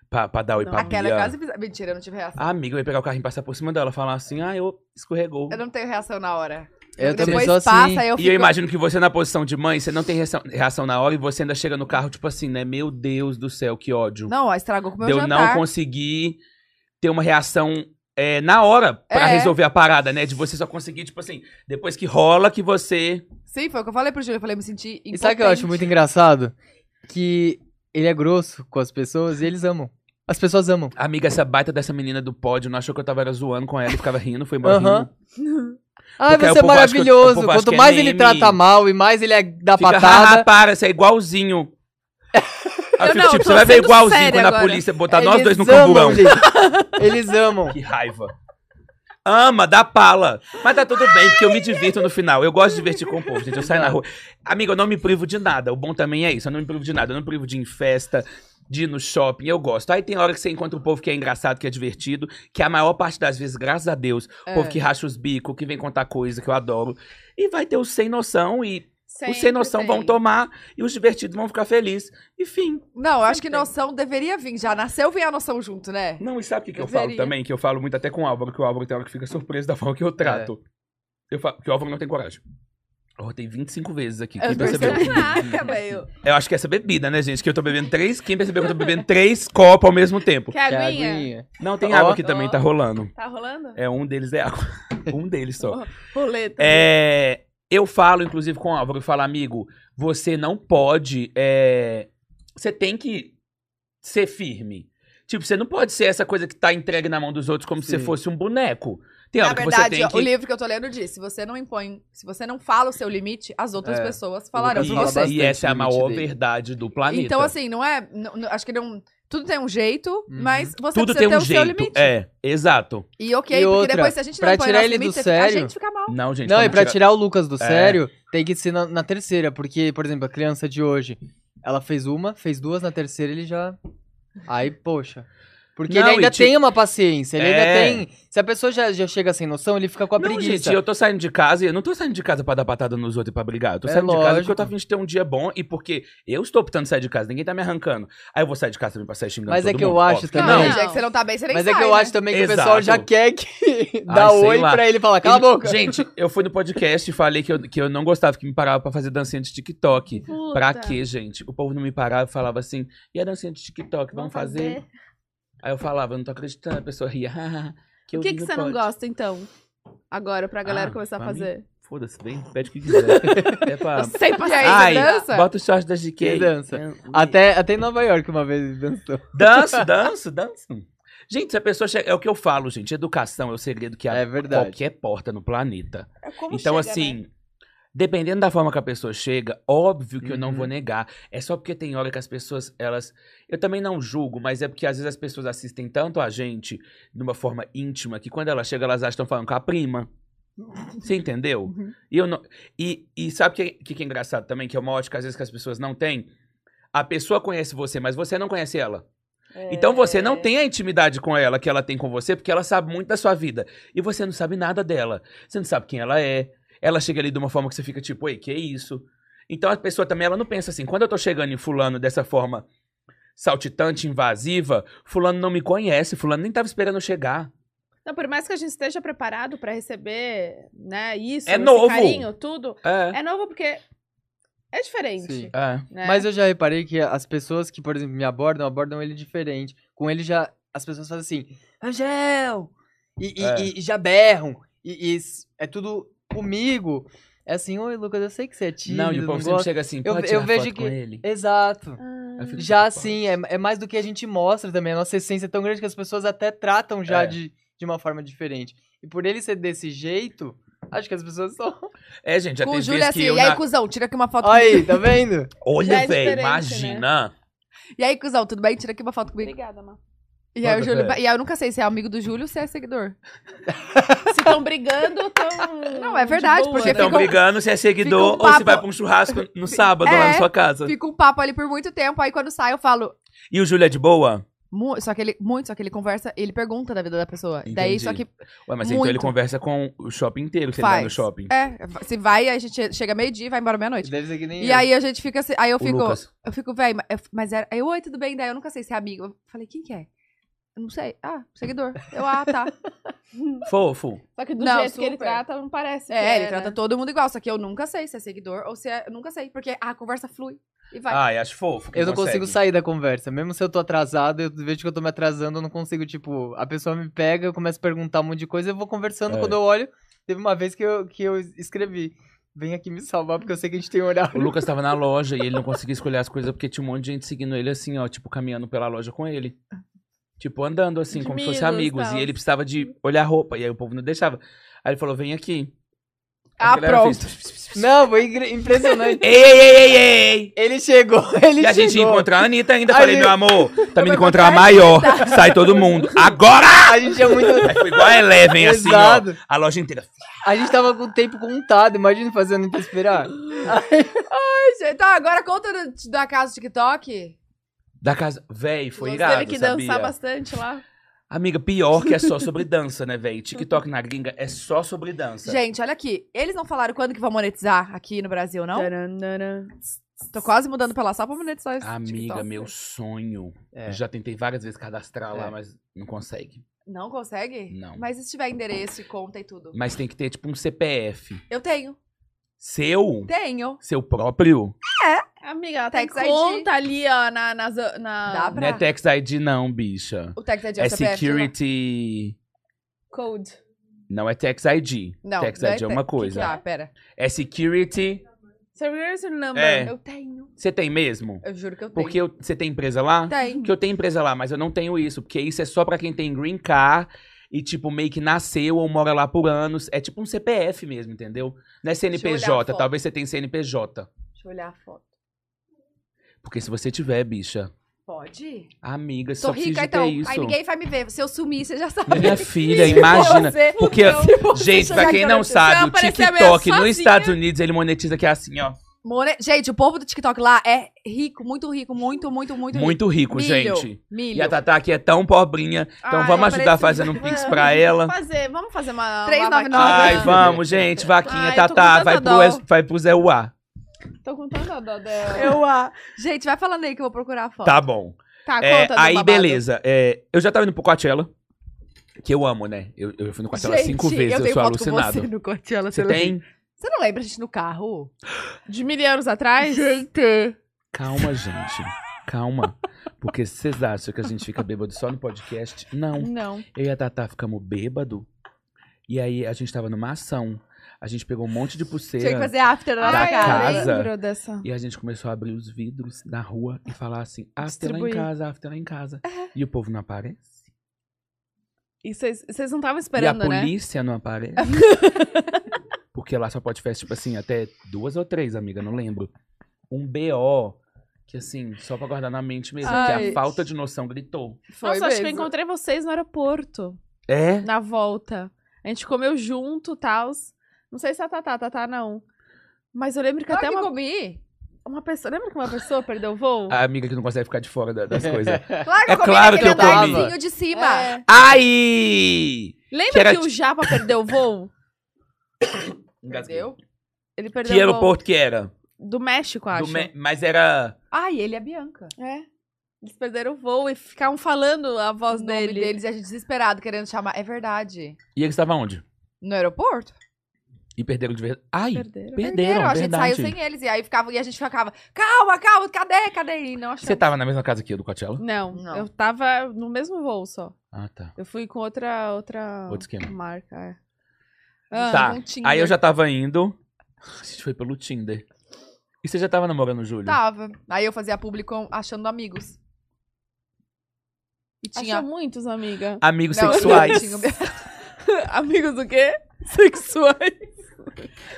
Speaker 3: pra, pra dar oi
Speaker 1: Não,
Speaker 3: pra
Speaker 1: Aquela é
Speaker 3: Bia.
Speaker 1: quase bizarra. Mentira, eu não tive reação.
Speaker 3: A amiga ia pegar o carrinho e passar por cima dela, falar assim, ah, eu escorregou.
Speaker 1: Eu não tenho reação na hora.
Speaker 4: Eu também
Speaker 1: Depois
Speaker 4: sou assim.
Speaker 1: passa, aí eu
Speaker 3: E
Speaker 1: fico...
Speaker 3: eu imagino que você na posição de mãe, você não tem reação, reação na hora e você ainda chega no carro, tipo assim, né? Meu Deus do céu, que ódio.
Speaker 1: Não, ó, estragou com o meu
Speaker 3: de eu não
Speaker 1: jantar.
Speaker 3: conseguir ter uma reação é, na hora pra
Speaker 1: É.
Speaker 3: resolver a parada, né? De você só conseguir, tipo assim, depois que rola que você.
Speaker 1: Sim, foi o que eu falei pro Júlio. Eu falei, me senti impotente.
Speaker 4: E sabe o que eu acho muito engraçado? Que ele é grosso com as pessoas e eles amam. As pessoas amam.
Speaker 3: Amiga, essa baita dessa menina do pódio não achou que eu tava era zoando com ela e ficava rindo, foi embora
Speaker 4: Aham.
Speaker 3: rindo.
Speaker 4: Ai,
Speaker 3: Porque aí o
Speaker 4: você é
Speaker 3: povo acha que- o
Speaker 4: maravilhoso.
Speaker 3: povo acha que
Speaker 4: Quanto
Speaker 3: é
Speaker 4: mais ele
Speaker 3: meme.
Speaker 4: trata mal e mais ele é dá
Speaker 3: Fica, (laughs)
Speaker 4: patada.
Speaker 3: "Haha, para, você é
Speaker 1: (laughs)
Speaker 3: igualzinho. Aí eu
Speaker 1: Eu
Speaker 3: fico,
Speaker 1: não,
Speaker 3: tipo,
Speaker 1: tô
Speaker 3: você vai ver
Speaker 1: sendo
Speaker 3: igualzinho
Speaker 1: séria
Speaker 3: quando a
Speaker 1: agora. É,
Speaker 3: polícia botar Tá nós dois
Speaker 4: Eles
Speaker 3: no
Speaker 4: amam,
Speaker 3: camburão.
Speaker 4: gente. (laughs) Eles amam.
Speaker 3: Que raiva. Ama, dá pala. Mas tá tudo bem, porque eu me divirto no final. Eu gosto de divertir com o povo, gente. Eu saio na rua. Amigo, eu não me privo de nada. O bom também é isso. Eu não me privo de nada. Eu não me privo de ir em festa, de ir no shopping. Eu gosto. Aí tem hora que você encontra o povo que é engraçado, que é divertido. Que a maior parte das vezes, graças a Deus, o povo que racha os bicos, que vem contar coisa que eu adoro. E vai ter os sem noção e os sem noção vão tomar e os divertidos vão ficar felizes. Enfim.
Speaker 1: Não, eu acho que noção deveria vir já. Nasceu, vem a noção junto, né?
Speaker 3: Não, e sabe o que, que eu
Speaker 1: Eu
Speaker 3: falo
Speaker 1: veria.
Speaker 3: também? Que eu falo muito até com o Álvaro, que o Álvaro tem hora que fica surpreso da forma que
Speaker 4: É.
Speaker 3: eu trato. Eu falo que o Álvaro não tem coragem. Eu rotei 25 vezes aqui. Quem
Speaker 1: Eu
Speaker 3: percebeu?
Speaker 2: (laughs)
Speaker 1: percebi.
Speaker 2: Ah,
Speaker 1: Caraca, velho.
Speaker 3: (laughs) Eu acho que é essa bebida, né, gente? Que eu tô bebendo três. Quem percebeu que eu tô bebendo três copos ao mesmo tempo?
Speaker 2: Quer
Speaker 4: Que
Speaker 2: aguinha?
Speaker 4: aguinha.
Speaker 3: Não, tem
Speaker 4: Ó.
Speaker 3: água aqui também, tá rolando.
Speaker 2: Tá rolando?
Speaker 3: É, um deles é água. (laughs) um deles só.
Speaker 2: Roleta.
Speaker 3: É, eu falo, inclusive, com o Álvaro, eu falo, amigo, você não pode. é, você tem que ser firme. Tipo, você não pode ser essa coisa que tá entregue na mão dos outros como se você
Speaker 4: Sim.
Speaker 3: fosse um boneco. Tem
Speaker 1: Na
Speaker 3: hora que você
Speaker 1: verdade,
Speaker 3: tem
Speaker 1: ó, o
Speaker 3: que...
Speaker 1: livro que eu tô lendo diz: se você não impõe, se você não fala o seu limite, as outras
Speaker 4: É.
Speaker 1: pessoas falarão
Speaker 4: Lucas
Speaker 1: por
Speaker 4: fala
Speaker 1: você.
Speaker 3: E, e essa é a
Speaker 4: bastante
Speaker 3: maior
Speaker 4: dele.
Speaker 3: verdade do planeta.
Speaker 1: Então, assim, não é. não- não- acho que não. Tudo tem um jeito,
Speaker 4: Uhum.
Speaker 1: mas você
Speaker 3: Tudo
Speaker 1: precisa
Speaker 3: tem
Speaker 1: ter
Speaker 3: um
Speaker 1: o seu
Speaker 3: jeito.
Speaker 1: limite.
Speaker 3: É, exato.
Speaker 1: E ok,
Speaker 4: E
Speaker 1: porque
Speaker 4: outra,
Speaker 1: depois se a gente não
Speaker 4: pra
Speaker 1: põe o
Speaker 4: tirar
Speaker 1: nosso
Speaker 4: ele do
Speaker 1: limite, a
Speaker 4: sério-
Speaker 1: gente fica mal.
Speaker 3: Não, gente.
Speaker 4: Não, e
Speaker 3: vamos
Speaker 4: pra
Speaker 3: tirar-
Speaker 4: tirar o Lucas do
Speaker 3: É.
Speaker 4: sério, tem que ser na, na terceira, porque, por exemplo, a criança de hoje, ela fez uma, fez duas, na terceira ele já. Aí, poxa. Porque
Speaker 3: Não,
Speaker 4: ele
Speaker 3: e
Speaker 4: ainda
Speaker 3: ti-
Speaker 4: tem uma paciência, ele
Speaker 3: É.
Speaker 4: ainda tem. Se a pessoa já, já chega sem noção, ele fica com a
Speaker 3: Não,
Speaker 4: preguiça.
Speaker 3: gente, eu tô saindo de casa e eu não tô saindo de casa pra dar patada nos outros e pra brigar. Eu tô
Speaker 4: É
Speaker 3: saindo de casa porque
Speaker 4: lógico.
Speaker 3: eu tô afim de ter um dia bom e porque eu estou optando de sair de casa, ninguém tá me arrancando. Aí eu vou sair de casa também pra sair xingando
Speaker 4: Mas é
Speaker 3: todo
Speaker 4: que eu
Speaker 3: mundo,
Speaker 4: acho
Speaker 3: óbvio que
Speaker 1: Não,
Speaker 4: também.
Speaker 3: Não.
Speaker 1: gente, é que você não tá bem, você nem
Speaker 4: Mas
Speaker 1: sai,
Speaker 4: é que eu
Speaker 1: né?
Speaker 4: acho também que o pessoal
Speaker 3: Exato.
Speaker 4: já quer que (laughs) dá
Speaker 3: Ai, sei
Speaker 4: oi
Speaker 3: lá.
Speaker 4: pra ele e fala, cala a boca.
Speaker 3: Gente, eu fui no podcast e falei que eu, que eu não gostava que me parava pra fazer dancinha de TikTok.
Speaker 2: Puta.
Speaker 3: Pra quê, gente? O povo não me parava e falava assim, e a dancinha de TikTok, vamos fazer? Aí eu falava, eu não tô acreditando, a pessoa ria. (laughs) "Ah,
Speaker 2: O
Speaker 3: que eu
Speaker 2: que,
Speaker 3: vi
Speaker 2: que
Speaker 3: no
Speaker 2: você não
Speaker 3: pod."
Speaker 2: gosta, então? Agora, pra galera
Speaker 3: Ah,
Speaker 2: começar a
Speaker 3: pra mim?
Speaker 2: fazer.
Speaker 3: Foda-se, vem, pede o
Speaker 2: (laughs)
Speaker 3: que quiser. é pra...
Speaker 2: Eu sei
Speaker 1: E
Speaker 2: passar.
Speaker 1: aí,
Speaker 3: Ai,
Speaker 1: você dança?
Speaker 3: bota os shorts da É, GK.
Speaker 4: Que dança. Até, até em Nova York uma vez ele dançou. (laughs)
Speaker 3: Danço, danço, danço. Gente, se a pessoa chega. É o que eu falo, gente. Educação é o segredo que abre
Speaker 4: É verdade.
Speaker 3: qualquer porta no planeta. então, assim. Dependendo da forma que a pessoa chega, óbvio que eu não
Speaker 4: Uhum.
Speaker 3: vou negar. É só porque tem hora que as pessoas, elas. Eu também não julgo, mas é porque às vezes as pessoas assistem tanto a gente de uma forma íntima que quando ela chega, elas acham que estão falando com a prima. Você entendeu? E, eu não... e, e sabe o que, que, que é engraçado também? Que é uma ótica às vezes que as pessoas não têm? A pessoa conhece você, mas você não conhece ela. Então você não tem a intimidade com ela que ela tem com você, porque ela sabe muito da sua vida. E você não sabe nada dela. Você não sabe quem ela é. Ela chega ali de uma forma que você fica tipo, ei, que isso? Então a pessoa também, ela não pensa assim, quando eu tô chegando em fulano dessa forma saltitante, invasiva, fulano não me conhece, fulano nem tava esperando eu chegar.
Speaker 10: Então, por mais que a gente esteja preparado pra receber, né, isso,
Speaker 3: É
Speaker 10: esse
Speaker 3: novo.
Speaker 10: carinho, tudo,
Speaker 3: É.
Speaker 10: é novo porque é diferente,
Speaker 4: Sim.
Speaker 3: É.
Speaker 10: né?
Speaker 4: assim. Mas eu já reparei que as pessoas que, por exemplo, me abordam, abordam ele diferente. Com ele já. As pessoas fazem assim, Angel! E, e-
Speaker 3: É.
Speaker 4: e- e já berram. E, e s- é tudo comigo. É assim, oi, Lucas, eu sei que você é tímido.
Speaker 3: Não, e o povo sempre
Speaker 4: gosta."
Speaker 3: chega assim,
Speaker 4: Eu-
Speaker 3: pode
Speaker 4: eu
Speaker 3: tirar
Speaker 4: vejo
Speaker 3: foto
Speaker 4: que-
Speaker 3: com ele.
Speaker 4: Exato.
Speaker 3: Aí eu fico, tipo,
Speaker 4: Já
Speaker 3: "Pode."
Speaker 4: assim, é, é mais do que a gente mostra também. A nossa essência é tão grande que as pessoas até tratam já
Speaker 3: É.
Speaker 4: de, de uma forma diferente. E por ele ser desse jeito, acho que as pessoas são.
Speaker 3: É, gente, já
Speaker 1: Com
Speaker 3: tem
Speaker 1: o Júlio
Speaker 3: vezes
Speaker 1: assim,
Speaker 3: que eu
Speaker 1: e aí,
Speaker 3: na-
Speaker 1: cuzão, tira aqui uma foto
Speaker 4: (laughs) Aí,
Speaker 1: comigo.
Speaker 4: tá vendo?
Speaker 10: Já
Speaker 3: Olha,
Speaker 10: é
Speaker 3: velho,
Speaker 10: diferente, né?
Speaker 3: imagina.
Speaker 1: E aí, cuzão, tudo bem? Tira aqui uma foto comigo.
Speaker 10: Obrigada, Má.
Speaker 1: E aí, o
Speaker 3: Manda,
Speaker 1: Júlio,
Speaker 3: velho.
Speaker 1: e aí eu nunca sei se é amigo do Júlio ou se é seguidor.
Speaker 10: Se estão brigando, (laughs) tão.
Speaker 1: Não, é
Speaker 10: de
Speaker 1: verdade,
Speaker 10: boa,
Speaker 1: porque
Speaker 10: né?
Speaker 3: Vocês estão
Speaker 1: ficou-
Speaker 3: brigando, se é seguidor
Speaker 1: fica um
Speaker 3: ou se
Speaker 1: papo.
Speaker 3: vai pra um churrasco no sábado
Speaker 1: É,
Speaker 3: lá na sua casa.
Speaker 1: Fica um papo ali por muito tempo, aí quando sai eu falo.
Speaker 3: E o Júlio é de boa?
Speaker 1: mu- Só que ele, muito, só que ele conversa, ele pergunta da vida da pessoa. Daí,
Speaker 3: Entendi.
Speaker 1: só que.
Speaker 3: Ué, mas
Speaker 1: Muito.
Speaker 3: então ele conversa com o shopping inteiro, se ele vai no
Speaker 1: Faz.
Speaker 3: shopping.
Speaker 1: É, se vai, a gente chega meio-dia e vai embora meia-noite.
Speaker 4: Deve ser que nem
Speaker 1: E
Speaker 4: eu.
Speaker 1: aí a gente fica assim. Aí eu
Speaker 3: O
Speaker 1: fico.
Speaker 3: Lucas.
Speaker 1: Eu fico, velho, mas era. Eu, oi, tudo bem? Daí eu nunca sei se é amigo. Eu falei, quem que é? Eu não sei. Ah, seguidor. Eu, ah,
Speaker 2: (laughs)
Speaker 1: tá.
Speaker 3: Fofo.
Speaker 10: Só que do
Speaker 1: Não,
Speaker 10: jeito que ele
Speaker 1: super.
Speaker 10: trata, não parece. que
Speaker 1: É, ele
Speaker 10: né?
Speaker 1: trata todo mundo igual, só que eu nunca sei se é seguidor ou se é. Eu nunca sei, porque a conversa flui e vai.
Speaker 3: Ai, acho fofo. quem
Speaker 4: Eu não
Speaker 3: consegue.
Speaker 4: consigo sair da conversa. Mesmo se eu tô atrasado, eu vejo que eu tô me atrasando, eu não consigo, tipo, a pessoa me pega, eu começo a perguntar um monte de coisa, eu vou conversando.
Speaker 3: É.
Speaker 4: Quando eu olho, teve uma vez que eu, que eu escrevi. Vem aqui me salvar, porque eu sei que a gente tem
Speaker 1: (laughs)
Speaker 4: um
Speaker 3: O
Speaker 4: horário.
Speaker 3: Lucas tava na loja e ele não conseguia escolher as coisas porque tinha um monte de gente seguindo ele assim, ó, tipo, caminhando pela loja com ele. Tipo, andando assim, como se fossem
Speaker 2: Amigos,
Speaker 3: amigos.
Speaker 2: tal.
Speaker 3: E ele precisava de olhar roupa. E aí o povo não deixava. Aí ele falou: vem aqui. Aí
Speaker 1: Ah,
Speaker 3: a galera
Speaker 1: pronto.
Speaker 3: fez-
Speaker 4: Não, foi incri- impressionante.
Speaker 3: Ei, ei, ei, ei, ei, ei!
Speaker 4: Ele chegou, (laughs) ele
Speaker 3: E a gente ia
Speaker 4: chegou.
Speaker 3: encontrar a Anitta ainda.
Speaker 4: Aí
Speaker 3: Falei,
Speaker 4: ele-
Speaker 3: meu
Speaker 4: (laughs)
Speaker 3: amor, tá me encontrar a maior. (laughs) Sai todo mundo. Agora!
Speaker 4: A gente é
Speaker 3: (laughs)
Speaker 4: muito.
Speaker 3: Aí foi igual a Eleven, assim, ó.
Speaker 4: Exato.
Speaker 3: A loja inteira.
Speaker 4: A gente tava com o tempo contado, imagina fazendo pra esperar.
Speaker 1: Ai, gente, Tá, agora conta do- da casa do TikTok.
Speaker 3: Da casa. Véi, foi
Speaker 2: Você
Speaker 3: irado,
Speaker 2: teve que
Speaker 3: sabia?
Speaker 2: dançar bastante lá.
Speaker 3: Amiga, pior que
Speaker 1: (laughs)
Speaker 3: é só sobre dança, né, véi? TikTok na gringa é só sobre dança.
Speaker 1: Gente, olha aqui. Eles não falaram quando que vão monetizar aqui no Brasil, não?
Speaker 2: Taranana.
Speaker 1: Tô quase mudando pra lá só pra monetizar esse
Speaker 3: Amiga,
Speaker 1: TikTok.
Speaker 3: meu sonho.
Speaker 4: É.
Speaker 3: Eu já tentei várias vezes cadastrar
Speaker 4: É.
Speaker 3: lá, mas não consegue.
Speaker 1: Não consegue?
Speaker 3: Não.
Speaker 1: Mas e se tiver endereço e conta e tudo?
Speaker 3: Mas tem que ter, tipo, um CPF.
Speaker 1: Eu tenho.
Speaker 3: Seu?
Speaker 1: Tenho.
Speaker 3: Seu próprio?
Speaker 2: Amiga, ela tem
Speaker 1: Tax ID.
Speaker 2: conta ali, ó, na... nas- na...
Speaker 1: tá Dá pra-
Speaker 3: Não é Tax ID, não, bicha.
Speaker 1: O Tax ID é o
Speaker 3: É
Speaker 1: CPF de lá.
Speaker 3: security.
Speaker 2: Code.
Speaker 3: Não é Tax ID.
Speaker 1: Não,
Speaker 3: Tax
Speaker 1: não
Speaker 3: ID é
Speaker 1: tax.
Speaker 3: uma
Speaker 1: O que que
Speaker 3: coisa.
Speaker 1: é? Ah, pera.
Speaker 3: É security.
Speaker 2: Service number.
Speaker 3: É.
Speaker 2: Eu tenho.
Speaker 3: Você tem mesmo?
Speaker 1: Eu juro que eu tenho.
Speaker 3: Porque eu- você tem empresa lá?
Speaker 1: Tem.
Speaker 3: Porque eu tenho empresa lá, mas eu não tenho isso. Porque isso é só pra quem tem green car e, tipo, meio que nasceu ou mora lá por anos. É tipo um CPF mesmo, entendeu? Não é
Speaker 1: Deixa eu olhar a
Speaker 3: CNPJ,
Speaker 1: foto.
Speaker 3: talvez você tenha CNPJ.
Speaker 1: Deixa eu olhar a foto.
Speaker 3: Porque se você tiver, bicha,
Speaker 1: Pode?
Speaker 3: amiga, você
Speaker 1: Tô
Speaker 3: só
Speaker 1: rica,
Speaker 3: precisa de ter
Speaker 1: então.
Speaker 3: isso.
Speaker 1: Aí ninguém vai me ver. Se eu sumir, você já sabe. (laughs)
Speaker 3: Minha filha, imagina.
Speaker 1: Você-
Speaker 3: Porque, gente, pra
Speaker 1: tá
Speaker 3: quem não sabe, o
Speaker 2: aparecer a
Speaker 3: TikTok
Speaker 2: minha
Speaker 3: nos
Speaker 2: sozinha.
Speaker 3: Estados Unidos, ele monetiza que é assim, ó.
Speaker 1: assim. More- Gente, o povo do TikTok lá é rico, muito rico, muito, muito, muito,
Speaker 3: Muito rico,
Speaker 1: Milho,
Speaker 3: gente.
Speaker 1: Milho.
Speaker 3: E a Tatá aqui é tão pobrinha. Então
Speaker 10: Ai,
Speaker 3: vamos
Speaker 10: eu
Speaker 3: ajudar
Speaker 10: pareci-
Speaker 3: fazendo um
Speaker 1: (laughs)
Speaker 3: pix pra ela.
Speaker 10: Vamos fazer, vamos fazer uma.
Speaker 1: 399.
Speaker 10: uma
Speaker 3: Ai,
Speaker 10: vaquinha.
Speaker 3: vamos, gente. Vaquinha,
Speaker 10: Ai, eu tô com
Speaker 3: Tatá,
Speaker 10: tanta
Speaker 3: vai pro,
Speaker 10: dó.
Speaker 3: S- vai pro Zé Uá.
Speaker 10: Tô com tanta dó dela.
Speaker 1: (laughs) Eu, ah, Gente, vai falando aí que eu vou procurar a foto.
Speaker 3: Tá bom.
Speaker 10: Tá,
Speaker 3: É,
Speaker 10: conta do
Speaker 3: aí,
Speaker 10: babado.
Speaker 3: beleza. É, eu já tava indo pro Coachella. Que eu amo, né? Eu, eu fui no Coachella
Speaker 1: Gente,
Speaker 3: cinco vezes, eu,
Speaker 1: tenho
Speaker 3: sou
Speaker 1: foto com
Speaker 3: alucinado.
Speaker 1: Você, no Coachella,
Speaker 3: Você
Speaker 1: não-
Speaker 3: tem?
Speaker 1: você não lembra a gente no carro?
Speaker 10: De mil
Speaker 1: um
Speaker 10: anos atrás? Gente.
Speaker 3: Calma, gente. Calma. Porque se vocês acham que a gente fica bêbado só no podcast? Não.
Speaker 10: Não.
Speaker 3: Eu e a Tatá ficamos bêbado. E aí a gente tava numa ação. A gente pegou um monte
Speaker 1: Tinha
Speaker 3: de
Speaker 1: que
Speaker 3: pulseira.
Speaker 1: fazer after na
Speaker 3: Da
Speaker 1: nossa cara.
Speaker 3: casa.
Speaker 1: hein?
Speaker 10: Eu lembro dessa.
Speaker 3: E a gente começou a abrir os vidros na rua e falar assim: after lá em
Speaker 10: Distribuir.
Speaker 3: casa, after lá em casa.
Speaker 1: É.
Speaker 3: E o povo não aparece.
Speaker 10: E vocês vocês não estavam
Speaker 3: e
Speaker 10: esperando,
Speaker 3: a
Speaker 10: né?
Speaker 3: polícia não aparece. Porque lá só pode festa, tipo assim, até duas ou três, amiga, não lembro. Um BO, que assim, só pra guardar na mente mesmo, que
Speaker 1: Ai.
Speaker 3: a falta de noção gritou.
Speaker 1: Foi
Speaker 10: Nossa, acho que eu
Speaker 1: mesmo.
Speaker 10: encontrei vocês no aeroporto,
Speaker 3: É?
Speaker 10: na volta. A gente comeu junto, tal. Não sei se é a Tatá, Tatá não. Mas eu lembro que
Speaker 1: Na hora
Speaker 10: até
Speaker 1: que
Speaker 10: uma,
Speaker 1: comi.
Speaker 10: uma pessoa. Lembra que uma pessoa perdeu o voo?
Speaker 3: A amiga que não consegue ficar de fora da- das coisas.
Speaker 1: Claro que
Speaker 3: Ah, É
Speaker 1: eu comi
Speaker 3: claro
Speaker 1: naquele
Speaker 3: que eu comi.
Speaker 1: andarzinho de cima.
Speaker 10: É.
Speaker 3: Ai!
Speaker 10: Lembra
Speaker 3: Que
Speaker 10: que,
Speaker 3: era
Speaker 10: o Japa perdeu o voo?
Speaker 3: Engasguei.
Speaker 1: Entendeu?
Speaker 10: Ele perdeu
Speaker 3: Que
Speaker 10: o voo
Speaker 3: aeroporto que era?
Speaker 10: do México,
Speaker 3: Do
Speaker 10: acho.
Speaker 3: Me- Mas era.
Speaker 1: Ai, ele é a Bianca.
Speaker 10: É. Eles perderam o voo e ficaram falando a
Speaker 1: Os
Speaker 10: voz
Speaker 1: nomes
Speaker 10: dele.
Speaker 1: deles, e a gente desesperado querendo chamar. É verdade.
Speaker 3: E eles estavam onde?
Speaker 1: No aeroporto?
Speaker 3: E perderam de verdade. Ai!
Speaker 10: Perderam.
Speaker 3: Perderam,
Speaker 1: a gente saiu
Speaker 3: verdade.
Speaker 1: sem eles. E aí ficava, e a gente ficava, calma, calma, cadê, cadê? E não achamos.
Speaker 3: Você tá- tava na mesma casa que eu do Coachella?
Speaker 10: Não,
Speaker 1: Não.
Speaker 10: eu tava no mesmo voo só.
Speaker 3: Ah, tá.
Speaker 10: Eu fui com outra outra
Speaker 3: Outro esquema.
Speaker 10: marca. é.
Speaker 3: Tá,
Speaker 1: com Tinder.
Speaker 3: Aí eu já tava indo. A gente foi pelo Tinder. E você já tava namorando o Júlio?
Speaker 1: Tava. Aí eu fazia publi com achando amigos. E tinha.
Speaker 10: Achou muitos, amiga.
Speaker 3: Amigos
Speaker 1: Não,
Speaker 3: sexuais.
Speaker 1: tinha-
Speaker 10: Amigos do quê? (laughs) Sexuais.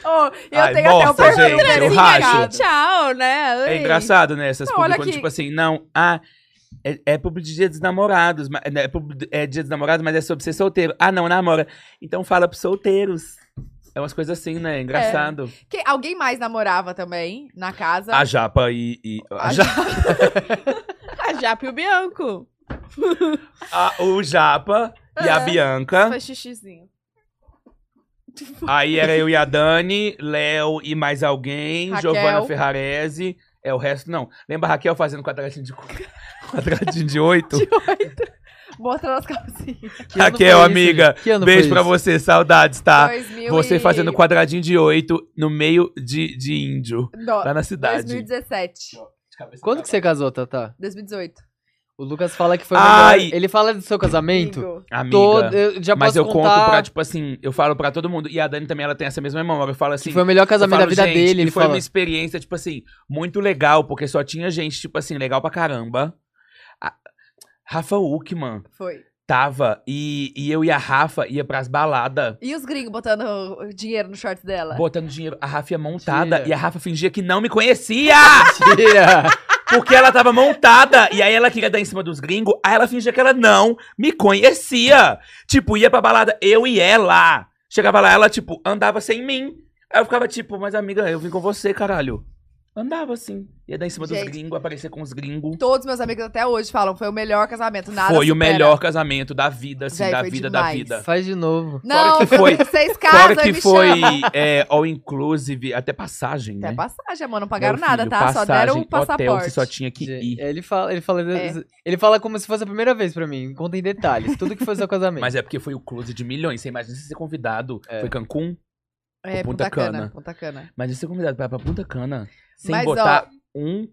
Speaker 1: Oh, eu
Speaker 3: Ai,
Speaker 1: tenho até o
Speaker 3: nossa,
Speaker 1: perfil
Speaker 3: gente,
Speaker 1: dele
Speaker 3: eu racho.
Speaker 1: ligado.
Speaker 10: Tchau, né?
Speaker 3: É
Speaker 10: Ei.
Speaker 3: engraçado, né? Essas
Speaker 1: Não,
Speaker 3: publi
Speaker 1: olha
Speaker 3: quando,
Speaker 1: aqui.
Speaker 3: tipo assim, não, ah, é, é publi de dia dos namorados, mas- é, publi de- é dia dos namorados, mas é sobre ser solteiro. Ah, não, namora. Então fala pros solteiros. É umas coisas assim, né? Engraçado.
Speaker 1: Que alguém mais namorava também na casa.
Speaker 3: A Japa e. e- a
Speaker 1: A
Speaker 3: Japa-
Speaker 10: A Japa e o Bianco.
Speaker 3: a- o Japa e a
Speaker 10: É.
Speaker 3: Bianca.
Speaker 10: Foi xixizinho.
Speaker 3: Aí era eu e a Dani, Léo e mais alguém,
Speaker 1: Raquel.
Speaker 3: Giovanna Ferrarese. É o resto, não. Lembra a Raquel fazendo quadradinho de. qu- (laughs) Quadradinho de oito?
Speaker 1: Mostrando as calcinhas.
Speaker 4: Que ano
Speaker 3: Raquel,
Speaker 4: foi isso,
Speaker 3: é, amiga,
Speaker 4: gente? Que ano
Speaker 3: Beijo
Speaker 4: foi
Speaker 3: pra
Speaker 4: isso?
Speaker 3: você, saudades, tá?
Speaker 1: 2000
Speaker 3: Você
Speaker 1: e-
Speaker 3: fazendo quadradinho de oito no meio de, de índio,
Speaker 1: No-
Speaker 3: lá na cidade.
Speaker 1: 2017.
Speaker 4: Quando que você casou, Tata?
Speaker 1: 2018.
Speaker 4: O Lucas fala que foi
Speaker 3: Ai!
Speaker 4: melhor. Ele fala do seu casamento.
Speaker 1: Amigo.
Speaker 3: Amiga,
Speaker 4: Todo, eu já
Speaker 3: mas
Speaker 4: posso
Speaker 3: eu
Speaker 4: contar
Speaker 3: conto pra, tipo assim, eu falo pra todo mundo, e a Dani também, ela tem essa mesma memória, eu falo assim...
Speaker 4: que foi o melhor
Speaker 3: eu
Speaker 4: casamento
Speaker 3: falo,
Speaker 4: da vida
Speaker 3: gente,
Speaker 4: dele.
Speaker 3: e
Speaker 4: Ele
Speaker 3: foi
Speaker 4: fala.
Speaker 3: uma experiência, tipo assim, muito legal, porque só tinha gente, tipo assim, legal pra caramba. A- Rafa Uckman
Speaker 1: Foi.
Speaker 3: tava, e, e eu e a Rafa ia pras baladas,
Speaker 1: E os gringos botando dinheiro no shorts dela?
Speaker 3: botando dinheiro. A Rafa ia montada,
Speaker 4: Mentira.
Speaker 3: e a Rafa fingia que não me conhecia!
Speaker 4: (laughs) Mentira!
Speaker 3: Porque ela tava montada e aí ela queria dar em cima dos gringos, aí ela fingia que ela não me conhecia. Tipo, ia pra balada, eu e ela. Chegava lá, ela, tipo, andava sem mim. Aí eu ficava tipo, mas amiga, eu vim com você, caralho. Andava assim. Ia dar em cima
Speaker 1: Gente.
Speaker 3: dos gringos, aparecer com os gringos.
Speaker 1: Todos meus amigos até hoje falam, foi o melhor casamento, nada
Speaker 3: foi o
Speaker 1: supera.
Speaker 3: melhor casamento da vida, assim,
Speaker 1: Véi,
Speaker 3: da
Speaker 1: foi
Speaker 3: vida, da
Speaker 1: demais.
Speaker 3: vida.
Speaker 4: Faz de novo.
Speaker 1: Não,
Speaker 3: Fora que foi-
Speaker 1: vocês
Speaker 3: Fora
Speaker 1: casam e
Speaker 3: que
Speaker 1: me
Speaker 3: foi
Speaker 1: chamam.
Speaker 3: é, all inclusive, até passagem,
Speaker 1: Até
Speaker 3: né?
Speaker 1: passagem, amor, não pagaram
Speaker 3: Meu
Speaker 1: nada,
Speaker 3: filho,
Speaker 1: tá? Só
Speaker 3: passagem,
Speaker 1: deram o passaporte.
Speaker 3: Hotel, você só tinha que
Speaker 4: Gente,
Speaker 3: ir.
Speaker 4: Ele fala, ele fala,
Speaker 1: É.
Speaker 4: ele fala como se fosse a primeira vez pra mim. Conta em detalhes tudo que foi seu casamento.
Speaker 3: Mas é porque foi o close de milhões. Você imagina se ser convidado.
Speaker 4: É.
Speaker 3: Foi Cancún.
Speaker 1: É,
Speaker 3: Pro Punta
Speaker 1: Punta
Speaker 3: Cana.
Speaker 1: Cana. Punta Cana.
Speaker 3: Mas de ser convidado pra, pra Punta Cana sem
Speaker 1: Mas, ó-
Speaker 3: botar um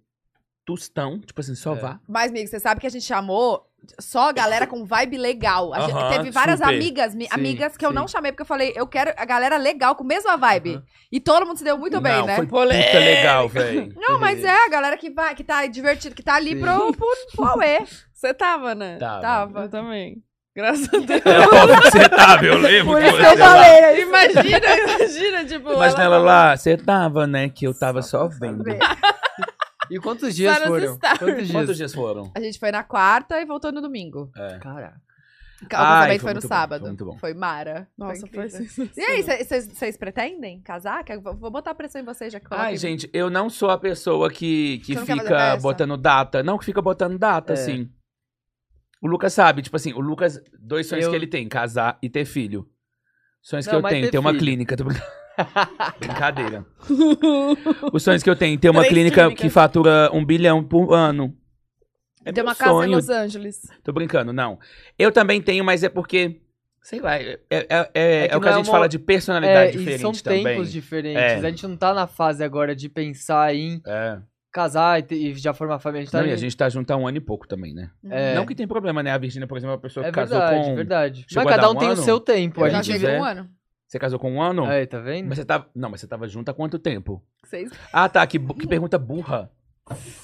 Speaker 3: tostão, tipo assim, só
Speaker 4: É.
Speaker 3: vá.
Speaker 1: Mas, amigo, você sabe que a gente chamou só a galera com vibe legal. A gente-
Speaker 3: Aham,
Speaker 1: teve várias
Speaker 3: super.
Speaker 1: amigas mi-
Speaker 4: Sim,
Speaker 1: amigas que eu
Speaker 4: sim.
Speaker 1: não chamei, porque eu falei, eu quero a galera legal, com a mesma vibe. E todo mundo se deu muito bem,
Speaker 3: Não,
Speaker 1: né?
Speaker 3: foi puta legal,
Speaker 4: (laughs)
Speaker 3: velho.
Speaker 1: Não, mas é a galera que, vai, que tá divertida, que tá ali
Speaker 4: Sim.
Speaker 1: pro, pro, pro Aue.
Speaker 10: Você tava, né?
Speaker 3: Tava.
Speaker 1: Tava.
Speaker 10: Eu também. Graças
Speaker 1: (laughs)
Speaker 10: a Deus.
Speaker 3: Ela falou É que você tava, eu lembro.
Speaker 10: Por
Speaker 3: que
Speaker 10: isso que eu
Speaker 3: você lá.
Speaker 10: falei,
Speaker 1: É
Speaker 10: né? imagina, imagina, tipo.
Speaker 3: Imagina ela lá, você tava, né? Que eu tava só vendo.
Speaker 4: E quantos dias
Speaker 10: Só nos
Speaker 4: foram?
Speaker 10: stories.
Speaker 4: Quantos dias?
Speaker 3: Quantos dias foram?
Speaker 1: A gente foi na quarta e voltou no domingo.
Speaker 3: É.
Speaker 4: Caraca.
Speaker 1: O
Speaker 3: Ai,
Speaker 1: casamento
Speaker 3: foi
Speaker 1: foi no
Speaker 3: muito bom,
Speaker 1: sábado.
Speaker 3: foi muito bom.
Speaker 1: Foi Mara.
Speaker 10: Nossa, foi
Speaker 1: incrível.
Speaker 10: sensacional.
Speaker 1: E aí, vocês pretendem casar? Que eu Vou vou botar pressão em vocês, já que eu
Speaker 3: Ai,
Speaker 1: coloquei-
Speaker 3: gente, eu não sou a pessoa que, que
Speaker 1: Você não quer fazer
Speaker 3: fica
Speaker 1: festa?
Speaker 3: botando data. Não, que fica botando data,
Speaker 4: É.
Speaker 3: assim. O Lucas sabe, tipo assim, o Lucas, dois sonhos
Speaker 4: Eu-
Speaker 3: que ele tem, casar e ter filho. Sonhos
Speaker 4: Não,
Speaker 3: que eu
Speaker 4: mas
Speaker 3: tenho, ter,
Speaker 4: ter
Speaker 3: uma
Speaker 4: filho.
Speaker 3: clínica. tô brinca- Brincadeira. Os sonhos que eu tenho, ter uma
Speaker 10: Três
Speaker 3: clínica
Speaker 10: clínicas.
Speaker 3: que fatura um bilhão por ano. É
Speaker 10: Tem
Speaker 3: meu
Speaker 10: uma casa em
Speaker 3: sonho.
Speaker 10: Los Angeles.
Speaker 3: Tô brincando, não. Eu também tenho, mas é porque, sei lá, é, é, é- é
Speaker 4: que
Speaker 3: o que a
Speaker 4: não é
Speaker 3: gente
Speaker 4: uma-
Speaker 3: fala de personalidade
Speaker 4: É, e
Speaker 3: diferente
Speaker 4: são
Speaker 3: também.
Speaker 4: tempos diferentes.
Speaker 3: É.
Speaker 4: A gente não tá na fase agora de pensar em
Speaker 3: É.
Speaker 4: casar e, ter- e já formar família. A gente tá
Speaker 3: Não, e a
Speaker 4: ali-
Speaker 3: gente tá junto há um ano e pouco também, né?
Speaker 4: É,
Speaker 3: Não que tem problema, né? A Virgínia, por exemplo, é uma pessoa que
Speaker 4: é
Speaker 3: casou
Speaker 4: verdade,
Speaker 3: com...
Speaker 4: verdade. Mas
Speaker 3: Chegou a
Speaker 4: cada
Speaker 3: dar
Speaker 4: um,
Speaker 3: um
Speaker 4: tem o
Speaker 3: ano?
Speaker 4: seu tempo.
Speaker 3: Eu
Speaker 4: a
Speaker 1: Já
Speaker 3: gente
Speaker 1: teve
Speaker 3: quiser.
Speaker 1: um ano.
Speaker 3: Você casou com um ano?
Speaker 4: Aí, tá vendo? (laughs)
Speaker 3: Mas você tava... Não, mas você tava junto há quanto tempo?
Speaker 1: Seis.
Speaker 3: Ah, tá. Que, bu- que pergunta burra.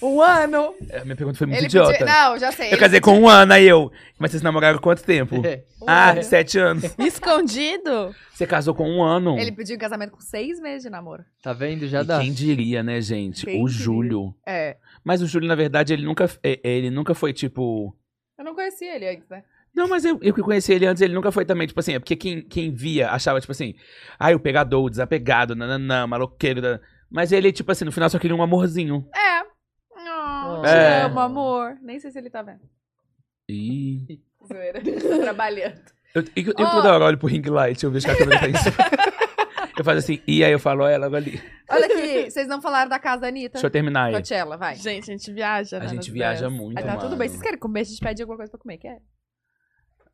Speaker 10: Um ano!
Speaker 3: É, minha pergunta foi muito
Speaker 1: Ele
Speaker 3: idiota.
Speaker 1: pediu... Não, já sei.
Speaker 3: Eu casei com um ano, aí eu... Mas vocês namoraram quanto tempo?
Speaker 4: É.
Speaker 1: Um
Speaker 3: ah, sete anos.
Speaker 10: (laughs) Escondido?
Speaker 3: Você casou com um ano?
Speaker 1: Ele pediu em casamento com seis meses de namoro.
Speaker 4: Tá vendo? Já
Speaker 3: E
Speaker 4: dá.
Speaker 3: quem diria, né, gente?
Speaker 1: Quem
Speaker 3: o
Speaker 1: diria?
Speaker 3: Júlio.
Speaker 1: É.
Speaker 3: Mas o Júlio, na verdade, ele nunca... é- Ele nunca foi, tipo...
Speaker 1: Eu não conhecia ele antes, né?
Speaker 3: Não, mas eu, eu que conheci ele antes, ele nunca foi também, tipo assim, é porque quem, quem via achava, tipo assim, ai, o pegador, o desapegado, nananã, maloqueiro. nananã." Mas ele, tipo assim, no final só queria um amorzinho.
Speaker 1: É. Oh, te
Speaker 3: É.
Speaker 1: amo, amor. Nem sei se ele tá vendo.
Speaker 3: Ih.
Speaker 10: (laughs)
Speaker 1: Zoeira. Tô Trabalhando.
Speaker 3: Eu, eu, eu
Speaker 1: Ó.
Speaker 3: toda hora olho pro ring light, eu vejo que a câmera tá em
Speaker 1: (laughs)
Speaker 3: cima. Eu faço assim, e aí eu falo, ó, ela ali.
Speaker 1: Olha aqui, vocês não falaram da casa da Anitta?
Speaker 3: Deixa eu terminar aí.
Speaker 1: Coachella, vai.
Speaker 10: Gente, a gente viaja, né?
Speaker 3: A gente
Speaker 10: nas
Speaker 3: viaja
Speaker 10: praias.
Speaker 3: muito,
Speaker 1: Aí tá tudo
Speaker 3: mano.
Speaker 1: bem. Vocês querem comer? A gente pede alguma coisa pra comer, quer?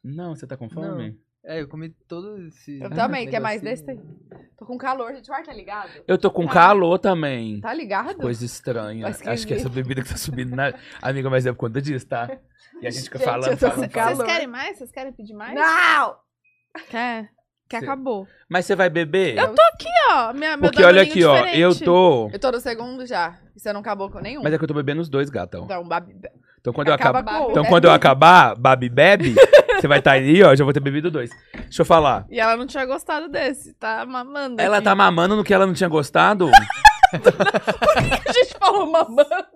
Speaker 3: Não, você tá com fome?
Speaker 4: É, eu comi todo esse.
Speaker 1: Eu também, quer mais desse?
Speaker 4: (laughs) negocinho.
Speaker 1: Tô com calor, gente. O ar tá ligado?
Speaker 3: Eu tô com calor também.
Speaker 1: Tá ligado?
Speaker 3: Coisa estranha.
Speaker 1: Mas que
Speaker 3: Acho que essa bebida que tá subindo na... Amiga, mas é por conta disso, tá? E a gente
Speaker 1: (laughs)
Speaker 3: fica
Speaker 1: Gente,
Speaker 3: falando,
Speaker 1: eu tô com
Speaker 3: falando, falando.
Speaker 1: calor.
Speaker 10: Vocês querem mais? Vocês querem pedir mais?
Speaker 1: Não!
Speaker 10: Ah, Quer? Que
Speaker 3: Sim.
Speaker 10: acabou.
Speaker 3: Mas você vai beber?
Speaker 10: Eu tô aqui, ó. Minha, meu
Speaker 3: Porque olha
Speaker 10: Danoninho
Speaker 3: aqui, ó,
Speaker 10: diferente.
Speaker 3: eu tô.
Speaker 1: Eu tô no segundo já. E você não acabou com nenhum?
Speaker 3: Mas é que eu tô bebendo os dois, gatão.
Speaker 1: Então, babi...
Speaker 3: Então quando eu,
Speaker 1: acaba
Speaker 3: acabo...
Speaker 1: com... né?
Speaker 3: então, quando eu acabar, Babi
Speaker 1: (laughs)
Speaker 3: bebe, você vai estar tá aí, ó, eu já vou ter bebido dois. Deixa eu falar.
Speaker 10: E ela não tinha gostado desse. Tá mamando.
Speaker 3: Ela
Speaker 10: aqui.
Speaker 3: tá mamando no que ela não
Speaker 1: (laughs)
Speaker 3: tinha gostado?
Speaker 1: A gente falou mamando.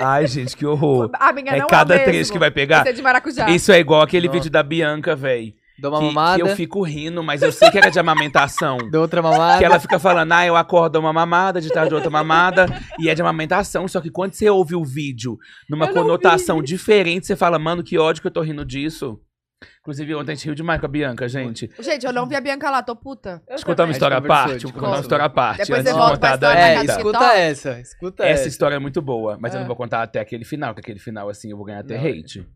Speaker 3: Ai, gente, que horror.
Speaker 1: Amiga,
Speaker 3: É
Speaker 1: não
Speaker 3: cada
Speaker 1: é o mesmo.
Speaker 3: trecho que vai pegar.
Speaker 1: Isso é de maracujá.
Speaker 3: Isso é igual aquele
Speaker 4: Nossa.
Speaker 3: vídeo da Bianca, véi.
Speaker 4: Dou uma
Speaker 3: Que,
Speaker 4: mamada.
Speaker 3: que eu fico rindo, mas eu sei que era de amamentação.
Speaker 4: Dou outra mamada.
Speaker 3: Que ela fica falando, ah, eu acordo uma mamada, de tarde outra mamada, e é de amamentação. Só que quando você ouve o vídeo numa conotação diferente, você fala, mano, que ódio que eu tô rindo disso. Inclusive, ontem a gente riu demais com a Bianca, gente.
Speaker 1: Gente, eu não vi a Bianca lá, tô puta.
Speaker 3: Deixa eu contar uma
Speaker 4: também.
Speaker 3: história à
Speaker 4: A gente conversou,
Speaker 3: parte. Vou
Speaker 4: a gente
Speaker 3: contar uma
Speaker 4: conversou.
Speaker 3: história à parte.
Speaker 1: Depois
Speaker 3: antes
Speaker 1: você
Speaker 3: de
Speaker 1: volta pra
Speaker 3: contar a da
Speaker 1: história
Speaker 4: É,
Speaker 1: na
Speaker 3: Anitta.
Speaker 1: casa do
Speaker 4: escuta
Speaker 1: TikTok.
Speaker 4: essa. Escuta
Speaker 3: Essa
Speaker 4: essa.
Speaker 3: história é muito boa, mas eu não
Speaker 4: Ah.
Speaker 3: vou contar até aquele final, que aquele final, assim, eu vou ganhar até
Speaker 4: Não,
Speaker 3: hate.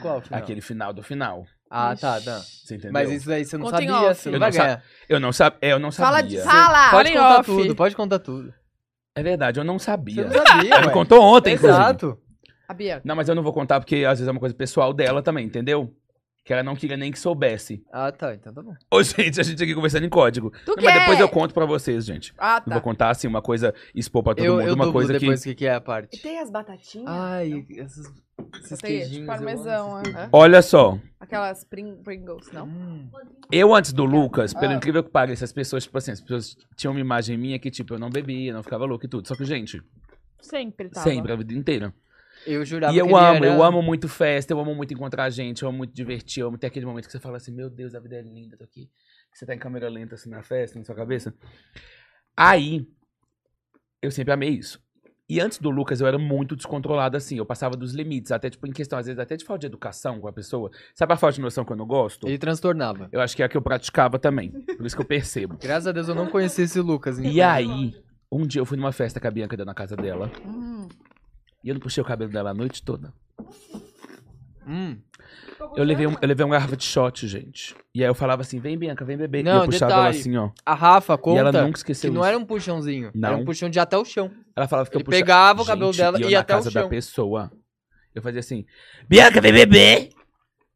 Speaker 4: Qual final?
Speaker 3: Aquele final do final.
Speaker 4: Ah, tá, não.
Speaker 3: Você entendeu?
Speaker 4: Mas isso daí você não
Speaker 10: Conta em
Speaker 4: sabia,
Speaker 10: off.
Speaker 4: você
Speaker 3: Eu
Speaker 4: não vai
Speaker 3: não sa-
Speaker 4: ganhar.
Speaker 3: Eu não, sab... é, eu não
Speaker 1: Fala
Speaker 3: sabia.
Speaker 1: de fala!
Speaker 4: Pode
Speaker 10: Olha em
Speaker 4: contar
Speaker 10: off.
Speaker 4: tudo, pode contar tudo.
Speaker 3: É verdade, eu não
Speaker 4: Você
Speaker 3: sabia.
Speaker 4: não
Speaker 3: (laughs)
Speaker 4: sabia,
Speaker 3: Ela me
Speaker 4: ué.
Speaker 3: contou ontem, inclusive.
Speaker 4: Exato.
Speaker 1: A Bianca.
Speaker 3: Não, mas eu não vou contar porque às vezes é uma coisa pessoal dela também, entendeu? Que ela não queria nem que soubesse. (laughs)
Speaker 4: Ah, tá, então tá bom.
Speaker 3: Ô, gente, a gente aqui conversando em código.
Speaker 1: Tu
Speaker 3: Não, mas
Speaker 1: quer?
Speaker 3: depois
Speaker 4: é-
Speaker 3: eu conto pra vocês, gente.
Speaker 1: Ah,
Speaker 3: Eu
Speaker 1: tá.
Speaker 3: Vou contar, assim, uma coisa, expor pra todo
Speaker 4: Eu,
Speaker 3: mundo,
Speaker 4: eu
Speaker 3: uma
Speaker 4: dublo
Speaker 3: coisa
Speaker 4: depois
Speaker 3: que...
Speaker 4: o que... que é a
Speaker 1: E
Speaker 4: parte.
Speaker 1: tem as batatinhas?
Speaker 4: Ai, esses, esses
Speaker 1: Botei, tipo,
Speaker 4: queijinhos. eu amo
Speaker 10: parmesão,
Speaker 4: esses
Speaker 10: é.
Speaker 4: queijinhos.
Speaker 3: Olha só,
Speaker 1: Aquelas Pring- Pringles, não?
Speaker 4: Hum.
Speaker 3: eu antes do Lucas, pelo
Speaker 1: Ah.
Speaker 3: incrível que pareça, as pessoas, tipo assim, as pessoas tinham uma imagem minha que, tipo, eu não bebia, não ficava louco e tudo. Só que, gente,
Speaker 10: Sempre tava.
Speaker 3: sempre, a vida inteira.
Speaker 4: Eu jurava
Speaker 3: e eu
Speaker 4: que ele
Speaker 3: amo,
Speaker 4: era-
Speaker 3: eu amo muito festa, eu amo muito encontrar gente, eu amo muito divertir, eu amo ter aquele momento que você fala assim, meu Deus, a vida é linda, tô aqui. Que Você tá em câmera lenta assim na festa, na sua cabeça. Aí, eu sempre amei isso. E antes do Lucas, eu era muito descontrolado assim, eu passava dos limites, até tipo em questão, às vezes, até de falta de educação com a pessoa. Sabe a falta de noção que eu não gosto?
Speaker 4: Ele transtornava.
Speaker 3: Eu acho que é a que eu praticava também, por isso que eu
Speaker 4: (laughs)
Speaker 3: percebo.
Speaker 4: Graças a Deus eu não conheci esse Lucas.
Speaker 3: E
Speaker 4: então.
Speaker 3: aí, um dia eu fui numa festa que a Bianca deu na casa dela,
Speaker 1: Hum.
Speaker 3: e eu não puxei o cabelo dela a noite toda.
Speaker 4: Hum.
Speaker 3: Eu levei, um, eu levei uma garrafa de shot, gente. E aí eu falava assim, vem Bianca, vem beber. e
Speaker 4: Não,
Speaker 3: eu puxava ela
Speaker 4: detalhe.
Speaker 3: assim, ó.
Speaker 4: A Rafa
Speaker 3: e ela
Speaker 4: conta
Speaker 3: nunca
Speaker 4: que
Speaker 3: esqueceu
Speaker 4: não
Speaker 3: isso.
Speaker 4: era um puxãozinho. Era
Speaker 3: Não.
Speaker 4: um puxão de até o chão.
Speaker 3: Ela falava que eu
Speaker 4: Ele
Speaker 3: puxava...
Speaker 4: pegava o cabelo dela
Speaker 3: e
Speaker 4: e
Speaker 3: eu
Speaker 4: ia
Speaker 3: na
Speaker 4: até o
Speaker 3: casa da
Speaker 4: chão.
Speaker 3: pessoa. Eu fazia assim, Bianca, vem beber!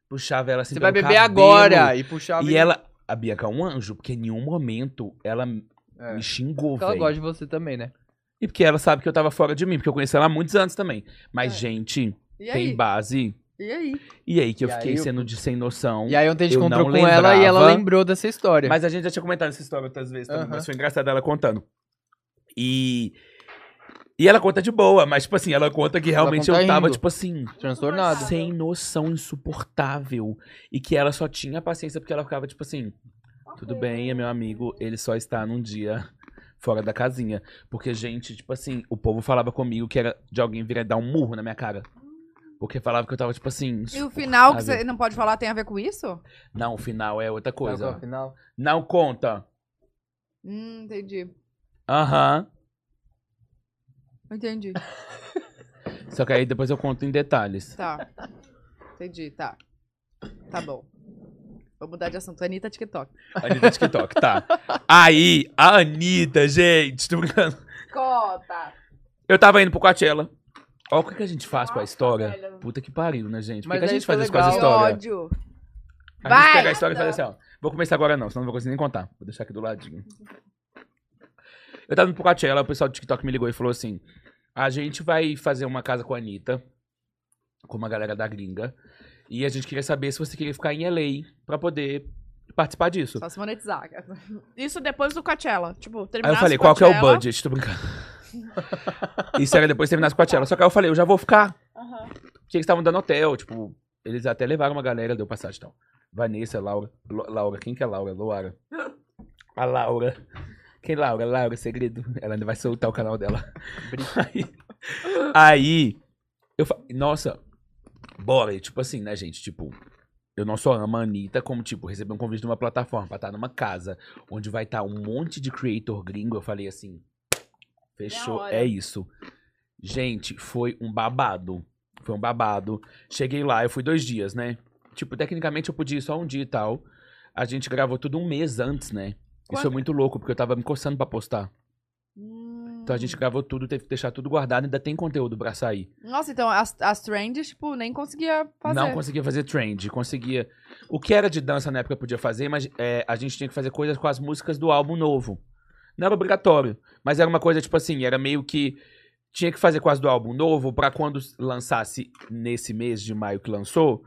Speaker 3: Puxava ela assim
Speaker 4: Você vai
Speaker 3: pelo
Speaker 4: beber
Speaker 3: cabelo.
Speaker 4: agora. E puxava.
Speaker 3: E ela... A Bianca é um anjo, porque em nenhum momento ela me
Speaker 4: É.
Speaker 3: xingou,
Speaker 4: Porque Ela
Speaker 3: velho.
Speaker 4: gosta de você também, né? É.
Speaker 3: E porque ela sabe que eu tava fora de mim, porque eu conheci ela há muitos anos também. Mas, gente,
Speaker 1: E
Speaker 3: tem
Speaker 1: aí?
Speaker 3: base
Speaker 10: E aí?
Speaker 3: E aí que eu
Speaker 4: E aí
Speaker 3: fiquei
Speaker 4: eu-
Speaker 3: sendo de sem noção.
Speaker 4: E aí ontem a gente
Speaker 3: Eu
Speaker 4: encontrou
Speaker 3: não
Speaker 4: com ela e ela
Speaker 3: lembrava.
Speaker 4: lembrou dessa história.
Speaker 3: Mas a gente já tinha comentado essa história outras vezes também,
Speaker 4: É. Aham.
Speaker 3: mas foi engraçado ela contando. E. E ela conta de boa, mas, tipo assim, ela conta que realmente
Speaker 4: conta
Speaker 3: eu tava,
Speaker 4: rindo.
Speaker 3: tipo assim,
Speaker 4: Transtornado.
Speaker 3: sem noção, insuportável. E que ela só tinha paciência porque ela ficava, tipo assim, tudo bem, é meu amigo, ele só está num dia fora da casinha. Porque, gente, tipo assim, o povo falava comigo que era de alguém vir dar um murro na minha cara. Porque falava que eu tava, tipo assim.
Speaker 1: E o final que
Speaker 3: insuportável.
Speaker 1: você não pode falar tem a ver com isso?
Speaker 3: Não, o final é outra
Speaker 4: Sabe qual é o
Speaker 3: coisa.
Speaker 4: final?
Speaker 3: Não conta.
Speaker 1: Hum, entendi.
Speaker 3: Aham.
Speaker 1: Entendi.
Speaker 3: Só que aí depois eu conto em detalhes.
Speaker 1: Tá. Entendi, tá. Tá bom. Vou mudar de assunto. Anitta TikTok.
Speaker 3: Anitta TikTok, tá. Aí, a Anitta, gente, tô brincando.
Speaker 1: Cota!
Speaker 3: Eu tava indo pro Coachella. Olha o que, que a gente faz com a história. Puta que pariu, né, gente? Por que
Speaker 4: Mas
Speaker 3: que a
Speaker 4: aí
Speaker 3: gente
Speaker 4: foi
Speaker 3: faz isso com as
Speaker 1: Que
Speaker 4: legal.
Speaker 3: histórias?
Speaker 1: ódio.
Speaker 3: A gente
Speaker 1: Vai!
Speaker 3: pega a história e faz assim, ó. Vou começar agora não, senão não vou conseguir nem contar. Vou deixar aqui do ladinho. Eu tava indo pro Coachella, o pessoal do TikTok me ligou e falou assim, a gente vai fazer uma casa com a Anitta, com uma galera da gringa, e a gente queria saber se você queria ficar em LA pra poder participar disso.
Speaker 1: Só se monetizar. cara.
Speaker 10: Isso depois do Coachella. Tipo,
Speaker 3: Aí eu
Speaker 10: terminasse
Speaker 3: falei,
Speaker 10: o
Speaker 3: qual que é o
Speaker 10: Coachella.
Speaker 3: budget? Tô brincando. (laughs) Isso era depois de terminar as Coachella. Só que aí eu falei, eu já vou ficar. Porque eles estavam dando hotel, tipo, eles até levaram uma galera, deu passagem e tal. Vanessa, Laura. Lo- Laura, quem que é Laura? Loara. A Laura. Quem é Laura? Laura, segredo. Ela ainda vai soltar o canal dela. (laughs) aí, aí, eu falei, nossa, bora. E, tipo assim, né, gente? Tipo, eu não só amo a Anitta, como, tipo, receber um convite de uma plataforma pra estar numa casa onde vai estar um monte de creator gringo. Eu falei assim,
Speaker 10: É a
Speaker 3: fechou,
Speaker 10: hora.
Speaker 3: é isso. Gente, foi um babado. Foi um babado. Cheguei lá, eu fui dois dias, né? Tipo, tecnicamente eu podia ir só um dia e tal. A gente gravou tudo um mês antes, né? Isso foi muito louco, porque eu tava me coçando pra postar.
Speaker 1: Hum.
Speaker 3: Então a gente gravou tudo, teve que deixar tudo guardado, ainda tem conteúdo pra sair.
Speaker 1: Nossa, então as, as trends, tipo, nem conseguia fazer.
Speaker 3: Não conseguia fazer trend, conseguia. O que era de dança na época eu podia fazer, mas é, a gente tinha que fazer coisas com as músicas do álbum novo. Não era obrigatório, mas era uma coisa tipo assim, era meio que tinha que fazer com as do álbum novo pra quando lançasse nesse mês de maio que lançou,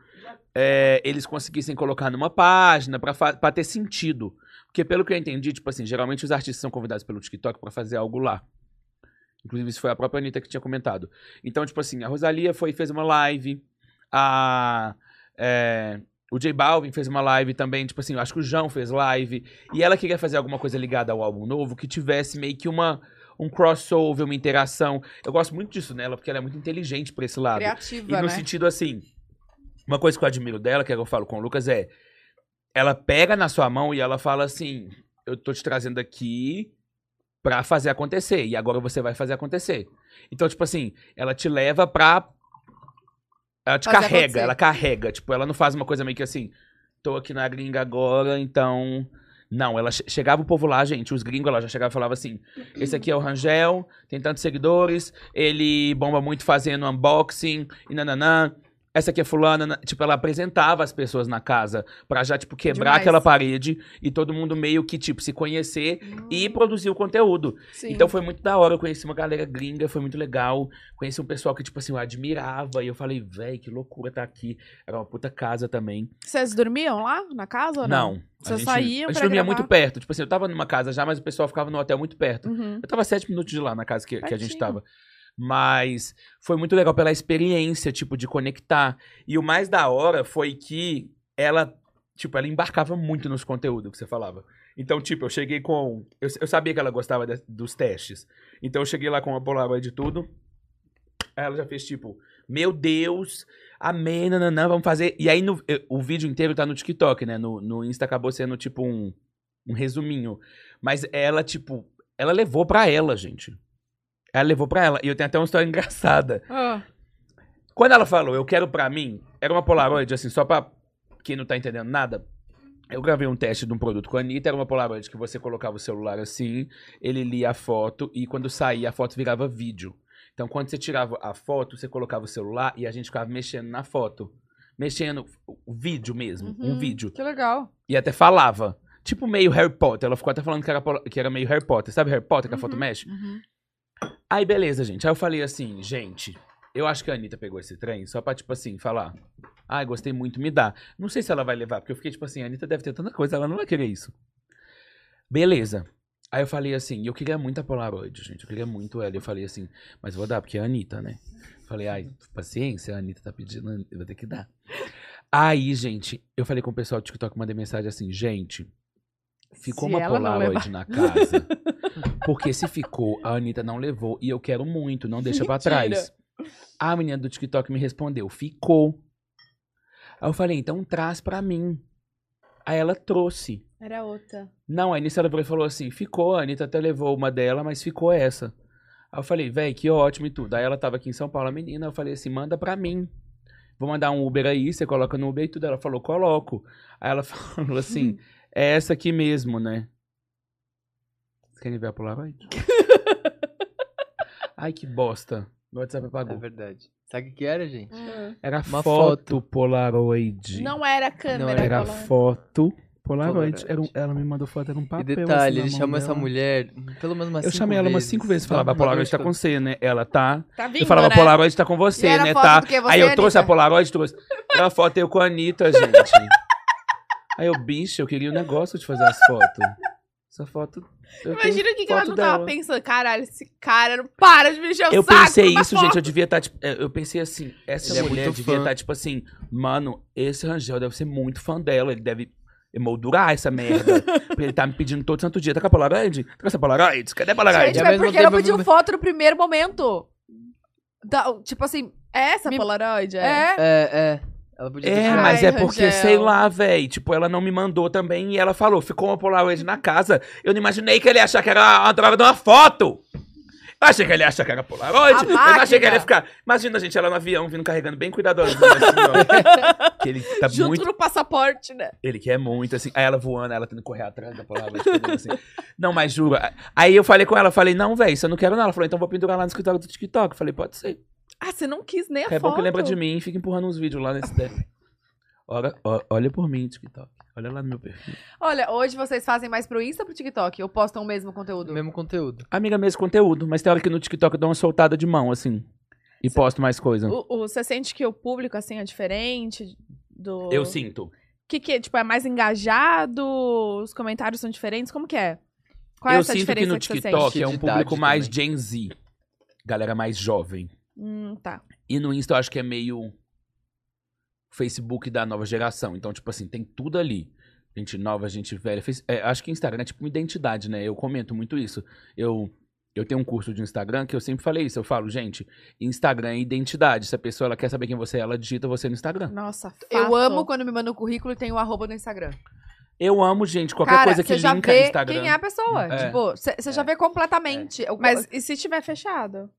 Speaker 3: é, eles conseguissem colocar numa página pra fa- pra ter sentido. Porque pelo que eu entendi, tipo assim, geralmente os artistas são convidados pelo TikTok pra fazer algo lá. Inclusive, isso foi a própria Anitta que tinha comentado. Então, tipo assim, a Rosalia foi e fez uma live. A. é, o J Balvin fez uma live também, tipo assim, eu acho que o João fez live. E ela queria fazer alguma coisa ligada ao álbum novo que tivesse meio que uma, um crossover, uma interação. Eu gosto muito disso nela, porque ela é muito inteligente pra esse lado. E
Speaker 1: Criativa,
Speaker 3: no
Speaker 1: né?
Speaker 3: sentido assim, uma coisa que eu admiro dela, que é que eu falo com o Lucas, é ela pega na sua mão e ela fala assim: eu tô te trazendo aqui pra fazer acontecer, e agora você vai fazer acontecer. Então, tipo assim, ela te leva pra. Ela te
Speaker 1: Fazer
Speaker 3: carrega,
Speaker 1: acontecer.
Speaker 3: ela carrega. Tipo, ela não faz uma coisa meio que assim, tô aqui na gringa agora, então. Não, ela che- chegava o povo lá, gente, os gringos, ela já chegava e falava assim: esse aqui é o Rangel, tem tantos seguidores, ele bomba muito fazendo unboxing e nananã. Essa aqui é fulana, na- tipo, ela apresentava as pessoas na casa pra já,
Speaker 10: É
Speaker 3: tipo, quebrar
Speaker 1: Demais.
Speaker 3: aquela parede e todo mundo meio que, tipo, se conhecer
Speaker 1: Hum,
Speaker 3: e produzir o conteúdo.
Speaker 10: Hum. Sim.
Speaker 3: Então foi muito da hora, eu conheci uma galera gringa, foi muito legal. Conheci um pessoal que, tipo assim, eu admirava e eu falei, véi, que loucura tá aqui. Era uma puta casa também.
Speaker 10: Vocês dormiam lá na casa ou não?
Speaker 3: Não. a
Speaker 10: Vocês
Speaker 3: gente-
Speaker 10: saíam
Speaker 3: A gente
Speaker 10: né? pra
Speaker 3: dormia
Speaker 10: gravar?
Speaker 3: muito perto. Tipo assim, eu tava numa casa já, mas o pessoal ficava no hotel muito perto.
Speaker 10: Uhum.
Speaker 3: Eu tava sete minutos de lá na casa que, que a gente
Speaker 10: Pertinho.
Speaker 3: tava. Mas foi muito legal pela experiência, tipo, de conectar. E o mais da hora foi que ela, tipo, ela embarcava muito nos conteúdos que você falava. Então, tipo, eu cheguei com. Eu, eu sabia que ela gostava de- dos testes. Então eu cheguei lá com uma Polaroid de tudo. Aí ela já fez, tipo, meu Deus, amém, nananã, vamos fazer. E aí no- eu- o vídeo inteiro tá no TikTok, né? No, no Insta acabou sendo, tipo, um, um resuminho. Mas ela, tipo, ela levou pra ela, gente. Ela levou pra ela. E eu tenho até uma história (laughs) engraçada.
Speaker 10: Ah.
Speaker 3: Quando ela falou, eu quero pra mim, era uma Polaroid, assim, só pra quem não tá entendendo nada. Eu gravei um teste de um produto com a Anitta, era uma Polaroid que você colocava o celular assim, ele lia a foto e quando saía a foto virava vídeo. Então quando você tirava a foto, você colocava o celular e a gente ficava mexendo na foto. Mexendo, o vídeo mesmo, um vídeo.
Speaker 1: Uhum. Que legal.
Speaker 3: E até falava. Tipo meio Harry Potter. Ela ficou até falando que era, pola- que era meio Harry Potter. Sabe Harry Potter que a foto mexe? Aí beleza, gente. Aí eu falei assim, gente, Eu acho que a Anitta pegou esse trem só pra, tipo assim, falar. Ai, gostei muito, me dá. Não sei se ela vai levar, porque eu fiquei, tipo assim, a Anitta deve ter tanta coisa, ela não vai querer isso. Beleza. Aí eu falei assim, e eu queria muito a Polaroid, gente. Eu queria muito ela. E eu falei assim, mas vou dar, porque é a Anitta, né? Falei, ai, paciência, a Anitta tá pedindo, eu vou ter que dar. Aí, gente, eu falei com o pessoal do TikTok, mandei mensagem assim, gente, ficou
Speaker 1: Se
Speaker 3: uma
Speaker 1: ela não
Speaker 3: Polaroid na casa. Porque se ficou, a Anitta não levou e eu quero muito, não deixa pra trás. A menina do TikTok me respondeu, ficou. Aí eu falei, então traz pra mim. Aí ela trouxe.
Speaker 10: Era outra.
Speaker 3: Não, aí nisso ela virou e falou assim: ficou, a Anitta até levou uma dela, mas ficou essa. Aí eu falei, véi, que ótimo e tudo. Aí ela tava aqui em São Paulo, a menina, eu falei assim: manda pra mim. Vou mandar um Uber aí, você coloca no Uber e tudo. Ela falou, coloco. Aí ela (laughs) falou assim: é essa aqui mesmo, né? Vocês querem ver a
Speaker 4: (laughs)
Speaker 3: Polaroid? Ai, que bosta. Meu WhatsApp
Speaker 4: É
Speaker 3: apagou.
Speaker 4: verdade. Sabe o que era, gente?
Speaker 3: Era
Speaker 4: É. Uma
Speaker 3: foto,
Speaker 4: foto.
Speaker 3: Polaroid.
Speaker 10: Não era a
Speaker 4: Não
Speaker 10: câmera.
Speaker 4: era
Speaker 3: Era
Speaker 10: Polaroid.
Speaker 3: foto Polaroid.
Speaker 4: Polaroid.
Speaker 3: Era um- ela me mandou foto, era um papel.
Speaker 4: E
Speaker 3: assim,
Speaker 4: detalhe,
Speaker 3: na
Speaker 4: ele
Speaker 3: mão
Speaker 4: chamou essa
Speaker 3: dela.
Speaker 4: mulher pelo menos umas
Speaker 3: Eu
Speaker 4: cinco
Speaker 3: chamei ela umas cinco vezes, falava, a
Speaker 4: Dá uma
Speaker 3: Polaroid tá
Speaker 4: dor
Speaker 3: com
Speaker 4: de
Speaker 3: você, né? Ela tá.
Speaker 10: Tá vindo,
Speaker 3: Eu falava,
Speaker 10: né?
Speaker 3: a Polaroid tá com
Speaker 1: E
Speaker 3: você,
Speaker 1: era
Speaker 3: né?
Speaker 1: foto
Speaker 3: Tá.
Speaker 1: do quê? Você
Speaker 3: Aí
Speaker 10: é,
Speaker 1: e a
Speaker 3: eu trouxe a
Speaker 1: Anitta?
Speaker 3: Polaroid, trouxe. Uma foto eu com
Speaker 10: (laughs)
Speaker 3: a Anitta, gente. Aí eu, bicho, eu queria um negócio de fazer as fotos. Essa foto. eu tenho
Speaker 10: Imagina o que, que ela
Speaker 3: foto
Speaker 10: não tava
Speaker 3: dela.
Speaker 10: pensando. Caralho, esse cara não para de me encher o
Speaker 3: Eu
Speaker 10: saco.
Speaker 3: pensei
Speaker 10: numa
Speaker 3: isso,
Speaker 10: foto.
Speaker 3: gente. Eu devia estar. eu pensei assim, essa
Speaker 4: Ele é
Speaker 3: mulher
Speaker 4: muito
Speaker 3: devia
Speaker 4: fã.
Speaker 3: estar, tipo assim, mano, esse Rangel deve ser muito fã dela. Ele deve emoldurar
Speaker 10: (laughs)
Speaker 3: essa merda. porque ele tá me pedindo todo santo dia. Tá com a Polaroid? Tá com essa Polaroid? Cadê a Polaroid?
Speaker 1: Gente,
Speaker 4: ao
Speaker 1: mas
Speaker 4: mesmo
Speaker 1: por que não
Speaker 4: tempo, eu
Speaker 1: pediu
Speaker 4: me-
Speaker 1: foto no primeiro momento? Da- tipo assim,
Speaker 10: É Essa
Speaker 1: Me-
Speaker 10: Polaroid? É.
Speaker 1: é.
Speaker 4: É, é. Ela podia ter
Speaker 3: É,
Speaker 4: tirado.
Speaker 3: mas
Speaker 10: Ai,
Speaker 3: é porque,
Speaker 10: Rangel.
Speaker 3: sei lá, véi. Tipo, ela não me mandou também e ela falou, ficou uma Polaroid na casa. Eu não imaginei que ele ia achar que era uma droga de uma foto. Eu achei que ele ia achar que era Polaroid.
Speaker 1: A
Speaker 3: Eu não achei que ele
Speaker 1: máquina.
Speaker 3: ia ficar. Imagina, gente, ela no avião vindo carregando bem cuidadosamente assim, ó. que ele tá
Speaker 10: Junto
Speaker 3: muito.
Speaker 10: no passaporte, né?
Speaker 3: Ele quer muito, assim. Aí ela voando, ela tendo que correr atrás da Polaroid. pegando assim. Não, mas juro. Aí eu falei com ela, falei, não, véi, isso eu não quero, não. Ela falou, então vou pendurar lá no escritório do TikTok. Eu falei, pode ser.
Speaker 10: Ah, você não quis nem a
Speaker 3: É bom
Speaker 10: foto.
Speaker 3: que lembra de mim e fica empurrando uns vídeos lá nesse deve. Olha, ó- olha por mim, TikTok. Olha lá no meu perfil.
Speaker 1: Olha, hoje vocês fazem mais pro Insta ou pro TikTok? Ou postam o mesmo
Speaker 4: O
Speaker 1: conteúdo?
Speaker 4: mesmo conteúdo.
Speaker 3: Amiga, mesmo conteúdo, mas tem hora que no TikTok eu dou uma soltada de mão, assim. E posto mais coisa.
Speaker 10: O, o- você sente que o público, assim, é diferente do...
Speaker 3: Eu sinto.
Speaker 10: que que é? Tipo, é mais engajado? Os comentários são diferentes? Como que é? Qual é
Speaker 3: eu
Speaker 10: essa
Speaker 3: sinto que
Speaker 10: diferença
Speaker 3: no
Speaker 10: que você
Speaker 3: TikTok
Speaker 10: sente?
Speaker 3: é um
Speaker 4: De
Speaker 3: público
Speaker 4: idade
Speaker 3: mais Gen Z. Galera mais jovem.
Speaker 10: Hum, tá.
Speaker 3: E no Insta eu acho que é meio Facebook da nova geração. Então, tipo assim, tem tudo ali. Gente nova, gente velha. Face- é, acho que Instagram é tipo uma identidade, né? Eu comento muito isso. Eu, eu tenho um curso de Instagram que eu sempre falei isso. Eu falo, gente, Instagram é identidade. Se a pessoa ela quer saber quem você é, ela digita você no Instagram.
Speaker 10: Nossa, fato.
Speaker 1: Eu amo quando me mandam o currículo e tem o arroba no Instagram.
Speaker 3: Eu amo, gente, qualquer
Speaker 1: Cara,
Speaker 3: coisa que
Speaker 1: você já
Speaker 3: linka
Speaker 1: vê
Speaker 3: Instagram.
Speaker 1: quem é a pessoa.
Speaker 3: É.
Speaker 1: Tipo, você você já vê completamente. Eu-
Speaker 10: Mas e se tiver fechado?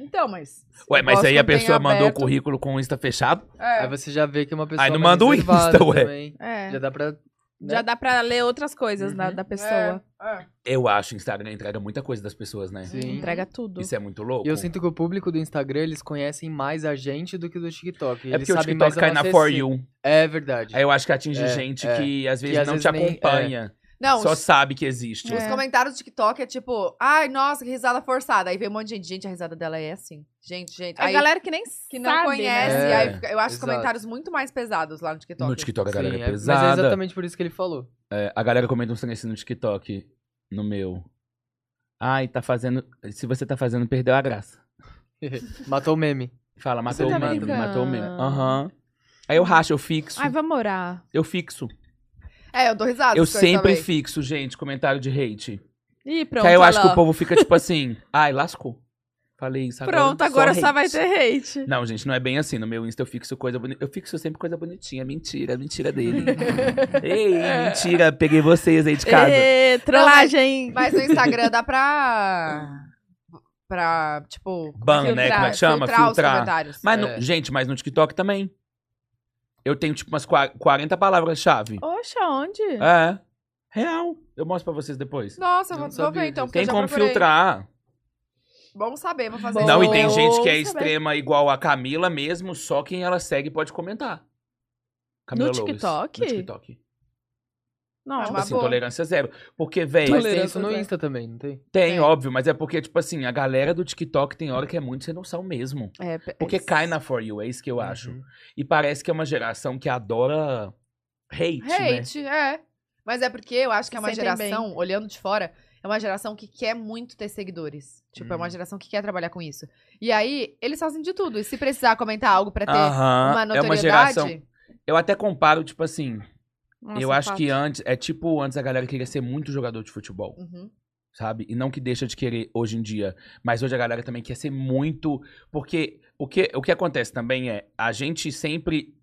Speaker 1: Então, mas...
Speaker 3: Ué,
Speaker 1: eu
Speaker 3: mas
Speaker 1: gosto
Speaker 3: aí a
Speaker 1: quando tem
Speaker 3: pessoa mandou o
Speaker 1: aberto.
Speaker 3: currículo com o Insta fechado?
Speaker 4: Aí você já vê que é uma pessoa.
Speaker 3: Aí não
Speaker 4: mais
Speaker 3: manda o Insta,
Speaker 4: reservada
Speaker 3: ué.
Speaker 4: também.
Speaker 10: É.
Speaker 4: Já
Speaker 10: Já,
Speaker 4: dá pra. né?
Speaker 10: dá pra ler outras coisas da,
Speaker 1: É.
Speaker 4: Uhum.
Speaker 10: da pessoa.
Speaker 3: Eu acho que o Instagram entrega muita coisa das pessoas, né?
Speaker 4: Sim.
Speaker 10: Entrega tudo.
Speaker 3: Isso é muito louco.
Speaker 4: E eu sinto que o público do Instagram, eles conhecem mais a gente do que do
Speaker 3: é
Speaker 4: TikTok. Eles
Speaker 3: porque o
Speaker 4: sabem mais
Speaker 3: TikTok
Speaker 4: a
Speaker 3: cai na
Speaker 4: nossa
Speaker 3: For
Speaker 4: essência.
Speaker 3: You.
Speaker 4: É verdade.
Speaker 3: Aí eu acho que atinge
Speaker 4: É,
Speaker 3: gente
Speaker 4: é.
Speaker 3: que às vezes
Speaker 4: às
Speaker 3: não
Speaker 4: vezes
Speaker 3: te
Speaker 4: nem-
Speaker 3: acompanha,
Speaker 10: É,
Speaker 1: Não,
Speaker 3: só
Speaker 1: os,
Speaker 3: sabe que existe.
Speaker 1: os comentários do TikTok é tipo... Ai, nossa, que risada forçada. Aí vem um monte de gente. Gente, a risada dela é assim. Gente, gente.
Speaker 10: A
Speaker 1: Aí,
Speaker 10: galera que nem
Speaker 1: que não
Speaker 10: sabe,
Speaker 1: conhece.
Speaker 10: né?
Speaker 4: É,
Speaker 1: aí fica- eu acho os
Speaker 4: exato.
Speaker 1: comentários muito mais pesados lá no TikTok.
Speaker 3: No TikTok a
Speaker 4: Sim,
Speaker 3: galera
Speaker 4: é-
Speaker 3: é,
Speaker 4: Mas é
Speaker 3: pesada.
Speaker 4: exatamente por isso que ele falou. (laughs)
Speaker 3: É, a galera comenta uns trem assim no TikTok, no meu. Ai, tá fazendo. Se você tá fazendo, perdeu a graça.
Speaker 4: Matou o meme.
Speaker 3: Fala,
Speaker 4: Você
Speaker 3: matou
Speaker 4: tá
Speaker 3: o meme,
Speaker 10: brincando.
Speaker 3: matou o meme. Aham. Aí eu racho, eu fixo.
Speaker 10: Ai, vamos orar.
Speaker 3: Eu fixo.
Speaker 1: É, eu dou risada.
Speaker 3: Eu
Speaker 1: com isso também.
Speaker 3: sempre fixo, gente, comentário de hate.
Speaker 10: Ih,
Speaker 3: Que
Speaker 10: pronto,
Speaker 3: aí eu acho que
Speaker 10: Alain.
Speaker 3: o povo fica tipo assim, ai, lascou. Falei isso agora.
Speaker 10: Pronto, agora só,
Speaker 3: hate.
Speaker 10: vai ter hate.
Speaker 3: Não, gente, não é bem assim. No meu Insta eu fixo coisa bonita. Eu fixo sempre coisa bonitinha. Mentira, mentira dele.
Speaker 1: (laughs)
Speaker 3: Ei, mentira, peguei vocês aí de
Speaker 1: É.
Speaker 3: casa.
Speaker 10: Ê, trollagem.
Speaker 1: Mas no Instagram dá
Speaker 3: (laughs)
Speaker 1: pra... Pra, tipo...
Speaker 3: Ban, né?
Speaker 10: filtrar,
Speaker 3: Como é que chama?
Speaker 1: Filtrar,
Speaker 3: Filtrar.
Speaker 1: os comentários.
Speaker 3: Mas no-
Speaker 4: É.
Speaker 3: gente, mas no TikTok também. Eu tenho tipo umas qua- 40 palavras-chave.
Speaker 10: Oxa, onde?
Speaker 3: É. Real. Eu mostro pra vocês depois.
Speaker 1: Nossa, eu vou,
Speaker 4: Não
Speaker 1: vou ver
Speaker 4: sabia
Speaker 1: então,
Speaker 4: disso.
Speaker 1: porque
Speaker 3: Tem
Speaker 1: eu já
Speaker 3: como
Speaker 1: procurei.
Speaker 3: filtrar.
Speaker 1: Bom saber, vou fazer
Speaker 10: Bom.
Speaker 3: Não,
Speaker 1: isso.
Speaker 3: e tem gente que é
Speaker 10: saber.
Speaker 3: extrema igual a Camila mesmo, só quem ela segue pode comentar. Camila Loures,
Speaker 10: TikTok?
Speaker 3: No TikTok.
Speaker 1: É
Speaker 2: Não,
Speaker 3: Tipo
Speaker 1: uma
Speaker 3: assim,
Speaker 1: boa.
Speaker 3: tolerância zero. Porque, velho,
Speaker 4: Mas
Speaker 3: tem,
Speaker 4: tem isso no Insta também, não tem?
Speaker 3: óbvio, mas é porque, tipo assim, a galera do TikTok tem hora que é muito sem noção mesmo.
Speaker 1: É,
Speaker 3: Porque
Speaker 1: é-
Speaker 3: cai na For You, é isso que eu acho.
Speaker 4: Uhum.
Speaker 3: E parece que é uma geração que adora hate, né?
Speaker 1: Hate, é. Mas é porque eu acho que é
Speaker 2: Se
Speaker 1: uma
Speaker 2: sentem bem.
Speaker 1: geração, olhando de fora, é uma geração que quer muito ter seguidores. Tipo, é uma
Speaker 4: Hum.
Speaker 1: geração que quer trabalhar com isso. E aí, eles fazem de tudo. E se precisar comentar algo pra ter uma
Speaker 3: Aham, é uma
Speaker 1: notoriedade...
Speaker 3: geração. Eu até comparo, tipo assim,
Speaker 2: Nossa,
Speaker 3: eu acho
Speaker 2: fato.
Speaker 3: que antes, é tipo antes a galera queria ser muito jogador de futebol.
Speaker 1: Uhum.
Speaker 3: sabe? E não que deixa de querer hoje em dia. Mas hoje a galera também quer ser muito. Porque o que, o que acontece também é, a gente sempre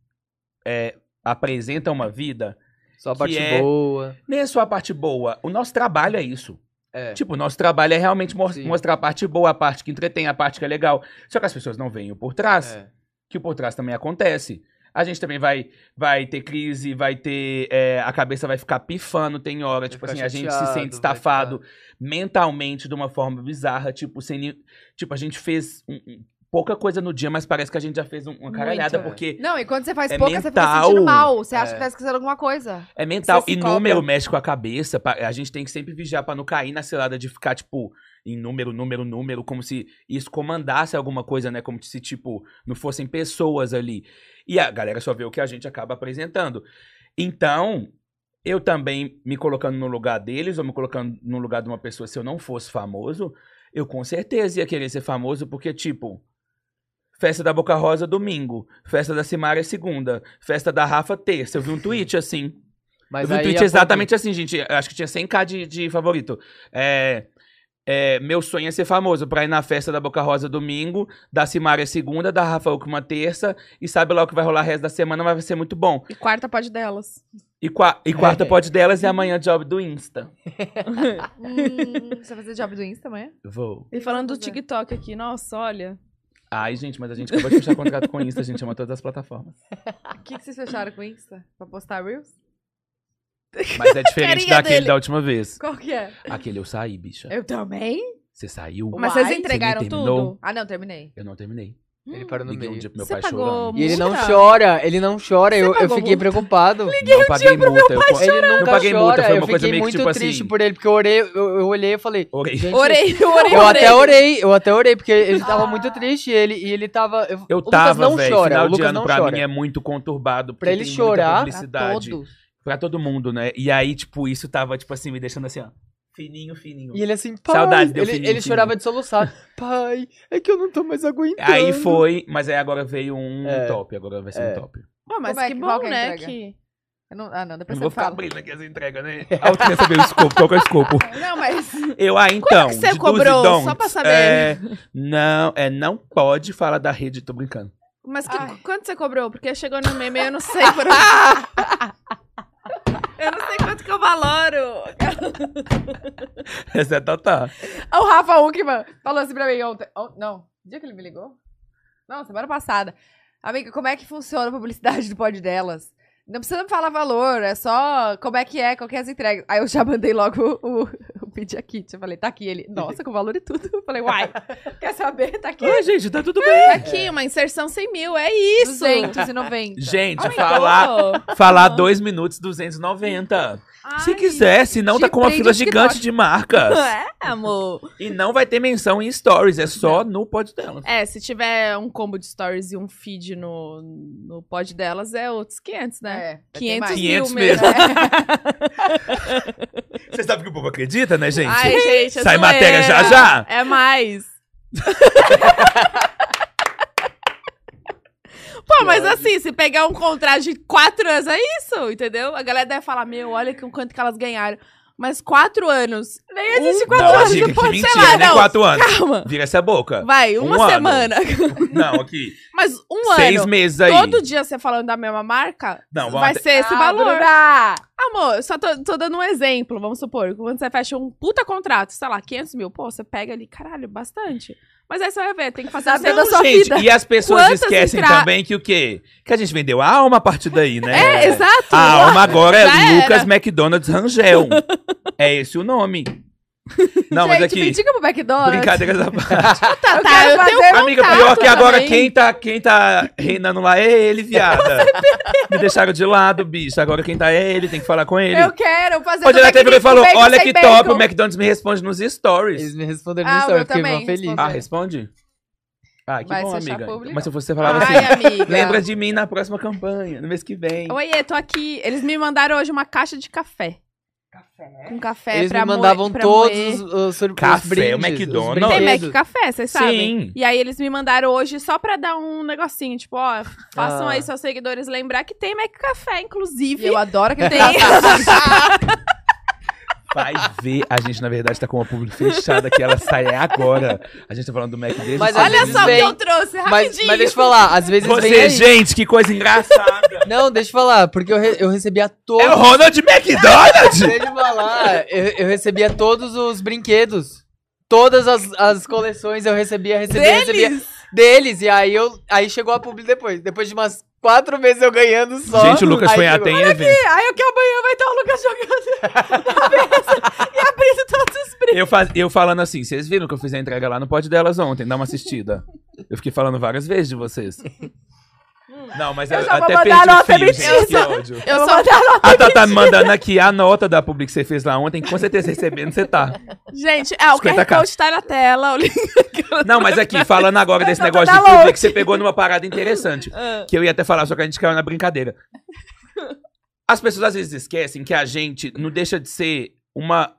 Speaker 3: é, apresenta uma vida.
Speaker 4: Só a
Speaker 3: Que
Speaker 4: parte
Speaker 3: é-
Speaker 4: boa.
Speaker 3: Nem é só a parte boa. O nosso trabalho é isso.
Speaker 4: É.
Speaker 3: Tipo, o nosso trabalho é realmente mos-
Speaker 4: Sim.
Speaker 3: mostrar a parte boa, a parte que entretém, a parte que é legal. Só que as pessoas não veem o por trás
Speaker 4: é.
Speaker 3: que o por trás também acontece. A gente também vai, vai ter crise, vai ter. é, a cabeça vai ficar pifando, tem hora, tipo
Speaker 4: ficar
Speaker 3: assim, a gente se
Speaker 4: chateado,
Speaker 3: sente
Speaker 4: vai
Speaker 3: estafado mentalmente de uma forma bizarra, tipo, sem. nem- Tipo, a gente fez um- um- pouca coisa no dia, mas parece que a gente já fez um- uma caralhada,
Speaker 4: é.
Speaker 3: porque
Speaker 1: Não, e quando você faz
Speaker 3: É
Speaker 1: pouca, você fica
Speaker 3: mental.
Speaker 1: sentindo mal. Você acha
Speaker 4: É.
Speaker 1: que tá esquecendo alguma coisa.
Speaker 3: é mental.
Speaker 1: Você
Speaker 3: E
Speaker 1: se cobra.
Speaker 3: número mexe com a cabeça. pa- A gente tem que sempre vigiar pra não cair na selada de ficar, tipo, em número, número, número, como se isso comandasse alguma coisa, né? Como se, tipo, não fossem pessoas ali. E a galera só vê o que a gente acaba apresentando. Então, eu também, me colocando no lugar deles, ou me colocando no lugar de uma pessoa, se eu não fosse famoso, eu com certeza ia querer ser famoso, porque, tipo, festa da Boca Rosa, é domingo, festa da Simária, segunda, festa da Rafa, terça. Eu vi um tweet assim.
Speaker 4: Mas
Speaker 3: eu vi um
Speaker 4: aí é
Speaker 3: tweet
Speaker 4: a
Speaker 3: exatamente assim, gente. Eu acho que tinha 100k de, de favorito. É, é, meu sonho é ser famoso pra ir na festa da Boca Rosa domingo, da Simária segunda, da Rafa Uckman terça, e sabe lá o que vai rolar o resto da semana, mas vai ser muito bom.
Speaker 2: E quarta pode delas.
Speaker 3: E, qua-
Speaker 4: É.
Speaker 3: e quarta pode delas e amanhã job do Insta.
Speaker 1: Hum, você vai fazer job do Insta amanhã?
Speaker 3: Vou.
Speaker 2: (laughs) E falando do TikTok aqui, nossa, olha.
Speaker 3: Ai, gente, mas a gente acabou de fechar contrato com o Insta, a gente chama todas as plataformas.
Speaker 1: O que, que vocês fecharam com o Insta? Pra postar Reels?
Speaker 3: Mas é diferente
Speaker 2: Carinha
Speaker 3: daquele
Speaker 2: dele.
Speaker 3: da última vez.
Speaker 1: Qual que é?
Speaker 3: Aquele eu saí, bicha.
Speaker 2: Eu também?
Speaker 3: Você saiu?
Speaker 2: Mas vocês
Speaker 1: Uai.
Speaker 2: entregaram
Speaker 3: Você nem
Speaker 2: tudo?
Speaker 3: terminou?
Speaker 1: Ah, não, terminei.
Speaker 3: Eu não terminei.
Speaker 2: Hum.
Speaker 4: Ele parou no
Speaker 3: Liguei um
Speaker 4: meio.
Speaker 3: dia pro meu
Speaker 2: Você
Speaker 3: pai
Speaker 2: pagou um
Speaker 3: chorando.
Speaker 4: E ele não
Speaker 2: Multa?
Speaker 4: chora, ele não chora. Eu, eu
Speaker 2: pagou
Speaker 4: fiquei
Speaker 2: multa?
Speaker 4: preocupado.
Speaker 3: não paguei multa. Eu, co-
Speaker 4: Ele nunca
Speaker 3: Não paguei
Speaker 4: chora.
Speaker 3: multa, foi uma
Speaker 4: eu
Speaker 3: coisa
Speaker 4: fiquei
Speaker 3: meio que
Speaker 4: muito
Speaker 3: tipo
Speaker 4: triste
Speaker 3: assim-
Speaker 4: por ele, porque eu orei, eu, eu olhei e falei.
Speaker 3: Orei. (laughs)
Speaker 4: gente,
Speaker 2: Orei, orei,
Speaker 4: Eu
Speaker 2: orei.
Speaker 4: até orei, eu até orei, porque ele tava muito triste e ele, e ele tava. Eu,
Speaker 3: eu
Speaker 4: o
Speaker 3: tava,
Speaker 4: Lucas não
Speaker 3: velho.
Speaker 4: chora, o
Speaker 3: Final de
Speaker 4: Lucas
Speaker 3: ano
Speaker 4: não
Speaker 3: pra
Speaker 4: chora.
Speaker 3: mim é muito conturbado. porque
Speaker 4: Pra ele
Speaker 3: tem
Speaker 4: chorar,
Speaker 3: Muita
Speaker 1: Pra
Speaker 3: publicidade.
Speaker 1: todos.
Speaker 3: Pra todo mundo, né? E aí, tipo, isso tava, tipo assim, me deixando assim, ó. Fininho, fininho.
Speaker 4: E ele assim, pai.
Speaker 3: Saudade deu
Speaker 4: ele,
Speaker 3: fininho,
Speaker 4: ele
Speaker 3: fininho.
Speaker 4: chorava de soluçar. Pai, é que eu não tô mais aguentando.
Speaker 3: Aí foi, mas aí agora veio um
Speaker 4: então? É.
Speaker 3: top. Agora vai ser
Speaker 4: É.
Speaker 3: um top.
Speaker 2: Pô, mas
Speaker 1: Como é
Speaker 2: que
Speaker 1: que-
Speaker 2: bom,
Speaker 1: qual que é a
Speaker 2: né?
Speaker 1: entrega?
Speaker 2: Que...
Speaker 1: Eu não- ah, não,
Speaker 3: Eu
Speaker 1: depois
Speaker 3: não vou
Speaker 1: você
Speaker 3: ficar
Speaker 1: fala.
Speaker 3: abrindo aqui as entregas, né? Ah, eu queria saber o escopo. Qual que é o escopo?
Speaker 1: Não, mas...
Speaker 3: Eu, ah, então.
Speaker 4: é
Speaker 2: que você
Speaker 3: de
Speaker 2: cobrou?
Speaker 3: dos e
Speaker 2: Só pra
Speaker 3: don'ts,
Speaker 2: saber.
Speaker 3: É, não, é, não pode falar da rede, tô brincando. (laughs)
Speaker 2: Mas que...
Speaker 1: Ai.
Speaker 2: quanto você cobrou? Porque chegou no meme e eu não sei por onde. eu não sei quanto que eu valoro.
Speaker 3: Essa é Tatá.
Speaker 1: O Rafa Uckman falou assim pra mim ontem. on- não, dia que ele me ligou? Não, semana passada. Amiga, como é que funciona a publicidade do pod delas? Não precisa me falar valor, é só como é que é, qual que é as entregas. Aí eu já mandei logo o, o Media Kit. Eu falei, tá aqui ele. Nossa, com valor e tudo. Eu falei, uai, (laughs) quer saber? Tá aqui.
Speaker 3: Ai, gente, tá tudo bem.
Speaker 2: Aqui, uma inserção 100 mil, é isso.
Speaker 1: 290.
Speaker 3: Gente,
Speaker 2: Aumentou.
Speaker 3: falar, falar dois minutos, 290. Se
Speaker 2: Ai.
Speaker 3: quiser, senão tá
Speaker 1: de
Speaker 3: com uma
Speaker 1: print
Speaker 3: fila
Speaker 1: do TikTok.
Speaker 3: gigante de marcas.
Speaker 2: É, amor.
Speaker 3: E não vai ter menção em stories, é só no pod dela.
Speaker 2: É, se tiver um combo de stories e um feed no, no pod delas, é outros 500, né?
Speaker 1: É, tem
Speaker 2: 500
Speaker 1: mais.
Speaker 2: mil
Speaker 3: 500
Speaker 2: mesmo. né?
Speaker 3: (laughs) Você sabe que o povo acredita, né, gente?
Speaker 2: Ai, gente, é
Speaker 3: Sai
Speaker 2: zoeira.
Speaker 3: matéria já já.
Speaker 2: É
Speaker 3: (laughs)
Speaker 2: mais. Pô, mas assim, se pegar um contrato de quatro anos, é isso, entendeu? A galera deve falar, meu, olha que, quanto que elas ganharam. Mas quatro anos. Nem existe quatro
Speaker 3: Um Não,
Speaker 2: anos.
Speaker 3: diga
Speaker 2: não
Speaker 3: que
Speaker 2: pode,
Speaker 3: mentira,
Speaker 2: sei lá,
Speaker 3: né?
Speaker 2: não. (laughs)
Speaker 3: Quatro anos.
Speaker 2: Calma.
Speaker 3: Vira essa boca.
Speaker 2: Vai, uma
Speaker 3: Um ano.
Speaker 2: semana. (laughs)
Speaker 3: Não, aqui.
Speaker 2: Mas um
Speaker 3: Seis
Speaker 2: ano.
Speaker 3: meses aí.
Speaker 2: Todo dia você falando da mesma marca,
Speaker 3: Não, vamos
Speaker 2: vai
Speaker 3: até-
Speaker 2: ser esse
Speaker 1: Ah,
Speaker 2: valor.
Speaker 1: Bruna!
Speaker 2: Amor, eu só tô, tô dando um exemplo, vamos supor. Quando você fecha um puta contrato, sei lá, 500 mil, pô, você pega ali, caralho, bastante. Mas aí você vai ver, tem que fazer
Speaker 1: Tá
Speaker 2: a
Speaker 1: vendo a
Speaker 2: segunda
Speaker 1: sua
Speaker 3: gente,
Speaker 1: vida.
Speaker 3: e as pessoas
Speaker 2: Quantas
Speaker 3: esquecem
Speaker 2: entra-
Speaker 3: também que o quê? Que a gente vendeu a alma a partir daí, né?
Speaker 2: É, exato.
Speaker 3: A alma agora
Speaker 2: Já
Speaker 3: é
Speaker 2: era.
Speaker 1: (laughs)
Speaker 3: Lucas McDonald's Rangel. é esse o nome. Não, mas
Speaker 1: Gente, me
Speaker 3: aqui.
Speaker 1: diga pro McDonald's.
Speaker 3: Brincadeiras
Speaker 1: É
Speaker 3: à parte.
Speaker 1: Eu
Speaker 10: tá,
Speaker 1: quero
Speaker 10: eu tenho
Speaker 1: fazer
Speaker 3: Amiga,
Speaker 10: contato
Speaker 3: pior que agora
Speaker 10: também.
Speaker 3: quem tá, quem tá reinando lá é ele, viada. Me deixaram de lado, bicho. Agora quem tá é ele, tem que falar com ele.
Speaker 1: Eu quero fazer
Speaker 3: Hoje ela
Speaker 1: também
Speaker 3: até virou
Speaker 1: com
Speaker 3: e falou:
Speaker 1: bacon
Speaker 3: olha
Speaker 1: sem
Speaker 3: que
Speaker 1: bacon.
Speaker 3: top, o McDonald's me responde nos
Speaker 4: Eles
Speaker 3: stories.
Speaker 4: me responderam
Speaker 1: Ah,
Speaker 4: no
Speaker 1: o
Speaker 4: story,
Speaker 1: meu
Speaker 4: eu fiquei mó
Speaker 1: também
Speaker 4: feliz.
Speaker 3: Ah,
Speaker 1: respondeu.
Speaker 3: responde? Ah, que
Speaker 1: Vai
Speaker 3: bom,
Speaker 1: se achar
Speaker 3: amiga.
Speaker 1: público.
Speaker 3: Mas se você falava assim,
Speaker 10: Ai, amiga.
Speaker 3: lembra de mim na próxima campanha, no mês que vem.
Speaker 10: Oiê, tô aqui. Eles me mandaram hoje uma caixa de café. Café? Com café
Speaker 2: É,
Speaker 4: Eles
Speaker 10: pra
Speaker 4: me
Speaker 10: moer-
Speaker 4: mandavam
Speaker 10: pra
Speaker 4: todos
Speaker 10: moer.
Speaker 4: os, os, sur- os
Speaker 3: Café, o
Speaker 4: brindes, os
Speaker 3: McDonald's.
Speaker 10: Tem
Speaker 4: brinquedos.
Speaker 10: Mac Café, vocês sabem?
Speaker 3: Sim.
Speaker 10: E aí eles me mandaram hoje só pra dar um negocinho, tipo, ó, façam
Speaker 4: Ah.
Speaker 10: aí seus seguidores lembrar que tem Mac Café,
Speaker 1: E
Speaker 10: inclusive.
Speaker 1: eu adoro que tem.
Speaker 10: Tem.
Speaker 3: Vai ver. A gente, na verdade, tá com uma pública fechada que ela sai agora. A gente tá falando do Mac desde
Speaker 4: Mas
Speaker 10: (laughs)
Speaker 3: sábado.
Speaker 4: às
Speaker 10: Olha
Speaker 4: vezes
Speaker 10: só o que
Speaker 4: vem-
Speaker 10: eu trouxe,
Speaker 4: Mas,
Speaker 10: rapidinho.
Speaker 4: mas deixa eu falar, às vezes vem
Speaker 3: Você,
Speaker 4: aí.
Speaker 3: gente, que coisa
Speaker 4: (laughs)
Speaker 3: engraçada.
Speaker 4: Não, deixa eu falar, porque eu, re- eu recebia todos.
Speaker 3: é o Ronald McDonald?
Speaker 4: Deixa eu falar, eu, eu recebia todos os brinquedos. Todas as, as coleções eu recebia, recebia, recebia. Deles, e aí eu. Aí chegou a publi depois. Depois de umas quatro meses eu ganhando só.
Speaker 3: gente, o Lucas
Speaker 4: aí
Speaker 3: foi até
Speaker 4: chegou.
Speaker 3: em evento.
Speaker 10: É, Aí eu que amanhã vai ter o Lucas jogando na mesa (laughs) e abrindo todos os brinquedos.
Speaker 3: Eu, faz, eu falando assim, vocês viram que eu fiz a entrega lá no pod delas ontem, dá uma assistida. Eu fiquei falando várias vezes de vocês. Não, mas
Speaker 1: Eu
Speaker 3: eu
Speaker 1: já vou
Speaker 3: até
Speaker 1: mandar
Speaker 3: perdi
Speaker 1: a nota,
Speaker 3: o fio,
Speaker 1: mentira.
Speaker 3: gente, que ódio.
Speaker 10: Eu só...
Speaker 3: A Tatá tá me mandando aqui a nota da publi que você fez lá ontem, que com certeza recebendo você tá.
Speaker 10: (laughs) Gente, é, o QR
Speaker 3: 50K.
Speaker 10: Code tá na tela. o link-
Speaker 3: Não,
Speaker 10: (laughs)
Speaker 3: mas é aqui, falando agora desse
Speaker 1: Eu tô
Speaker 3: negócio de
Speaker 1: toda
Speaker 3: público,
Speaker 1: louca.
Speaker 3: que você pegou numa parada interessante. que eu ia até falar, só que a gente caiu na brincadeira. As pessoas às vezes esquecem que a gente não deixa de ser uma.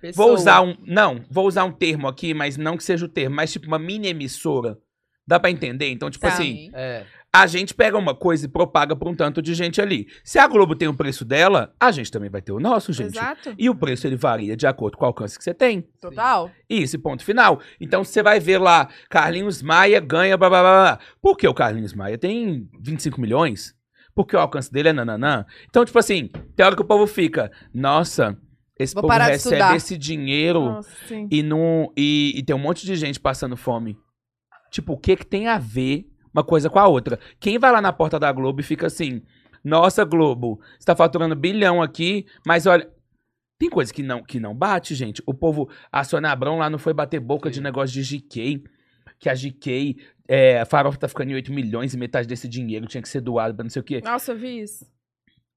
Speaker 3: Vou
Speaker 4: Pessoa.
Speaker 3: usar um. Não, vou usar um termo aqui, mas não que seja o termo, mas tipo uma mini emissora. Dá pra entender? Então, tipo assim,
Speaker 4: É.
Speaker 3: a gente pega uma coisa e propaga pra um tanto de gente ali. Se a Globo tem o preço dela, a gente também vai ter o nosso, gente.
Speaker 10: Exato.
Speaker 3: E o preço ele varia de acordo com o alcance que você tem.
Speaker 1: Total.
Speaker 3: Isso, e ponto final. Então você vai ver lá, Carlinhos Maia ganha blá blá blá. blá. Por que o Carlinhos Maia tem 25 milhões? Porque o alcance dele é nananã. Então, tipo assim, tem hora que o povo fica, nossa, esse
Speaker 1: Vou
Speaker 3: povo
Speaker 1: parar de
Speaker 3: recebe
Speaker 1: estudar. Ah.
Speaker 3: esse dinheiro
Speaker 10: Nossa, sim.
Speaker 3: e, não, e, e tem um monte de gente passando fome. Tipo, o que que tem a ver uma coisa com a outra? Quem vai lá na porta da Globo e fica assim, nossa, Globo, você tá faturando bilhão aqui, mas olha... Tem coisa que não, que não bate, gente. O povo, a Sônia Abrão lá não foi bater boca de negócio de GK, que a GK, é, a Farofa tá ficando em 8 milhões e metade desse dinheiro tinha que ser doado pra não sei o quê.
Speaker 10: Nossa, eu vi isso.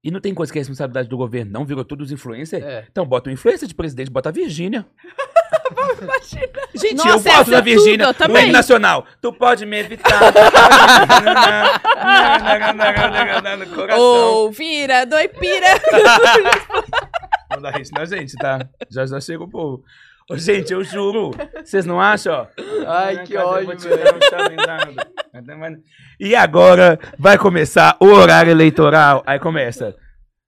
Speaker 3: E não tem coisa que é responsabilidade do governo, não, virou todos os influencers.
Speaker 4: É.
Speaker 3: Então bota um influencer de presidente, bota a Virgínia. Gente,
Speaker 10: Nossa,
Speaker 3: eu
Speaker 10: essa
Speaker 3: gosto da
Speaker 10: é tudo,
Speaker 3: Virgínia.
Speaker 10: eu
Speaker 3: O
Speaker 10: também.
Speaker 3: hino nacional. Tu pode
Speaker 10: (laughs)
Speaker 3: me evitar. tu pode me- no coração.
Speaker 10: Ô, vira, doipira.
Speaker 3: Não dá isso na gente, tá? Já já chega o povo. Ô, gente, eu juro. Vocês não acham?
Speaker 4: Ai, que ódio, velho.
Speaker 3: um velho. E agora vai começar o horário eleitoral. Aí começa.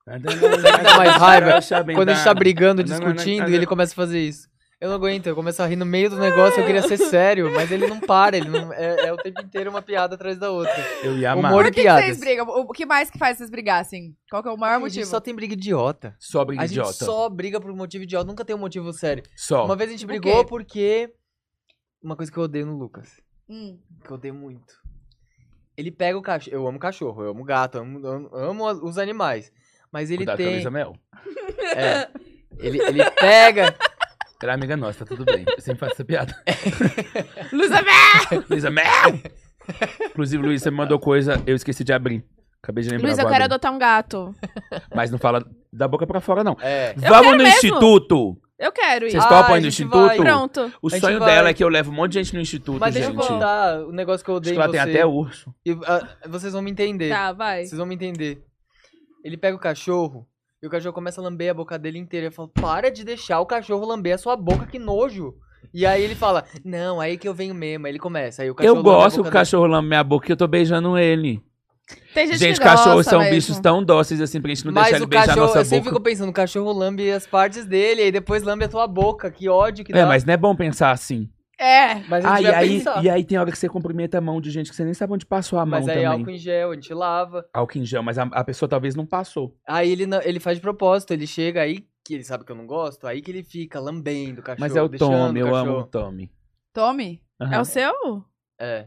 Speaker 3: um
Speaker 4: mais raiva, Quando a gente tá brigando, discutindo, e ele começa a fazer isso. Eu não aguento, eu começo a rir no meio do negócio, eu queria ser sério, mas ele não para, ele não, é, é o tempo inteiro uma piada atrás da outra.
Speaker 3: Eu ia amar.
Speaker 4: Humor
Speaker 1: Por que, que
Speaker 4: piadas.
Speaker 1: vocês brigam? O o que mais que faz vocês brigassem? Qual que é o maior
Speaker 4: A gente
Speaker 1: motivo?
Speaker 4: só tem briga idiota.
Speaker 3: Sobre
Speaker 4: A gente
Speaker 3: idiota. Só.
Speaker 4: só briga por motivo idiota, nunca tem um motivo sério. Uma vez a gente
Speaker 1: Por
Speaker 4: brigou
Speaker 1: quê?
Speaker 4: porque. Uma coisa que eu odeio no Lucas.
Speaker 1: Hum.
Speaker 4: Que eu odeio muito. Ele pega o cachorro. Eu amo cachorro, eu amo gato, eu amo, eu amo os animais. Mas ele
Speaker 3: Cuidado com a
Speaker 4: tem.
Speaker 3: Luísa Mel.
Speaker 4: É, ele, ele pega.
Speaker 3: (laughs) Ela é amiga nossa, tá tudo bem. Eu sempre faço essa
Speaker 4: (laughs)
Speaker 3: piada.
Speaker 10: Luísa
Speaker 3: (laughs) Luísa Mel! Inclusive, Luísa, você me mandou coisa, eu esqueci de abrir. Acabei de lembrar.
Speaker 10: Luísa, eu
Speaker 3: vou
Speaker 10: quero
Speaker 3: abrir.
Speaker 10: adotar um gato.
Speaker 3: Mas não fala da boca pra fora, não.
Speaker 4: É.
Speaker 3: Vamos no
Speaker 10: mesmo.
Speaker 3: instituto!
Speaker 10: Eu quero ir.
Speaker 3: Vocês
Speaker 4: Ah,
Speaker 3: topam
Speaker 4: a
Speaker 3: aí no
Speaker 4: gente
Speaker 3: instituto?
Speaker 4: vai.
Speaker 10: Pronto.
Speaker 3: O
Speaker 4: A gente
Speaker 3: sonho
Speaker 4: vai.
Speaker 3: dela é que eu levo um monte de gente no instituto,
Speaker 4: Mas
Speaker 3: gente.
Speaker 4: deixa eu contar o negócio que eu
Speaker 3: Acho
Speaker 4: odeio
Speaker 3: que
Speaker 4: em
Speaker 3: lá
Speaker 4: você.
Speaker 3: tem até urso.
Speaker 4: E, ah, vocês vão me
Speaker 3: Tipo,
Speaker 4: entender.
Speaker 10: Tá, vai.
Speaker 4: Vocês vão me entender. Ele pega o cachorro e o cachorro começa a lamber a boca dele inteira. Eu falo, para de deixar o cachorro lamber a sua boca, que nojo. E aí ele fala, não, aí que eu venho mesmo. Aí ele começa. Aí o cachorro
Speaker 3: eu
Speaker 4: lambe a
Speaker 3: gosto que
Speaker 4: boca
Speaker 3: o cachorro lambe minha boca e eu tô beijando ele.
Speaker 10: Tem gente,
Speaker 3: Gente,
Speaker 10: que
Speaker 3: cachorros
Speaker 10: gosta
Speaker 3: são
Speaker 10: mesmo.
Speaker 3: bichos tão dóceis assim pra gente não
Speaker 4: Mas
Speaker 3: deixar ele
Speaker 4: o
Speaker 3: beijar a
Speaker 4: cachorro,
Speaker 3: nossa
Speaker 4: eu sempre
Speaker 3: boca.
Speaker 4: fico pensando, o cachorro lambe as partes dele, aí depois lambe a tua boca, que ódio que dá.
Speaker 3: É, mas não é bom pensar assim.
Speaker 10: É.
Speaker 4: Mas a
Speaker 3: Ah,
Speaker 4: gente
Speaker 3: e
Speaker 4: vai
Speaker 3: aí,
Speaker 4: pensar.
Speaker 3: e aí tem hora que você cumprimenta a mão de gente que você nem sabe onde passou a mão
Speaker 4: mas aí é
Speaker 3: também.
Speaker 4: álcool em gel, a gente lava.
Speaker 3: álcool em gel, mas a, a pessoa talvez não passou.
Speaker 4: Aí ele, não- ele faz de propósito, ele chega aí, que ele sabe que eu não gosto, aí que ele fica lambendo o cachorro.
Speaker 3: Mas é o
Speaker 4: deixando
Speaker 3: Tommy, eu
Speaker 4: cachorro.
Speaker 3: Ah. amo o Tommy.
Speaker 1: Tome?
Speaker 3: Aham.
Speaker 10: É o seu?
Speaker 4: É.
Speaker 2: é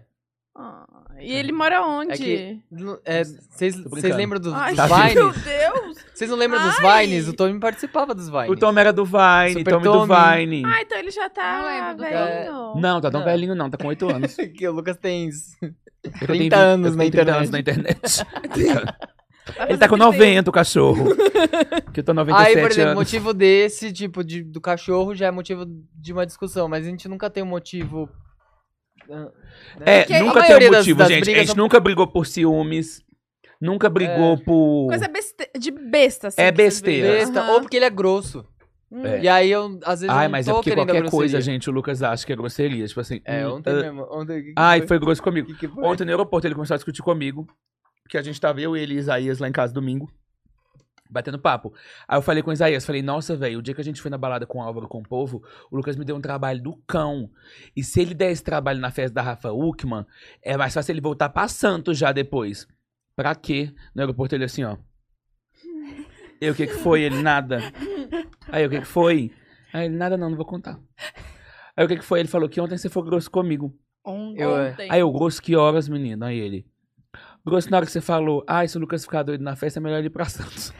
Speaker 2: Ah, e ele mora onde?
Speaker 4: É que- É, Vocês vocês
Speaker 3: brincando.
Speaker 4: lembram do- dos
Speaker 2: Ai,
Speaker 3: Tá
Speaker 2: meu
Speaker 4: Vines?
Speaker 2: Deus!
Speaker 4: Vocês não lembram dos
Speaker 2: Ai.
Speaker 4: Vines? O Tommy participava dos Vines.
Speaker 3: O Tom era do Vine,
Speaker 4: É Super
Speaker 3: Tommy do
Speaker 4: Tommy.
Speaker 3: Vine.
Speaker 2: Ah, então ele já tá
Speaker 1: Não lembro do
Speaker 2: velhinho.
Speaker 3: Não, tá tão
Speaker 4: Não.
Speaker 3: velhinho não, tá com 8 (laughs) anos.
Speaker 4: que o Lucas
Speaker 3: É
Speaker 4: tem.
Speaker 3: que eu
Speaker 4: 30
Speaker 3: tenho vinte-
Speaker 4: anos
Speaker 3: eu
Speaker 4: na
Speaker 3: tenho 30 anos na
Speaker 4: (laughs)
Speaker 3: internet. Ele tá com 90, o cachorro. Que eu tô 97
Speaker 4: Aí, por exemplo,
Speaker 3: anos.
Speaker 4: motivo desse, tipo, de- do cachorro já é motivo de uma discussão, mas a gente nunca tem um motivo. ah, né?
Speaker 3: É,
Speaker 4: Porque a
Speaker 3: nunca teve
Speaker 4: maioria das-
Speaker 3: motivo,
Speaker 4: das
Speaker 3: gente. A
Speaker 4: brigas É.
Speaker 3: gente nunca brigou por ciúmes. Nunca brigou por.
Speaker 2: Coisa beste... de besta, assim.
Speaker 3: É
Speaker 2: que vocês
Speaker 4: são
Speaker 3: besteira.
Speaker 2: viram.
Speaker 4: besta,
Speaker 2: Aham.
Speaker 4: Ou porque ele é grosso.
Speaker 3: É.
Speaker 1: Hum.
Speaker 4: E aí eu, às vezes,
Speaker 3: Ai,
Speaker 4: eu não
Speaker 3: mas é
Speaker 4: tô
Speaker 3: porque
Speaker 4: querendo a
Speaker 3: qualquer coisa,
Speaker 4: grosseria.
Speaker 3: gente, o Lucas acha que é grosseria. Tipo assim.
Speaker 4: É,
Speaker 3: hum,
Speaker 4: ontem
Speaker 3: ah,
Speaker 4: mesmo. Ontem, que que
Speaker 3: Ai, foi grosso comigo.
Speaker 4: Que que foi?
Speaker 3: Ontem no aeroporto ele começou a discutir comigo. Que a gente tava eu, ele e Isaías lá em casa domingo. Batendo papo. Aí eu falei com o Isaías, falei, nossa, velho, o dia que a gente foi na balada com o Álvaro com o povo, o Lucas me deu um trabalho do cão. E se ele der esse trabalho na festa da Rafa Uckman, é mais fácil ele voltar pra Santos já depois. Pra quê? No aeroporto ele assim, ó. Eu, o que que foi? Ele, nada. Aí, o que que foi? Aí ele, nada não, não vou contar. Aí, o que que foi? Ele falou que ontem você foi grosso comigo.
Speaker 1: Um
Speaker 4: Eu, é.
Speaker 2: Ontem.
Speaker 3: Aí eu, grosso, que horas, menino? Aí ele. Grosso, na hora que você falou, ah, se o Lucas ficar doido na festa, é melhor ele ir pra (laughs) Santos.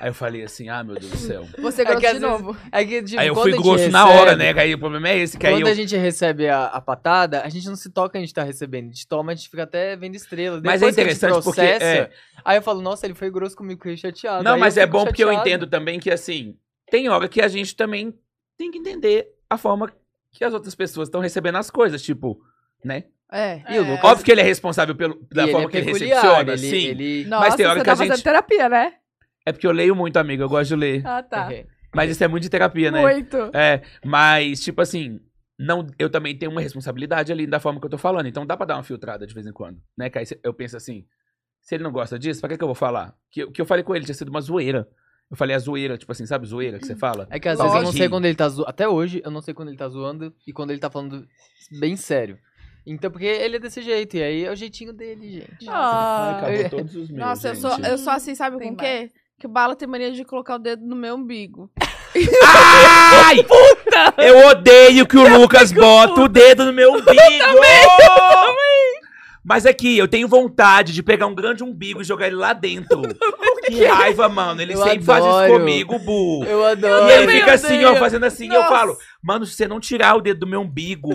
Speaker 3: Aí eu falei assim, ah, meu Deus do céu.
Speaker 1: Você
Speaker 4: É que
Speaker 1: gosta
Speaker 4: às
Speaker 1: de
Speaker 4: vezes-
Speaker 1: novo.
Speaker 4: É que, tipo,
Speaker 3: Aí eu
Speaker 4: quando
Speaker 3: fui
Speaker 4: a gente
Speaker 3: grosso na hora,
Speaker 4: recebe-
Speaker 3: né? Que aí o problema é esse, que aí
Speaker 4: Quando
Speaker 3: eu...
Speaker 4: a gente recebe a, a patada, a gente não se toca que a gente tá recebendo. A gente toma, a gente fica até vendo estrela.
Speaker 3: Mas é
Speaker 4: Depois que a gente
Speaker 3: interessante porque, é.
Speaker 4: Aí eu falo, nossa, ele foi grosso comigo, fiquei chateado.
Speaker 3: Não,
Speaker 4: Aí
Speaker 3: mas é
Speaker 4: fico
Speaker 3: bom porque eu
Speaker 4: chateado.
Speaker 3: entendo também que, assim, tem hora que a gente também tem que entender a forma que as outras pessoas estão recebendo as coisas, tipo, né?
Speaker 1: É.
Speaker 4: E o Lucas-
Speaker 3: Óbvio que ele é responsável pelo,
Speaker 4: E
Speaker 3: pela
Speaker 4: ele
Speaker 3: forma
Speaker 4: é
Speaker 3: que ele
Speaker 4: peculiar,
Speaker 3: recepciona,
Speaker 4: ele-
Speaker 3: sim.
Speaker 4: ele-
Speaker 1: Nossa,
Speaker 3: tem hora
Speaker 1: você
Speaker 3: que a
Speaker 1: tá fazendo
Speaker 3: gente-
Speaker 1: terapia, né?
Speaker 3: É porque eu leio muito, amigo, eu gosto de ler.
Speaker 1: Ah, tá.
Speaker 4: É.
Speaker 3: Mas isso é muito de terapia, né?
Speaker 1: Muito.
Speaker 3: É, mas, tipo assim, não, eu também tenho uma responsabilidade ali da forma que eu tô falando. Então dá pra dar uma filtrada de vez em quando, né? Que aí cê- eu penso assim, se ele não gosta disso, pra que que eu vou falar? Que, o que eu falei com ele tinha sido uma zoeira. Eu falei a zoeira, tipo assim, sabe zoeira que
Speaker 2: Hum.
Speaker 3: você fala?
Speaker 4: É que às vezes eu não sei quando ele tá zoando. Até hoje, eu não sei quando ele tá zoando e quando ele tá falando bem sério. Então, porque ele é desse jeito, e aí é o jeitinho dele,
Speaker 3: Ai,
Speaker 4: gente.
Speaker 2: Ah,
Speaker 3: acabou todos os meus,
Speaker 2: Nossa, eu
Speaker 3: gente.
Speaker 2: sou, eu sou assim, sabe
Speaker 1: Tem
Speaker 2: com o quê? Que o Bala tem mania de colocar o dedo no meu umbigo.
Speaker 3: Ai! Puta! Eu odeio que o Lucas bota o dedo no (laughs) meu umbigo! Mas aqui, eu tenho vontade de pegar um grande umbigo e jogar ele lá (laughs) dentro. Que raiva, mano. Ele
Speaker 4: Eu
Speaker 3: sempre faz isso
Speaker 4: adoro.
Speaker 3: comigo, Bu.
Speaker 4: Eu adoro.
Speaker 3: E ele
Speaker 2: também
Speaker 3: fica assim, ó,
Speaker 2: odeio.
Speaker 3: fazendo assim, e eu
Speaker 2: Nossa.
Speaker 3: falo, mano, se você não tirar o dedo do meu (laughs) umbigo,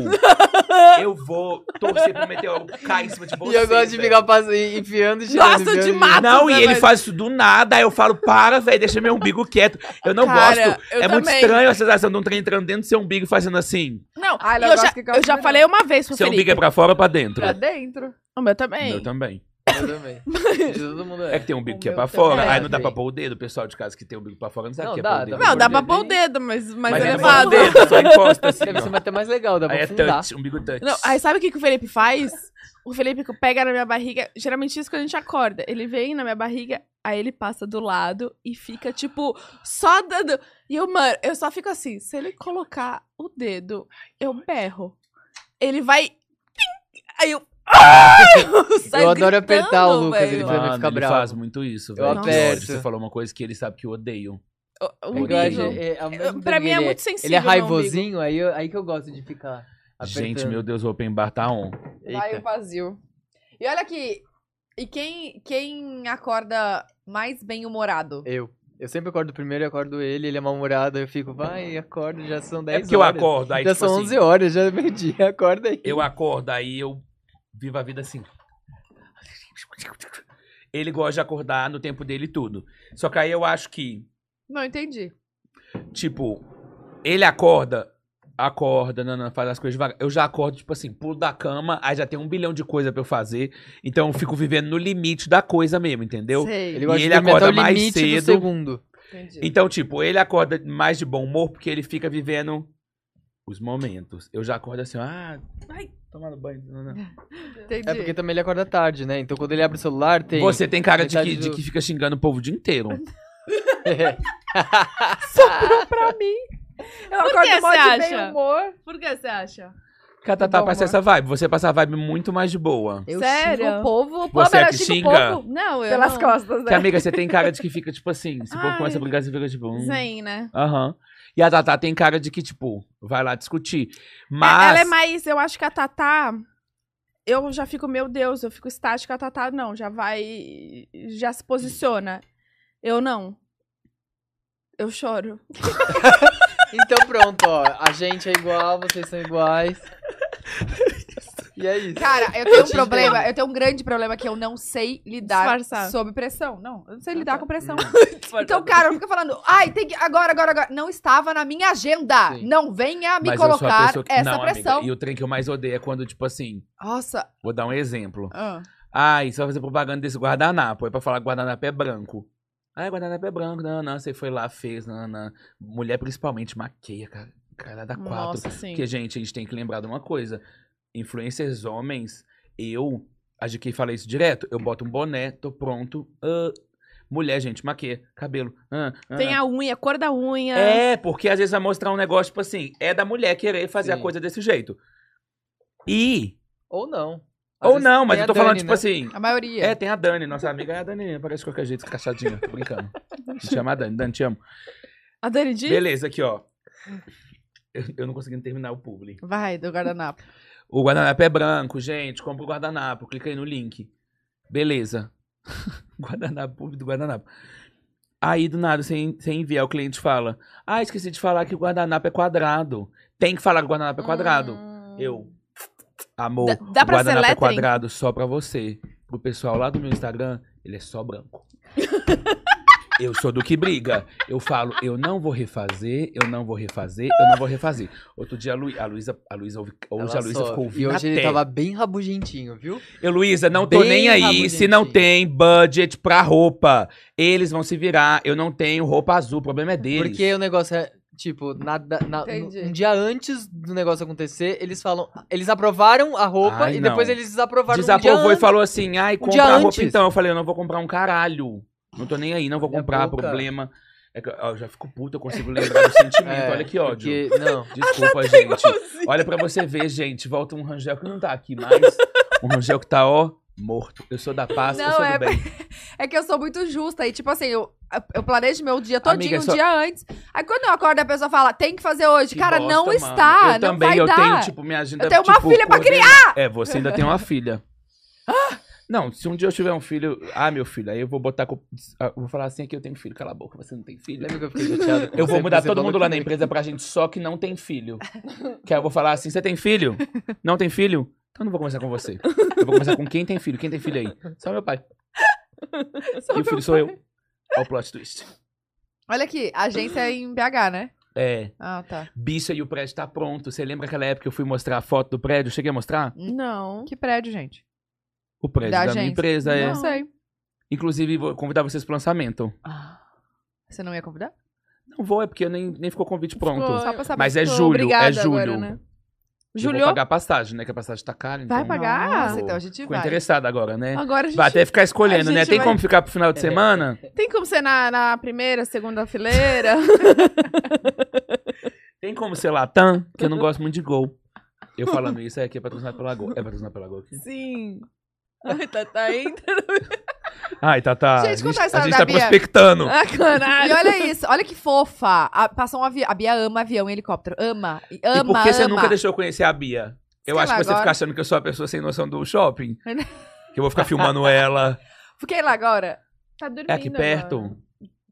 Speaker 3: eu vou torcer pro meteoro cair em cima de você.
Speaker 4: (laughs) E eu gosto de
Speaker 3: velho.
Speaker 4: ficar pass- e- enfiando e tirando.
Speaker 2: Nossa,
Speaker 4: enfiando e
Speaker 2: demais.
Speaker 4: tirando.
Speaker 3: Não, e
Speaker 2: né,
Speaker 3: ele
Speaker 2: velho?
Speaker 3: faz isso do nada, aí eu falo, para, velho, deixa meu umbigo quieto. Eu não
Speaker 2: Cara,
Speaker 3: gosto.
Speaker 2: eu
Speaker 3: é muito
Speaker 2: também.
Speaker 3: estranho a sensação de um trem entrando dentro do seu umbigo e fazendo assim.
Speaker 2: Não,
Speaker 1: Ah, ele
Speaker 2: e eu
Speaker 1: gosta
Speaker 2: já,
Speaker 1: que gosta
Speaker 2: eu já
Speaker 1: de
Speaker 2: falei uma vez pro
Speaker 3: Seu umbigo é
Speaker 2: Felipe.
Speaker 3: pra fora ou pra dentro?
Speaker 1: Pra
Speaker 3: tá
Speaker 1: dentro.
Speaker 2: O meu também.
Speaker 3: Eu também.
Speaker 4: Eu
Speaker 2: (laughs)
Speaker 4: também. De Todo mundo
Speaker 3: É
Speaker 4: é.
Speaker 3: que tem um umbigo
Speaker 1: O
Speaker 3: que é
Speaker 1: meu
Speaker 3: pra
Speaker 1: também.
Speaker 3: fora. Aí
Speaker 4: É,
Speaker 3: não dá
Speaker 4: também.
Speaker 3: pra pôr o dedo. O pessoal de casa que tem o umbigo pra fora não sabe
Speaker 4: Não,
Speaker 3: o que é
Speaker 4: dá,
Speaker 3: pôr o dedo.
Speaker 4: pra
Speaker 2: Não, dá pra
Speaker 4: dedo.
Speaker 2: pôr o dedo, mas, mas,
Speaker 3: Mas
Speaker 2: é
Speaker 3: é só o
Speaker 2: elevado.
Speaker 3: dedo, só encosta assim,
Speaker 4: Deve ser
Speaker 3: ó.
Speaker 4: até mais legal, dá pra
Speaker 3: Aí é
Speaker 4: afundar.
Speaker 3: touch, umbigo touch.
Speaker 2: Não, aí sabe o que, que o Felipe faz? O Felipe que pega na minha barriga. Geralmente isso quando a gente acorda. Ele vem na minha barriga, aí ele passa do lado e fica, tipo, só dando. E eu, mano, eu só fico assim. Se ele colocar o dedo, eu berro. Ele vai. Pim! Aí
Speaker 4: (laughs)
Speaker 2: eu. Eu saio
Speaker 4: Eu
Speaker 2: gritando,
Speaker 4: adoro apertar o Lucas, ele
Speaker 2: velho.
Speaker 4: vai
Speaker 3: Mano,
Speaker 4: ficar
Speaker 3: ele
Speaker 4: bravo.
Speaker 3: faz muito isso,
Speaker 4: Eu
Speaker 3: velho. Que
Speaker 4: aperto.
Speaker 3: ódio. Você falou uma coisa que ele sabe que eu odeio.
Speaker 2: O- o
Speaker 3: É
Speaker 4: Eu
Speaker 3: horrível.
Speaker 4: gosto,
Speaker 2: umbigo.
Speaker 4: é, ao mesmo
Speaker 2: Eu- pra
Speaker 4: tempo
Speaker 2: mim é
Speaker 4: ele
Speaker 2: muito
Speaker 4: Ele é
Speaker 2: sensível meu
Speaker 4: raivosinho, aí, eu- aí que eu gosto de ficar. Apertando.
Speaker 3: Gente, meu Deus, o Open Bar tá on.
Speaker 1: Vai o
Speaker 4: Eita.
Speaker 1: vazio. E olha aqui. E quem, quem acorda mais bem-humorado?
Speaker 4: Eu. Eu sempre acordo primeiro, eu acordo ele, ele é mal-humorado, eu fico, vai, acorda, já são
Speaker 3: É
Speaker 4: 10 horas.
Speaker 3: porque eu acordo, aí
Speaker 4: já
Speaker 3: tipo
Speaker 4: são
Speaker 3: assim,
Speaker 4: 11 horas, já é meio-dia, (laughs) acorda aí.
Speaker 3: eu acordo, aí eu vivo a vida assim. Ele gosta de acordar no tempo dele e tudo. Só que aí eu acho que,
Speaker 1: Não entendi.
Speaker 3: tipo, ele acorda, acorda, não, não, faz as coisas devagar. Eu já acordo, tipo assim, pulo da cama, aí já tem um bilhão de coisa pra eu fazer. Então eu fico vivendo no limite da coisa mesmo, entendeu?
Speaker 1: Sei.
Speaker 3: e
Speaker 4: gosta de
Speaker 3: ele
Speaker 4: dormir
Speaker 3: acorda
Speaker 4: até o
Speaker 3: mais
Speaker 4: limite
Speaker 3: cedo.
Speaker 4: do segundo.
Speaker 1: Entendi.
Speaker 3: Então, tipo, ele acorda mais de bom humor porque ele fica vivendo os momentos. Eu já acordo assim, ah, vai tomando banho. não, não.
Speaker 1: entendi.
Speaker 4: É porque também ele acorda tarde, né? Então quando ele abre o celular, tem... (laughs)
Speaker 3: Você tem cara de que,
Speaker 4: metade
Speaker 3: de
Speaker 4: do-
Speaker 3: que fica xingando o povo o dia inteiro.
Speaker 4: É.
Speaker 1: Eu
Speaker 2: Por que
Speaker 1: acordo
Speaker 2: você
Speaker 1: mó de
Speaker 2: acha?
Speaker 1: bem-humor.
Speaker 2: Por que você acha?
Speaker 3: Catatá
Speaker 1: Bom,
Speaker 3: passa
Speaker 1: amor.
Speaker 3: tá essa vibe. Você passa a vibe muito mais de boa.
Speaker 1: Eu
Speaker 2: Sério?
Speaker 1: xingo o povo.
Speaker 3: Você
Speaker 1: Pamela,
Speaker 3: é que
Speaker 1: eu xingo
Speaker 3: xinga?
Speaker 1: o povo
Speaker 2: Não, eu
Speaker 1: pelas
Speaker 2: não.
Speaker 1: costas,
Speaker 3: Que,
Speaker 1: né?
Speaker 3: amiga, você tem cara de que fica, tipo assim, se o povo
Speaker 2: Ai.
Speaker 3: começa a brigar, você fica, tipo... hum,
Speaker 2: Zen, né?
Speaker 3: Aham. E a Tatá tem cara de que, tipo, vai lá discutir.
Speaker 2: É,
Speaker 3: Mas...
Speaker 2: Ela é mais, eu acho que a Tatá, eu já fico, meu Deus, eu fico estática, a Tatá não, já vai, já se posiciona. Eu não. Eu choro.
Speaker 4: Então pronto, ó. A gente é igual, vocês são
Speaker 3: (laughs)
Speaker 4: iguais. E é isso.
Speaker 1: Cara, eu tenho um
Speaker 4: te
Speaker 1: problema, eu tenho um grande problema que eu não sei lidar
Speaker 2: Disfarçar.
Speaker 1: sob pressão. Não, eu não sei lidar com pressão.
Speaker 2: Então,
Speaker 1: Então, cara, não fica falando, ai, tem que. Agora, agora, agora. Não estava na minha agenda.
Speaker 4: Sim.
Speaker 1: Não venha me
Speaker 3: Mas eu sou a
Speaker 1: colocar
Speaker 3: pessoa que...
Speaker 1: essa
Speaker 3: Não, é amiga,
Speaker 1: pressão.
Speaker 3: E o trem que eu mais odeio é quando, tipo assim,
Speaker 1: Nossa.
Speaker 3: vou dar um exemplo.
Speaker 1: ah.
Speaker 3: Ah, você vai fazer propaganda desse guardanapo. É pra falar que guardanapo é branco. Ah, guardanapo é branco, não, não. Você foi lá, fez, não, não. Mulher principalmente maqueia, cara. Cara, dá quatro.
Speaker 2: Nossa, sim.
Speaker 3: Porque, gente, a gente tem que lembrar de uma coisa. Influencers homens, eu, a GK fala isso direto, eu boto um boné, tô pronto. ah. mulher, gente, maquia, cabelo. ah, ah,
Speaker 2: Tem a unha, a cor da unha.
Speaker 3: é, porque às vezes vai mostrar um negócio, tipo assim, é da mulher querer fazer
Speaker 4: Sim.
Speaker 3: a coisa desse jeito. E.
Speaker 4: Ou não. Às
Speaker 3: Ou
Speaker 4: vezes
Speaker 3: não, mas
Speaker 4: tem
Speaker 3: eu
Speaker 4: a
Speaker 3: tô falando,
Speaker 4: Dani,
Speaker 3: tipo
Speaker 4: né?
Speaker 3: assim.
Speaker 1: A maioria.
Speaker 3: É, tem a Dani, nossa amiga. A Dani parece de qualquer jeito, escrachadinha. Tô
Speaker 4: (laughs)
Speaker 3: brincando. Te chama a Dani. Dani, te amo.
Speaker 2: A Dani Di?
Speaker 3: Beleza, aqui, ó. Eu, eu não consegui terminar o publi.
Speaker 1: Vai, do guardanapo.
Speaker 3: O guardanapo é branco, gente. Compra o guardanapo. Clica aí no link. Beleza. (laughs) guardanapo, publi do guardanapo. Aí, do nada, sem, sem enviar, o cliente fala: Ah, esqueci de falar que o guardanapo é quadrado. Tem que falar que o guardanapo é
Speaker 1: Hum.
Speaker 3: quadrado.
Speaker 1: Ah.
Speaker 4: Hum.
Speaker 3: Eu. Amor,
Speaker 2: Dá- dá pra
Speaker 3: o
Speaker 2: ser
Speaker 3: guardanapo é
Speaker 2: lettering?
Speaker 3: quadrado só pra você. Pro pessoal lá do meu Instagram, ele é
Speaker 2: (laughs)
Speaker 3: só branco. eu sou do que briga. Eu falo, eu não vou refazer, eu não vou refazer, eu não vou refazer. Outro dia a, Lu, a Luísa, a Luísa ouve- hoje
Speaker 4: Ela
Speaker 3: a Luísa
Speaker 4: sobe.
Speaker 3: ficou
Speaker 4: E
Speaker 3: ouvindo
Speaker 4: hoje ele
Speaker 3: até.
Speaker 4: tava bem rabugentinho, viu?
Speaker 3: Eu, Luísa, não tô
Speaker 4: bem
Speaker 3: nem aí se não
Speaker 4: rabugentinho.
Speaker 3: tem budget pra roupa. Eles vão se virar, eu não tenho roupa azul, o problema é deles.
Speaker 4: Porque o negócio é, tipo, nada, na- no-
Speaker 1: Entendi.
Speaker 4: um dia antes do negócio acontecer, eles falam. Eles aprovaram a roupa
Speaker 3: Ai,
Speaker 4: e depois
Speaker 3: não.
Speaker 4: eles desaprovaram um
Speaker 3: Desaprovou
Speaker 4: dia
Speaker 3: e falou assim:
Speaker 1: um
Speaker 3: ai, compra
Speaker 4: dia
Speaker 3: a roupa
Speaker 4: antes.
Speaker 3: então. Eu falei: eu não vou comprar um caralho. Não tô nem aí, não vou
Speaker 4: Olha a
Speaker 3: comprar,
Speaker 4: boca.
Speaker 3: problema. É que, ó, eu já fico puto, eu consigo
Speaker 1: (laughs)
Speaker 3: lembrar do sentimento.
Speaker 4: É,
Speaker 3: Olha que ódio.
Speaker 4: porque- não.
Speaker 3: Desculpa,
Speaker 1: tá
Speaker 3: gente. Olha pra você ver, gente. Volta um Rangel que não tá
Speaker 1: (laughs)
Speaker 3: aqui mais. Um Rangel que tá, ó, morto. Eu sou da paz, eu
Speaker 1: Não,
Speaker 3: sou
Speaker 1: é-
Speaker 3: do bem.
Speaker 1: É que eu sou muito justa. E, tipo assim, eu, eu planejo meu dia todinho
Speaker 3: Amiga,
Speaker 1: um
Speaker 3: só-
Speaker 1: dia antes. Aí quando eu acordo, a pessoa fala, tem que fazer hoje.
Speaker 3: Que
Speaker 1: Cara,
Speaker 3: bosta,
Speaker 1: não
Speaker 3: mano.
Speaker 1: está.
Speaker 3: Eu
Speaker 1: não
Speaker 3: também,
Speaker 1: vai
Speaker 3: eu
Speaker 1: dar.
Speaker 3: tenho, tipo, minha agenda.
Speaker 1: Eu tenho uma
Speaker 3: tipo,
Speaker 1: filha pra
Speaker 3: coordena- É, você ainda tem uma filha.
Speaker 1: (laughs)
Speaker 3: Não, se um dia eu tiver um filho. Ah, meu filho, aí eu vou botar. co- ah, eu Vou falar assim aqui, eu tenho filho, cala a boca, você não tem filho.
Speaker 4: Lembra que eu fiquei chateado? com
Speaker 3: Eu vou
Speaker 4: você,
Speaker 3: mudar
Speaker 4: você
Speaker 3: todo
Speaker 4: falou
Speaker 3: mundo
Speaker 4: que
Speaker 3: lá na
Speaker 4: não-
Speaker 3: empresa pra gente só que não tem filho. (laughs) Que aí eu vou falar assim: você tem filho? Não tem filho? Então eu não vou conversar com você. Eu vou conversar com quem tem filho. Quem tem filho aí? Só meu pai.
Speaker 1: (laughs)
Speaker 3: e o tipo, filho sou eu. Olha o plot twist.
Speaker 1: Olha aqui, agência é em BH, né?
Speaker 3: É.
Speaker 1: Ah, tá.
Speaker 3: Bicha e o prédio tá pronto. Você lembra aquela época que eu fui mostrar a foto do prédio? Cheguei a mostrar?
Speaker 2: Não.
Speaker 1: Que prédio, gente?
Speaker 3: O prédio
Speaker 1: Da
Speaker 3: da, minha
Speaker 1: agência.
Speaker 3: empresa é.
Speaker 1: Não sei.
Speaker 3: Inclusive, vou convidar vocês pro lançamento.
Speaker 1: Você não ia convidar? (laughs)
Speaker 3: Não vou, é porque nem, nem ficou convite pronto.
Speaker 2: Ficou-
Speaker 1: Só pra saber.
Speaker 3: Mas é
Speaker 2: Tô
Speaker 3: julho, é
Speaker 2: obrigada
Speaker 3: julho.
Speaker 2: agora, né?
Speaker 3: Eu
Speaker 2: Julho?
Speaker 3: Vou pagar a passagem, né? Que a passagem tá cara.
Speaker 2: Vai
Speaker 3: então-
Speaker 2: pagar?
Speaker 1: Nossa, então a gente
Speaker 3: Ficou
Speaker 1: vai.
Speaker 3: interessada agora, né?
Speaker 2: Agora a gente...
Speaker 3: Vai até ficar escolhendo,
Speaker 2: a
Speaker 3: né?
Speaker 2: gente
Speaker 3: Tem
Speaker 2: vai-
Speaker 3: como ficar pro final de semana?
Speaker 2: Tem como ser na, na primeira, segunda (laughs) fileira?
Speaker 3: Tem como ser Latam? Que eu não gosto muito de gol. Eu falando isso, é que é patrocinado pela Gol. É patrocinado pela Gol aqui.
Speaker 2: Sim. Ai, tá, tá ainda.
Speaker 3: Ai, tá, tá.
Speaker 1: Gente,
Speaker 3: a
Speaker 1: conta
Speaker 3: gente,
Speaker 1: a
Speaker 3: a
Speaker 1: história
Speaker 3: gente
Speaker 1: da
Speaker 3: tá
Speaker 1: Bia.
Speaker 3: prospectando.
Speaker 2: Ah,
Speaker 1: E
Speaker 2: caralho.
Speaker 1: (laughs) olha isso, olha que fofa. A, passou um avião. A Bia ama avião e helicóptero. Ama. e Ama.
Speaker 3: e por que
Speaker 1: ama.
Speaker 3: você nunca deixou eu conhecer a Bia? Eu
Speaker 1: Sei
Speaker 3: acho
Speaker 1: lá,
Speaker 3: que você
Speaker 1: agora. Né?
Speaker 3: fica achando que eu sou a pessoa sem noção do
Speaker 1: (laughs)
Speaker 3: shopping. que eu vou ficar filmando ela.
Speaker 1: Fiquei lá agora.
Speaker 2: Tá dormindo
Speaker 3: É aqui perto?
Speaker 2: agora.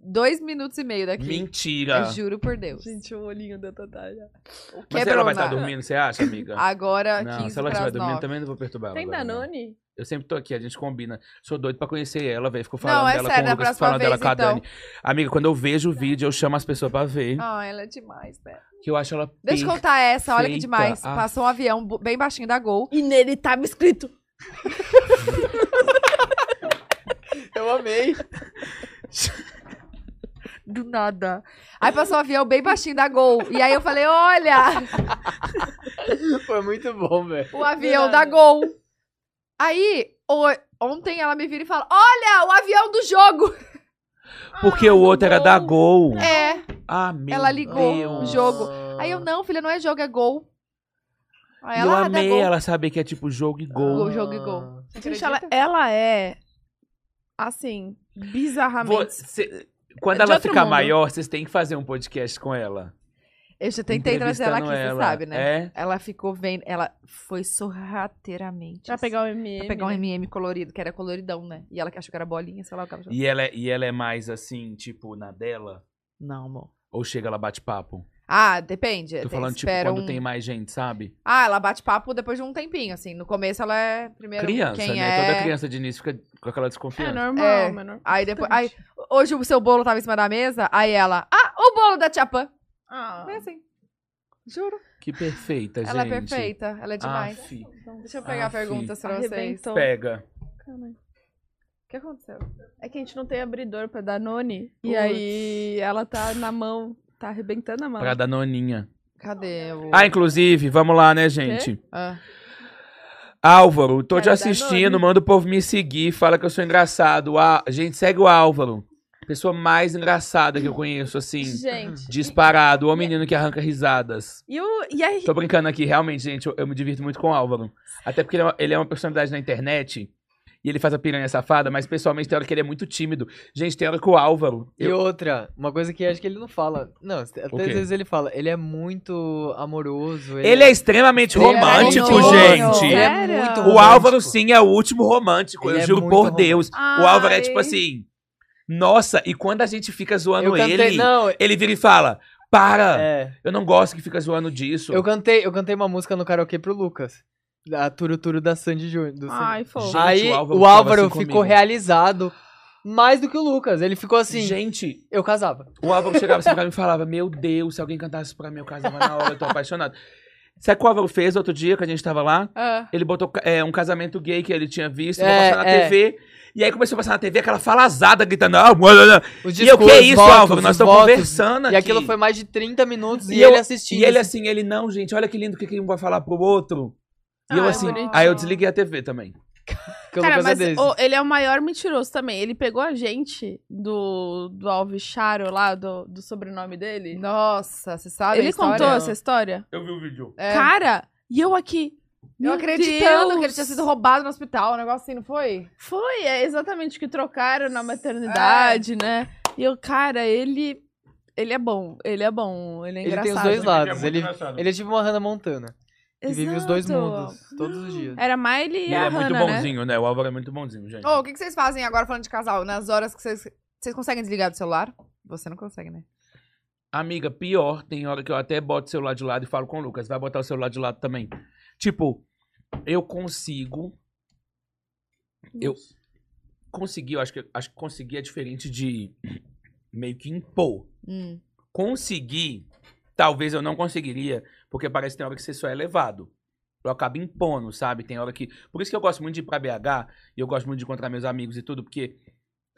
Speaker 1: Dois minutos e meio daqui.
Speaker 3: Mentira.
Speaker 1: Eu juro por Deus.
Speaker 2: Gente, o olhinho da Tatá já.
Speaker 3: Mas ela vai
Speaker 1: Quebrou,
Speaker 3: estar
Speaker 1: né?
Speaker 3: dormindo, você
Speaker 1: (laughs)
Speaker 3: acha, amiga?
Speaker 1: Agora,
Speaker 3: não,
Speaker 1: 15
Speaker 3: se ela
Speaker 1: pras
Speaker 3: estiver dormindo,
Speaker 1: nove.
Speaker 3: também não vou perturbar ela.
Speaker 2: Tem
Speaker 3: agora, não.
Speaker 2: Danone?
Speaker 3: Eu sempre tô aqui, a gente combina. Sou doido pra conhecer ela, velho. Fico falando
Speaker 1: Não, é
Speaker 3: dela
Speaker 1: sério,
Speaker 3: com
Speaker 1: da
Speaker 3: o Lucas,
Speaker 1: próxima
Speaker 3: falando dela
Speaker 1: vez,
Speaker 3: com a
Speaker 1: então.
Speaker 3: Dani. Amiga, quando eu vejo o vídeo, eu chamo as pessoas pra ver.
Speaker 1: Ah, ela é demais, né?
Speaker 3: Que eu acho ela
Speaker 1: Deixa eu
Speaker 3: perfeita.
Speaker 1: contar essa, olha que demais.
Speaker 3: Ah.
Speaker 1: Passou um avião bu- bem baixinho da Gol.
Speaker 2: E nele tava escrito.
Speaker 4: Eu amei. (laughs)
Speaker 1: Do nada. Aí passou um avião bem baixinho da Gol. E aí eu falei, olha,
Speaker 4: Foi muito bom, velho.
Speaker 1: o avião
Speaker 2: nada.
Speaker 1: da Gol. Aí, o- ontem ela me vira e fala, olha, o avião do jogo.
Speaker 3: Porque o outro era da Gol.
Speaker 1: Ah, É,
Speaker 3: Ah, meu
Speaker 1: ela ligou o
Speaker 3: Deus.
Speaker 1: jogo. Aí eu, não, filha, não é jogo, é Gol. Aí
Speaker 3: eu
Speaker 1: ela, ah, da
Speaker 3: amei
Speaker 1: Gol. Ah,
Speaker 3: ela saber que é tipo jogo e gol.
Speaker 1: um Gol, jogo e gol.
Speaker 2: Gente, ela, ela é. Assim, bizarramente.
Speaker 3: Você- quando
Speaker 2: É de
Speaker 3: ela
Speaker 2: outro
Speaker 3: ficar
Speaker 2: mundo.
Speaker 3: maior, vocês têm que fazer um podcast com ela.
Speaker 1: Eu já tentei trazer ela aqui,
Speaker 3: entrevistando
Speaker 1: você sabe, né?
Speaker 3: É.
Speaker 1: Ela ficou vendo, ela foi sorrateiramente.
Speaker 10: Pra
Speaker 1: assim,
Speaker 10: pegar o MM.
Speaker 1: pra pegar um
Speaker 10: né?
Speaker 1: MM colorido, que era coloridão, né? E ela que achou que era bolinha, sei lá o que ela achou.
Speaker 3: E ela, é- e ela é mais assim, tipo, na dela?
Speaker 1: Não, amor.
Speaker 3: Ou chega ela bate papo?
Speaker 1: Ah, depende.
Speaker 3: Tô
Speaker 1: Tem-
Speaker 3: falando, tipo,
Speaker 1: espera
Speaker 3: quando
Speaker 1: um-
Speaker 3: tem mais gente, sabe?
Speaker 1: Ah, ela bate papo depois de um tempinho, assim. No começo ela é primeiro
Speaker 3: criança,
Speaker 1: quem
Speaker 3: né?
Speaker 1: é.
Speaker 3: Toda criança de início fica com aquela
Speaker 10: É
Speaker 3: desconfiança.
Speaker 10: normal,
Speaker 1: É.
Speaker 10: mas normal.
Speaker 1: Aí depois. Aí, hoje o seu bolo tava em cima da mesa, aí ela. Ah, o bolo da Tia Pan.
Speaker 10: Ah,
Speaker 1: É assim. Juro.
Speaker 3: que perfeita, gente. Ah.
Speaker 1: Ela é perfeita, ela é demais.
Speaker 3: Aff,
Speaker 10: Então,
Speaker 1: Deixa eu pegar
Speaker 3: Aff.
Speaker 1: perguntas pra vocês.
Speaker 10: arrebentou.
Speaker 3: pega.
Speaker 10: Caralho.
Speaker 1: O que aconteceu?
Speaker 10: É que a gente não tem abridor pra Danone. E
Speaker 1: Putz.
Speaker 10: aí ela tá na mão. Tá arrebentando a mão.
Speaker 3: Pra dar noninha.
Speaker 1: Cadê o.
Speaker 3: Ah, inclusive, vamos lá, né, gente?
Speaker 1: Ah.
Speaker 3: Álvaro, tô te
Speaker 10: Quero dar
Speaker 3: assistindo,
Speaker 10: nome.
Speaker 3: manda o povo me seguir, fala que eu sou engraçado. Ah, gente, segue o Álvaro. Pessoa mais engraçada que eu conheço, assim.
Speaker 10: Gente.
Speaker 3: Disparado, o menino que arranca risadas.
Speaker 10: E, o, e aí.
Speaker 3: Tô brincando aqui, realmente, gente, eu, eu me divirto muito com o Álvaro. Até porque ele é, uma, ele é uma personalidade na internet e ele faz a piranha safada, mas pessoalmente tem hora que ele é muito tímido. Gente, tem hora que o Álvaro.
Speaker 4: E outra, uma coisa que acho que ele não fala. Não, até às
Speaker 3: quê?
Speaker 4: vezes ele fala. Ele é muito amoroso.
Speaker 3: ele é extremamente
Speaker 4: Ele é
Speaker 3: romântico,
Speaker 1: maravilhoso.
Speaker 3: gente.
Speaker 4: Ele é
Speaker 10: Sério?
Speaker 4: muito
Speaker 3: O Álvaro,
Speaker 4: romântico.
Speaker 3: sim, é o último romântico,
Speaker 4: Ele
Speaker 3: eu
Speaker 4: é
Speaker 3: juro
Speaker 4: muito
Speaker 3: por
Speaker 4: romântico.
Speaker 3: Deus. O Álvaro é tipo
Speaker 10: Ai.
Speaker 3: assim. Nossa, e quando a gente fica zoando
Speaker 4: Eu cantei,
Speaker 3: ele, Ah,
Speaker 4: não,
Speaker 3: ele vira e fala: Para!
Speaker 4: é.
Speaker 3: Eu não gosto que fica zoando disso.
Speaker 4: Eu cantei, eu cantei uma música no karaokê pro Lucas. A Turo Turo da Sandy Júnior. do Sandy.
Speaker 10: Ai, fofo.
Speaker 3: Gente,
Speaker 4: Aí
Speaker 3: o
Speaker 4: o
Speaker 3: Álvaro
Speaker 4: Álvaro,
Speaker 3: ficava assim
Speaker 4: ficou
Speaker 3: comigo.
Speaker 4: realizado mais do que o Lucas. Ele ficou assim,
Speaker 3: Gente,
Speaker 4: eu casava.
Speaker 3: o Álvaro chegava assim pra mim e falava: Meu Deus, se alguém cantasse pra mim, eu casava na hora, eu tô apaixonado. Sabe o que o Álvaro fez outro dia que a gente tava lá?
Speaker 1: Ah.
Speaker 3: Ele botou ca- é, um casamento gay que ele tinha visto,
Speaker 4: É,
Speaker 3: pra passar na
Speaker 4: é.
Speaker 3: TV. E aí começou a passar na TV aquela falazada gritando: "Ah, blá, blá, blá."
Speaker 4: Os
Speaker 3: E eu, que
Speaker 4: discursos,
Speaker 3: isso,
Speaker 4: votos,
Speaker 3: Álvaro? Nós
Speaker 4: os
Speaker 3: estamos
Speaker 4: votos.
Speaker 3: conversando aqui.
Speaker 4: E aquilo foi mais de 30 minutos e,
Speaker 3: E eu-
Speaker 4: ele assistindo.
Speaker 3: E ele assim, ele, não, gente, olha que lindo o que que um vai falar pro outro. E eu
Speaker 10: Ai,
Speaker 3: assim,
Speaker 10: Ah, é bonitinho.
Speaker 3: aí eu desliguei a TV também.
Speaker 4: que o
Speaker 10: Cara,
Speaker 4: Lucas é
Speaker 10: mas
Speaker 4: desse.
Speaker 10: o- ele é o maior mentiroso também. Ele pegou a gente do, do Alves Charo lá, do, do sobrenome dele.
Speaker 1: Nossa, você sabe? a
Speaker 10: ele
Speaker 1: história?
Speaker 10: contou essa história?
Speaker 3: Eu vi o vídeo.
Speaker 1: É.
Speaker 10: Cara, e eu aqui.
Speaker 1: Eu
Speaker 10: meu
Speaker 1: acreditando
Speaker 10: Deus.
Speaker 1: que ele tinha sido roubado no hospital, um negócio assim, não foi?
Speaker 10: Foi, é exatamente o que trocaram na maternidade, né? E eu, cara, ele. Ele é bom, ele é bom, ele é
Speaker 4: Ele
Speaker 10: engraçado.
Speaker 4: tem os dois lados. Ele, ele é tipo uma Hannah Montana. Que vive os dois
Speaker 10: Exato.
Speaker 4: mundos. Todos os dias.
Speaker 10: Era Miley
Speaker 3: Ele
Speaker 10: e a
Speaker 3: é
Speaker 10: Hannah,
Speaker 3: muito
Speaker 10: né?
Speaker 3: bonzinho, né? O Álvaro é muito bonzinho, gente.
Speaker 1: Ô, o que, que vocês fazem agora falando de casal? Nas horas que vocês. Vocês conseguem desligar do celular? Você não consegue, né?
Speaker 3: Amiga, pior, tem hora que eu até boto o celular de lado e falo com o Lucas, vai botar o celular de lado também. Tipo, eu consigo. Eu consegui, eu acho que, acho que conseguir é diferente de meio que impor.
Speaker 1: Hum.
Speaker 3: conseguir, talvez eu não conseguiria, porque parece que tem hora que você só é levado. Eu acabo impondo, sabe? Tem hora que. Por isso que eu gosto muito de ir pra BH e eu gosto muito de encontrar meus amigos e tudo, porque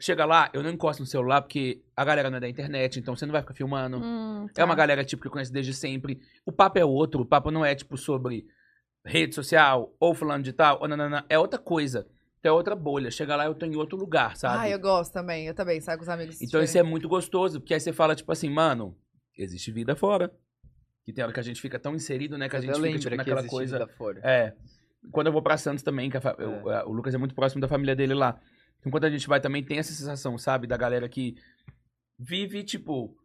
Speaker 3: chega lá, eu não encosto no celular, porque a galera não é da internet, então você não vai ficar filmando.
Speaker 10: Hum,
Speaker 3: É
Speaker 1: tá.
Speaker 3: uma galera, tipo, que eu conheço desde sempre. O papo é outro. O papo não é, tipo, sobre rede social, ou fulano de tal, ou nanana. É outra coisa. É outra bolha. Chega lá, eu tô em outro lugar, sabe?
Speaker 1: Ah, eu gosto também. Eu também saio com os amigos.
Speaker 3: Então isso é muito gostoso, porque aí você fala, tipo assim, mano, existe vida fora. Que tem hora que a gente fica tão inserido, né? Que a gente fica tipo, naquela coisa. É. Quando eu vou pra Santos também, que a fa- eu- a- o Lucas é muito próximo da família dele lá. Então, quando a gente vai também, tem essa sensação, sabe? Da galera que vive, tipo,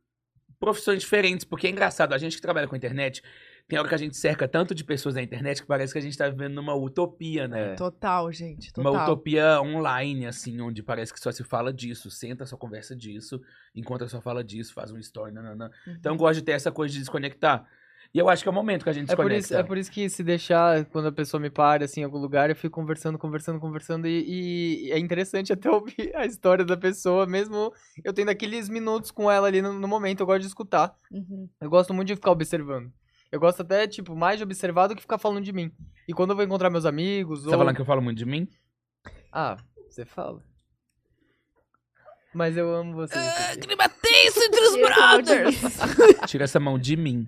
Speaker 3: profissões diferentes. Porque é engraçado, a gente que trabalha com internet, tem hora que a gente cerca tanto de pessoas na internet que parece que a gente tá vivendo numa utopia, né?
Speaker 4: É.
Speaker 1: Total, gente. Total.
Speaker 3: Uma utopia online, assim, onde parece que só se fala disso. Senta, só conversa disso. Encontra, só fala disso. Faz um story, nananã.
Speaker 1: Uhum.
Speaker 3: Então, eu gosto de ter essa coisa de desconectar. E eu acho que é o momento que a gente
Speaker 4: É por, isso,
Speaker 3: desconecta.
Speaker 4: é por isso que se deixar, quando a pessoa me para assim, em algum lugar, eu fico conversando, conversando, conversando. E, e é interessante (laughs) até ouvir a história da pessoa, mesmo eu tendo aqueles minutos com ela ali no, no momento. Eu gosto de escutar. (laughs)
Speaker 1: Uhum.
Speaker 4: Eu gosto muito de ficar observando. Eu gosto até, tipo, mais de observar do que ficar falando de mim. E quando eu vou encontrar meus amigos.
Speaker 3: Você
Speaker 4: ou...
Speaker 3: tá falando que eu falo muito de
Speaker 4: (laughs)
Speaker 3: mim?
Speaker 4: Ah, você fala. Mas eu amo você. Vicky.
Speaker 10: Isso entre
Speaker 1: é
Speaker 10: os brothers!
Speaker 3: Tira essa mão de mim.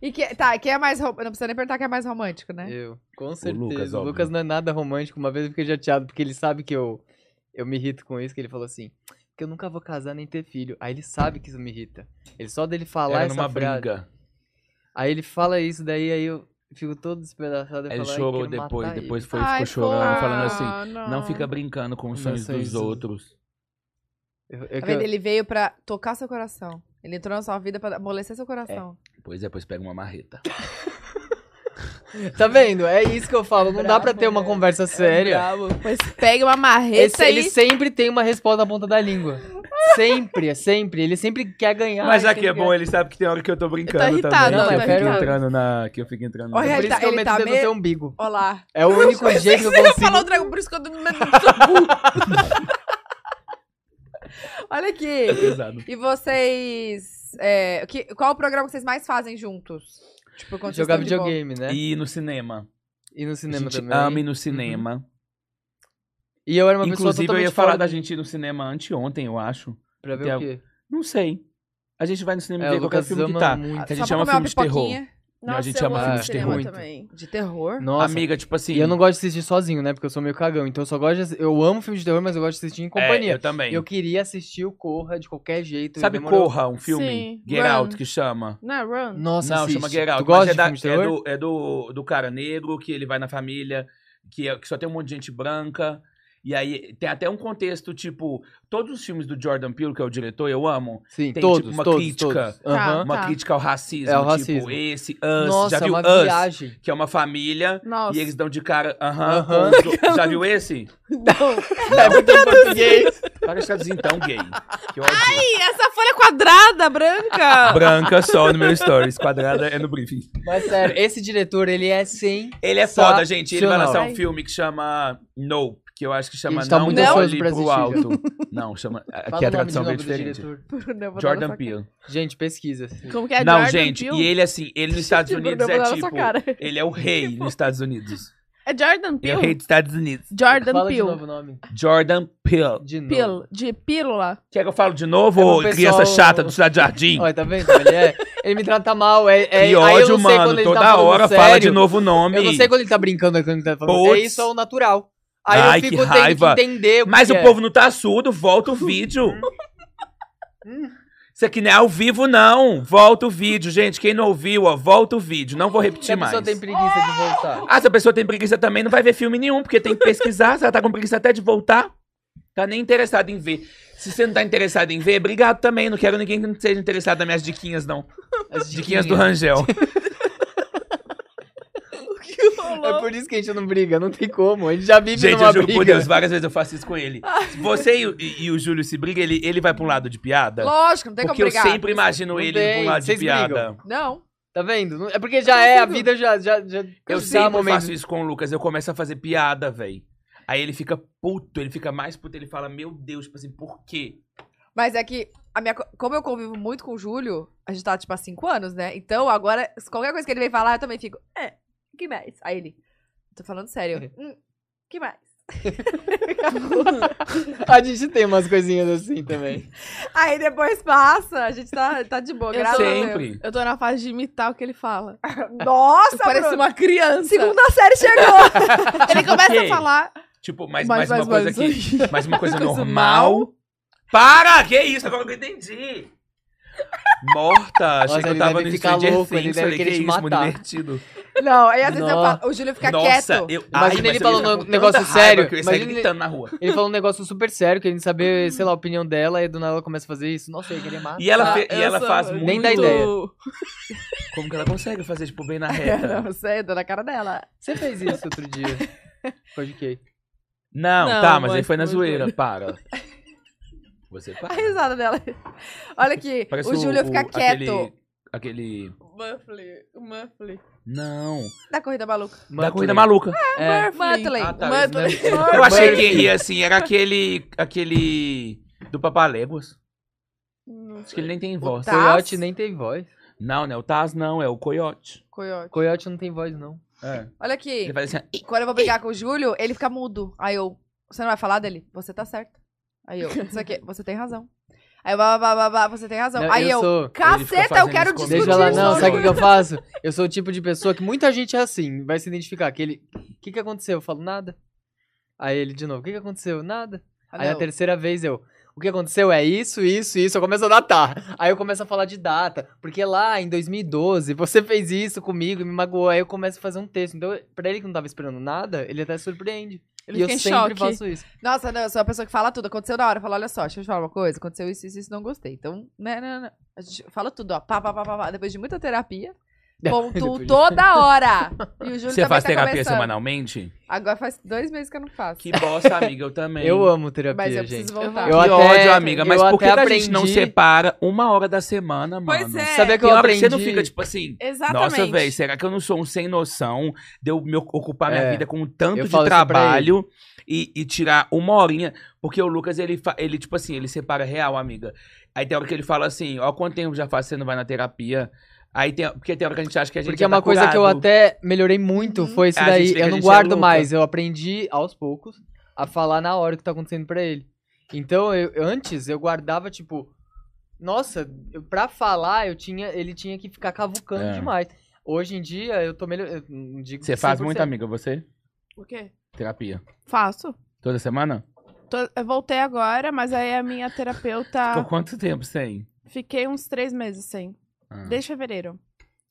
Speaker 1: E que, tá, quem é mais. rom- Não precisa nem perguntar quem é mais romântico, né?
Speaker 4: Eu, com certeza. O
Speaker 3: Lucas,
Speaker 4: Lucas,
Speaker 3: óbvio.
Speaker 4: não é nada romântico. Uma vez eu fiquei chateado porque ele sabe que eu, eu me irrito com isso, que ele falou assim, que eu nunca vou casar nem ter filho. Aí ele sabe que isso me irrita. Ele só dele falar
Speaker 3: Era
Speaker 4: essa
Speaker 3: numa
Speaker 4: frase.
Speaker 3: briga.
Speaker 4: Aí ele fala isso, daí aí eu fico todo despedaçado. Eu
Speaker 3: Ele
Speaker 4: falo, "Ai,
Speaker 3: chorou
Speaker 4: quero matar
Speaker 3: depois,
Speaker 4: ele."
Speaker 3: depois foi,
Speaker 1: Ai,
Speaker 3: ficou chorando,
Speaker 1: fofo.
Speaker 3: falando assim.
Speaker 10: Ah,
Speaker 3: Não. fica brincando com os
Speaker 4: Não
Speaker 3: sonhos
Speaker 4: sei
Speaker 3: dos
Speaker 4: isso.
Speaker 3: outros.
Speaker 4: Eu- eu
Speaker 1: Tá
Speaker 4: que-
Speaker 1: vendo? Ele veio pra tocar seu coração. Ele entrou na sua vida pra amolecer seu coração.
Speaker 3: Pois é, depois pega uma marreta.
Speaker 4: Tá vendo? É isso que eu falo. Não dá pra ter uma
Speaker 1: É
Speaker 4: conversa
Speaker 3: É.
Speaker 4: séria.
Speaker 10: Pois pega uma marreta
Speaker 4: Esse,
Speaker 10: aí.
Speaker 4: ele sempre tem uma resposta na ponta da língua. Sempre, é sempre. Ele sempre quer ganhar.
Speaker 3: Mas
Speaker 4: ele
Speaker 3: aqui é
Speaker 4: sempre
Speaker 3: bom, ele sabe que tem hora que eu tô brincando
Speaker 10: irritada,
Speaker 3: também. Que eu
Speaker 4: tá
Speaker 3: fico
Speaker 4: irritada.
Speaker 3: entrando na. Que eu fico entrando
Speaker 1: Olha,
Speaker 4: quer-
Speaker 3: na.
Speaker 4: Por isso que eu
Speaker 1: Ele
Speaker 4: meto
Speaker 1: tá
Speaker 4: o dedo no
Speaker 1: meio-
Speaker 4: seu umbigo.
Speaker 1: Olha lá.
Speaker 4: É o único jeito que eu
Speaker 1: assim. Falou
Speaker 4: consigo.
Speaker 1: dragão, por isso que eu tô no medo do seu
Speaker 3: (laughs)
Speaker 1: cu. Olha aqui.
Speaker 3: É
Speaker 4: (laughs)
Speaker 3: Pesado.
Speaker 1: E vocês. é, que- qual o programa que vocês mais fazem juntos? Tipo, quando vocês
Speaker 4: Jogar
Speaker 1: estão de boa.
Speaker 4: videogame, né? E,
Speaker 3: E no cinema.
Speaker 4: no
Speaker 3: a
Speaker 4: cinema
Speaker 3: gente
Speaker 4: também.
Speaker 3: ama ir no cinema.
Speaker 4: E eu era uma pessoa
Speaker 3: Inclusive, eu
Speaker 4: totalmente
Speaker 3: ia falar
Speaker 4: fora
Speaker 3: da
Speaker 4: do-
Speaker 3: gente ir no cinema anteontem, eu acho.
Speaker 4: Pra ver
Speaker 3: que é-
Speaker 4: o quê?
Speaker 3: Não sei. A gente vai no cinema
Speaker 4: É,
Speaker 3: ver
Speaker 4: o
Speaker 3: qualquer
Speaker 4: Lucas
Speaker 3: filme que
Speaker 4: ama
Speaker 3: tá.
Speaker 4: muito.
Speaker 3: A
Speaker 1: Só
Speaker 3: gente
Speaker 1: pra
Speaker 3: ama
Speaker 1: comer uma
Speaker 3: filmes de terror.
Speaker 1: pipoquinha
Speaker 10: Nossa,
Speaker 3: a gente
Speaker 10: eu
Speaker 3: ama
Speaker 10: amo
Speaker 3: filmes de
Speaker 10: cinema
Speaker 3: terror. então.
Speaker 10: também.
Speaker 1: De terror?
Speaker 4: tá. Nossa.
Speaker 3: Amiga, tipo assim.
Speaker 4: E eu não gosto de assistir sozinho, né? Porque eu sou meio cagão. Então eu só gosto de... assi- Eu amo filme de terror, mas eu gosto de assistir em
Speaker 3: É,
Speaker 4: companhia.
Speaker 3: eu também.
Speaker 4: Eu queria assistir o Corra de qualquer jeito. e
Speaker 3: Sabe
Speaker 4: demorou-
Speaker 3: Corra, um filme?
Speaker 10: Sim,
Speaker 3: Get
Speaker 10: Run.
Speaker 3: Out, que chama.
Speaker 10: Não é Run?
Speaker 4: Nossa,
Speaker 3: não,
Speaker 4: assiste.
Speaker 3: chama Get Out.
Speaker 4: Tu gosta
Speaker 3: mas é,
Speaker 4: de
Speaker 3: da-
Speaker 4: filme de
Speaker 3: é
Speaker 4: terror?
Speaker 3: do, é do, do cara negro, que ele vai na família, que, é- que só tem um monte de gente branca. E aí tem até um contexto, tipo, todos os filmes do Jordan Peele, que é o diretor, eu amo.
Speaker 4: Sim,
Speaker 3: Tem,
Speaker 4: todos,
Speaker 3: tipo, uma
Speaker 4: todos,
Speaker 3: crítica.
Speaker 4: todos.
Speaker 10: Tá.
Speaker 4: Aham.
Speaker 3: Uma
Speaker 10: Tá.
Speaker 3: crítica ao racismo.
Speaker 4: É, ao
Speaker 3: Tipo,
Speaker 4: racismo.
Speaker 3: esse, Us.
Speaker 4: Nossa,
Speaker 3: já viu
Speaker 4: uma
Speaker 3: Us?
Speaker 4: viagem.
Speaker 3: Que é uma família.
Speaker 10: Nossa.
Speaker 3: E eles dão de cara. Aham.
Speaker 4: Aham.
Speaker 3: com os do- já viu
Speaker 4: (laughs)
Speaker 3: esse?
Speaker 10: (laughs)
Speaker 4: É muito em português.
Speaker 3: Para os caras então gay. Que ódio.
Speaker 10: Ih, essa folha quadrada, branca!
Speaker 3: Branca só no meu stories, quadrada é no briefing.
Speaker 4: Mas sério, esse diretor, ele é sem.
Speaker 3: Ele é foda, gente. Ele vai lançar
Speaker 4: Ai.
Speaker 3: um filme que chama Nope, que eu acho que chama
Speaker 4: A gente tá
Speaker 3: Não
Speaker 4: muito
Speaker 3: Olhe
Speaker 4: ansioso pra
Speaker 3: pro
Speaker 4: assistir,
Speaker 3: Alto. Não, chama. Aqui a
Speaker 4: Fala o nome de
Speaker 3: tradução
Speaker 4: novo
Speaker 3: veio
Speaker 4: do
Speaker 3: diferente.
Speaker 4: diretor.
Speaker 10: (laughs)
Speaker 1: Não, vou dar na
Speaker 3: Jordan
Speaker 1: sua
Speaker 3: Peele.
Speaker 4: Gente, pesquisa.
Speaker 10: Como que é
Speaker 3: não,
Speaker 10: Jordan
Speaker 3: gente,
Speaker 10: Peele?
Speaker 3: e ele assim, ele
Speaker 4: (laughs)
Speaker 3: nos Estados
Speaker 10: Bruno,
Speaker 3: Unidos
Speaker 10: eu vou
Speaker 3: é
Speaker 10: dar na sua
Speaker 3: tipo.
Speaker 10: cara.
Speaker 3: Ele é o rei nos Estados Unidos.
Speaker 10: É Jordan
Speaker 3: Ele é o
Speaker 10: Peele?
Speaker 3: rei dos Estados Unidos.
Speaker 10: Jordan
Speaker 4: Fala de
Speaker 10: Peele.
Speaker 4: novo o nome.
Speaker 3: Jordan Peele.
Speaker 4: De novo.
Speaker 10: Peele, de pílula.
Speaker 3: Quer que eu falo de novo,
Speaker 4: É
Speaker 3: ô
Speaker 4: pro
Speaker 3: criança
Speaker 4: pessoal-
Speaker 3: chata do Cidade Jardim?
Speaker 4: Olha, tá vendo? como Ele, é, ele me trata mal. É, é,
Speaker 3: que
Speaker 4: aí eu
Speaker 3: ódio,
Speaker 4: não sei quando
Speaker 3: mano.
Speaker 4: ele
Speaker 3: Toda
Speaker 4: tá falando
Speaker 3: hora
Speaker 4: sério.
Speaker 3: fala de novo o nome.
Speaker 4: Eu não sei quando ele tá brincando, é quando ele tá falando.
Speaker 3: Puts.
Speaker 4: É isso, é o natural. Aí
Speaker 3: Ai,
Speaker 4: eu
Speaker 3: que
Speaker 4: fico tendo
Speaker 3: raiva.
Speaker 4: que entender o que
Speaker 3: Mas
Speaker 4: que
Speaker 3: o
Speaker 4: é.
Speaker 3: povo não tá surdo, volta o vídeo. Isso aqui não é ao vivo, não. Volta o vídeo, gente. Quem não ouviu, ó, volta o vídeo. Não vou
Speaker 4: Se
Speaker 3: repetir
Speaker 4: a
Speaker 3: mais.
Speaker 4: pessoa tem preguiça de voltar.
Speaker 3: Ah, se a pessoa tem preguiça também, não vai ver filme nenhum, porque tem que pesquisar. se ela tá com preguiça até de voltar, tá nem interessada em ver. Se você não tá interessado em ver, obrigado também. Não quero ninguém que não seja interessado nas minhas diquinhas, não.
Speaker 4: As
Speaker 3: Diquinhas do Rangel.
Speaker 4: É por isso que a gente não briga, não tem como. A gente já vive
Speaker 3: Gente,
Speaker 4: numa
Speaker 3: eu juro
Speaker 4: briga.
Speaker 3: por Deus, várias vezes eu faço isso com ele. Você e, o- e- e o Júlio se brigam, ele, ele vai pra um lado de piada.
Speaker 1: Lógico, não tem
Speaker 3: porque
Speaker 1: como
Speaker 3: eu
Speaker 1: brigar.
Speaker 3: sempre imagino
Speaker 4: Não
Speaker 3: ele
Speaker 4: tem,
Speaker 3: pra um lado de
Speaker 4: vocês brigam.
Speaker 3: piada.
Speaker 1: Não.
Speaker 4: Tá vendo? Não- É porque já é, a vida já... já, já
Speaker 3: Eu
Speaker 4: já
Speaker 3: sempre
Speaker 4: momento-
Speaker 3: faço isso com o Lucas, eu começo a fazer piada, velho. Aí ele fica puto, ele fica mais puto, ele fala, meu Deus, tipo assim, por quê?
Speaker 1: Mas é que, a minha, co- como eu convivo muito com o Júlio, a gente tá, tipo, há cinco anos, né? Então, agora, se qualquer coisa que ele vem falar, eu também fico, é, que mais? Aí ele, tô falando sério,
Speaker 4: Uhum.
Speaker 1: hum, que mais?
Speaker 4: (laughs) A gente tem umas coisinhas assim também.
Speaker 1: Aí depois passa, a gente tá, tá de boa,
Speaker 10: Eu
Speaker 1: graças a Deus.
Speaker 3: sempre.
Speaker 10: Eu tô na fase de imitar o que ele fala.
Speaker 1: Nossa,
Speaker 10: Parece
Speaker 1: Bruno.
Speaker 10: uma criança.
Speaker 1: Segunda série chegou!
Speaker 10: (laughs) Ele começa a falar.
Speaker 3: Tipo, mas
Speaker 10: Mas,
Speaker 3: mais,
Speaker 10: mas,
Speaker 3: uma coisa
Speaker 10: mas,
Speaker 3: aqui. Mais uma coisa
Speaker 10: Coisa
Speaker 3: normal. Para! Que isso? Agora que eu entendi. Morta, achei
Speaker 4: Nossa,
Speaker 3: que eu
Speaker 4: ele
Speaker 3: tava
Speaker 4: deve
Speaker 3: no
Speaker 4: ficar
Speaker 3: Stranger
Speaker 4: louco, ele
Speaker 3: Things.
Speaker 4: deve
Speaker 3: Falei, que
Speaker 4: querer te
Speaker 3: isso, muito
Speaker 4: matar.
Speaker 3: divertido.
Speaker 1: Não, aí às vezes eu
Speaker 4: Nossa.
Speaker 1: falo, o Júlio fica
Speaker 3: Nossa,
Speaker 1: quieto.
Speaker 3: eu...
Speaker 4: Imagina
Speaker 3: mas
Speaker 4: ele
Speaker 3: eu ia
Speaker 4: falando
Speaker 3: ficar
Speaker 4: um
Speaker 3: com
Speaker 4: negócio
Speaker 3: tanta raiva
Speaker 4: sério.
Speaker 3: Que eu ia sair
Speaker 4: Imagina ele-
Speaker 3: gritando na rua.
Speaker 4: Ele falou um negócio super sério, querendo saber, sei lá, a opinião dela, e do nada ela começa a fazer isso. Nossa, eu queria matar.
Speaker 3: E ela,
Speaker 10: Ah,
Speaker 3: fe-
Speaker 10: eu
Speaker 3: e ela
Speaker 10: sou
Speaker 3: faz
Speaker 10: muito-
Speaker 3: muito...
Speaker 4: Nem dá ideia.
Speaker 3: Como que ela consegue fazer, tipo, (laughs) bem na
Speaker 1: Não,
Speaker 3: reta?
Speaker 1: não sei, eu dou na cara dela.
Speaker 4: Você fez isso outro dia. Pode que.
Speaker 3: Não,
Speaker 10: Não,
Speaker 3: tá, mas
Speaker 10: mas
Speaker 3: aí foi na
Speaker 10: foi
Speaker 3: zoeira, (laughs) para. Você
Speaker 1: A
Speaker 3: para.
Speaker 1: risada dela. Olha aqui,
Speaker 3: Parece
Speaker 1: o Júlio fica quieto
Speaker 3: Aquele, aquele-
Speaker 10: Muffley, Muffley.
Speaker 3: Não,
Speaker 1: da corrida maluca.
Speaker 3: da corrida maluca.
Speaker 4: É.
Speaker 1: Mutley.
Speaker 3: Ah, tá,
Speaker 1: Mutley.
Speaker 4: isso não
Speaker 3: Eu achei que ria assim, era aquele, aquele do Papaléguas. Acho que ele nem tem voz.
Speaker 1: Taz?
Speaker 4: Coyote nem tem voz.
Speaker 3: Não, não é o Taz, não, é o Coyote.
Speaker 1: Coyote.
Speaker 4: Coyote não tem voz, não.
Speaker 3: É.
Speaker 1: Olha
Speaker 3: Ele
Speaker 1: aqui,
Speaker 3: faz assim, ó,
Speaker 1: quando eu vou brigar com o Júlio, ele fica mudo. Aí eu, você não vai falar dele? Você tá certo. Aí eu, isso aqui, você tem razão. Aí eu, blá, blá, blá, blá, você tem razão.
Speaker 4: Não,
Speaker 1: Aí eu,
Speaker 4: sou.
Speaker 3: Ele fica
Speaker 1: caceta, eu
Speaker 3: fazendo
Speaker 1: quero
Speaker 3: isso comigo.
Speaker 1: discutir
Speaker 4: Deixa lá,
Speaker 1: isso.
Speaker 4: não,
Speaker 3: sobre-
Speaker 4: sabe o que eu faço? Eu sou o tipo de pessoa que muita gente é assim, vai se identificar. Que ele, o que, que aconteceu? Eu falo, nada. Aí ele de novo, o que, que aconteceu? Nada.
Speaker 1: Ah,
Speaker 4: Aí a
Speaker 1: não.
Speaker 4: terceira vez eu, o que aconteceu é isso, isso, isso. Eu começo a datar. Aí eu começo a falar de data. Porque lá em 2012, você fez isso comigo, me magoou. Aí eu começo a fazer um texto. Então, pra ele que não tava esperando nada, ele até surpreende.
Speaker 2: Ele
Speaker 4: e eu
Speaker 2: fica em
Speaker 4: sempre
Speaker 2: choque.
Speaker 4: faço isso.
Speaker 1: Nossa, não, eu sou a pessoa que fala tudo. Aconteceu na hora. Fala, olha só, deixa eu te falar uma coisa. Aconteceu isso, isso, isso, não gostei. Então, né, né, né. A gente fala tudo, ó. Pá, pá, pá, pá, pá. Depois de muita terapia, pontuo
Speaker 4: Depois de-
Speaker 1: toda
Speaker 4: (laughs)
Speaker 1: hora. E o Júlio
Speaker 3: Você
Speaker 1: também
Speaker 3: faz
Speaker 1: tá
Speaker 3: terapia
Speaker 1: começando.
Speaker 3: semanalmente?
Speaker 1: Agora faz dois meses que eu não faço.
Speaker 3: Que bosta, amiga, eu também.
Speaker 4: Eu amo terapia,
Speaker 1: mas eu
Speaker 4: gente.
Speaker 1: preciso voltar.
Speaker 4: Eu
Speaker 3: que
Speaker 4: até-
Speaker 3: ódio, amiga. Mas
Speaker 4: eu
Speaker 3: por que
Speaker 4: até
Speaker 3: a gente não
Speaker 4: aprendi-
Speaker 3: separa uma hora da semana, mano?
Speaker 2: Pois é.
Speaker 4: Sabia que
Speaker 3: Tem
Speaker 4: eu
Speaker 3: hora que
Speaker 4: aprendi?
Speaker 3: você não fica, tipo assim,
Speaker 2: Exatamente.
Speaker 3: Nossa, velho, será que eu não sou um sem noção de eu me oc- ocupar minha
Speaker 4: É.
Speaker 3: vida com
Speaker 4: Eu
Speaker 3: tanto de
Speaker 4: falo isso pra
Speaker 3: trabalho e, e tirar uma horinha? Porque o Lucas, ele, fa- ele, tipo assim, ele separa real, amiga. Aí tem hora que ele fala assim, ó, quanto tempo já faz que você não vai na terapia? Aí tem, porque tem hora que a gente acha que a gente
Speaker 4: Porque é
Speaker 3: já tá
Speaker 4: uma coisa que eu
Speaker 3: curado.
Speaker 4: até melhorei muito,
Speaker 1: Uhum.
Speaker 4: foi isso
Speaker 3: A gente
Speaker 4: daí.
Speaker 3: vê que a
Speaker 4: Eu não
Speaker 3: gente é
Speaker 4: guardo
Speaker 3: louca.
Speaker 4: mais, eu aprendi aos poucos a falar na hora o que tá acontecendo pra ele. Então, eu- antes eu guardava, tipo, nossa, eu, pra falar, eu tinha, ele tinha que ficar cavucando
Speaker 3: É.
Speaker 4: demais. Hoje em dia, eu tô melhor. eu não digo
Speaker 3: Você faz
Speaker 4: 100%.
Speaker 3: muito, amiga, você?
Speaker 10: O quê?
Speaker 3: Terapia.
Speaker 10: Faço.
Speaker 3: Toda semana?
Speaker 10: Tô- eu voltei agora, mas aí a minha
Speaker 2: Ah.
Speaker 10: terapeuta.
Speaker 3: (laughs) Ficou quanto tempo sem?
Speaker 10: Fiquei uns três meses sem.
Speaker 3: Ah.
Speaker 10: Desde fevereiro.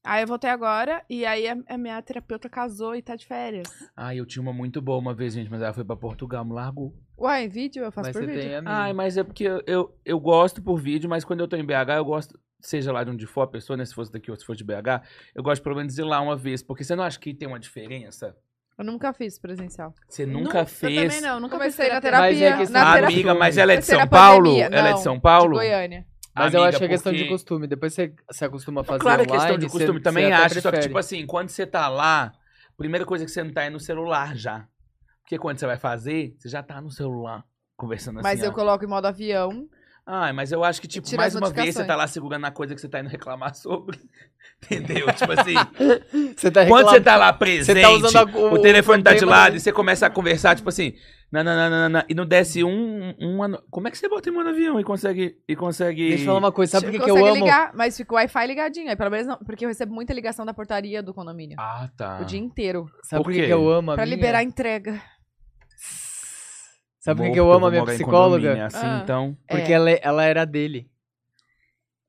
Speaker 10: Aí eu voltei agora e aí a, a minha terapeuta casou e tá de férias.
Speaker 3: Ai, eu tinha uma muito boa uma vez, gente, mas ela foi pra Portugal, me largou.
Speaker 1: Uai, vídeo? Eu faço
Speaker 4: Mas
Speaker 1: por
Speaker 4: você
Speaker 1: vídeo.
Speaker 4: tem a minha.
Speaker 3: Ai, mas é porque eu, eu, eu gosto por vídeo, mas quando eu tô em BH, eu gosto, seja lá de onde for a pessoa, né? Se fosse daqui ou se for de BH, eu gosto pelo menos de ir lá uma vez. Porque você não acha que tem uma diferença?
Speaker 1: Eu nunca fiz presencial.
Speaker 3: Você nunca
Speaker 10: Eu
Speaker 3: fez.
Speaker 10: também não, nunca
Speaker 1: Comecei
Speaker 10: fiz
Speaker 1: na
Speaker 10: terapia.
Speaker 4: Mas é
Speaker 1: terapia.
Speaker 4: que-
Speaker 1: na terapia.
Speaker 3: Amiga, mas ela é de
Speaker 1: Terceira
Speaker 3: São Paulo?
Speaker 1: pandemia,
Speaker 3: Ela é
Speaker 1: não,
Speaker 3: de São Paulo?
Speaker 1: De Goiânia.
Speaker 4: Mas eu
Speaker 3: Amiga,
Speaker 4: acho que é questão de
Speaker 3: porque-
Speaker 4: costume. Depois você se acostuma a fazer
Speaker 3: Claro, é
Speaker 4: online,
Speaker 3: questão de
Speaker 4: você-
Speaker 3: costume.
Speaker 4: você
Speaker 3: também
Speaker 4: até
Speaker 3: acho, só que,
Speaker 4: prefere.
Speaker 3: tipo assim, quando você tá lá, primeira coisa que você não tá é no celular já. Porque quando você vai fazer, você já tá no celular. Conversando
Speaker 1: Mas
Speaker 3: assim.
Speaker 1: eu
Speaker 3: ó.
Speaker 1: coloco em modo avião.
Speaker 3: Ai, mas eu acho que, tipo,
Speaker 1: Tira
Speaker 3: mais
Speaker 1: as
Speaker 3: uma vez você
Speaker 1: notificações.
Speaker 3: tá lá segurando a coisa que você tá indo reclamar (laughs) sobre. Entendeu? tipo
Speaker 4: (laughs)
Speaker 3: assim.
Speaker 4: Você tá
Speaker 3: Quando você
Speaker 4: reclamando.
Speaker 3: tá lá presente,
Speaker 4: Você tá usando a-
Speaker 3: o,
Speaker 4: o-
Speaker 3: telefone
Speaker 4: o
Speaker 3: tá de
Speaker 4: tema
Speaker 3: lado
Speaker 4: do-
Speaker 3: e você começa a conversar, tipo assim, nananana, e não desce um, um ano. Como é que você bota em mano avião e consegue. E consegue...
Speaker 4: Deixa eu falar uma coisa. Sabe por que, que eu
Speaker 1: Consegue
Speaker 4: amo?
Speaker 1: ligar, mas fica o Wi-Fi ligadinho. Aí pelo menos não, porque eu recebo muita ligação da portaria do condomínio.
Speaker 3: Ah, tá.
Speaker 1: O dia inteiro.
Speaker 4: Sabe
Speaker 3: Por
Speaker 4: por que,
Speaker 3: quê?
Speaker 4: que eu amo a
Speaker 1: Pra
Speaker 4: minha?
Speaker 1: liberar a entrega.
Speaker 4: Sabe por que que
Speaker 3: Morto,
Speaker 4: eu amo a
Speaker 3: vou
Speaker 4: minha
Speaker 3: morar em
Speaker 4: psicóloga?
Speaker 3: condomínio, é assim,
Speaker 10: Ah.
Speaker 3: então.
Speaker 4: Porque
Speaker 1: É.
Speaker 4: ela, ela era dele.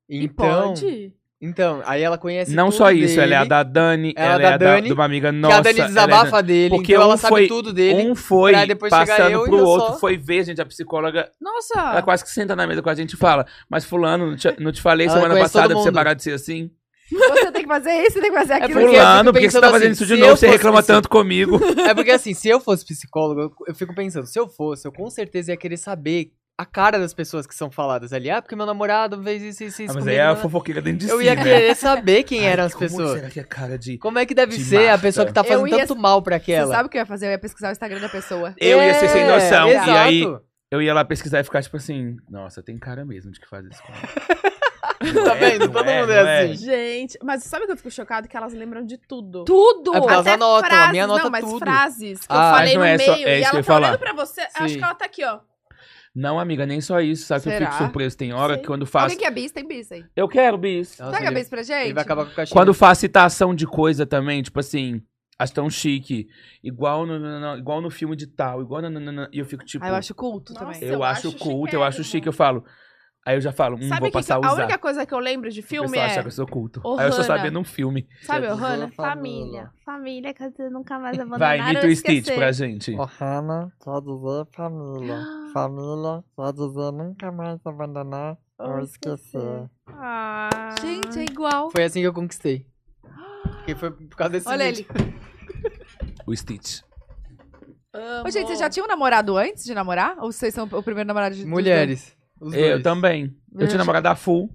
Speaker 10: E
Speaker 4: Então,
Speaker 10: pode?
Speaker 4: então, aí ela conhece
Speaker 3: não
Speaker 4: tudo
Speaker 3: só isso, ela
Speaker 4: dele,
Speaker 3: é a da Dani,
Speaker 4: Ela é
Speaker 3: ela
Speaker 4: da
Speaker 3: é a da,
Speaker 4: Dani,
Speaker 3: de uma amiga
Speaker 4: que
Speaker 3: nossa.
Speaker 4: a Dani
Speaker 3: ela é da-
Speaker 4: desabafa dele,
Speaker 3: porque
Speaker 4: então
Speaker 3: um
Speaker 4: ela sabe
Speaker 3: foi-
Speaker 4: tudo dele.
Speaker 3: Um foi
Speaker 4: pra depois chegar
Speaker 3: passando
Speaker 4: eu e
Speaker 3: pro
Speaker 4: eu
Speaker 3: outro,
Speaker 4: só.
Speaker 3: foi ver, gente, a psicóloga, ela
Speaker 4: Ah.
Speaker 10: Nossa!
Speaker 3: quase que senta na mesa com a gente e fala, mas fulano, não te, não te falei
Speaker 4: Ela
Speaker 3: semana
Speaker 4: conhece todo
Speaker 3: passada pra você
Speaker 4: mundo.
Speaker 3: parar de ser assim?
Speaker 1: Você tem que fazer isso, você tem que
Speaker 4: É
Speaker 1: fazer aquilo.
Speaker 4: porque-
Speaker 3: Fulano,
Speaker 4: eu
Speaker 3: por
Speaker 4: fico
Speaker 3: que você
Speaker 4: pensando
Speaker 3: tá fazendo
Speaker 4: assim,
Speaker 3: isso de
Speaker 4: se
Speaker 3: novo?
Speaker 4: eu
Speaker 3: Você
Speaker 4: fosse
Speaker 3: reclama
Speaker 4: psicólogo-
Speaker 3: tanto
Speaker 4: (laughs)
Speaker 3: comigo.
Speaker 4: É porque assim, se eu fosse psicólogo, eu- eu fico pensando, se eu fosse, eu com certeza ia querer saber a cara das pessoas que são faladas ali. Ah, porque meu namorado fez isso, isso, isso
Speaker 3: Ah, mas
Speaker 4: comigo,
Speaker 3: aí é a
Speaker 4: né?
Speaker 3: fofoqueira dentro de si,
Speaker 4: Eu ia
Speaker 3: né?
Speaker 4: querer saber quem
Speaker 3: Ai,
Speaker 4: eram as
Speaker 3: como
Speaker 4: pessoas.
Speaker 3: será que é cara de...
Speaker 4: Como é que deve
Speaker 3: de
Speaker 4: ser a
Speaker 3: Marta?
Speaker 4: pessoa que tá
Speaker 1: Eu
Speaker 4: fazendo
Speaker 1: ia-
Speaker 4: tanto mal pra aquela?
Speaker 1: Você sabe o que eu ia fazer? Eu ia pesquisar o Instagram da pessoa.
Speaker 3: Eu ia ser sem
Speaker 4: É,
Speaker 3: noção.
Speaker 4: Exato.
Speaker 3: E aí, eu ia lá pesquisar e ficar tipo assim... Nossa, tem cara mesmo de que faz isso com ela. (laughs)
Speaker 4: Tá vendo? Todo mundo é assim.
Speaker 10: Gente, mas sabe o que eu fico chocado? Que elas lembram de tudo.
Speaker 1: Tudo!
Speaker 4: É porque elas
Speaker 10: Até
Speaker 4: anotam,
Speaker 10: frases,
Speaker 4: a minha anota
Speaker 10: não, mas
Speaker 4: tudo.
Speaker 10: frases que
Speaker 4: Ah,
Speaker 10: eu
Speaker 4: mas
Speaker 10: falei
Speaker 3: não
Speaker 10: no
Speaker 3: é só-
Speaker 10: meio
Speaker 3: é
Speaker 10: e
Speaker 3: isso que
Speaker 10: ela
Speaker 3: eu
Speaker 10: tá
Speaker 3: ia falar.
Speaker 10: olhando pra você, acho
Speaker 4: Sim.
Speaker 10: que ela tá aqui, ó.
Speaker 3: Não, amiga, nem só isso. Sabe que eu
Speaker 1: Será?
Speaker 3: fico surpreso? Tem hora
Speaker 10: Sim.
Speaker 3: que quando faço...
Speaker 1: Alguém que é bis, tem bis aí.
Speaker 3: Eu quero, bis.
Speaker 4: Nossa,
Speaker 1: Pega
Speaker 4: ele,
Speaker 1: bis pra gente.
Speaker 4: ele vai acabar com a caixinha.
Speaker 3: Quando faz citação de coisa também, tipo assim... Acho tão chique. Igual no, no- no- igual no filme de tal. Igual no, no- no- no- E eu fico tipo...
Speaker 1: Ah, eu acho culto
Speaker 10: Nossa.
Speaker 1: também.
Speaker 10: Isso
Speaker 3: eu
Speaker 10: eu
Speaker 3: acho
Speaker 10: acho
Speaker 3: culto, eu acho
Speaker 10: chiquérrimo.
Speaker 3: chique. Eu falo... Aí eu já falo, hum,
Speaker 10: sabe
Speaker 3: vou
Speaker 10: o que, que
Speaker 3: passar
Speaker 10: eu-
Speaker 3: a
Speaker 10: a
Speaker 3: usar.
Speaker 10: única coisa que eu lembro de
Speaker 3: O
Speaker 10: filme
Speaker 3: pessoal acha que
Speaker 10: é.
Speaker 3: eu sou culto.
Speaker 10: Ô,
Speaker 3: Aí eu só
Speaker 10: Hana.
Speaker 3: sabia num filme.
Speaker 10: Sabe,
Speaker 4: Já
Speaker 10: Ohana?
Speaker 4: dizia a
Speaker 10: Família. Família, que eu nunca mais abandonaram.
Speaker 3: Vai, imita
Speaker 10: eu
Speaker 3: o Stitch
Speaker 10: esquecer.
Speaker 3: pra gente.
Speaker 7: Ohana, só dizer família.
Speaker 4: Ah.
Speaker 7: Família, só dizer nunca mais abandonar ou esquecer.
Speaker 10: Ah.
Speaker 1: Gente, é igual.
Speaker 4: Foi assim que eu conquistei. Porque foi por causa desse
Speaker 1: Olha
Speaker 4: vídeo.
Speaker 1: ele.
Speaker 3: O Stitch.
Speaker 1: Ô, gente, vocês já tinham namorado antes de namorar? Ou vocês são o primeiro namorado de dos
Speaker 4: Mulheres. os
Speaker 3: Eu
Speaker 4: dois.
Speaker 3: também. Eu tinha namorado da Full.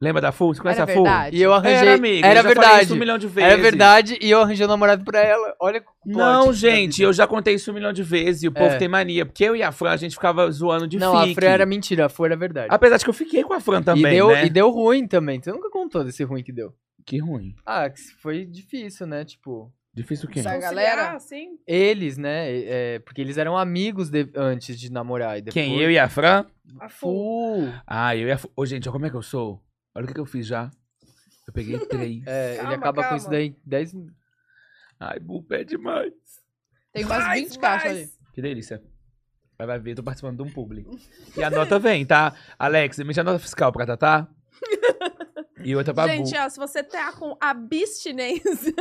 Speaker 3: Lembra da Full? Você
Speaker 1: dois?
Speaker 3: conhece
Speaker 1: Era
Speaker 3: a Full?
Speaker 1: verdade.
Speaker 4: E eu arranjei.
Speaker 3: Era, amiga.
Speaker 4: Era
Speaker 3: eu já Falei isso um
Speaker 4: verdade.
Speaker 3: milhão de vezes.
Speaker 4: Era verdade e eu arranjei um namorado pra ela. Olha o plot
Speaker 3: Não,
Speaker 4: da
Speaker 3: gente,
Speaker 4: vida.
Speaker 3: eu já contei isso um milhão de vezes e o povo tem mania. Porque eu e a Fran, a gente ficava zoando de
Speaker 4: Não, a
Speaker 3: fique.
Speaker 4: Fran era mentira, a Fran era verdade.
Speaker 3: Apesar de que eu fiquei com a Fran também,
Speaker 4: e, deu,
Speaker 3: né?
Speaker 4: e deu ruim também. Você nunca contou desse ruim que deu.
Speaker 3: Que ruim.
Speaker 4: Ah, que foi difícil, né? Tipo,
Speaker 3: Difícil quem?
Speaker 1: Sabe-
Speaker 10: Conciliar,
Speaker 1: galera?
Speaker 10: assim?
Speaker 4: eles, né? é, porque eles eram amigos de- antes de namorar. E depois...
Speaker 3: Quem, eu e a Fran?
Speaker 10: A full.
Speaker 4: Fu.
Speaker 3: Ah, eu e a Fu. Ô, gente, olha como é que eu sou. Olha o que, que eu fiz já. Eu peguei três.
Speaker 4: É, ele
Speaker 10: Calma,
Speaker 4: acaba com
Speaker 10: calma.
Speaker 4: isso daí em 10
Speaker 3: Ai, bu, é demais.
Speaker 1: Tem umas 20 caixas ali.
Speaker 3: Que delícia. Aí vai ver, tô participando de um publi. E a nota vem, tá? Alex, emite a nota fiscal pra Tatá. E outra pra Bu.
Speaker 10: Gente, ó, se você tá com
Speaker 3: (laughs)
Speaker 10: abstinência,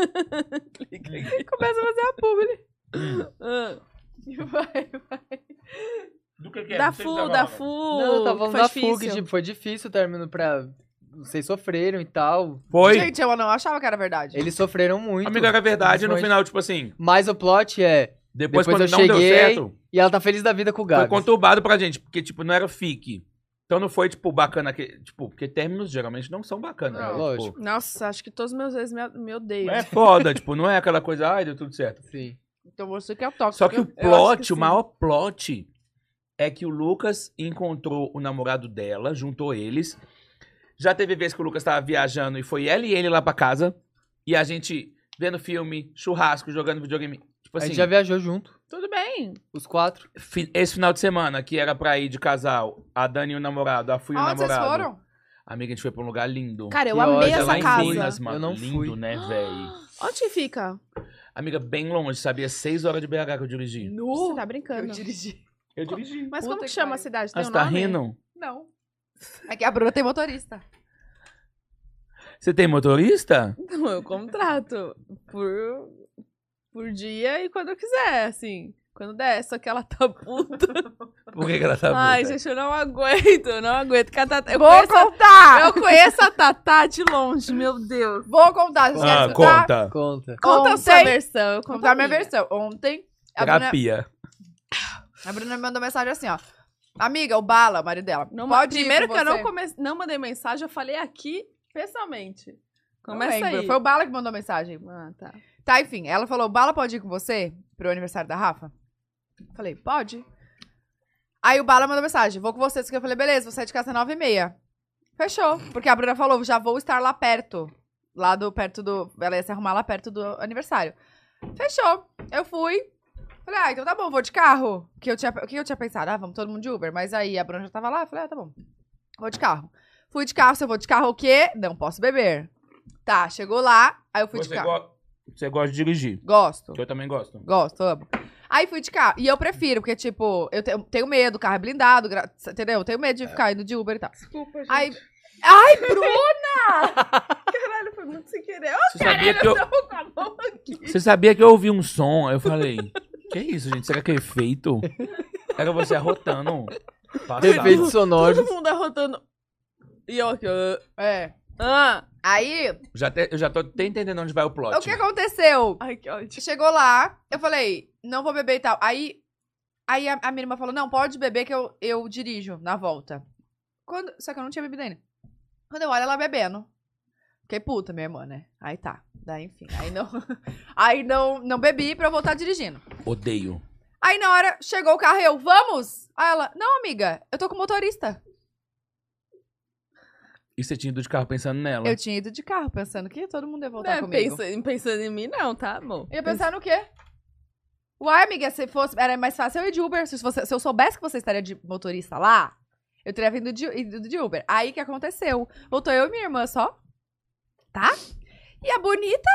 Speaker 10: clica aí. começa a fazer a publi. Ah.
Speaker 2: E vai, vai.
Speaker 11: Do que, que é?
Speaker 2: Da
Speaker 11: Não sei se
Speaker 3: tá
Speaker 2: Fu,
Speaker 11: tava
Speaker 2: da
Speaker 11: falando.
Speaker 2: Fu.
Speaker 4: Não, eu tava falando
Speaker 2: foi
Speaker 4: da
Speaker 2: difícil.
Speaker 4: fuga, tipo, foi difícil o término pra... Vocês sofreram e tal.
Speaker 3: Foi.
Speaker 1: Gente, eu não achava que era verdade.
Speaker 4: Eles sofreram muito.
Speaker 3: Amigo, era é verdade. No
Speaker 4: Mas-
Speaker 3: final, tipo assim,
Speaker 4: Mas o plot é...
Speaker 3: depois,
Speaker 4: Depois
Speaker 3: quando
Speaker 4: eu
Speaker 3: não deu
Speaker 4: cheguei,
Speaker 3: certo,
Speaker 4: E ela tá feliz da vida com o Gabs.
Speaker 3: foi conturbado pra gente. Porque, tipo, não era fique. Então não foi, tipo, bacana. Que, tipo, porque términos geralmente não são bacanas.
Speaker 4: Não,
Speaker 3: né?
Speaker 4: lógico.
Speaker 3: Tipo,
Speaker 2: Nossa, acho que todos meus ex me, me odeiam.
Speaker 3: é foda, tipo, não é aquela coisa, ai, deu tudo certo.
Speaker 4: Sim.
Speaker 1: Então você que é o tóxico.
Speaker 3: Só que o
Speaker 1: Eu- eu acho
Speaker 3: plot,
Speaker 1: que
Speaker 3: o maior plot, é que o Lucas encontrou o namorado dela, juntou eles. Já teve vez que o Lucas tava viajando e foi ela e ele lá pra casa. E a gente vendo filme, churrasco, jogando videogame. Tipo
Speaker 4: a
Speaker 3: assim,
Speaker 4: gente já viajou junto,
Speaker 2: Tudo bem.
Speaker 4: os quatro.
Speaker 3: fi- esse final de semana que era pra ir de casal, a Dani e o namorado, a Fui e o
Speaker 2: Ah,
Speaker 1: Aonde vocês
Speaker 3: namorado.
Speaker 1: foram?
Speaker 3: Amiga, a gente foi pra um lugar lindo.
Speaker 2: Cara, eu
Speaker 4: Que
Speaker 2: amei
Speaker 4: ódio,
Speaker 2: essa
Speaker 3: lá
Speaker 4: em
Speaker 2: casa.
Speaker 3: em Minas, mano.
Speaker 4: Eu não
Speaker 3: lindo,
Speaker 4: fui.
Speaker 3: né, velho?
Speaker 2: Onde que fica?
Speaker 3: Amiga, bem longe, sabia? Seis horas de BH que eu dirigi.
Speaker 2: Você
Speaker 1: No.
Speaker 2: tá brincando.
Speaker 1: dirigi.
Speaker 3: Eu dirigi.
Speaker 2: Mas
Speaker 1: Puta
Speaker 2: como que
Speaker 1: que
Speaker 2: chama a
Speaker 1: pariu.
Speaker 2: cidade? Tem
Speaker 3: Ah,
Speaker 2: um
Speaker 3: você tá
Speaker 2: nome?
Speaker 3: rindo?
Speaker 2: Não. (laughs)
Speaker 1: É que a Bruna tem motorista.
Speaker 3: Você tem motorista?
Speaker 2: Não, eu contrato por, por dia e quando eu quiser, assim. Quando der, só que ela tá puta.
Speaker 3: Por que, que ela tá
Speaker 2: Ai,
Speaker 3: puta?
Speaker 2: gente, eu não aguento, eu não aguento. Porque a Tatá- eu,
Speaker 1: Vou
Speaker 2: conheço a,
Speaker 1: contar!
Speaker 2: eu conheço a Tatá de longe, meu Deus.
Speaker 1: Vou contar. Vocês
Speaker 2: tá
Speaker 1: querem
Speaker 3: Ah,
Speaker 1: escutar?
Speaker 3: conta.
Speaker 4: Conta.
Speaker 2: Conta a sua
Speaker 1: Ontem-
Speaker 2: versão, eu
Speaker 1: Vou
Speaker 2: conto
Speaker 1: contar
Speaker 2: a
Speaker 1: a minha
Speaker 2: minha.
Speaker 1: versão. Ontem, a Bruna,
Speaker 3: Ah, Terapia.
Speaker 1: a Bruna me mandou mensagem assim, ó. Amiga, o Bala, o marido dela,
Speaker 2: Não, ma-
Speaker 1: pode ir
Speaker 2: primeiro
Speaker 1: com
Speaker 2: que eu não,
Speaker 1: você.
Speaker 2: come- não mandei mensagem, eu falei aqui pessoalmente.
Speaker 1: Não
Speaker 2: Começa
Speaker 1: lembro,
Speaker 2: é aí.
Speaker 1: Foi o Bala que mandou mensagem.
Speaker 2: Ah, tá.
Speaker 1: Tá, enfim, ela falou: Bala pode ir com você pro aniversário da Rafa? Falei, pode. Aí o Bala mandou mensagem: vou com você. Eu falei, beleza, vou sair de casa às 9 e meia. Fechou. Porque a Bruna falou: já vou estar lá perto. Lá do perto do. Ela ia se arrumar lá perto do aniversário. Fechou. Eu fui. Falei, ah, então tá bom, vou de carro. Que eu tinha, o que eu tinha pensado? Ah, vamos todo mundo de Uber. Mas aí a Bruna já tava lá. eu Falei, ah, tá bom. Vou de carro. Fui de carro, se eu vou de carro, o quê? Não posso beber. Tá, chegou lá, aí eu fui de
Speaker 3: Você,
Speaker 1: carro.
Speaker 3: go- você gosta de dirigir.
Speaker 1: Gosto.
Speaker 3: Eu também gosto.
Speaker 1: Gosto, amo. Aí fui de carro. E eu prefiro, porque, tipo, eu te- tenho medo, o carro é blindado, gra- entendeu? Eu tenho medo de ficar indo de Uber e tal.
Speaker 2: Desculpa, gente.
Speaker 1: Aí. Ai, Bruno!
Speaker 2: Caralho, foi muito sem querer.
Speaker 3: Você sabia, que eu,
Speaker 2: Ô, com a mão aqui.
Speaker 3: você sabia que eu ouvi um som? Aí eu falei, que isso, gente? Será que é efeito? Era você arrotando.
Speaker 4: Efeitos
Speaker 3: Passado.
Speaker 4: sonoros.
Speaker 2: Todo mundo arrotando. E eu aqui, ó.
Speaker 1: É.
Speaker 2: Ah,
Speaker 1: Aí,
Speaker 3: Já te- eu já tô até entendendo onde vai o plot.
Speaker 1: o
Speaker 2: é
Speaker 1: que aconteceu?
Speaker 2: ai, que ódio.
Speaker 1: Chegou lá, eu falei, não vou beber e tal. Aí, aí a, a minha irmã falou, não, pode beber que eu, eu dirijo na volta. Quando, só que eu não tinha bebido ainda. Quando eu olho ela bebendo. Fiquei puta, minha irmã, né? Aí tá. Daí, enfim. Aí não, (laughs) aí não, não bebi pra eu voltar dirigindo.
Speaker 3: Odeio.
Speaker 1: Aí na hora chegou o carro e eu, vamos? Aí ela, não, amiga, eu tô com motorista.
Speaker 3: E você tinha ido de carro pensando nela.
Speaker 1: Eu tinha ido de carro pensando que todo mundo ia voltar
Speaker 2: Não é
Speaker 1: comigo.
Speaker 2: pensa- pensando em mim, não, tá, amor?
Speaker 1: Ia pensar no quê? Uai, amiga, se fosse. Era mais fácil eu ir de Uber. Se, você- se eu soubesse que você estaria de motorista lá, eu teria vindo de, ido de Uber. Aí o que aconteceu? Voltou eu e minha irmã só. Tá? E a bonita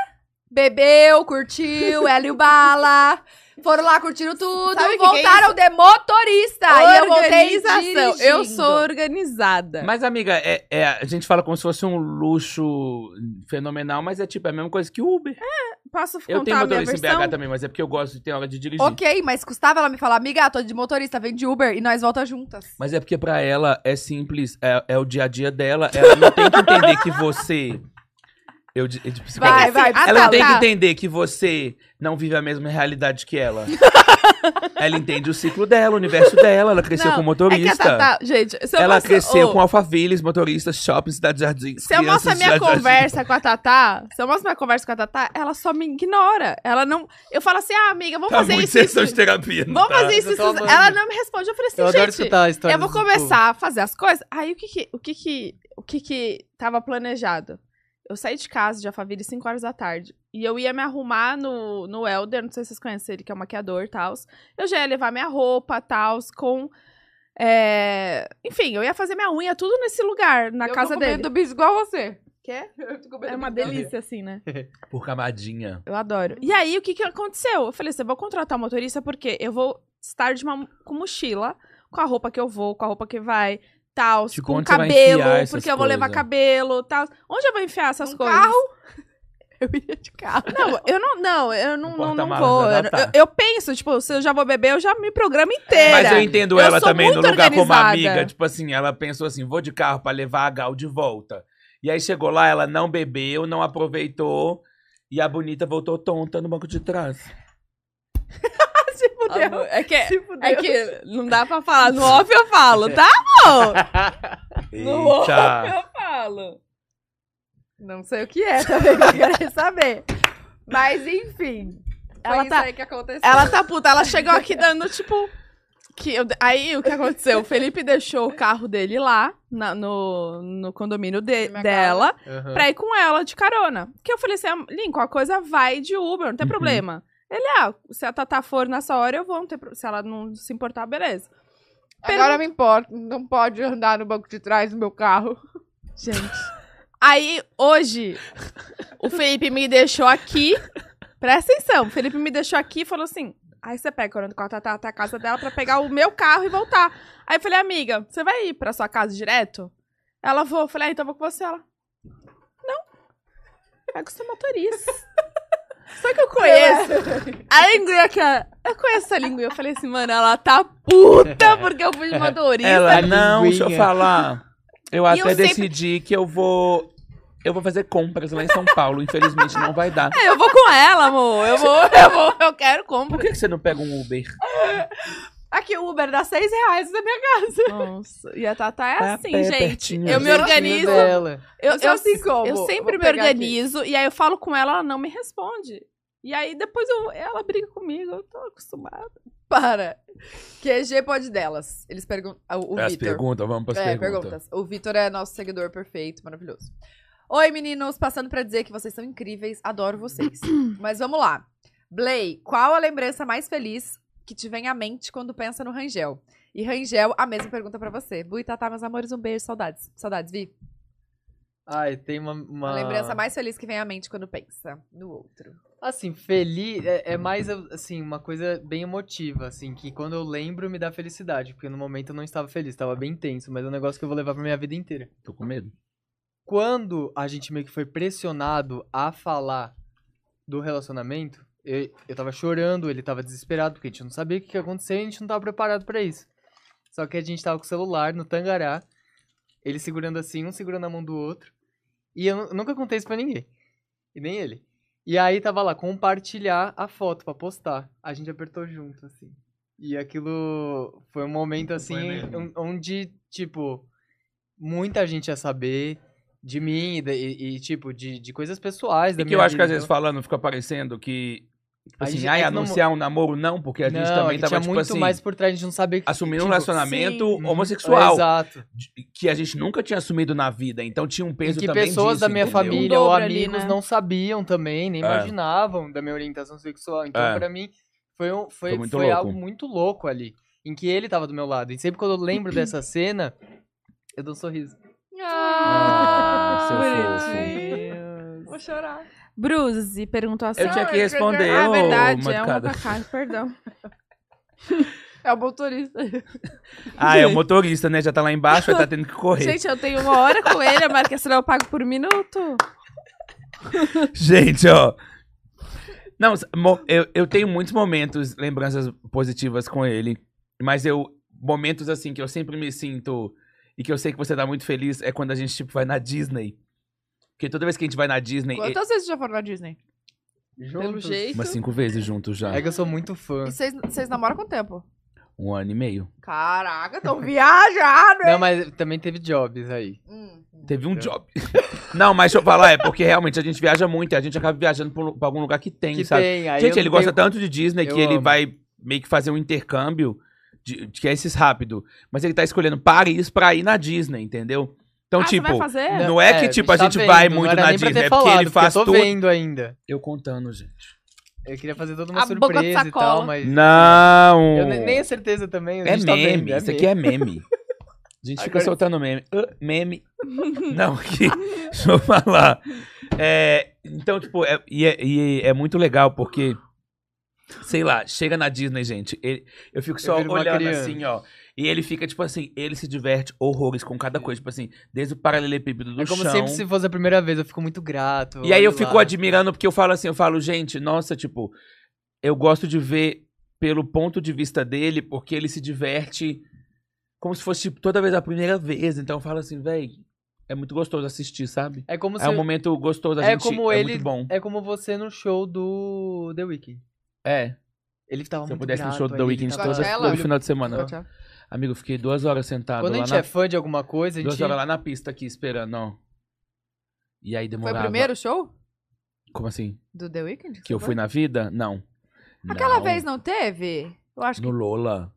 Speaker 2: (laughs)
Speaker 1: bebeu, curtiu, ela e o bala. Foram lá, curtiram tudo.
Speaker 2: Sabe o que que é
Speaker 1: voltaram de motorista. E eu voltei
Speaker 2: Organização. Eu
Speaker 1: dirigindo.
Speaker 2: sou organizada.
Speaker 3: Mas, amiga, é, é- a gente fala como se fosse um luxo fenomenal, mas é tipo, é a mesma coisa que Uber.
Speaker 2: Posso
Speaker 3: eu tenho
Speaker 2: contar tá a minha
Speaker 3: motorista em
Speaker 2: versão?
Speaker 3: BH também, mas é porque eu gosto de ter hora de dirigir.
Speaker 1: Ok, mas custava ela me falar, amiga, tô de motorista, vem de Uber e nós volta juntas.
Speaker 3: Mas é porque pra ela é simples, é, é o dia a dia dela. Ela não tem que entender que você. Eu, de- eu de psicóloga.
Speaker 1: Vai, vai,
Speaker 3: Ela
Speaker 1: tá,
Speaker 3: tem que
Speaker 2: É
Speaker 1: tá.
Speaker 3: entender que você não vive a mesma realidade que ela.
Speaker 2: (laughs)
Speaker 3: ela entende o ciclo dela, o universo dela. Ela cresceu
Speaker 2: Não,
Speaker 3: com
Speaker 2: É que a
Speaker 3: motorista.
Speaker 2: Tatá, gente, se eu
Speaker 3: ela
Speaker 2: mostro-
Speaker 3: cresceu
Speaker 2: Ô,
Speaker 3: com alfaviles, motoristas, shopping, cidade de jardim.
Speaker 2: Se eu mostro a minha conversa com a Tatá, se eu mostro minha conversa com a Tatá, ela só me ignora. Ela não. Eu falo assim, ah, amiga, vamos
Speaker 3: Tá
Speaker 2: fazer
Speaker 3: muito
Speaker 2: isso.
Speaker 4: (laughs)
Speaker 3: sessão
Speaker 2: isso.
Speaker 3: de terapia. não
Speaker 2: Vamos
Speaker 3: tá?
Speaker 2: fazer isso,
Speaker 4: Eu tô
Speaker 2: isso.
Speaker 4: amando.
Speaker 2: Ela não me responde. Eu falei assim,
Speaker 4: Eu adoro
Speaker 2: gente,
Speaker 4: escutar a história
Speaker 2: eu vou
Speaker 4: (laughs)
Speaker 2: começar a fazer as coisas. Aí o que que, o que que, o que que tava planejado? Eu saí de casa de Alphaville 5 horas da tarde. E eu ia me arrumar no, no Elder, não sei se vocês conhecem ele, que é o maquiador e tal. Eu já ia levar minha roupa e tal, com... é, Enfim, eu ia fazer minha unha, tudo nesse lugar, tá na
Speaker 1: eu
Speaker 2: casa
Speaker 1: tô com
Speaker 2: dele.
Speaker 1: medo do bicho igual você.
Speaker 2: Quer?
Speaker 1: (laughs) Eu tô com medo
Speaker 2: É
Speaker 1: do
Speaker 2: uma
Speaker 1: bicho.
Speaker 2: delícia, assim, né?
Speaker 3: Por camadinha.
Speaker 2: Eu adoro. E aí, o que, que aconteceu? Eu falei assim, eu vou contratar um motorista porque eu vou estar de uma, com mochila, com a roupa que eu vou, com a roupa que vai, tal,
Speaker 3: Tipo,
Speaker 2: com
Speaker 3: onde você vai
Speaker 2: cabelo,
Speaker 3: enfiar essas
Speaker 2: porque eu vou levar
Speaker 3: coisas?
Speaker 2: Um cabelo, tal. Onde eu vou enfiar essas
Speaker 1: Num
Speaker 2: coisas?
Speaker 1: carro? Eu iria de carro.
Speaker 2: Não, eu não, não, eu não, não, não
Speaker 3: Um porta-malas
Speaker 2: vou. Eu,
Speaker 3: adaptar.
Speaker 2: eu- eu penso, tipo, se eu já vou beber, eu já me programo inteira.
Speaker 3: Mas eu
Speaker 2: Eu
Speaker 3: entendo ela
Speaker 2: sou
Speaker 3: também no
Speaker 2: muito
Speaker 3: lugar como
Speaker 2: organizada.
Speaker 3: amiga. Tipo assim, ela pensou assim: vou de carro pra levar a Gal de volta. E aí chegou lá, ela não bebeu, não aproveitou. E a bonita voltou tonta no banco de trás.
Speaker 1: Se fudeu.
Speaker 2: Amor, É que,
Speaker 1: Se fudeu.
Speaker 2: é (laughs) que não dá pra falar. No off eu falo, tá, amor? No off
Speaker 3: Eita!
Speaker 2: eu falo.
Speaker 1: Não sei o que é também, eu quero saber. Mas enfim.
Speaker 2: Ela
Speaker 1: foi
Speaker 2: tá-
Speaker 1: isso aí que aconteceu.
Speaker 2: Ela tá puta, ela chegou aqui dando, tipo. Que eu- aí o que aconteceu? O Felipe deixou o carro dele lá, na- no, no condomínio de-
Speaker 1: minha
Speaker 2: dela,
Speaker 4: Aham.
Speaker 2: pra ir com ela de carona. Que eu falei assim, "Ah, Lincoln, a coisa vai de Uber, não tem
Speaker 3: Uhum.
Speaker 2: problema. Ele, ah, se a Tatá for nessa hora, eu vou, não tem pro- se ela não se importar, beleza.
Speaker 1: Agora me importa, não pode andar no banco de trás do meu carro.
Speaker 2: Gente. Aí, hoje, o Felipe me deixou aqui. Presta atenção, o Felipe me deixou aqui e falou assim: aí você pega corando com a Tatá até a casa dela pra pegar o meu carro e voltar. Aí eu falei, amiga, você vai ir pra sua casa direto? Ela vou, eu falei, ah, então eu vou com você. Ela. Não. Vai com seu motorista. Só que eu conheço. A linguinha que ela- Eu conheço essa linguinha. Eu falei assim, mano, ela tá puta porque eu fui de motorista.
Speaker 3: Ela,
Speaker 4: A
Speaker 3: não, deixa eu
Speaker 4: linguinha.
Speaker 3: falar. Eu
Speaker 2: E
Speaker 3: até
Speaker 2: eu sempre-
Speaker 3: decidi que eu vou. Eu vou fazer compras lá em São Paulo. Infelizmente não vai dar.
Speaker 2: É, Eu vou com ela, amor. Eu vou, (laughs) eu vou, eu quero compra.
Speaker 3: Por que, que você não pega um Uber?
Speaker 1: Aqui, o Uber dá seis reais da minha
Speaker 2: Nossa, e a Tata é
Speaker 3: Tá
Speaker 2: assim,
Speaker 3: pé
Speaker 2: gente.
Speaker 3: pertinho.
Speaker 2: Eu me
Speaker 4: Jeitinho
Speaker 2: organizo.
Speaker 4: dela.
Speaker 2: Eu,
Speaker 1: Eu sei
Speaker 2: eu,
Speaker 1: assim como.
Speaker 2: eu sempre
Speaker 1: Vou
Speaker 2: me
Speaker 1: pegar aqui.
Speaker 2: organizo e aí eu falo com ela, ela não me responde. E aí depois eu- ela briga comigo, eu tô acostumada.
Speaker 1: Para. QG pode delas. Eles perguntam. O
Speaker 3: As
Speaker 1: Vitor.
Speaker 3: perguntas, vamos pras
Speaker 1: É,
Speaker 3: perguntas.
Speaker 1: perguntas. O Vitor é nosso seguidor perfeito, maravilhoso. Oi, meninos, passando pra dizer que vocês são incríveis, adoro (clears throat) vocês. Mas vamos lá. Blay, qual a lembrança mais feliz que te vem à mente quando pensa no Rangel? E Rangel, a mesma pergunta pra você. Bui, Tatá, meus amores, um beijo, saudades. Saudades, Vi.
Speaker 4: Ai, tem uma. uma...
Speaker 1: A lembrança mais feliz que vem à mente quando pensa no outro.
Speaker 4: Assim, feliz é, é mais assim, uma coisa bem emotiva, assim, que quando eu lembro me dá felicidade, porque no momento eu não estava feliz, estava bem tenso, mas é um negócio que eu vou levar pra minha vida inteira.
Speaker 3: Tô com medo.
Speaker 4: Quando a gente meio que foi pressionado a falar do relacionamento, eu, eu tava chorando, ele tava desesperado, porque a gente não sabia o que que ia acontecer e a gente não tava preparado pra isso. Só que a gente tava com o celular no tangará, ele segurando assim, um segurando a mão do outro, e eu nu- nunca contei isso pra ninguém, e nem ele. E aí tava lá, compartilhar a foto pra postar. A gente apertou junto, assim. E aquilo foi um momento, assim,
Speaker 3: mesmo.
Speaker 4: on- onde, tipo, muita gente ia saber de mim e, da- e- e, tipo, de, de coisas pessoais da
Speaker 3: E que
Speaker 4: minha
Speaker 3: eu acho que
Speaker 4: vida,
Speaker 3: às vezes
Speaker 4: então.
Speaker 3: falando fica parecendo que. tipo
Speaker 4: A
Speaker 3: Assim,
Speaker 4: gente-
Speaker 3: ai,
Speaker 4: é que não-
Speaker 3: anunciar um namoro não, porque a gente
Speaker 4: Não,
Speaker 3: também
Speaker 4: é que
Speaker 3: tava,
Speaker 4: tinha
Speaker 3: tipo
Speaker 4: muito
Speaker 3: assim,
Speaker 4: mais por trás, a gente não sabia... que-
Speaker 3: assumindo um
Speaker 4: tipo,
Speaker 3: relacionamento
Speaker 4: Uhum.
Speaker 3: homossexual.
Speaker 4: Exato.
Speaker 3: de- Que a gente nunca tinha assumido na vida. Então tinha um
Speaker 4: E
Speaker 3: peso
Speaker 4: que
Speaker 3: também
Speaker 4: pessoas
Speaker 3: disso,
Speaker 4: da minha
Speaker 3: entendeu?
Speaker 4: família
Speaker 2: Um
Speaker 4: ou
Speaker 2: dobro ali,
Speaker 4: amigos
Speaker 2: né?
Speaker 4: não sabiam também, nem
Speaker 3: É.
Speaker 4: imaginavam da minha orientação sexual. Então,
Speaker 3: É.
Speaker 4: pra mim, foi, um, foi,
Speaker 3: Foi
Speaker 4: foi,
Speaker 3: muito louco.
Speaker 4: algo muito louco ali. Em que ele tava do meu lado. E sempre quando
Speaker 3: (clears throat)
Speaker 4: eu lembro dessa cena, eu dou um sorriso.
Speaker 3: Ah, seu
Speaker 1: Vou chorar.
Speaker 12: Bruce perguntou assim.
Speaker 3: Eu tinha que
Speaker 1: eu-
Speaker 3: responder.
Speaker 2: Ah,
Speaker 3: ô,
Speaker 2: verdade, é um
Speaker 3: mancada.
Speaker 2: macacá, perdão.
Speaker 1: É o motorista.
Speaker 3: Ah,
Speaker 4: (laughs)
Speaker 3: é o motorista, né? Já tá lá embaixo, vai tá tendo que correr. Gente,
Speaker 2: Gente, eu tenho uma hora com ele, a marcação eu pago por minuto.
Speaker 3: Então, ó. Não, s- mo- eu, eu tenho muitos momentos, lembranças positivas com ele. Mas eu. Momentos assim que eu sempre me sinto. E que eu sei que você tá muito feliz é quando a gente, tipo, vai na Disney. Porque toda vez que a gente vai na Disney. é-
Speaker 1: Quantas vezes vocês já foram na Disney?
Speaker 4: Juntos.
Speaker 3: Umas cinco vezes juntos já.
Speaker 4: É que eu sou muito fã.
Speaker 1: E vocês- vocês namoram quanto tempo?
Speaker 3: Um ano e meio.
Speaker 1: Caraca, tão (laughs) viajado,
Speaker 2: é
Speaker 1: hein?
Speaker 4: Não, mas também teve jobs aí.
Speaker 1: Hum, hum.
Speaker 3: Teve um
Speaker 4: É.
Speaker 3: job. (laughs) Não, mas deixa eu falar, é porque realmente a gente viaja muito e a gente acaba viajando pro- pra algum lugar que tem,
Speaker 4: Que
Speaker 3: sabe?
Speaker 4: tem. Aí eu
Speaker 3: Gente,
Speaker 4: não
Speaker 3: ele gosta
Speaker 4: tenho-
Speaker 3: tanto de Disney
Speaker 4: Eu
Speaker 3: que ele
Speaker 4: amo.
Speaker 3: vai meio que fazer um intercâmbio de, de que é esses rápido. Mas ele tá escolhendo Paris pra ir na Disney, entendeu? Então,
Speaker 2: ah, você
Speaker 3: tipo,
Speaker 2: vai fazer?
Speaker 3: não é que, tipo, a
Speaker 4: tá
Speaker 3: gente vai
Speaker 4: vendo, não
Speaker 3: muito
Speaker 4: era
Speaker 3: na
Speaker 4: nem pra ter
Speaker 3: Disney, é porque
Speaker 4: falado,
Speaker 3: ele faz
Speaker 4: eu tô
Speaker 3: tudo-
Speaker 4: vendo ainda.
Speaker 3: Eu contando, gente.
Speaker 4: Eu queria fazer toda uma
Speaker 2: A boca de
Speaker 4: surpresa e tal,
Speaker 2: sacola.
Speaker 4: mas...
Speaker 3: Não!
Speaker 4: Eu ne- nem a certeza também. a
Speaker 3: É
Speaker 4: gente tá vendo,
Speaker 3: meme, isso aqui é meme. A gente fica
Speaker 4: Agora-
Speaker 3: soltando meme. Ah,
Speaker 4: (laughs)
Speaker 3: meme. Não, aqui. Deixa eu falar. É, então, tipo, é, e, é, e é muito legal porque, sei lá, chega na Disney, gente. ele- eu fico só
Speaker 4: viro uma
Speaker 3: olhando
Speaker 4: criança.
Speaker 3: assim, ó. E ele fica, tipo assim, ele se diverte horrores com cada coisa. Tipo assim, desde o paralelepípedo do
Speaker 4: É como
Speaker 3: chão.
Speaker 4: sempre se fosse a primeira vez, eu fico muito grato.
Speaker 3: E aí eu
Speaker 4: olho
Speaker 3: fico
Speaker 4: lá.
Speaker 3: admirando, porque eu falo assim, eu falo, gente, nossa, tipo, eu gosto de ver pelo ponto de vista dele, porque ele se diverte como se fosse tipo, toda vez a primeira vez. Então eu falo assim, véi, é muito gostoso assistir, sabe?
Speaker 4: É como se.
Speaker 3: É um momento gostoso, a
Speaker 4: é
Speaker 3: gente
Speaker 4: como
Speaker 3: é
Speaker 4: ele-
Speaker 3: muito bom.
Speaker 4: É como você no show do The Weeknd.
Speaker 3: É,
Speaker 4: Ele tava
Speaker 3: se eu
Speaker 4: muito
Speaker 3: pudesse ir no
Speaker 4: grato,
Speaker 3: show do
Speaker 4: aí
Speaker 3: The
Speaker 4: ele tá
Speaker 3: Weeknd
Speaker 4: tava-
Speaker 3: todo,
Speaker 1: Coachella?
Speaker 3: todo final de semana.
Speaker 4: Coachella.
Speaker 3: Amigo, eu fiquei duas horas sentado
Speaker 4: Quando a
Speaker 3: lá
Speaker 4: gente
Speaker 3: na
Speaker 4: é fã de alguma coisa, a
Speaker 3: Duas
Speaker 4: gente.
Speaker 3: horas lá na pista aqui esperando, ó. E aí
Speaker 1: Foi
Speaker 3: demorava.
Speaker 1: o primeiro show
Speaker 3: Como assim?
Speaker 1: do The Weeknd?
Speaker 3: Que eu fui na vida? Não.
Speaker 1: Aquela
Speaker 3: Não.
Speaker 1: vez não teve? Eu
Speaker 4: né?
Speaker 1: acho que.
Speaker 3: No Lola.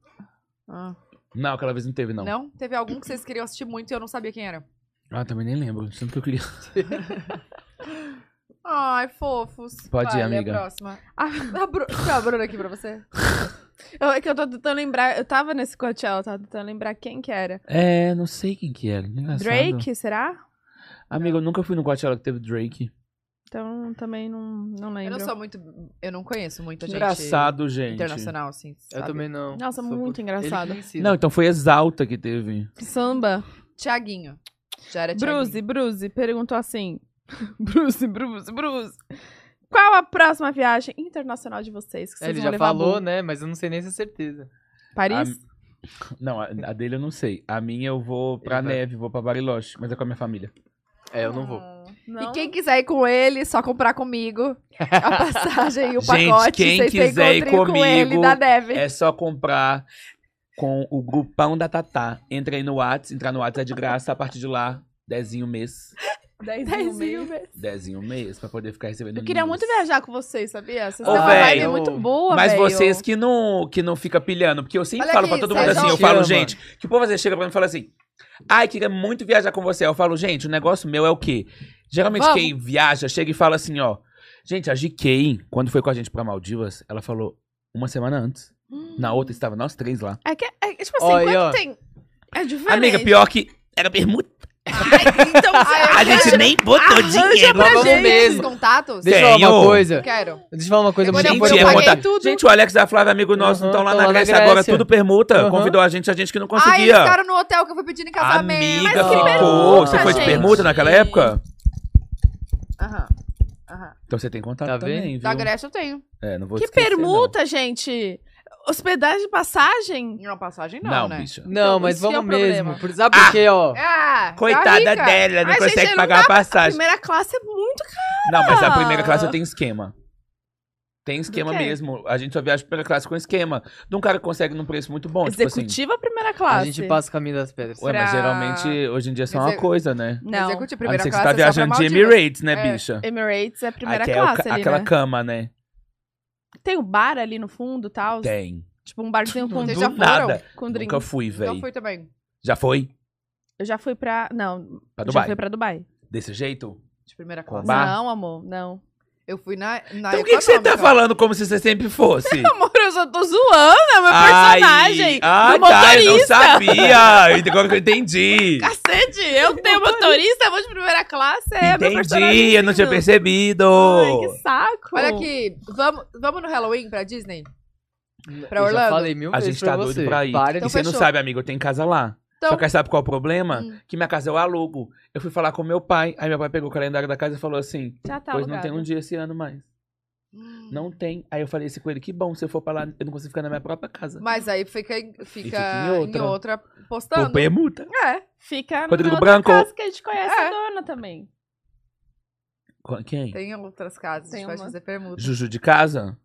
Speaker 1: Ah.
Speaker 3: Não, aquela vez não teve, não.
Speaker 1: Não. Teve algum que vocês queriam assistir muito e eu não sabia quem era.
Speaker 3: Ah, também nem lembro. Sinto que eu queria. (laughs)
Speaker 1: Ai, fofos.
Speaker 3: Pode ir,
Speaker 1: Vai, lê
Speaker 3: amiga.
Speaker 1: A próxima.
Speaker 2: Ah,
Speaker 1: A, a, Bru... (laughs) Deixa eu a Bruna aqui pra você.
Speaker 2: Eu- é que eu tô tentando lembrar. Eu tava nesse Coachella, eu tava tentando lembrar quem que era.
Speaker 3: É, não sei quem que era. Engraçado.
Speaker 2: Drake, será?
Speaker 3: Amigo, eu nunca fui no Coachella que teve Drake.
Speaker 2: Então também não, não
Speaker 1: Eu
Speaker 2: lembro.
Speaker 1: não sou muito. Eu não conheço muita gente.
Speaker 3: Engraçado, gente.
Speaker 1: Internacional, assim.
Speaker 4: Eu
Speaker 1: sabe?
Speaker 4: também não.
Speaker 2: Nossa,
Speaker 4: Sou
Speaker 2: muito
Speaker 4: por-
Speaker 2: engraçado.
Speaker 4: Ele que me ensina.
Speaker 3: Não, então foi Exalta que teve.
Speaker 4: (laughs)
Speaker 2: Samba.
Speaker 1: Tiaguinho. Já era
Speaker 2: Bruce,
Speaker 1: Thiaguinho.
Speaker 2: Bruce, perguntou assim. (laughs) Bruce, Bruce, Bruce. Qual a próxima viagem internacional de vocês? Que
Speaker 4: É,
Speaker 2: vocês
Speaker 4: ele
Speaker 2: vão
Speaker 4: já
Speaker 2: levar a
Speaker 4: falou,
Speaker 2: bom?
Speaker 4: né? Mas eu não sei nem se é certeza.
Speaker 2: Paris?
Speaker 3: (laughs) Não, a, a dele eu não sei. A minha eu vou pra
Speaker 4: Ele vai.
Speaker 3: neve, vou pra Bariloche, mas é com a minha família.
Speaker 4: É, eu não vou.
Speaker 2: Não.
Speaker 1: E quem quiser ir com ele, só comprar comigo
Speaker 3: (laughs)
Speaker 1: a passagem e o
Speaker 3: Gente,
Speaker 1: pacote.
Speaker 3: quem
Speaker 1: Vocês têm
Speaker 3: quiser ir
Speaker 1: encontrinho com ele
Speaker 3: comigo,
Speaker 1: da neve.
Speaker 3: É só comprar com o grupão da Tatá. Entra aí no Whats, entrar no Whats é de graça, a partir de lá, dezinho mês.
Speaker 2: (laughs)
Speaker 4: um
Speaker 2: Dezinho mesmo.
Speaker 3: Dezinho mês, pra poder ficar recebendo
Speaker 2: Eu queria muito
Speaker 3: news.
Speaker 2: viajar com vocês, sabia? Vocês
Speaker 3: Hum. Ô,
Speaker 2: têm uma vibe
Speaker 4: véio.
Speaker 2: muito boa,
Speaker 3: Mas
Speaker 2: véio.
Speaker 3: vocês que não, que não fica pilhando, porque eu sempre
Speaker 1: Olha
Speaker 3: falo pra
Speaker 1: aqui,
Speaker 3: todo
Speaker 1: vocês
Speaker 3: mundo assim,
Speaker 1: vão-
Speaker 3: eu falo,
Speaker 4: Chama.
Speaker 3: gente, que o povo às vezes chega pra mim e fala assim, ai, queria muito viajar com você. Eu falo, gente, o negócio meu é o quê? Geralmente
Speaker 1: Vamos.
Speaker 3: quem viaja chega e fala assim, ó, gente, a GK, quando foi com a gente pra Maldivas, ela falou uma semana antes.
Speaker 1: Hum.
Speaker 3: Na outra estava nós três lá.
Speaker 2: É que, é, que, tipo assim,
Speaker 4: Ó, aí,
Speaker 2: quando
Speaker 4: ó.
Speaker 2: tem... É diferente.
Speaker 3: Amiga, pior Ah, é. que era permuta. (laughs)
Speaker 2: Então,
Speaker 3: A gente nem botou dinheiro.
Speaker 4: pra
Speaker 1: Vamos
Speaker 4: gente.
Speaker 1: mesmo. contatos?
Speaker 4: Deixa eu falar
Speaker 3: Tenho.
Speaker 4: uma coisa.
Speaker 1: Quero.
Speaker 4: Deixa eu falar uma coisa
Speaker 1: Agora
Speaker 4: muito
Speaker 1: eu vou-
Speaker 3: Gente,
Speaker 1: eu
Speaker 3: é
Speaker 1: paguei
Speaker 3: contato.
Speaker 1: tudo.
Speaker 3: Gente, o Alex da Flávia, amigo nosso,
Speaker 4: Aham,
Speaker 3: estão lá
Speaker 4: tão
Speaker 3: na
Speaker 4: lá na
Speaker 3: Grécia agora,
Speaker 4: Grécia.
Speaker 3: tudo permuta.
Speaker 4: Aham.
Speaker 3: Convidou a gente, a gente que não
Speaker 1: Ah, eles
Speaker 3: conseguia.
Speaker 1: ficaram no hotel que eu fui pedir em casamento.
Speaker 3: Amiga,
Speaker 2: Mas que
Speaker 3: ficou. Você
Speaker 2: permuta,
Speaker 3: foi de
Speaker 2: gente.
Speaker 3: permuta naquela época?
Speaker 1: Aham. Aham.
Speaker 3: Então você tem contato
Speaker 4: Tá vendo?
Speaker 3: também, viu?
Speaker 1: Da Grécia eu tenho.
Speaker 3: É, não vou
Speaker 2: Que
Speaker 3: esquecer,
Speaker 2: permuta, gente. Hospedagem de passagem?
Speaker 1: Não, passagem
Speaker 3: Não,
Speaker 1: não,
Speaker 3: não,
Speaker 1: né?
Speaker 3: bicha.
Speaker 4: Não, Tá mas
Speaker 2: isso que é
Speaker 4: vamos
Speaker 2: o
Speaker 4: mesmo.
Speaker 2: problema.
Speaker 4: Por- Sabe por quê, ó?
Speaker 1: Ah, tá
Speaker 3: Coitada
Speaker 1: rica.
Speaker 3: dela, não
Speaker 2: Ai, gente,
Speaker 3: consegue
Speaker 2: não
Speaker 3: pagar a
Speaker 2: A
Speaker 3: passagem.
Speaker 2: primeira classe é muito cara.
Speaker 3: Não, mas a primeira classe eu tenho esquema. Tem esquema
Speaker 2: quê?
Speaker 3: mesmo. A gente só viaja primeira classe com esquema. De um cara que consegue num preço muito bom. Tipo assim,
Speaker 2: Executiva ou primeira
Speaker 4: A
Speaker 2: classe?
Speaker 4: gente passa o caminho das pedras.
Speaker 3: ué,
Speaker 1: pra-
Speaker 3: mas geralmente hoje em dia é só uma
Speaker 1: Execu-
Speaker 3: coisa, né?
Speaker 2: Não.
Speaker 1: Executivo,
Speaker 3: A não
Speaker 1: primeira
Speaker 3: ser que você
Speaker 1: classe é só
Speaker 3: tá
Speaker 1: pra
Speaker 3: viajando de
Speaker 1: Maldivas.
Speaker 3: Emirates, né,
Speaker 1: É.
Speaker 3: bicha?
Speaker 2: Emirates é a primeira
Speaker 3: Aí que é o
Speaker 2: classe
Speaker 3: ca-
Speaker 2: ali,
Speaker 3: aquela
Speaker 2: né?
Speaker 3: cama, né?
Speaker 2: Tem um bar ali no fundo e tal.
Speaker 3: Tem.
Speaker 2: Tipo um barzinho com,
Speaker 1: Vocês
Speaker 3: Do
Speaker 1: já
Speaker 2: com,
Speaker 1: foram?
Speaker 3: nada.
Speaker 2: com drink.
Speaker 3: Nunca fui,
Speaker 1: Então
Speaker 3: velho.
Speaker 1: fui também.
Speaker 3: Já foi?
Speaker 2: Eu já fui pra... Não, já
Speaker 3: Pra Dubai? Ah.
Speaker 2: fui pra Dubai.
Speaker 3: Desse jeito?
Speaker 1: De primeira
Speaker 3: Com
Speaker 1: classe.
Speaker 3: bar?
Speaker 2: Não, amor, não.
Speaker 1: Eu fui na.
Speaker 4: Ah,
Speaker 1: na
Speaker 3: Então o que, que você tá
Speaker 1: econômica.
Speaker 3: falando como se você
Speaker 2: (laughs)
Speaker 3: sempre fosse?
Speaker 2: Amor, eu só tô zoando, é meu personagem. do
Speaker 3: Ai, tá, eu não
Speaker 2: motorista.
Speaker 3: sabia. Ent- Agora que eu entendi.
Speaker 2: Cacete, eu tenho motorista, eu vou de primeira classe, é meu personagem.
Speaker 3: entendi, eu não tinha
Speaker 2: lindo.
Speaker 3: percebido.
Speaker 2: Ai, que saco.
Speaker 1: Olha aqui, vamos, vamos no Halloween pra Disney? Pra
Speaker 4: eu já
Speaker 1: Orlando?
Speaker 4: falei mil
Speaker 3: A
Speaker 4: vezes
Speaker 3: gente tá
Speaker 4: pra
Speaker 3: doido
Speaker 4: você.
Speaker 3: pra ir.
Speaker 4: Para
Speaker 3: e
Speaker 1: Então
Speaker 4: de
Speaker 3: você não
Speaker 1: fechou.
Speaker 3: sabe, amigo, eu tenho casa lá.
Speaker 1: Então-
Speaker 3: Só que sabe qual é o problema?
Speaker 1: Hum.
Speaker 3: Que minha casa eu alugo. Eu fui falar com meu pai. Aí meu pai pegou o calendário da casa e falou assim:
Speaker 2: Já tá
Speaker 3: Pois não
Speaker 2: alugado. Hum.
Speaker 3: tem um dia esse ano mais. Não tem. Aí eu falei assim com ele: Que bom, se eu for pra lá, eu não consigo ficar na minha própria casa.
Speaker 1: Mas aí fica, em- fica,
Speaker 3: fica em
Speaker 1: em, outra.
Speaker 3: outra.
Speaker 1: postando.
Speaker 3: Por permuta.
Speaker 1: É.
Speaker 2: Fica no
Speaker 3: Rodrigo
Speaker 2: outra
Speaker 3: Branco.
Speaker 2: casa que a gente conhece
Speaker 1: É.
Speaker 2: a dona também.
Speaker 3: Qu- Quem?
Speaker 1: Tem outras casas,
Speaker 2: Tem
Speaker 1: a gente pode
Speaker 2: uma.
Speaker 1: fazer permuta.
Speaker 3: Juju de casa?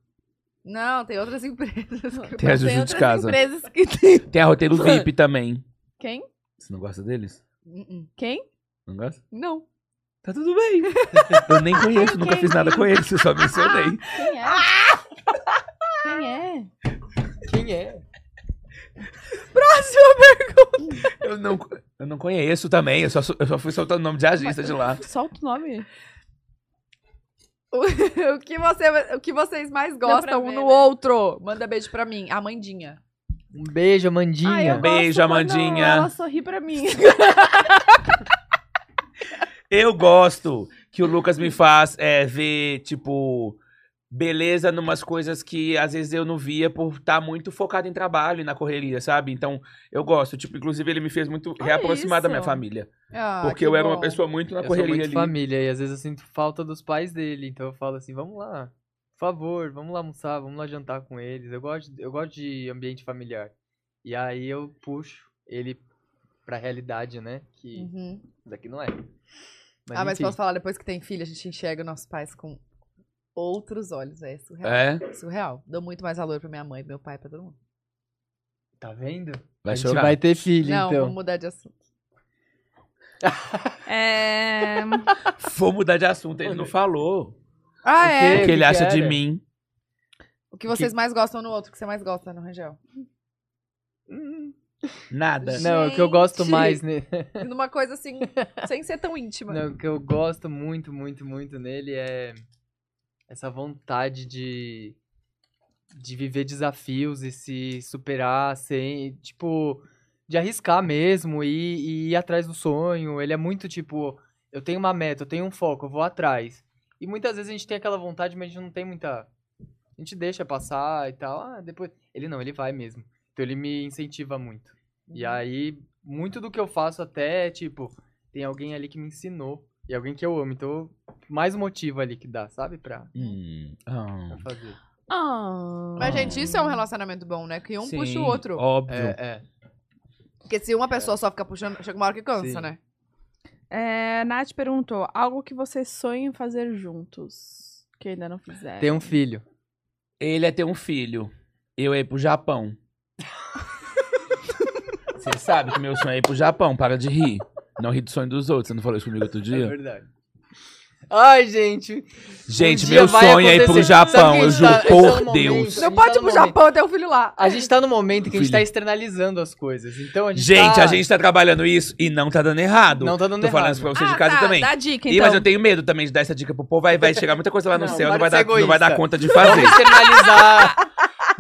Speaker 1: Não, tem outras (laughs) empresas. que-
Speaker 3: Tem a É, Juju
Speaker 2: Tem
Speaker 3: de
Speaker 2: outras
Speaker 3: casa.
Speaker 2: empresas que (laughs) tem.
Speaker 3: Tem a roteiro VIP também.
Speaker 2: Quem?
Speaker 3: Você não gosta deles?
Speaker 1: Uh-uh.
Speaker 2: Quem?
Speaker 3: Não gosta?
Speaker 1: Não.
Speaker 3: Tá
Speaker 1: (laughs)
Speaker 3: tudo bem. Eu nem conheço, nunca fiz nada com eles, eu só mencionei.
Speaker 2: Quem
Speaker 3: (laughs)
Speaker 2: é? Quem é?
Speaker 4: Quem é?
Speaker 3: Eu não, eu não conheço também, eu só, sou- eu só fui soltando o nome de agista de lá.
Speaker 2: Solta o nome.
Speaker 1: (laughs) o, que você, o que vocês mais
Speaker 2: pra
Speaker 1: gostam um
Speaker 2: ver,
Speaker 1: no
Speaker 2: né?
Speaker 1: outro? Manda beijo pra mim. Amandinha.
Speaker 4: Um beijo,
Speaker 1: Ah,
Speaker 2: Ai,
Speaker 4: Amandinha.
Speaker 2: eu
Speaker 3: Beijo,
Speaker 2: gosto quando
Speaker 3: Amandinha.
Speaker 2: Ela sorri pra mim.
Speaker 3: Eu gosto que o Lucas me faz é, ver, tipo, beleza numas coisas que às vezes eu não via por estar muito focado em trabalho e na correria, sabe? Então, eu gosto. Tipo, inclusive ele me fez muito
Speaker 2: Olha
Speaker 3: reaproximar da
Speaker 2: isso.
Speaker 3: minha família.
Speaker 1: Ah,
Speaker 3: porque
Speaker 1: que
Speaker 3: eu era uma
Speaker 1: bom.
Speaker 3: pessoa muito na
Speaker 4: eu sou
Speaker 3: correria
Speaker 4: muito
Speaker 3: ali.
Speaker 4: família e às vezes eu sinto falta dos pais dele, então eu falo assim, vamos lá, por favor, vamos lá almoçar, vamos lá jantar com eles. Eu gosto, eu gosto de ambiente familiar. E aí eu puxo ele pra realidade, né? Que
Speaker 1: Uhum.
Speaker 4: daqui não é. Mas,
Speaker 1: ah, mas
Speaker 4: enfim,
Speaker 1: posso falar, depois que tem filho, a gente enxerga nossos pais com outros olhos. É surreal.
Speaker 3: É,
Speaker 1: Surreal. Dou muito mais valor pra minha mãe, meu pai, pra todo mundo.
Speaker 4: tá vendo?
Speaker 3: vai
Speaker 4: a gente
Speaker 3: chorar.
Speaker 4: vai ter filho,
Speaker 1: Não,
Speaker 4: então.
Speaker 1: vamos mudar de assunto.
Speaker 2: (laughs)
Speaker 1: (laughs)
Speaker 2: É...
Speaker 3: Vou mudar de assunto, ele não falou.
Speaker 1: Ah,
Speaker 4: é?
Speaker 1: é?
Speaker 3: O que
Speaker 4: que
Speaker 3: ele
Speaker 4: que
Speaker 3: acha de
Speaker 4: era?
Speaker 3: mim?
Speaker 1: O que vocês mais gostam no outro, o que você mais gosta no Rangel?
Speaker 3: Nada.
Speaker 4: Não, o que eu gosto
Speaker 1: Gente.
Speaker 4: mais, né?
Speaker 1: Numa coisa assim, sem ser tão íntima.
Speaker 4: Não, o que eu gosto muito, muito, muito nele é essa vontade de, de viver desafios e se superar sem, tipo, de arriscar mesmo e, e ir atrás do sonho. Ele é muito tipo, eu tenho uma meta, eu tenho um foco, eu vou atrás. E muitas vezes a gente tem aquela vontade, mas a gente não tem muita. A gente deixa passar e tal. Ah, depois. Ele não, ele vai mesmo. Então ele me incentiva muito. E aí, muito do que eu faço até, tipo, tem alguém ali que me ensinou. E alguém que eu amo. Então, mais um motivo ali que dá, sabe? Pra,
Speaker 3: Hum, ah.
Speaker 4: pra fazer.
Speaker 2: Ah.
Speaker 1: Mas, gente, isso é um relacionamento bom, né? Que um
Speaker 3: Sim,
Speaker 1: puxa o outro.
Speaker 3: Óbvio.
Speaker 4: É, é.
Speaker 1: Porque se uma pessoa só fica puxando, chega uma hora que cansa,
Speaker 4: Sim.
Speaker 1: né?
Speaker 2: É, Nath perguntou: algo que vocês sonham em fazer juntos? Que ainda não fizeram.
Speaker 4: Tem um filho.
Speaker 3: Ele é ter um filho. Eu é ir pro
Speaker 4: (laughs)
Speaker 3: Japão. Você sabe que meu sonho é ir pro Japão, para de rir. Não ri do sonho dos outros, você não falou isso comigo outro
Speaker 4: É
Speaker 3: dia?
Speaker 4: verdade. Ai, gente.
Speaker 3: Gente,
Speaker 4: Um dia
Speaker 3: meu
Speaker 4: vai
Speaker 3: sonho é ir pro
Speaker 4: acontecer.
Speaker 3: Japão,
Speaker 4: Sabe
Speaker 3: eu
Speaker 4: que
Speaker 3: juro
Speaker 4: a gente tá- a gente tá
Speaker 3: por
Speaker 4: num
Speaker 3: Deus.
Speaker 4: momento-
Speaker 2: Então,
Speaker 1: Não
Speaker 4: gente
Speaker 1: pode
Speaker 4: tá
Speaker 1: ir pro
Speaker 4: no momento.
Speaker 1: Japão, tem um filho lá.
Speaker 4: A gente tá num momento que a gente tá
Speaker 3: Filho.
Speaker 4: externalizando as coisas. Então a gente
Speaker 3: Gente,
Speaker 4: tá...
Speaker 3: a gente tá trabalhando isso e não tá dando errado.
Speaker 4: Não tá dando
Speaker 3: Tô falando
Speaker 4: errado.
Speaker 3: isso pra vocês
Speaker 2: Ah,
Speaker 3: de casa
Speaker 2: tá,
Speaker 3: também.
Speaker 2: Dá dica,
Speaker 3: Ih,
Speaker 2: então.
Speaker 3: mas eu tenho medo também de dar essa dica pro povo. Vai, vai chegar muita coisa lá no
Speaker 4: Não,
Speaker 3: céu, não vai,
Speaker 4: para de
Speaker 3: dar,
Speaker 4: ser
Speaker 3: não vai dar
Speaker 4: egoísta.
Speaker 3: conta de
Speaker 4: (laughs)
Speaker 3: fazer.
Speaker 4: Externalizar.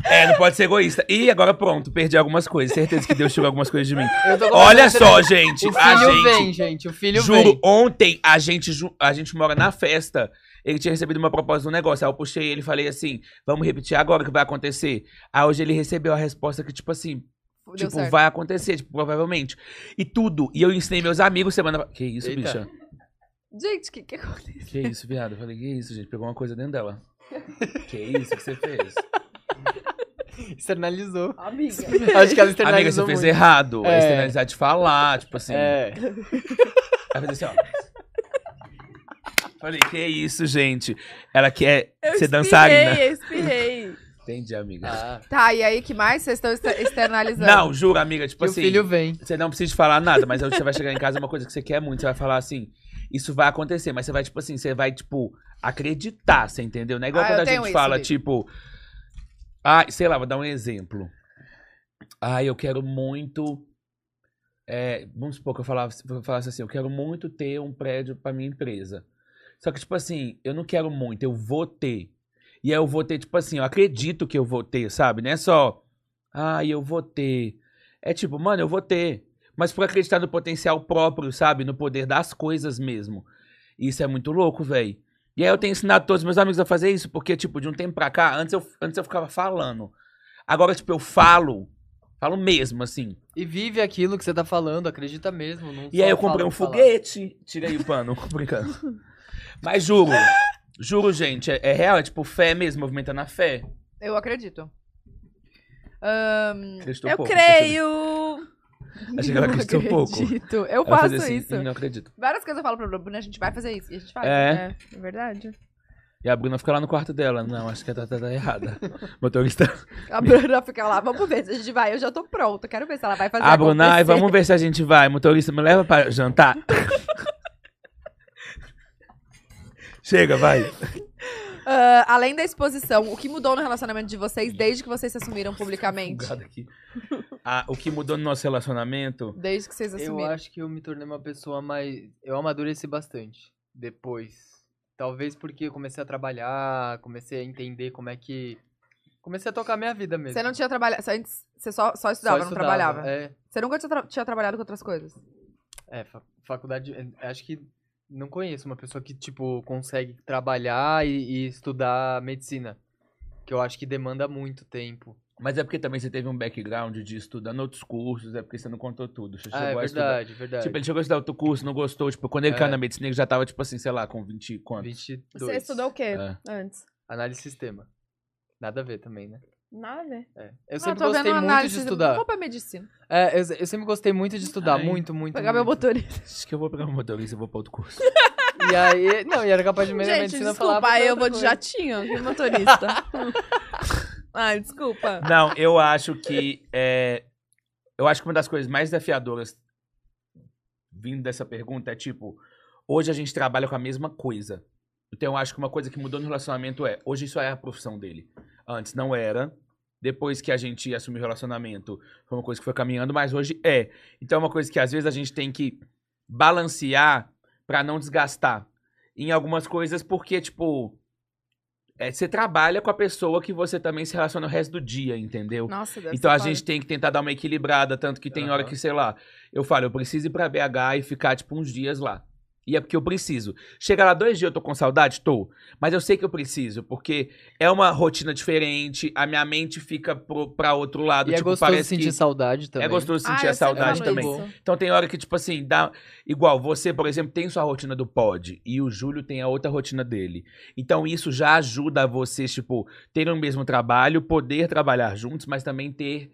Speaker 3: é, não pode ser egoísta. E agora pronto, perdi algumas coisas. Certeza que Deus tirou algumas coisas
Speaker 4: (laughs)
Speaker 3: de mim.
Speaker 4: Eu tô
Speaker 3: Olha
Speaker 4: completamente
Speaker 3: só, gente.
Speaker 4: O
Speaker 3: a
Speaker 4: filho
Speaker 3: gente.
Speaker 4: vem, gente. O filho
Speaker 3: Juro,
Speaker 4: vem.
Speaker 3: ontem a gente, ju- a gente mora na festa. Ele tinha recebido uma proposta de um negócio. Aí eu puxei ele e falei assim: vamos repetir agora o que vai acontecer. Aí hoje ele recebeu a resposta que, tipo assim,
Speaker 1: Deu
Speaker 3: tipo,
Speaker 1: certo.
Speaker 3: vai acontecer, tipo, provavelmente. E tudo. E eu ensinei meus amigos semana. Que isso,
Speaker 4: Eita.
Speaker 3: bicha?
Speaker 1: Gente, o que, que aconteceu?
Speaker 3: Que isso, viado? Eu falei, que isso, gente? Pegou uma coisa dentro dela. Que isso que você fez?
Speaker 4: Externalizou.
Speaker 1: Amiga.
Speaker 4: (laughs) Acho que ela (laughs) externalizou
Speaker 3: Amiga, você fez
Speaker 4: muito.
Speaker 3: errado. É.
Speaker 4: É.
Speaker 3: Externalizar de falar, tipo assim.
Speaker 4: É.
Speaker 3: Aí eu falei assim, ó. Falei, que isso, gente? Ela quer
Speaker 2: Eu
Speaker 3: ser
Speaker 2: espirrei,
Speaker 3: dançarina.
Speaker 2: Eu espirrei.
Speaker 3: Entendi, amiga.
Speaker 4: Ah,
Speaker 1: (laughs) Tá, e aí, que mais vocês estão exter- externalizando?
Speaker 3: Não, juro, amiga, tipo
Speaker 4: que
Speaker 3: assim.
Speaker 4: o filho vem.
Speaker 3: Você não precisa de falar nada, mas aí você vai chegar em casa, é uma coisa que você quer muito, você vai falar assim, isso vai acontecer, mas você vai, tipo assim, você vai, tipo, acreditar, você entendeu? Não é igual
Speaker 1: Ah, eu
Speaker 3: quando a
Speaker 1: tenho
Speaker 3: gente
Speaker 1: isso,
Speaker 3: fala,
Speaker 1: Bi.
Speaker 3: tipo. Ah, sei lá, vou dar um exemplo. Ah, eu quero muito. é, vamos supor que eu falava- eu falasse assim, eu quero muito ter um prédio pra minha empresa. Só que, tipo assim, eu não quero muito, eu vou ter. E aí eu vou ter, tipo assim, eu acredito que eu vou ter, sabe? Não é só, ah, eu vou ter. É tipo, mano, eu vou ter. Mas por acreditar no potencial próprio, sabe? No poder das coisas mesmo. Isso é muito louco, velho. E aí eu tenho ensinado todos os meus amigos a fazer isso, porque, tipo, de um tempo pra cá, antes eu, antes eu ficava falando. Agora, tipo, eu falo. Falo mesmo, assim.
Speaker 4: E vive aquilo que você tá falando, acredita mesmo. não
Speaker 3: E aí
Speaker 4: só
Speaker 3: eu comprei
Speaker 4: fala
Speaker 3: um
Speaker 4: por falar.
Speaker 3: foguete. Tirei o pano, (laughs) brincando. Mas juro. Juro, gente, é, é real, é tipo fé mesmo, movimentando a fé.
Speaker 1: Eu acredito. Ahn,
Speaker 3: Acreditou
Speaker 1: eu
Speaker 3: um pouco,
Speaker 1: creio.
Speaker 2: (laughs)
Speaker 3: Achei que- Achei que ela acreditou um
Speaker 1: eu
Speaker 3: pouco.
Speaker 1: acredito. Eu
Speaker 3: Ela fazia
Speaker 1: faço
Speaker 3: assim,
Speaker 1: isso.
Speaker 3: "Hum, Não acredito.
Speaker 1: Várias coisas eu falo pra Bruna, a gente vai fazer isso. E a gente faz.
Speaker 3: É.
Speaker 1: né?
Speaker 2: É verdade.
Speaker 3: E a Bruna fica lá no quarto dela. Não, acho que tá, tá,
Speaker 1: (laughs)
Speaker 3: tá errada. Motorista.
Speaker 1: A Bruna fica lá, vamos ver se a gente vai. Eu já tô pronta, quero ver se ela vai fazer
Speaker 3: Ah, Bruna, ai,
Speaker 1: acontecer.
Speaker 3: vamos ver se a gente vai. Motorista, me leva pra jantar. (laughs) Chega, vai.
Speaker 1: Ah, além da exposição, o que mudou no relacionamento de vocês desde que vocês se assumiram publicamente?
Speaker 3: Bugado aqui. Ah, o que mudou no nosso relacionamento?
Speaker 1: Desde que vocês
Speaker 4: Eu
Speaker 1: assumiram.
Speaker 4: acho que eu me tornei uma pessoa mais. Eu amadureci bastante depois. Talvez porque eu comecei a trabalhar, comecei a entender como é que. Comecei a tocar minha vida mesmo.
Speaker 1: Você não tinha trabalhado. você Antes você só, só estudava, não trabalhava.
Speaker 4: É,
Speaker 1: Você nunca tinha, tra- tinha trabalhado com outras coisas.
Speaker 4: é, fa- faculdade. é, Acho que não conheço uma pessoa que, tipo, consegue trabalhar e, e estudar medicina. Que eu acho que demanda muito tempo.
Speaker 3: Mas é porque também você teve um background de estudando outros cursos, é porque você não contou tudo. Você
Speaker 4: Ah, é
Speaker 3: chegou a estudar.
Speaker 4: verdade, verdade.
Speaker 3: Tipo, ele chegou a estudar outro curso, não gostou. Tipo, quando ele
Speaker 4: É.
Speaker 3: caiu na medicina, ele já tava, tipo assim, sei lá, com 20 e quantos.
Speaker 4: 22.
Speaker 10: Você estudou o quê
Speaker 3: É.
Speaker 10: antes?
Speaker 4: Análise de sistema. Nada a ver também, né?
Speaker 10: Nada a ver.
Speaker 4: É. Eu
Speaker 1: Ah,
Speaker 4: sempre
Speaker 1: tô
Speaker 4: gostei
Speaker 1: vendo
Speaker 4: muito de
Speaker 1: análise.
Speaker 4: estudar.
Speaker 1: Vou pra medicina.
Speaker 4: É, eu, eu sempre gostei muito de estudar,
Speaker 3: Ai.
Speaker 4: muito, muito.
Speaker 1: Pegar meu
Speaker 4: muito.
Speaker 1: motorista.
Speaker 3: Acho que eu vou pegar uma motorista e vou pra outro curso.
Speaker 4: E aí, não, e era capaz de me
Speaker 10: Gente,
Speaker 4: medicina
Speaker 10: desculpa,
Speaker 4: falar.
Speaker 10: eu vou de jatinho, viu,
Speaker 3: (laughs)
Speaker 10: motorista? Ai, desculpa.
Speaker 3: Não, eu acho que. é, eu acho que uma das coisas mais desafiadoras vindo dessa pergunta é tipo, hoje a gente trabalha com a mesma coisa. Então eu acho que uma coisa que mudou no relacionamento é, hoje isso é a profissão dele. Antes não era. Depois que a gente assumiu o relacionamento, foi uma coisa que foi caminhando, mas hoje é. Então é uma coisa que às vezes a gente tem que balancear pra não desgastar em algumas coisas, porque, tipo, é, você trabalha com a pessoa que você também se relaciona o resto do dia, entendeu?
Speaker 10: Nossa, deve
Speaker 3: Então
Speaker 10: ser
Speaker 3: a
Speaker 10: foda.
Speaker 3: gente tem que tentar dar uma equilibrada, tanto que tem hora
Speaker 4: Aham.
Speaker 3: que, sei lá, eu falo, eu preciso ir pra BH e ficar, tipo, uns dias lá. E é porque eu preciso. Chega lá dois dias, eu tô com saudade? Tô. Mas eu sei que eu preciso, porque é uma rotina diferente, a minha mente fica pro, pra outro lado.
Speaker 4: E é
Speaker 3: tipo,
Speaker 4: gostoso
Speaker 3: parece
Speaker 4: sentir
Speaker 3: que
Speaker 4: saudade também.
Speaker 3: É gostoso
Speaker 10: Ai,
Speaker 3: sentir
Speaker 10: Ah, eu
Speaker 3: a
Speaker 10: sempre
Speaker 3: saudade
Speaker 10: falo
Speaker 4: muito
Speaker 3: também.
Speaker 4: bom.
Speaker 10: isso.
Speaker 3: Então tem hora que, tipo assim, dá. Igual, você, por exemplo, tem sua rotina do pod e o Júlio tem a outra rotina dele. Então isso já ajuda a vocês, tipo, terem o mesmo trabalho, poder trabalhar juntos, mas também ter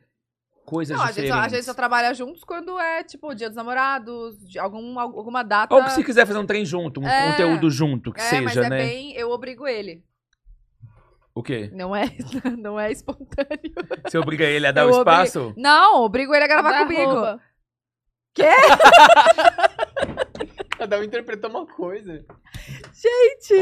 Speaker 3: coisas
Speaker 1: Não, a gente,
Speaker 3: diferentes.
Speaker 1: só, a gente só trabalha juntos quando é, tipo, dia dos namorados, de algum, alguma data.
Speaker 3: Ou que se quiser fazer um trem junto, um
Speaker 1: É.
Speaker 3: conteúdo junto, que
Speaker 1: é,
Speaker 3: seja,
Speaker 1: mas é
Speaker 3: né?
Speaker 1: bem, eu obrigo ele.
Speaker 3: O quê?
Speaker 1: Não é, (laughs) não é espontâneo.
Speaker 3: Você obriga ele a dar
Speaker 1: (laughs) Eu
Speaker 3: o
Speaker 1: obrigo-
Speaker 3: espaço?
Speaker 1: Não, obrigo ele a gravar
Speaker 10: Dá
Speaker 1: comigo.
Speaker 10: arroba.
Speaker 4: Cada um interpretou uma coisa.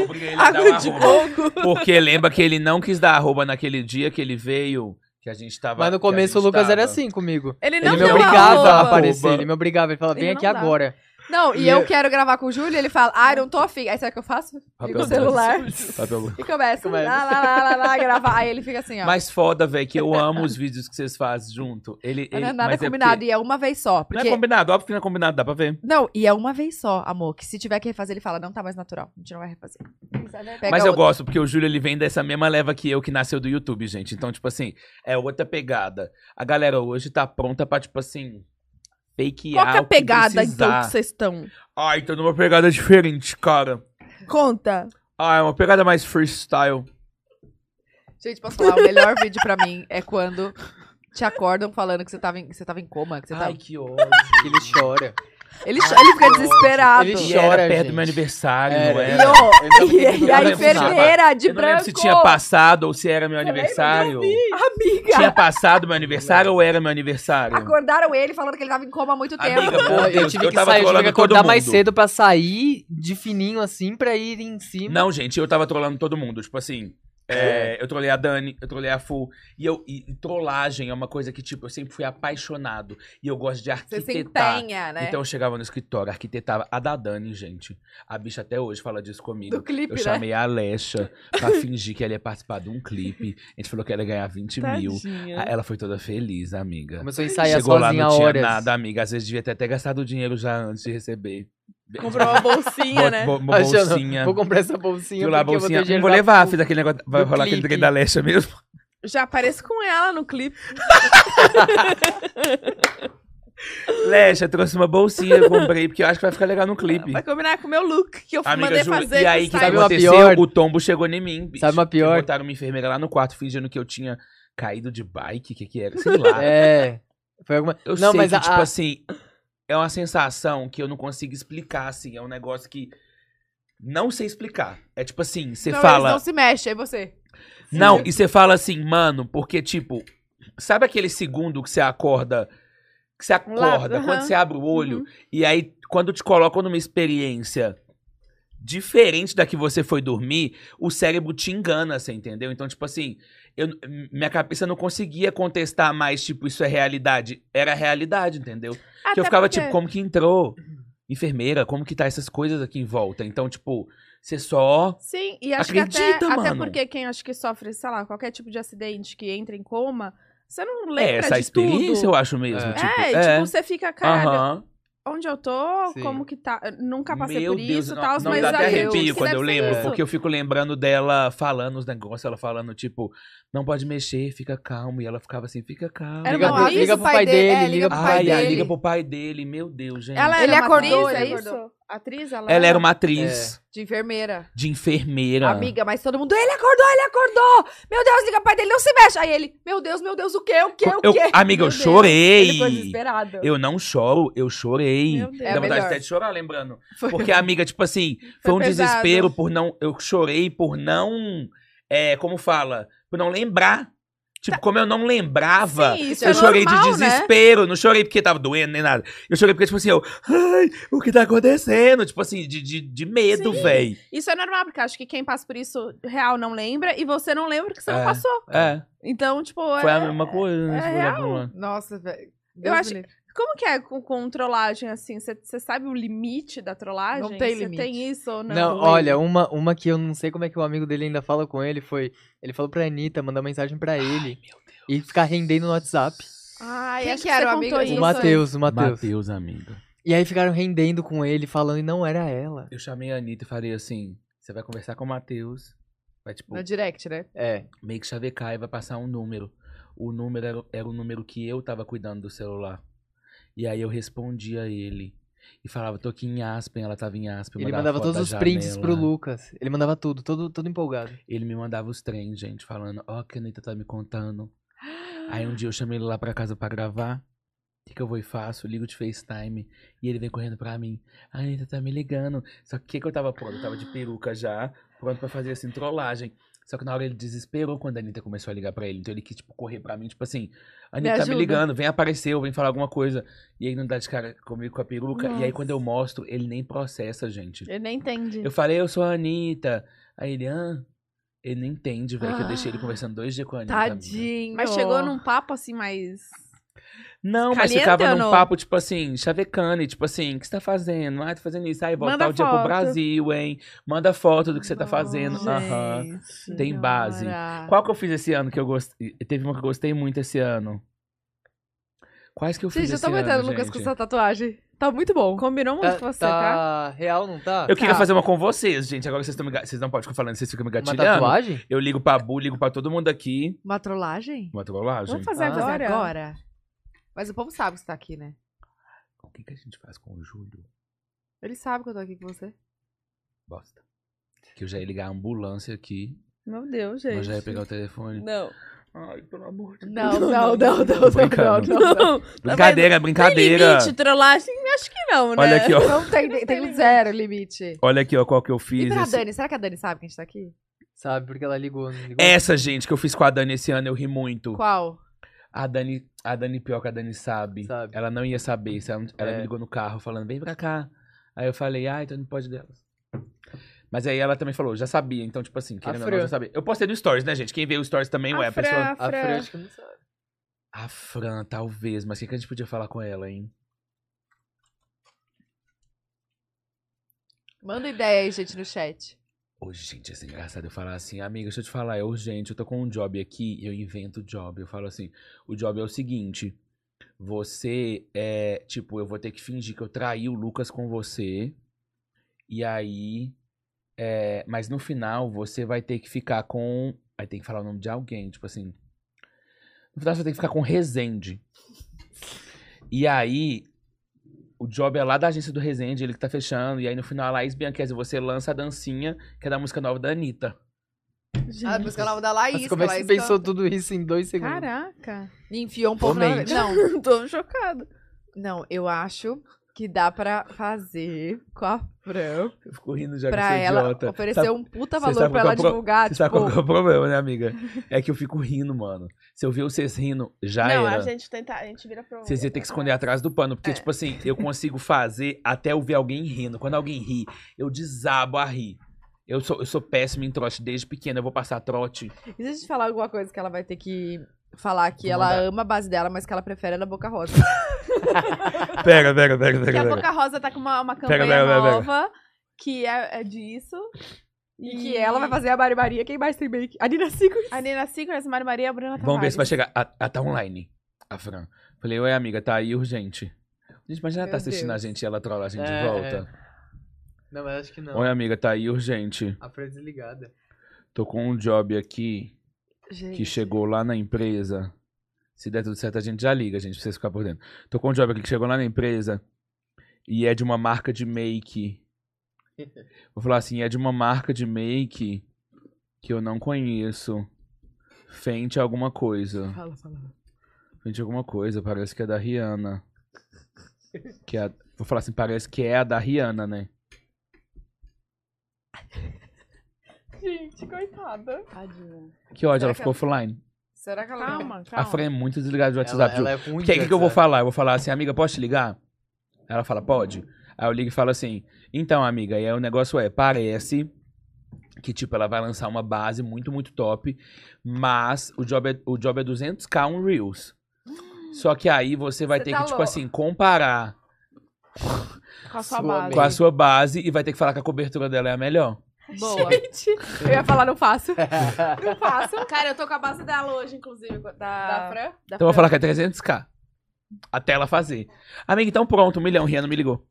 Speaker 3: Obriga ele a dar
Speaker 1: Água
Speaker 3: uma
Speaker 1: (laughs) de
Speaker 3: arroba.
Speaker 1: coco.
Speaker 3: Porque lembra que ele não quis dar arroba naquele dia que ele veio, que a gente tava.
Speaker 4: Mas no
Speaker 3: que a
Speaker 4: começo o
Speaker 3: gente
Speaker 4: Lucas era
Speaker 3: tava.
Speaker 4: assim comigo.
Speaker 10: Ele
Speaker 4: Ele
Speaker 10: não
Speaker 4: me
Speaker 10: deu
Speaker 4: obrigava a
Speaker 10: arroba.
Speaker 4: aparecer,
Speaker 3: Arroba.
Speaker 4: ele me obrigava. Ele falava,
Speaker 10: Ele
Speaker 4: vem
Speaker 10: não
Speaker 4: aqui
Speaker 10: dá.
Speaker 4: agora.
Speaker 1: Não, e
Speaker 4: E
Speaker 3: é.
Speaker 1: eu
Speaker 4: eu-
Speaker 1: quero gravar com o Júlio, ele fala, ai, não tô afim. Aí sabe o que eu faço? Ligo
Speaker 3: Papel
Speaker 1: o celular
Speaker 3: Papel branco.
Speaker 1: e começa.
Speaker 4: Começa.
Speaker 1: Lá, lá, lá, lá, lá, gravar. Aí ele fica assim, ó.
Speaker 3: Mas foda, velho, que eu amo os vídeos que vocês fazem junto. Ele, ele,
Speaker 1: não é nada
Speaker 3: mas
Speaker 1: combinado,
Speaker 3: porque-
Speaker 1: e é uma vez só. Porque...
Speaker 3: Não é combinado, óbvio que não é combinado, dá pra ver.
Speaker 1: Não, e é uma vez só, amor. Que se tiver que refazer, ele fala, não tá mais natural. A gente não vai refazer. Pega
Speaker 3: Mas eu
Speaker 1: outra.
Speaker 3: gosto, porque o Júlio ele vem dessa mesma leva que eu, que nasceu do YouTube, gente. Então, tipo assim, é outra pegada. A galera hoje tá pronta pra, tipo assim, fakear
Speaker 10: Qual que é a
Speaker 3: o
Speaker 10: pegada, então,
Speaker 3: precisar.
Speaker 10: que vocês estão?
Speaker 3: Ai, tô numa pegada diferente, cara.
Speaker 10: Conta.
Speaker 3: Ah, é uma pegada mais freestyle.
Speaker 1: Gente, posso falar? O melhor (laughs) vídeo pra mim é quando te acordam falando que você tava em, que você tava em coma. Que
Speaker 10: tá
Speaker 1: você tá tava...
Speaker 3: que ódio.
Speaker 4: Que ele chora.
Speaker 1: ele, cho- ele fica
Speaker 4: ótimo.
Speaker 1: desesperado.
Speaker 4: Ele
Speaker 3: E
Speaker 4: chora,
Speaker 3: era perto
Speaker 4: gente.
Speaker 3: do meu aniversário, não
Speaker 4: Era.
Speaker 3: era? Então,
Speaker 1: ó,
Speaker 4: Ele tava
Speaker 1: E,
Speaker 4: comigo
Speaker 1: e a
Speaker 3: Eu não
Speaker 4: no
Speaker 3: lembro se tinha
Speaker 4: carro.
Speaker 1: enfermeira de
Speaker 3: eu não
Speaker 1: branco.
Speaker 3: lembro se tinha passado ou se era meu aniversário.
Speaker 1: Amiga,
Speaker 3: Tinha passado meu aniversário ou era meu aniversário?
Speaker 1: acordaram ele falando que ele tava em coma há muito tempo.
Speaker 3: Amiga, pô,
Speaker 4: Eu
Speaker 3: Deus,
Speaker 4: tive
Speaker 3: eu
Speaker 4: que
Speaker 3: tava
Speaker 4: sair, eu tive que
Speaker 3: trolando todo
Speaker 4: acordar mais
Speaker 3: mundo.
Speaker 4: cedo pra sair de fininho assim pra ir em cima.
Speaker 3: Não, gente, eu tava trolando todo mundo. Tipo assim, é, eu trolei a Dani, eu trolei a Fu. E, eu, e, e trollagem é uma coisa que, tipo, eu sempre fui apaixonado. E eu gosto de
Speaker 1: Você se
Speaker 3: arquitetar.
Speaker 1: empenha, né?
Speaker 3: Então eu chegava no escritório, arquitetava a da Dani, gente. A bicha até hoje fala disso comigo.
Speaker 1: Do clipe,
Speaker 3: Eu
Speaker 1: né?
Speaker 3: chamei a Alexa pra fingir que ela ia participar de um clipe. A gente falou que ela ia ganhar 20 mil.
Speaker 10: Tadinha.
Speaker 3: Ah, Ela foi toda feliz, amiga.
Speaker 4: Começou Tá a ensaiar
Speaker 3: Chegou lá,
Speaker 4: sozinha
Speaker 3: não tinha
Speaker 4: horas.
Speaker 3: nada, amiga. Às vezes devia ter até gastado o dinheiro já antes de receber.
Speaker 10: Comprou uma bolsinha,
Speaker 3: Bo-
Speaker 10: né?
Speaker 3: bo- bo-
Speaker 4: Achando,
Speaker 3: bolsinha.
Speaker 4: Vou comprar essa bolsinha.
Speaker 3: Viu lá a
Speaker 4: porque eu
Speaker 3: bolsinha?
Speaker 4: Vou, ter dinheiro
Speaker 3: vou
Speaker 4: pra
Speaker 3: levar,
Speaker 4: tudo.
Speaker 3: fiz aquele negócio. Vai
Speaker 4: do
Speaker 3: rolar aquele
Speaker 4: clipe.
Speaker 3: trem da Lesha mesmo?
Speaker 10: Já apareço com ela no clipe.
Speaker 3: Lesha, trouxe uma bolsinha, eu comprei, porque eu acho que vai ficar legal no clipe.
Speaker 10: Vai combinar com o meu look que eu
Speaker 3: Amiga
Speaker 10: mandei
Speaker 3: Júlia,
Speaker 10: fazer.
Speaker 3: e aí que
Speaker 4: sabe
Speaker 10: saiu-
Speaker 4: uma
Speaker 3: aconteceu?
Speaker 4: pior?
Speaker 3: O tombo chegou em mim, bicho.
Speaker 4: Sabe uma pior?
Speaker 3: Que Botaram uma enfermeira lá no quarto, fingindo que eu tinha caído de bike, que que era, sei
Speaker 4: (laughs)
Speaker 3: lá.
Speaker 4: É. Foi alguma...
Speaker 3: Eu
Speaker 4: não,
Speaker 3: sei
Speaker 4: mas
Speaker 3: que,
Speaker 4: a,
Speaker 3: tipo
Speaker 4: a-
Speaker 3: assim, é uma sensação que eu não consigo explicar, assim. É um negócio que não sei explicar. É tipo assim, você
Speaker 1: não, eles
Speaker 3: fala...
Speaker 1: não se mexe, aí você.
Speaker 3: Não, e você fala assim, mano, porque, tipo, sabe aquele segundo que você acorda? Que você acorda,
Speaker 10: aham.
Speaker 3: quando você abre o olho, e aí quando te colocam numa experiência diferente da que você foi dormir, o cérebro te engana, você entendeu? Então, tipo assim, eu, m- minha cabeça não conseguia contestar mais, tipo, isso é realidade. Era realidade, entendeu? que eu
Speaker 10: Até
Speaker 3: ficava,
Speaker 10: porque-
Speaker 3: tipo, como que entrou? Enfermeira, como que tá essas coisas aqui em volta? Então, tipo, você só.
Speaker 10: Sim, e acho que até,
Speaker 3: Acredita,
Speaker 10: até
Speaker 3: mano.
Speaker 10: porque quem acho que sofre, sei lá, qualquer tipo de acidente que entra em coma, você não lembra
Speaker 3: é, essa
Speaker 10: de
Speaker 3: experiência,
Speaker 10: tudo.
Speaker 3: eu acho mesmo.
Speaker 4: É.
Speaker 3: Tipo,
Speaker 10: é, tipo, você fica, caralho,
Speaker 3: Aham.
Speaker 10: onde eu tô,
Speaker 4: Sim.
Speaker 10: como que tá. Eu Nunca passei
Speaker 3: Meu
Speaker 10: por
Speaker 3: Deus,
Speaker 10: isso e
Speaker 3: não-
Speaker 10: tal,
Speaker 3: não
Speaker 10: mas
Speaker 3: dá até
Speaker 10: aí eu-
Speaker 3: arrepio
Speaker 10: isso
Speaker 3: quando
Speaker 10: deve ser
Speaker 3: eu lembro,
Speaker 10: isso.
Speaker 3: porque eu fico lembrando dela falando os negócios, ela falando, tipo, não pode mexer, fica calmo. E ela ficava assim, fica calmo.
Speaker 1: Era
Speaker 4: Liga
Speaker 1: uma
Speaker 4: pro-
Speaker 1: atriz,
Speaker 4: liga
Speaker 1: o
Speaker 4: pro pai dele,
Speaker 1: é,
Speaker 4: liga pro pai
Speaker 3: Ai, ai,
Speaker 4: dele.
Speaker 3: liga pro pai dele, meu Deus, gente.
Speaker 10: Ela
Speaker 1: Ele
Speaker 10: era uma
Speaker 1: acordou,
Speaker 10: atriz,
Speaker 1: ele É.
Speaker 10: é
Speaker 1: acordou.
Speaker 10: isso? Atriz? Ela, é
Speaker 3: Ela era uma atriz
Speaker 1: De enfermeira.
Speaker 3: de enfermeira.
Speaker 1: Amiga, mas todo mundo, ele acordou, ele acordou! Meu Deus, liga pro pai dele, não se mexe! Aí ele, meu Deus, meu Deus, o quê, o quê,
Speaker 10: é
Speaker 1: o
Speaker 3: Eu-
Speaker 1: quê?
Speaker 3: amiga, eu
Speaker 1: Meu Deus. Ele ficou
Speaker 3: chorei.
Speaker 1: desesperado.
Speaker 3: Eu não choro, eu chorei.
Speaker 10: Meu Deus.
Speaker 1: É
Speaker 3: Dá
Speaker 1: a
Speaker 3: vontade
Speaker 1: melhor.
Speaker 3: até de chorar, lembrando.
Speaker 10: (laughs)
Speaker 3: Porque a amiga, tipo assim, foi,
Speaker 10: Foi
Speaker 3: um
Speaker 10: pesado.
Speaker 3: desespero por não. Eu chorei por não. É, como fala? Por não lembrar. Tipo, como eu não lembrava.
Speaker 10: Tá. Sim, isso
Speaker 3: eu
Speaker 10: é
Speaker 3: chorei de
Speaker 10: normal, né?
Speaker 3: desespero. Não chorei porque tava doendo nem nada. Eu chorei porque, tipo assim, eu. Ai, o que tá acontecendo? Tipo assim, de, de, de medo,
Speaker 10: Sim.
Speaker 3: véi.
Speaker 10: Isso é normal, porque acho que quem passa por isso real não lembra e você não lembra porque você
Speaker 3: É.
Speaker 10: não passou.
Speaker 3: É.
Speaker 10: Então, tipo.
Speaker 3: Foi
Speaker 10: é-
Speaker 3: a mesma coisa, né?
Speaker 10: é
Speaker 3: Se for olhar pra um lado.
Speaker 1: Nossa, velho.
Speaker 10: Eu acho- Como que é com, com trollagem assim? Você você sabe o limite da trollagem?
Speaker 1: Não tem
Speaker 10: Você
Speaker 1: limite.
Speaker 10: tem isso ou não?
Speaker 4: Não, olha,
Speaker 3: um
Speaker 4: uma, uma que eu não sei como é que o amigo dele ainda fala com ele foi. Ele falou pra Anitta, mandar mensagem pra É ele. E ficar rendendo no WhatsApp.
Speaker 10: Ai,
Speaker 1: Quem
Speaker 10: acho
Speaker 1: que
Speaker 10: você
Speaker 1: era o
Speaker 10: contou
Speaker 1: amigo?
Speaker 10: isso.
Speaker 4: O Matheus, o Matheus.
Speaker 3: Mateus, amiga.
Speaker 4: é. E aí ficaram rendendo com ele, falando e não era ela.
Speaker 3: Eu chamei a Anitta e falei assim: você vai conversar com o Matheus. Vai, tipo,
Speaker 1: No direct, né?
Speaker 4: É.
Speaker 3: meio que chavecar e vai passar um número. O número era, era o número que eu tava cuidando do celular. E aí eu respondia a ele. E falava, tô aqui em Aspen, ela tava em Aspen.
Speaker 4: Ele mandava
Speaker 3: foto
Speaker 4: todos os
Speaker 3: da
Speaker 4: prints
Speaker 3: janela.
Speaker 4: pro Lucas. Ele mandava tudo, todo, todo empolgado.
Speaker 3: Ele me mandava os trem, gente, falando, ó, que a Anitta tá me contando. Aí um dia eu chamei ele lá pra casa pra gravar. O que, que eu vou e faço? Ligo de FaceTime. E ele vem correndo pra mim. A Anitta tá me ligando. Só que o que, que eu tava pronto? Eu tava de peruca já, pronto pra fazer assim, trollagem. Só que na hora ele desesperou quando a Anitta começou a ligar pra ele. Então ele quis, tipo, correr pra mim, tipo assim, a Anitta tá me
Speaker 1: ajuda."
Speaker 3: ligando, vem aparecer, ou vem falar alguma coisa. E aí não dá de cara comigo com a peruca. E aí quando eu mostro, ele nem processa, gente.
Speaker 10: Eu nem entendi.
Speaker 3: Eu falei, eu sou a Anitta. Aí ele, ah, ele não entende, velho, que
Speaker 1: (gasps)
Speaker 3: eu deixei ele conversando dois dias com a Anitta. amiga.
Speaker 1: Tadinho.
Speaker 10: Mas chegou num papo assim mais.
Speaker 3: Não, mas
Speaker 10: Caliente
Speaker 3: ficava
Speaker 10: ou
Speaker 3: num
Speaker 10: não?
Speaker 3: papo, tipo assim, chavecane, tipo assim, o que você tá fazendo? Ah, tô fazendo isso. Aí volta
Speaker 10: Manda
Speaker 3: o dia pro
Speaker 10: foto.
Speaker 3: Brasil, hein? Manda foto do que você tá fazendo. Aham. Tem base. Qual que eu fiz esse ano que eu gostei? Teve uma que eu gostei muito esse ano. Quais que eu fiz
Speaker 1: Gente, eu
Speaker 3: esse
Speaker 1: tô
Speaker 3: ano,
Speaker 1: aguentando o Lucas com
Speaker 3: gente?
Speaker 1: essa tatuagem. Tá muito bom.
Speaker 10: Combinou muito
Speaker 4: Tá,
Speaker 10: com você, tá?
Speaker 4: tá real, não tá?
Speaker 3: Eu queria
Speaker 10: Tá.
Speaker 3: fazer uma com vocês, gente. Agora vocês, tão me ga- vocês não podem ficar falando, vocês ficam me
Speaker 4: Uma
Speaker 3: gatilhando.
Speaker 4: tatuagem?
Speaker 3: Eu ligo pra Bu, ligo pra todo mundo aqui.
Speaker 1: Uma trollagem?
Speaker 3: Uma trollagem.
Speaker 10: Vamos fazer
Speaker 4: Ah.
Speaker 1: Mas
Speaker 10: agora?
Speaker 1: agora. Mas o povo sabe que você tá aqui, né?
Speaker 3: O que, que a gente faz com o Júlio?
Speaker 1: Ele sabe que eu tô aqui com você.
Speaker 3: Bosta. Que eu já ia ligar a ambulância aqui,
Speaker 10: Meu Deus, gente.
Speaker 3: mas já ia pegar o telefone.
Speaker 10: Não.
Speaker 3: Ai, pelo amor de
Speaker 1: Não, não, não, não, não, não,
Speaker 3: brincando.
Speaker 1: não, não.
Speaker 3: Brincadeira, brincadeira.
Speaker 10: Tem limite, trollagem? Acho que não, né?
Speaker 3: Olha aqui, ó.
Speaker 1: (laughs) Não tem, tem zero limite.
Speaker 3: Olha aqui, ó, qual que eu
Speaker 1: E
Speaker 3: fiz.
Speaker 1: pra
Speaker 3: esse-
Speaker 1: Dani, será que a Dani sabe que a gente tá aqui?
Speaker 4: Sabe, porque ela ligou, não ligou?
Speaker 3: Essa, gente, que eu fiz com a Dani esse ano, eu ri muito.
Speaker 1: Qual?
Speaker 3: A Dani, a Dani pior que a Dani sabe.
Speaker 4: Sabe.
Speaker 3: Ela não ia saber. se Ela, não- ela
Speaker 4: É.
Speaker 3: me ligou no carro falando, vem pra cá. Aí eu falei, ah, então não pode delas. Mas aí ela também falou, já sabia. Então, tipo assim, querendo ou não,
Speaker 4: Fran.
Speaker 3: já sabia. Eu postei no Stories, né, gente? Quem veio o Stories também,
Speaker 10: A
Speaker 3: ué.
Speaker 10: Fran,
Speaker 1: é
Speaker 3: pessoa-
Speaker 10: a
Speaker 4: A
Speaker 10: Fran.
Speaker 4: Fran, acho que não sabe.
Speaker 3: A Fran, talvez, mas o que, que a gente podia falar com ela, hein?
Speaker 1: Manda ideia aí, gente, no chat.
Speaker 3: Ô, gente, é engraçado eu falar assim, amiga, deixa eu te falar, é urgente, eu tô com um job aqui, eu invento o job. Eu falo assim, o job é o seguinte, você é, tipo, eu vou ter que fingir que eu traí o Lucas com você, e aí, é, mas no final você vai ter que ficar com, aí tem que falar o nome de alguém, tipo assim, no final você vai ter que ficar com Rezende. E aí, o job é lá da agência do Rezende, ele que tá fechando. E aí no final a Laís Bianchese, você lança a dancinha, que é da música nova da Anitta.
Speaker 1: A
Speaker 10: Gente,
Speaker 1: música nova da Laís.
Speaker 4: Mas como é que
Speaker 1: que
Speaker 4: você
Speaker 1: a Laís
Speaker 4: pensou tudo isso em dois segundos?
Speaker 10: Caraca. (laughs)
Speaker 1: canta. Enfiou um pouco na...
Speaker 4: Comente.
Speaker 1: Não,
Speaker 10: Tô chocada.
Speaker 1: não, eu acho que dá pra fazer com a Fran
Speaker 3: Eu fico rindo já
Speaker 1: pra ela oferecer um puta
Speaker 3: cê
Speaker 1: valor
Speaker 3: sabe
Speaker 1: pra
Speaker 3: qual
Speaker 1: ela
Speaker 3: que é o pro-
Speaker 1: divulgar.
Speaker 3: Você sabe qual que é
Speaker 1: Tipo,
Speaker 3: o problema, né, amiga? É que eu fico rindo, mano. Se eu ver vocês rindo, já
Speaker 10: não,
Speaker 3: era.
Speaker 10: a gente tenta, a gente vira pro.
Speaker 3: Vocês iam ter que esconder atrás do pano, porque,
Speaker 10: É.
Speaker 3: tipo assim, eu consigo fazer até eu ver alguém rindo. Quando alguém ri, eu desabo a rir. Eu sou, eu sou péssimo em trote desde pequeno, eu vou passar trote.
Speaker 1: e se a gente falar alguma coisa que ela vai ter que falar que
Speaker 3: Vou
Speaker 1: ela
Speaker 3: mandar.
Speaker 1: ama a base dela, mas que ela prefere a da Boca Rosa.
Speaker 3: Pega, pega, pega,
Speaker 10: Que
Speaker 3: pega.
Speaker 10: a Boca Rosa tá com uma, uma campanha
Speaker 3: pega, pega, pega.
Speaker 10: nova que é, é disso.
Speaker 1: e que ela vai fazer a Mari Maria. Quem mais tem make? A Nina Sico.
Speaker 10: A Nina Secrets, Mari Maria e a Bruna
Speaker 3: Vamos ver
Speaker 10: Tavares.
Speaker 3: se vai chegar. Ah, ah, tá online, a Fran. Falei, oi, amiga, tá aí urgente. Gente, imagina ela tá
Speaker 1: Meu
Speaker 3: assistindo
Speaker 1: Deus.
Speaker 3: a gente e ela trola a gente de
Speaker 4: É, então.
Speaker 3: volta.
Speaker 4: Não, mas acho que não.
Speaker 3: Oi, amiga, tá aí urgente.
Speaker 4: A Fran é desligada.
Speaker 3: Tô com um job aqui que
Speaker 1: Gente,
Speaker 3: chegou lá na empresa. Se der tudo certo, a gente já liga, gente, pra vocês ficarem por dentro. Tô com um job aqui que chegou lá na empresa e é de uma marca de make. Vou falar assim, é de uma marca de make que eu não conheço. Fente alguma coisa.
Speaker 1: fala, fala.
Speaker 3: Frente alguma coisa, parece que é da Rihanna. Que é a- Vou falar assim, parece que é a da Rihanna, né?
Speaker 10: Gente, coitada.
Speaker 3: Que ódio,
Speaker 1: Será
Speaker 3: ela
Speaker 1: que
Speaker 3: ficou offline.
Speaker 1: Será que ela (laughs)
Speaker 10: Calma,
Speaker 3: A
Speaker 10: calma.
Speaker 3: Fran é muito desligada de
Speaker 4: Ela,
Speaker 3: WhatsApp. Ju.
Speaker 4: ela é ruim
Speaker 3: O que,
Speaker 4: de
Speaker 3: que, que eu vou
Speaker 4: WhatsApp.
Speaker 3: falar? Eu vou falar assim, amiga, posso te ligar? Ela fala, pode. Aí eu ligo e falo assim, então, amiga, e aí o negócio é, parece que, tipo, ela vai lançar uma base muito, muito top, mas o job é, o job é 200k um Reels. Só que aí você vai
Speaker 1: Hum. Você
Speaker 3: ter
Speaker 1: tá
Speaker 3: que, tipo
Speaker 1: louco.
Speaker 3: assim, comparar
Speaker 10: Com a sua
Speaker 4: Sua
Speaker 10: base.
Speaker 3: com a sua base e vai ter que falar que a cobertura dela é a melhor.
Speaker 1: Boa. (laughs)
Speaker 10: Gente, eu ia falar, não faço. Não (laughs) faço.
Speaker 1: Cara, eu tô com a base dela hoje, inclusive. Da,
Speaker 10: Da Fran? Da
Speaker 3: Então eu vou
Speaker 10: Fran.
Speaker 3: falar que é 300k. Até ela fazer. Amiga, então pronto, um milhão. Rihanna
Speaker 1: (laughs)
Speaker 3: me ligou.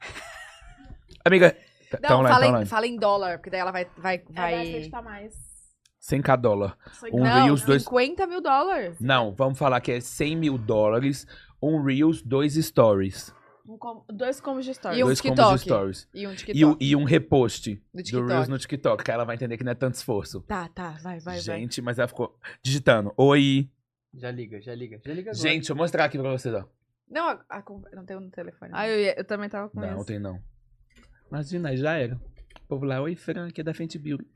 Speaker 3: Amiga, tá- tá
Speaker 1: Não,
Speaker 3: online,
Speaker 1: fala,
Speaker 3: tá
Speaker 1: em-
Speaker 3: online.
Speaker 1: fala em dólar, porque daí ela vai. vai,
Speaker 10: Ela vai
Speaker 1: vai...
Speaker 10: acreditar tá mais. né?
Speaker 3: 100k dólar.
Speaker 10: Só
Speaker 3: Um
Speaker 1: não,
Speaker 3: Reels, Um dois...
Speaker 1: 50 mil dólares.
Speaker 3: Não, vamos falar que é 100 mil dólares, um Reels, dois Stories.
Speaker 10: Um com- Dois combos de história.
Speaker 1: E um
Speaker 3: dois
Speaker 1: TikTok.
Speaker 3: Stories.
Speaker 1: E um TikTok.
Speaker 3: E, o- e um repost
Speaker 1: do
Speaker 3: do
Speaker 1: TikTok.
Speaker 3: Reels no TikTok, que aí ela vai entender que não é tanto esforço.
Speaker 1: Tá, tá, vai, vai, vai.
Speaker 3: Gente, mas ela ficou digitando. Oi.
Speaker 4: (laughs) Já liga, já liga. Já liga agora.
Speaker 3: Gente, deixa eu mostrar aqui pra vocês, ó.
Speaker 1: Não, a- a con- não tem um no telefone.
Speaker 10: Ah, eu, ia- eu também tava com
Speaker 1: é
Speaker 3: Não,
Speaker 10: isso.
Speaker 3: tem não. Imagina, já era. O povo lá, oi, Fran, aqui é da Fenty
Speaker 1: (laughs)
Speaker 3: Beauty.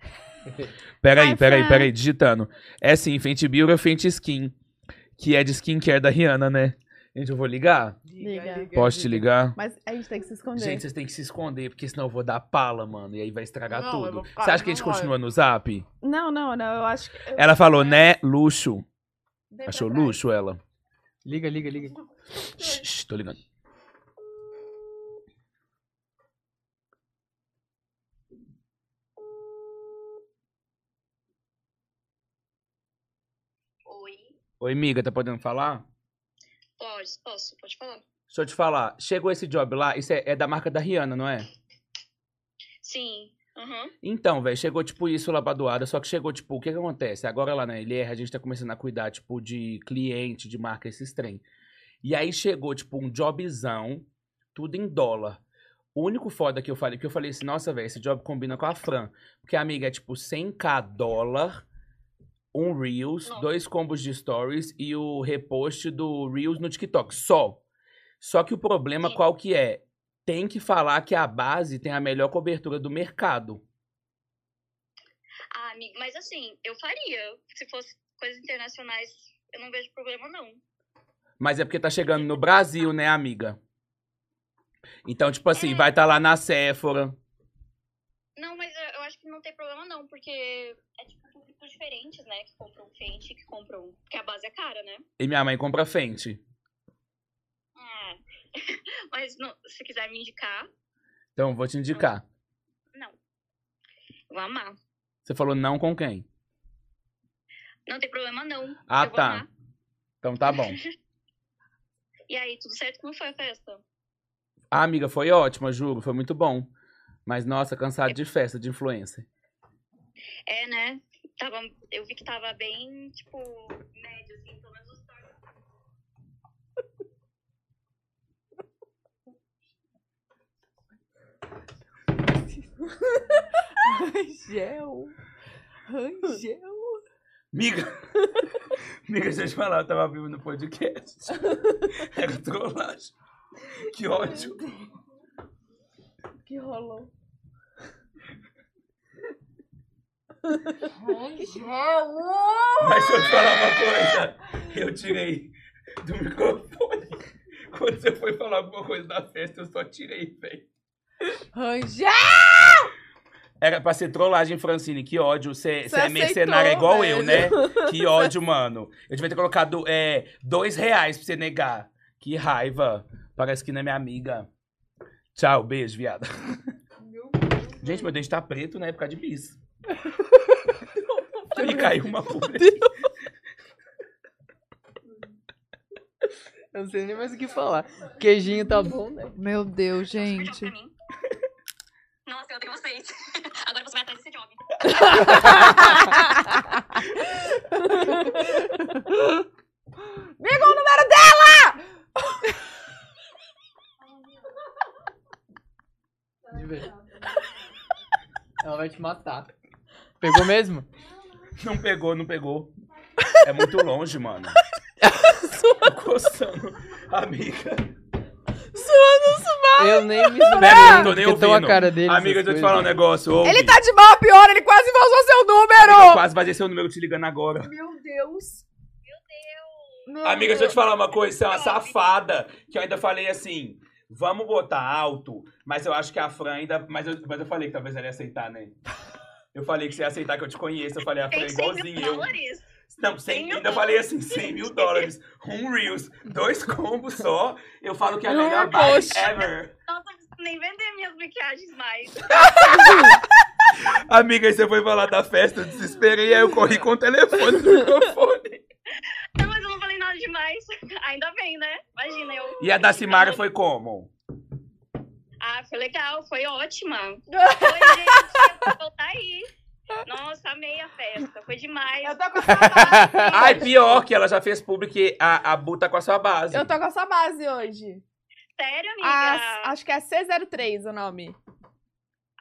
Speaker 3: peraí,
Speaker 10: Ai,
Speaker 3: peraí,
Speaker 10: Fran.
Speaker 3: peraí, digitando. É sim, Fenty Beauty ou Fenty Skin, que é de skincare da Rihanna, né? Gente, eu vou ligar?
Speaker 10: Liga.
Speaker 3: Posso te ligar?
Speaker 10: Mas a gente tem que se esconder.
Speaker 3: Gente, vocês têm que se esconder, porque senão eu vou dar pala, mano, e aí vai estragar
Speaker 1: Não, eu
Speaker 3: tudo.
Speaker 1: vou ficar-
Speaker 3: Você acha que a
Speaker 1: não é.
Speaker 3: gente
Speaker 1: vai.
Speaker 3: continua no zap?
Speaker 10: Não, não, não. Eu acho que. eu-
Speaker 3: Ela falou, né, luxo.
Speaker 10: Dei pra
Speaker 3: Achou
Speaker 10: trás.
Speaker 3: luxo ela?
Speaker 4: Liga, liga, liga.
Speaker 3: Shh, shh, tô ligando.
Speaker 5: Oi,
Speaker 3: Oi, miga, tá podendo falar?
Speaker 5: pode, posso, pode falar?
Speaker 3: Deixa eu te falar, chegou esse job lá, isso é- é da marca da Rihanna, não é?
Speaker 5: Sim, aham.
Speaker 3: Então, velho, chegou tipo isso lá pra doada, só que chegou tipo, o que que acontece? Agora lá na LR a gente tá começando a cuidar tipo de cliente, de marca, esses trem. E aí chegou tipo um jobzão, tudo em dólar. O único foda que eu falei, que eu falei assim, nossa, velho, esse job combina com a Fran. Porque, amiga, é tipo 100k dólar, um Reels,
Speaker 5: Nossa.
Speaker 3: dois combos de stories e o repost do Reels no TikTok, só. Só que o problema
Speaker 5: Sim.
Speaker 3: qual que é? Tem que falar que a base tem a melhor cobertura do mercado.
Speaker 5: Ah, amigo, mas assim, eu faria. Se fosse coisas internacionais, eu não vejo problema, não.
Speaker 3: Mas é porque tá chegando no Brasil, né, amiga? Então, tipo assim,
Speaker 5: É.
Speaker 3: vai tá lá na Sephora.
Speaker 5: Não, mas eu, eu acho que não tem problema, não, porque é tipo públicos diferentes, né? Que compram frente, que compram. Porque a base é cara, né?
Speaker 3: E minha mãe compra frente.
Speaker 5: Ah. (laughs) mas não- se quiser me indicar,
Speaker 3: Então, eu vou te indicar.
Speaker 5: eu vou amar.
Speaker 3: Você falou não com quem?
Speaker 5: Não tem problema, não.
Speaker 3: Ah,
Speaker 5: eu vou
Speaker 3: tá.
Speaker 5: amar.
Speaker 3: Então tá bom.
Speaker 5: (laughs) E aí, tudo certo? Como foi a festa?
Speaker 3: Ah, amiga, foi ótima, juro. Foi muito bom. Mas, nossa, cansado de festa, de influencer.
Speaker 5: É, né? Tava, eu vi que tava bem, tipo, médio, assim, pelo menos os stories.
Speaker 10: Rangel. Rangel.
Speaker 3: Miga! (laughs) Miga, deixa eu te falar, eu tava vivo no
Speaker 5: (laughs)
Speaker 3: podcast. Era trollagem. Que ódio.
Speaker 10: Que rolou.
Speaker 3: Mas deixa eu te falar uma coisa. Eu tirei do microfone. Quando você foi falar alguma coisa da festa, eu só tirei, velho.
Speaker 1: Rangel!
Speaker 3: Era pra ser trollagem, Francine. Que ódio. Você
Speaker 10: Você
Speaker 3: é mercenária
Speaker 10: aceitou,
Speaker 3: igual eu, né? Que ódio, mano. Eu devia ter colocado é, dois reais pra você negar. Que raiva. Parece que não é minha amiga. Tchau, beijo, viada. Gente, meu dente tá preto, né? Por causa de bis. (laughs) E caiu uma pulga.
Speaker 4: Eu não sei nem mais o que falar. Queijinho tá bom, né?
Speaker 1: Meu Deus, gente.
Speaker 13: Nossa, eu odeio vocês. (laughs) Agora você vai atrás desse jovem.
Speaker 1: Diga o número dela!
Speaker 4: De ver. Ela vai te matar. Pegou mesmo?
Speaker 3: Não pegou, não pegou. É muito longe, mano. Encostando. Amiga.
Speaker 4: Eu nem me
Speaker 3: Não
Speaker 4: surpreendo,
Speaker 3: tô nem
Speaker 4: porque tão
Speaker 3: ouvindo.
Speaker 4: a cara dele.
Speaker 3: Amiga,
Speaker 4: essas
Speaker 3: deixa eu te
Speaker 4: coisas.
Speaker 3: falar um negócio. ouve.
Speaker 10: Ah,
Speaker 1: Ele tá de mal a pior, ele quase vazou seu
Speaker 3: Amiga,
Speaker 1: número!
Speaker 3: Quase vai descer o número te ligando agora.
Speaker 1: Meu Deus.
Speaker 3: Amiga, deixa eu te falar uma coisa. Você é uma safada. Que eu ainda falei assim. Vamos botar alto, mas eu acho que a Fran ainda. Mas eu, mas eu falei que talvez ela ia aceitar, né? Eu falei que você ia aceitar que eu te conheço. Eu falei, a Fran é
Speaker 13: Tem 100
Speaker 3: igualzinha
Speaker 13: mil
Speaker 3: eu.
Speaker 13: dólares.
Speaker 3: Não, 100
Speaker 13: 100 mil
Speaker 3: ainda falei assim, 100 mil dólares, um Reels, dois combos só. Eu falo que é a
Speaker 2: Não,
Speaker 3: melhor buy
Speaker 2: poxa.
Speaker 3: ever.
Speaker 13: Nossa, eu não preciso nem vender minhas maquiagens mais.
Speaker 3: Amiga, aí você foi falar da festa, eu desesperei, aí eu corri com o telefone no microfone.
Speaker 13: Não, mas eu não falei nada demais. (laughs) Ainda bem, né? Imagina eu.
Speaker 3: E a da Simara foi como?
Speaker 13: Ah, foi legal,
Speaker 3: (laughs)
Speaker 13: foi ótima. Oi, gente, eu vou voltar aí. Nossa, amei a festa, foi demais.
Speaker 10: Eu tô com essa
Speaker 13: (laughs)
Speaker 10: base.
Speaker 3: Ai, pior que ela já fez público que a, a Bu tá com a sua base.
Speaker 10: Eu tô com essa base hoje.
Speaker 13: Sério, amiga?
Speaker 10: As- acho que é C03 o nome.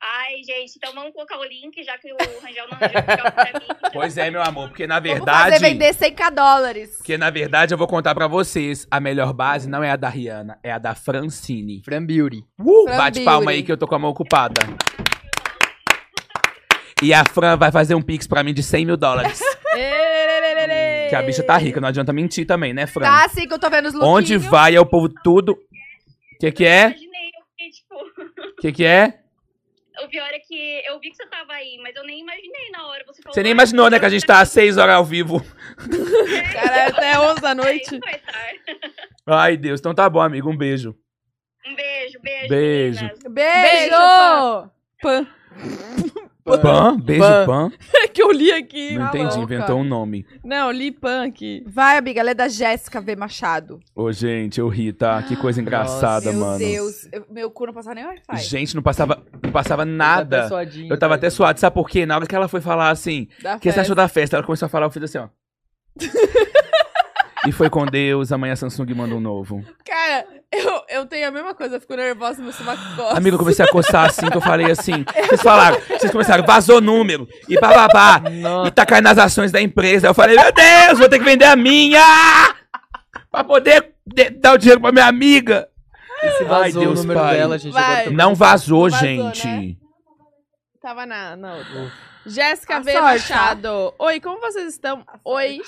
Speaker 13: Ai, gente, então vamos colocar o link, já que o Rangel não arranjou pra pra mim. Então
Speaker 3: Pois é, meu amor, porque na
Speaker 1: Vamos fazer vender
Speaker 3: verdade.
Speaker 1: 100k dólares.
Speaker 10: é-
Speaker 3: Porque na verdade eu vou contar pra vocês, a melhor base não é a da Rihanna, é a da Francine.
Speaker 4: Fran Beauty.
Speaker 3: Uh,
Speaker 1: Fran
Speaker 3: bate
Speaker 1: Beauty.
Speaker 3: palma aí que eu tô com a mão ocupada. E a Fran vai fazer um pix pra mim de 100 mil dólares. que a bicha tá rica, não adianta mentir também, né, Fran?
Speaker 1: Tá, sim, que eu tô vendo os lookinhos.
Speaker 3: Onde vai é o povo tudo. Que que
Speaker 13: eu
Speaker 3: é?
Speaker 13: imaginei, eu fiquei, tipo,
Speaker 3: Que que é?
Speaker 13: o pior é que eu vi que você tava aí, mas eu nem imaginei na hora. Você, falou,
Speaker 3: Você nem
Speaker 13: "Ai,
Speaker 3: imaginou, né, que a gente tá às 6 horas ao vivo. (laughs)
Speaker 10: Cara, é até 11 da noite.
Speaker 13: Aí tá. vai estar.
Speaker 3: Ai, Deus. Então tá bom, amigo. Um beijo.
Speaker 13: Um beijo, beijo.
Speaker 3: Beijo.
Speaker 13: meninas.
Speaker 1: Beijo!
Speaker 10: Pan.
Speaker 3: Pan? Beijo,
Speaker 4: Pan.
Speaker 3: Pan.
Speaker 10: É que eu li aqui.
Speaker 3: Não
Speaker 1: Tá
Speaker 3: entendi,
Speaker 1: louca.
Speaker 3: inventou um nome.
Speaker 10: Não, li Pan aqui.
Speaker 1: Vai, amiga, ela é da Jéssica V. Machado.
Speaker 3: Ô, gente, eu ri, tá? Que coisa engraçada,
Speaker 4: Nossa,
Speaker 1: Meu
Speaker 3: mano.
Speaker 1: Deus, eu- meu cu não passava nem Wi-Fi.
Speaker 3: Gente, não passava, não passava nada.
Speaker 4: suadinho,
Speaker 3: Eu tava até
Speaker 4: tadinho.
Speaker 3: suado. Sabe por quê? Na hora que ela foi falar assim,
Speaker 10: Da
Speaker 3: o que você
Speaker 10: festa.
Speaker 3: achou da festa? Ela começou a falar, eu fiz assim, ó. e foi com Deus, amanhã a Samsung manda um novo.
Speaker 10: Cara, eu, eu tenho a mesma coisa. Eu fico nervosa, meu sovaco coça.
Speaker 3: Amigo, eu comecei a coçar assim, que eu falei assim. Vocês falaram, vocês começaram, vazou número, e bababá,
Speaker 4: Nossa.
Speaker 3: e tá caindo nas ações da empresa. Eu falei, meu Deus, vou ter que vender a minha! Pra poder de- dar o dinheiro pra minha amiga.
Speaker 4: Esse vazou
Speaker 3: Deus,
Speaker 4: o número
Speaker 3: pai.
Speaker 4: dela, gente.
Speaker 10: Vai.
Speaker 4: agora eu tô-
Speaker 3: Não vazou,
Speaker 10: Vazou,
Speaker 3: gente.
Speaker 10: né? Tava na, na outra.
Speaker 4: Ufa.
Speaker 10: Jéssica
Speaker 1: A
Speaker 10: V.
Speaker 1: sorte, tá?
Speaker 10: Machado. Oi, como vocês estão? Oi,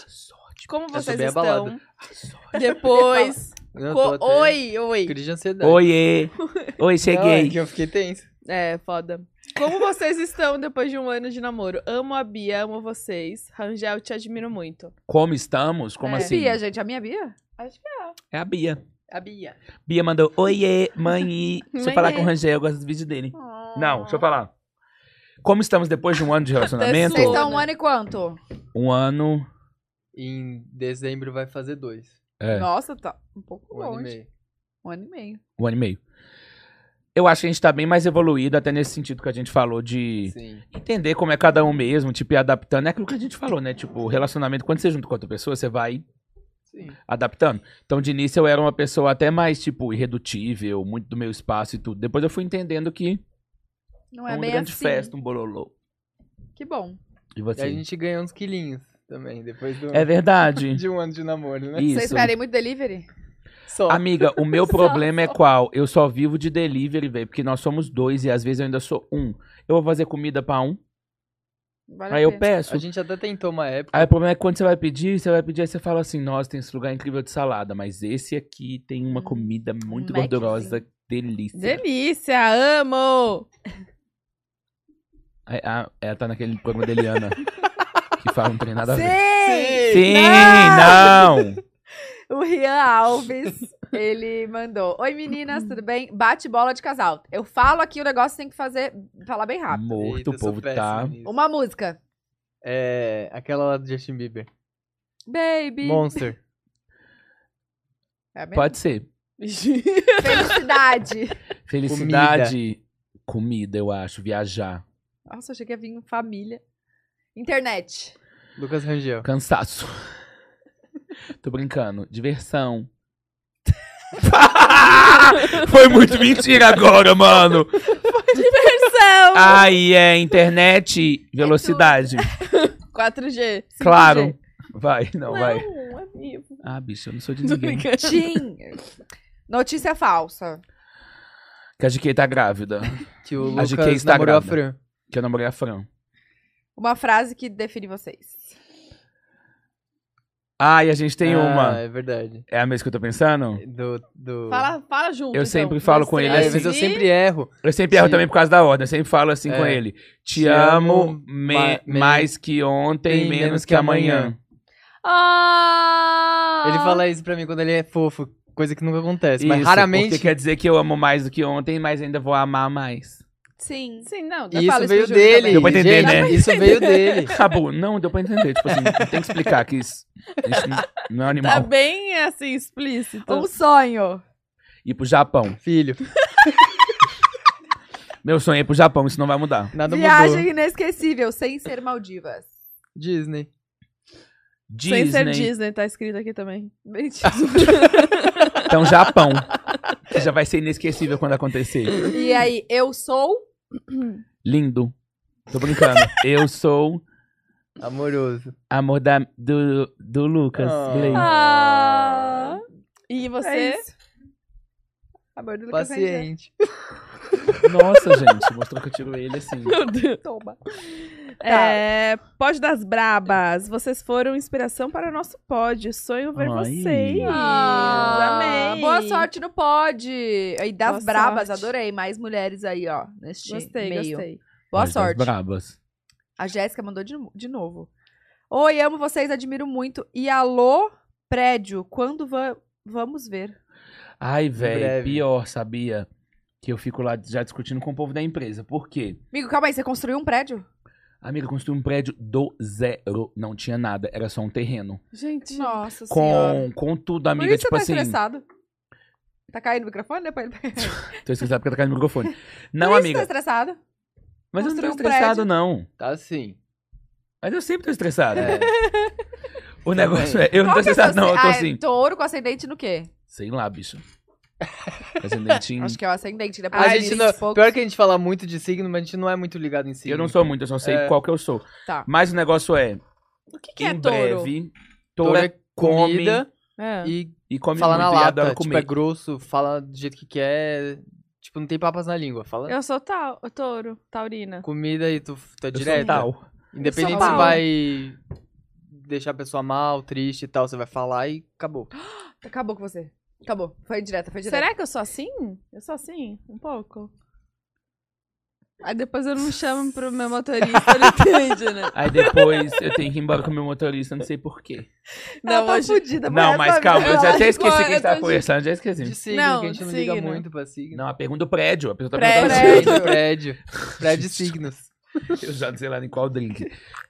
Speaker 10: como vocês
Speaker 4: bem abalado.
Speaker 10: estão? Depois.
Speaker 4: Eu
Speaker 10: Co-
Speaker 4: tô até
Speaker 10: Oi, oi.
Speaker 4: Crise de ansiedade.
Speaker 3: Oiê. Oi,
Speaker 4: Não, é
Speaker 3: cheguei.
Speaker 4: que eu fiquei tenso.
Speaker 10: É, foda. Como vocês estão depois de um ano de namoro? Amo a Bia, amo vocês. Rangel, te admiro muito.
Speaker 3: Como estamos? Como
Speaker 10: É.
Speaker 3: assim?
Speaker 1: Bia, gente, a minha Bia?
Speaker 10: Acho que
Speaker 3: É a Bia.
Speaker 4: A Bia.
Speaker 3: Bia mandou, oiê,
Speaker 10: (laughs)
Speaker 3: mãe. Deixa eu
Speaker 10: Mãe. Ah.
Speaker 3: falar com o Rangel, eu gosto do vídeo dele. Não, deixa eu falar. Como estamos depois de um ano de relacionamento?
Speaker 1: Vocês
Speaker 10: Até
Speaker 1: estão um
Speaker 10: Dona.
Speaker 1: ano e quanto?
Speaker 3: Um ano.
Speaker 4: Em dezembro vai fazer dois.
Speaker 3: É,
Speaker 1: Nossa, tá um pouco
Speaker 4: Um ano e
Speaker 1: longe.
Speaker 4: meio.
Speaker 1: Um ano e meio.
Speaker 3: um ano e meio. Eu acho que a gente tá bem mais evoluído, até nesse sentido que a gente falou de
Speaker 4: Sim.
Speaker 3: entender como é cada um mesmo, tipo, ir adaptando. É aquilo que a gente falou, né? Tipo, relacionamento, quando você junta com outra pessoa, você vai
Speaker 4: Sim.
Speaker 3: adaptando. Então, de início, eu era uma pessoa até mais, tipo, irredutível, muito do meu espaço e tudo. Depois eu fui entendendo que
Speaker 1: Não
Speaker 3: é
Speaker 1: é
Speaker 3: uma
Speaker 1: bem
Speaker 3: grande
Speaker 1: assim.
Speaker 3: festa, um bololô.
Speaker 1: Que bom.
Speaker 3: E
Speaker 4: E a
Speaker 3: você?
Speaker 4: gente ganhou uns quilinhos também, depois do...
Speaker 3: É
Speaker 4: (laughs)
Speaker 3: verdade.
Speaker 4: de um ano de namoro, né?
Speaker 3: Isso.
Speaker 1: Vocês pedem muito delivery?
Speaker 4: Só.
Speaker 3: Amiga, o meu problema é qual? Eu só vivo de delivery, velho, porque nós somos dois e às vezes eu ainda sou um. Eu vou fazer comida pra um,
Speaker 1: Vale a
Speaker 3: aí eu
Speaker 1: pena.
Speaker 3: peço.
Speaker 4: A gente até tentou uma época.
Speaker 3: Aí o problema é que quando você vai pedir, você vai pedir, aí você fala assim, nossa, tem esse lugar incrível de salada, mas esse aqui tem uma
Speaker 1: Hum,
Speaker 3: comida muito
Speaker 1: um Maczinho.
Speaker 3: gordurosa, delícia.
Speaker 10: Delícia, amo!
Speaker 3: Aí, ah, ela tá naquele programa da
Speaker 1: (laughs)
Speaker 3: Eliana, que fala não tem nada a
Speaker 1: Sim!
Speaker 3: ver. Sim,
Speaker 1: Não!
Speaker 3: não!
Speaker 1: (laughs) O Rian Alves, ele mandou. Oi, meninas, tudo bem? Bate bola de casal. Eu falo aqui, o negócio tem que fazer... Falar bem rápido.
Speaker 3: Morto,
Speaker 4: Eita,
Speaker 3: o
Speaker 4: eu sou
Speaker 3: povo
Speaker 4: péssimo
Speaker 3: tá...
Speaker 4: nisso.
Speaker 1: Uma música.
Speaker 4: É, aquela lá do Justin Bieber.
Speaker 1: Baby.
Speaker 4: Monster.
Speaker 1: É mesmo?
Speaker 3: Pode ser.
Speaker 1: Felicidade.
Speaker 3: Felicidade, comida. eu acho, viajar,
Speaker 1: Nossa, eu cheguei a vir em família. Internet.
Speaker 4: Lucas Rangel.
Speaker 3: cansaço. (laughs) Tô brincando, diversão. (laughs) Foi muito mentira agora, mano.
Speaker 10: Diversão! É
Speaker 3: Aí é internet, velocidade.
Speaker 10: 4G. 5G.
Speaker 3: Claro. Vai, não,
Speaker 10: Não,
Speaker 3: Então vai.
Speaker 10: é vivo.
Speaker 3: Ah, bicho, eu não
Speaker 10: (laughs)
Speaker 3: sou de (laughs)
Speaker 10: Tô
Speaker 3: ninguém.
Speaker 10: brincando.
Speaker 1: Tim. Notícia falsa.
Speaker 3: Que a GK tá grávida.
Speaker 4: Que é né? o
Speaker 3: A
Speaker 4: Lucas
Speaker 3: GK está
Speaker 4: namorou a
Speaker 3: grávida.
Speaker 4: Fran.
Speaker 3: Que eu namorei a Fran.
Speaker 1: Uma frase que define vocês.
Speaker 3: Ah, e a gente tem
Speaker 4: Ah,
Speaker 3: uma.
Speaker 4: é verdade.
Speaker 3: É a mesma que eu tô pensando?
Speaker 4: Do, do...
Speaker 10: Fala, fala junto.
Speaker 3: Eu
Speaker 10: então.
Speaker 3: sempre falo com
Speaker 4: É,
Speaker 3: ele
Speaker 10: três
Speaker 3: assim.
Speaker 4: mas eu
Speaker 10: e-
Speaker 4: sempre erro.
Speaker 3: Eu sempre erro
Speaker 4: Te-
Speaker 3: também por causa da ordem. Eu sempre falo assim
Speaker 4: É.
Speaker 3: com ele. Te,
Speaker 4: Te
Speaker 3: amo,
Speaker 4: amo
Speaker 3: me-
Speaker 4: ma- me-
Speaker 3: mais que ontem,
Speaker 4: bem
Speaker 3: menos, que amanhã.
Speaker 1: Ah!
Speaker 4: Ele fala isso pra mim quando ele é fofo, coisa que nunca acontece. mas
Speaker 3: Isso,
Speaker 4: raramente.
Speaker 3: Porque quer dizer que eu amo mais do que ontem, mas ainda vou amar mais.
Speaker 1: Sim.
Speaker 10: Sim, não. eu
Speaker 4: Isso
Speaker 10: falo
Speaker 4: veio
Speaker 10: pro Júlio
Speaker 4: dele.
Speaker 10: também.
Speaker 3: Deu pra entender,
Speaker 4: gente,
Speaker 3: né?
Speaker 4: Isso veio dele.
Speaker 3: Acabou. Não, deu pra entender. Tipo assim, tem que explicar que isso, isso não- não é um
Speaker 10: Tá
Speaker 3: animal.
Speaker 10: bem, assim, explícito.
Speaker 1: Um sonho.
Speaker 3: Ir pro Japão.
Speaker 4: Filho,
Speaker 3: Meu sonho é ir pro Japão, isso não vai mudar.
Speaker 4: nada
Speaker 1: Viagem
Speaker 4: Tá mudou.
Speaker 1: inesquecível, sem ser Maldivas.
Speaker 4: Disney.
Speaker 3: Disney.
Speaker 10: Sem ser Disney, tá escrito aqui também. (laughs)
Speaker 1: Mentira.
Speaker 3: Então, Japão. Que já vai ser inesquecível quando acontecer.
Speaker 1: e aí, eu sou.
Speaker 3: Lindo. Tô brincando. Eu sou
Speaker 4: Amoroso.
Speaker 3: amor da, do, do Lucas.
Speaker 4: Ah.
Speaker 3: Blake.
Speaker 10: Ah. E
Speaker 1: É
Speaker 10: você?
Speaker 1: isso. Amor do Lucas Rangel.
Speaker 4: Paciente.
Speaker 3: Nossa, gente. Mostrou que eu tiro ele assim.
Speaker 10: Meu Deus.
Speaker 1: Toma. Tá.
Speaker 10: É, Pod das Brabas, vocês foram inspiração para o nosso pod. Sonho ver
Speaker 3: Ai.
Speaker 10: vocês.
Speaker 1: Ah,
Speaker 10: um Amei.
Speaker 1: Boa sorte no pod. E
Speaker 10: Boa
Speaker 1: das brabas,
Speaker 10: sorte.
Speaker 1: adorei. Mais mulheres aí, ó. Neste
Speaker 10: Gostei,
Speaker 1: meio.
Speaker 10: gostei.
Speaker 1: Boa
Speaker 3: Mas das
Speaker 1: sorte.
Speaker 3: Brabas.
Speaker 1: A Jéssica mandou de, de novo. Oi, amo vocês, admiro muito. E alô, prédio, quando va- vamos ver?
Speaker 3: Ai,
Speaker 4: breve.
Speaker 3: velho. Pior, sabia? Que eu fico lá já discutindo com o povo da empresa. Por quê?
Speaker 1: Amigo, calma aí, você construiu um prédio?
Speaker 3: Amiga, construí um prédio do zero. Não tinha nada. Era só um terreno.
Speaker 10: Gente,
Speaker 1: Nossa senhora.
Speaker 3: Com, com tudo,
Speaker 1: Por
Speaker 3: amiga.
Speaker 1: isso
Speaker 3: tipo
Speaker 1: você tá
Speaker 3: assim.
Speaker 1: estressado? Tá caindo o microfone, né? pra ele- Por isso
Speaker 3: Tô estressado porque tá caindo
Speaker 1: (laughs)
Speaker 3: o microfone. um Não,
Speaker 1: você tá
Speaker 3: amiga.
Speaker 1: estressado?
Speaker 3: Mas eu não tô
Speaker 1: construiu um
Speaker 3: estressado,
Speaker 1: prédio.
Speaker 3: não.
Speaker 4: Tá assim.
Speaker 3: Mas eu sempre tô estressado. (laughs)
Speaker 4: É.
Speaker 3: O negócio é, eu não tô
Speaker 1: Qual que é o
Speaker 3: estressado,
Speaker 1: seu
Speaker 3: não. Eu
Speaker 1: asce-
Speaker 3: tô
Speaker 1: Ah,
Speaker 3: assim.
Speaker 1: Touro com ascendente no quê?
Speaker 3: Sei
Speaker 1: (laughs)
Speaker 3: lá, bicho. Ascendente em-
Speaker 1: Acho que é o ascendente, né?
Speaker 4: A
Speaker 1: Porque
Speaker 4: gente
Speaker 1: tem
Speaker 4: não,
Speaker 1: poucos.
Speaker 4: pior que a gente fala muito de signo, mas a gente não é muito ligado em signo.
Speaker 3: Eu não sou muito, eu só sei
Speaker 4: É.
Speaker 3: qual que eu sou.
Speaker 1: Tá.
Speaker 3: Mas o negócio é,
Speaker 10: o que, que
Speaker 3: em
Speaker 10: é touro?
Speaker 3: breve,
Speaker 4: Touro
Speaker 3: Toura
Speaker 4: é comida
Speaker 10: É.
Speaker 4: e
Speaker 3: e come
Speaker 4: fala na
Speaker 3: muito e adora
Speaker 4: lata. Tipo,
Speaker 3: comer.
Speaker 4: é grosso, fala do jeito que quer. Tipo, não tem papas na língua. Fala
Speaker 10: Eu sou tau- touro, taurina.
Speaker 4: comida e tu tá
Speaker 3: Eu sou
Speaker 4: direto.
Speaker 3: tal.
Speaker 4: Independente
Speaker 1: São
Speaker 4: se
Speaker 1: Paulo.
Speaker 4: vai deixar a pessoa mal, triste e tal, você vai falar e acabou.
Speaker 1: Acabou com você. Acabou. Foi direta, foi direta.
Speaker 10: Será que eu sou assim? Eu sou assim? Um pouco. Aí depois eu não chamo pro meu motorista, ele (laughs) entende, né?
Speaker 3: Aí depois eu tenho que ir embora com o meu motorista, não sei
Speaker 4: (laughs)
Speaker 3: porquê.
Speaker 10: Não,
Speaker 1: Ela tá
Speaker 10: hoje-
Speaker 1: fudida,
Speaker 3: Não,
Speaker 1: mulher,
Speaker 3: mas
Speaker 1: sabe?
Speaker 3: calma, eu
Speaker 1: Ela- é
Speaker 3: já até esqueci
Speaker 10: Agora
Speaker 3: que a gente
Speaker 10: eu tô
Speaker 3: tava
Speaker 10: de-
Speaker 3: conversando, já
Speaker 4: De
Speaker 3: esqueci.
Speaker 4: signo,
Speaker 10: Não,
Speaker 4: que a gente não
Speaker 10: signo.
Speaker 4: liga muito pra signo.
Speaker 3: Não, a pergunta do prédio. A pessoa tá
Speaker 10: Prédio.
Speaker 3: perguntando.
Speaker 4: Prédio,
Speaker 3: (laughs)
Speaker 4: prédio. Prédio signos.
Speaker 3: Eu já não sei lá em qual drink.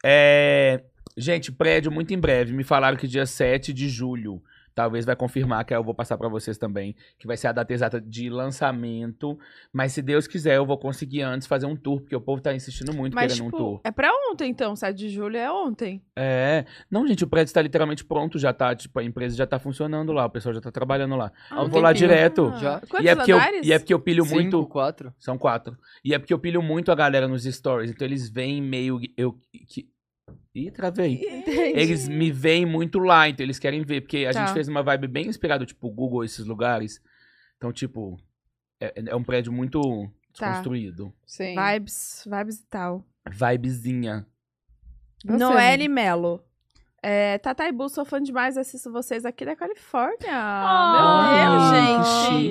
Speaker 3: É, gente, prédio muito em breve. Me falaram que dia 7 de julho. Talvez vai confirmar, que aí eu vou passar pra vocês também. Que vai ser a data exata de lançamento. Mas se Deus quiser, eu vou conseguir antes fazer um tour, porque o povo tá insistindo muito
Speaker 10: Mas,
Speaker 3: querendo um
Speaker 10: tipo,
Speaker 3: tour.
Speaker 10: é pra ontem, então. 7 de julho é ontem.
Speaker 3: É. Não, gente, o prédio está literalmente pronto, já tá, tipo, a empresa já tá funcionando lá, o pessoal já tá trabalhando lá.
Speaker 10: Ah,
Speaker 3: eu
Speaker 4: um
Speaker 3: vou lá
Speaker 4: tempinho.
Speaker 3: direto.
Speaker 4: Já.
Speaker 10: Quantos
Speaker 3: E é, porque eu,
Speaker 10: andares?
Speaker 3: e é porque eu pilho
Speaker 4: Cinco,
Speaker 3: muito.
Speaker 4: quatro.
Speaker 3: São quatro. E é porque eu pilho muito a galera nos stories. Então eles veem meio. Eu, que... Ih, travei.
Speaker 1: (laughs)
Speaker 10: Entendi.
Speaker 3: Eles me veem muito lá, então eles querem ver. Porque a
Speaker 10: Tá.
Speaker 3: gente fez uma vibe bem inspirada, tipo, Google, esses lugares. Então, tipo, é, é um prédio muito
Speaker 10: Tá.
Speaker 3: desconstruído.
Speaker 1: Sim.
Speaker 10: Vibes, vibes e tal.
Speaker 3: Vibezinha.
Speaker 1: Você,
Speaker 10: Noelle Melo. É, Tata e Bu, sou fã demais, assisto vocês aqui da Califórnia.
Speaker 3: Oh,
Speaker 10: Meu Deus, gente.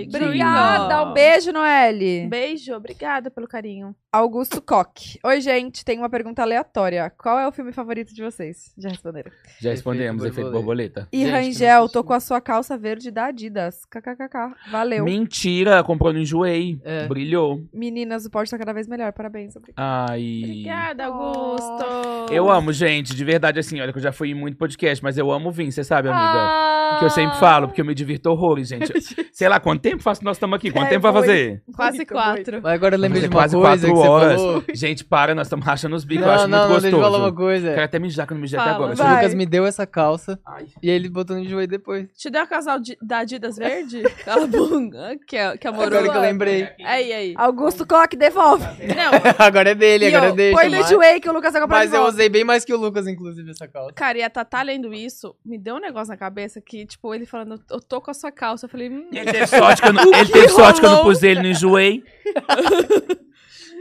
Speaker 3: chique.
Speaker 1: Obrigada, um beijo, Noelle.
Speaker 10: Beijo, obrigada pelo carinho.
Speaker 1: Augusto Coque. Oi, gente, tem uma pergunta aleatória. Qual é o filme favorito de vocês? Já responderam.
Speaker 3: Já respondemos,
Speaker 4: Efeito
Speaker 3: efeito borboleta.
Speaker 1: E
Speaker 4: Gente, é também
Speaker 1: Rangel,
Speaker 4: assisti.
Speaker 1: tô com a sua calça verde da Adidas. KKKK. Valeu.
Speaker 3: Mentira, comprou no enjoei.
Speaker 4: É.
Speaker 3: Brilhou.
Speaker 1: Meninas, o porte tá cada vez melhor. Parabéns.
Speaker 3: Ai.
Speaker 10: Obrigada, Augusto.
Speaker 3: Eu amo, gente, de verdade, assim, olha que eu já fui em muito podcast, mas eu amo o vinho, você sabe, amiga.
Speaker 2: Ah,
Speaker 3: Que eu sempre falo, porque eu me divirto horrores, gente. Sei lá, quanto tempo faz que nós estamos aqui? Quanto
Speaker 2: É,
Speaker 3: tempo vai
Speaker 2: muito.
Speaker 3: fazer?
Speaker 2: Quase quatro.
Speaker 4: Mas agora eu
Speaker 3: Vai
Speaker 4: lembrei de
Speaker 3: fazer
Speaker 4: uma
Speaker 3: quase
Speaker 4: coisa
Speaker 3: quatro
Speaker 4: que você
Speaker 3: horas.
Speaker 4: falou.
Speaker 3: Gente, para, nós estamos rachando os bicos, eu
Speaker 4: Não,
Speaker 3: acho
Speaker 4: não,
Speaker 3: muito
Speaker 4: não,
Speaker 3: gostoso.
Speaker 4: deixa eu falar uma coisa.
Speaker 2: É.
Speaker 3: Quero até mijar, que eu não mijei até
Speaker 2: Fala,
Speaker 3: agora.
Speaker 4: O
Speaker 2: Vai.
Speaker 4: Lucas me deu essa calça e ele botou no joelho depois.
Speaker 2: Te deu a casal de- da
Speaker 10: (laughs)
Speaker 2: Adidas Verde? Cala a bunda. (laughs) Que, é- que amoroso.
Speaker 4: Agora que eu lembrei.
Speaker 2: Aí, aí.
Speaker 10: Ah,
Speaker 1: Augusto Coque, devolve.
Speaker 10: (laughs)
Speaker 2: Não,
Speaker 4: agora é dele,
Speaker 2: E,
Speaker 4: agora
Speaker 2: ó,
Speaker 4: é dele.
Speaker 1: Põe no joelho que o Lucas vai comprar
Speaker 4: Mas
Speaker 1: de
Speaker 4: eu
Speaker 1: volta.
Speaker 4: usei bem mais que o Lucas, inclusive, essa calça.
Speaker 2: cara, e a Tatá lendo isso, me deu um negócio na cabeça que, tipo, ele falando, eu tô com a sua calça. Eu falei, hum.
Speaker 3: Ele teve sorte que eu não,
Speaker 2: (laughs) O
Speaker 3: ele
Speaker 2: que
Speaker 3: teve sorte que eu não
Speaker 2: rolou?
Speaker 3: pus ele, não enjoei.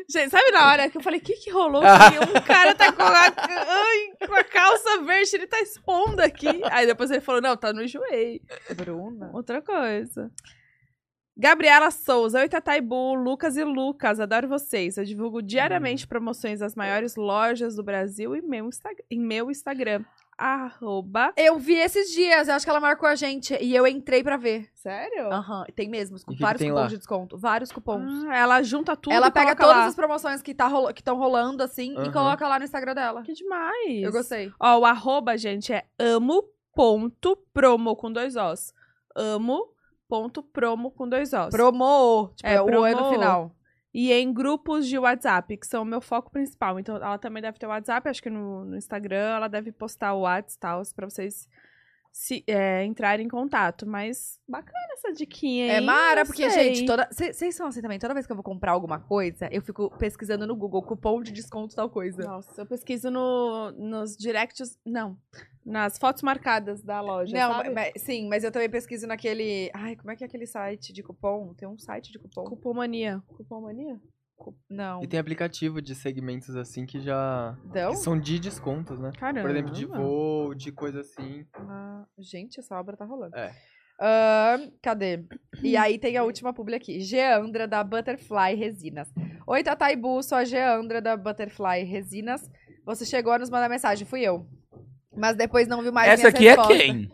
Speaker 2: Gente, sabe na hora que eu falei, o que que rolou? Que um cara tá com a, ai, com a calça verde, ele tá expondo aqui. Aí depois ele falou, não, tá no joelho.
Speaker 1: Bruna.
Speaker 2: Outra coisa. Gabriela Souza, oi Tataibu, Lucas e Lucas, adoro vocês. Eu divulgo
Speaker 1: Hum.
Speaker 2: diariamente promoções das maiores lojas do Brasil e meu Insta- em meu Instagram. Arroba.
Speaker 1: Eu vi esses dias, eu acho que ela marcou a gente. E eu entrei pra ver.
Speaker 2: Sério?
Speaker 1: Aham, tem mesmo, com
Speaker 4: que que
Speaker 1: vários
Speaker 4: tem
Speaker 1: cupons
Speaker 4: lá?
Speaker 1: de desconto. Vários cupons.
Speaker 2: Ah, ela junta tudo.
Speaker 1: ela
Speaker 2: e
Speaker 1: pega
Speaker 2: coloca
Speaker 1: todas
Speaker 2: lá.
Speaker 1: as promoções que tá rolo- que estão rolando, assim, e
Speaker 4: Aham.
Speaker 1: coloca lá no Instagram dela.
Speaker 2: Que demais.
Speaker 1: Eu gostei.
Speaker 2: Ó, o arroba, gente, é amo.promo com dois Os. Amo.promo com dois Os.
Speaker 1: Promo, tipo,
Speaker 2: É,
Speaker 1: é, o é no
Speaker 2: promo.
Speaker 1: final.
Speaker 2: E em grupos de WhatsApp, que são o meu foco principal. Então, ela também deve ter WhatsApp, acho que no, no Instagram, ela deve postar o WhatsApp e tal, pra vocês se, é, entrarem em contato. Mas bacana essa diquinha aí.
Speaker 1: É
Speaker 2: não
Speaker 1: Mara, porque,
Speaker 2: sei.
Speaker 1: gente, toda. Vocês são assim também, toda vez que eu vou comprar alguma coisa, eu fico pesquisando no Google cupom de desconto tal coisa.
Speaker 2: Nossa, eu pesquiso no, nos directs... Não, nas fotos marcadas da loja,
Speaker 1: Não,
Speaker 2: sabe?
Speaker 1: mas- sim, mas eu também pesquiso naquele. Ai, como é que é aquele site de cupom? Tem um site de cupom.
Speaker 2: Cupomania. Cupomania?
Speaker 1: Cu- Não.
Speaker 4: E tem aplicativo de segmentos assim que já.
Speaker 1: Então?
Speaker 4: que são de descontos, né?
Speaker 2: Caramba.
Speaker 4: Por exemplo, de voo, de coisa assim.
Speaker 1: Ah, gente, essa obra tá rolando.
Speaker 4: É.
Speaker 1: Ahn, cadê? (clears throat) E aí tem a última publi aqui. Geandra da Butterfly Resinas. Oi, Tataibu, sou a Geandra da Butterfly Resinas. Você chegou a nos mandar mensagem, fui eu. Mas depois não vi mais
Speaker 3: Essa
Speaker 1: minhas
Speaker 3: aqui é
Speaker 1: respostas.
Speaker 3: quem?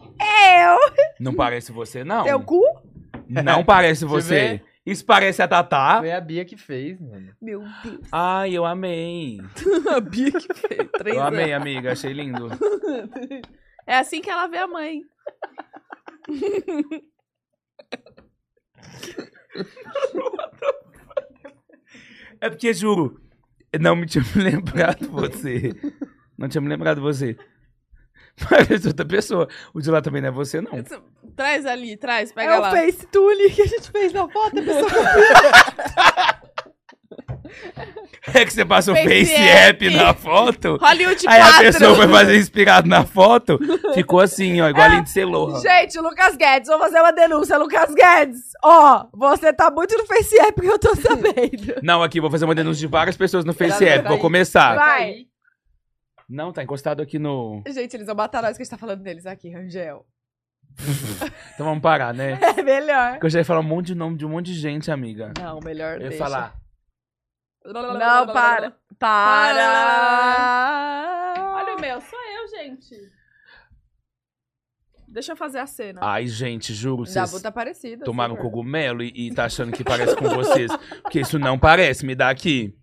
Speaker 1: Eu!
Speaker 3: Não parece você, não.
Speaker 1: Teu É cu?
Speaker 3: (laughs) Não parece você.
Speaker 4: ver?
Speaker 3: Isso parece a
Speaker 1: Ah.
Speaker 3: Tatá.
Speaker 4: Foi a Bia que fez, mano.
Speaker 1: Meu Deus.
Speaker 3: Ai, eu amei.
Speaker 2: (laughs) A Bia que fez. Três
Speaker 3: Eu
Speaker 2: anos.
Speaker 3: amei, amiga. Achei lindo.
Speaker 2: É assim que ela vê a mãe.
Speaker 3: É porque, juro, não me tinha (laughs) me lembrado você. Não tinha me lembrado você. (laughs) Parece outra pessoa. O de lá também não é você, não.
Speaker 2: Traz ali, traz, pega
Speaker 1: É o
Speaker 2: lá.
Speaker 1: Face Tune que a gente fez na (laughs) foto, pessoal.
Speaker 3: É que você passa o
Speaker 2: Face
Speaker 3: Face
Speaker 2: app.
Speaker 3: App na foto.
Speaker 2: Hollywood 4.
Speaker 3: Aí a pessoa vai
Speaker 1: (laughs)
Speaker 3: fazer inspirado na foto. Ficou assim, ó,
Speaker 1: É,
Speaker 3: igual a Lindsay Lohan.
Speaker 1: Gente, Lucas Guedes, vou fazer uma denúncia, Lucas Guedes. Ó, você tá muito no Face App que eu tô sabendo.
Speaker 3: Não, aqui, vou fazer uma denúncia de várias pessoas no Face
Speaker 4: Peraí,
Speaker 3: App. Vou
Speaker 4: peraí.
Speaker 3: começar.
Speaker 1: Vai.
Speaker 3: Não, tá encostado aqui no.
Speaker 1: Gente, eles vão matar nós que a gente tá falando deles aqui, Rangel.
Speaker 3: Então vamos parar, né?
Speaker 1: É melhor.
Speaker 3: Porque eu já ia falar um monte de nome de um monte de gente, amiga.
Speaker 1: Não, melhor
Speaker 3: Eu ia
Speaker 1: deixa.
Speaker 3: falar.
Speaker 1: Não, para. Para.
Speaker 2: Olha o meu, sou eu, gente. Deixa eu fazer a cena.
Speaker 3: Ai, gente, juro, vocês
Speaker 1: Dabu tá parecida.
Speaker 3: tomaram
Speaker 1: super.
Speaker 3: cogumelo e, e tá achando que parece com vocês. Porque isso não parece, me dá aqui.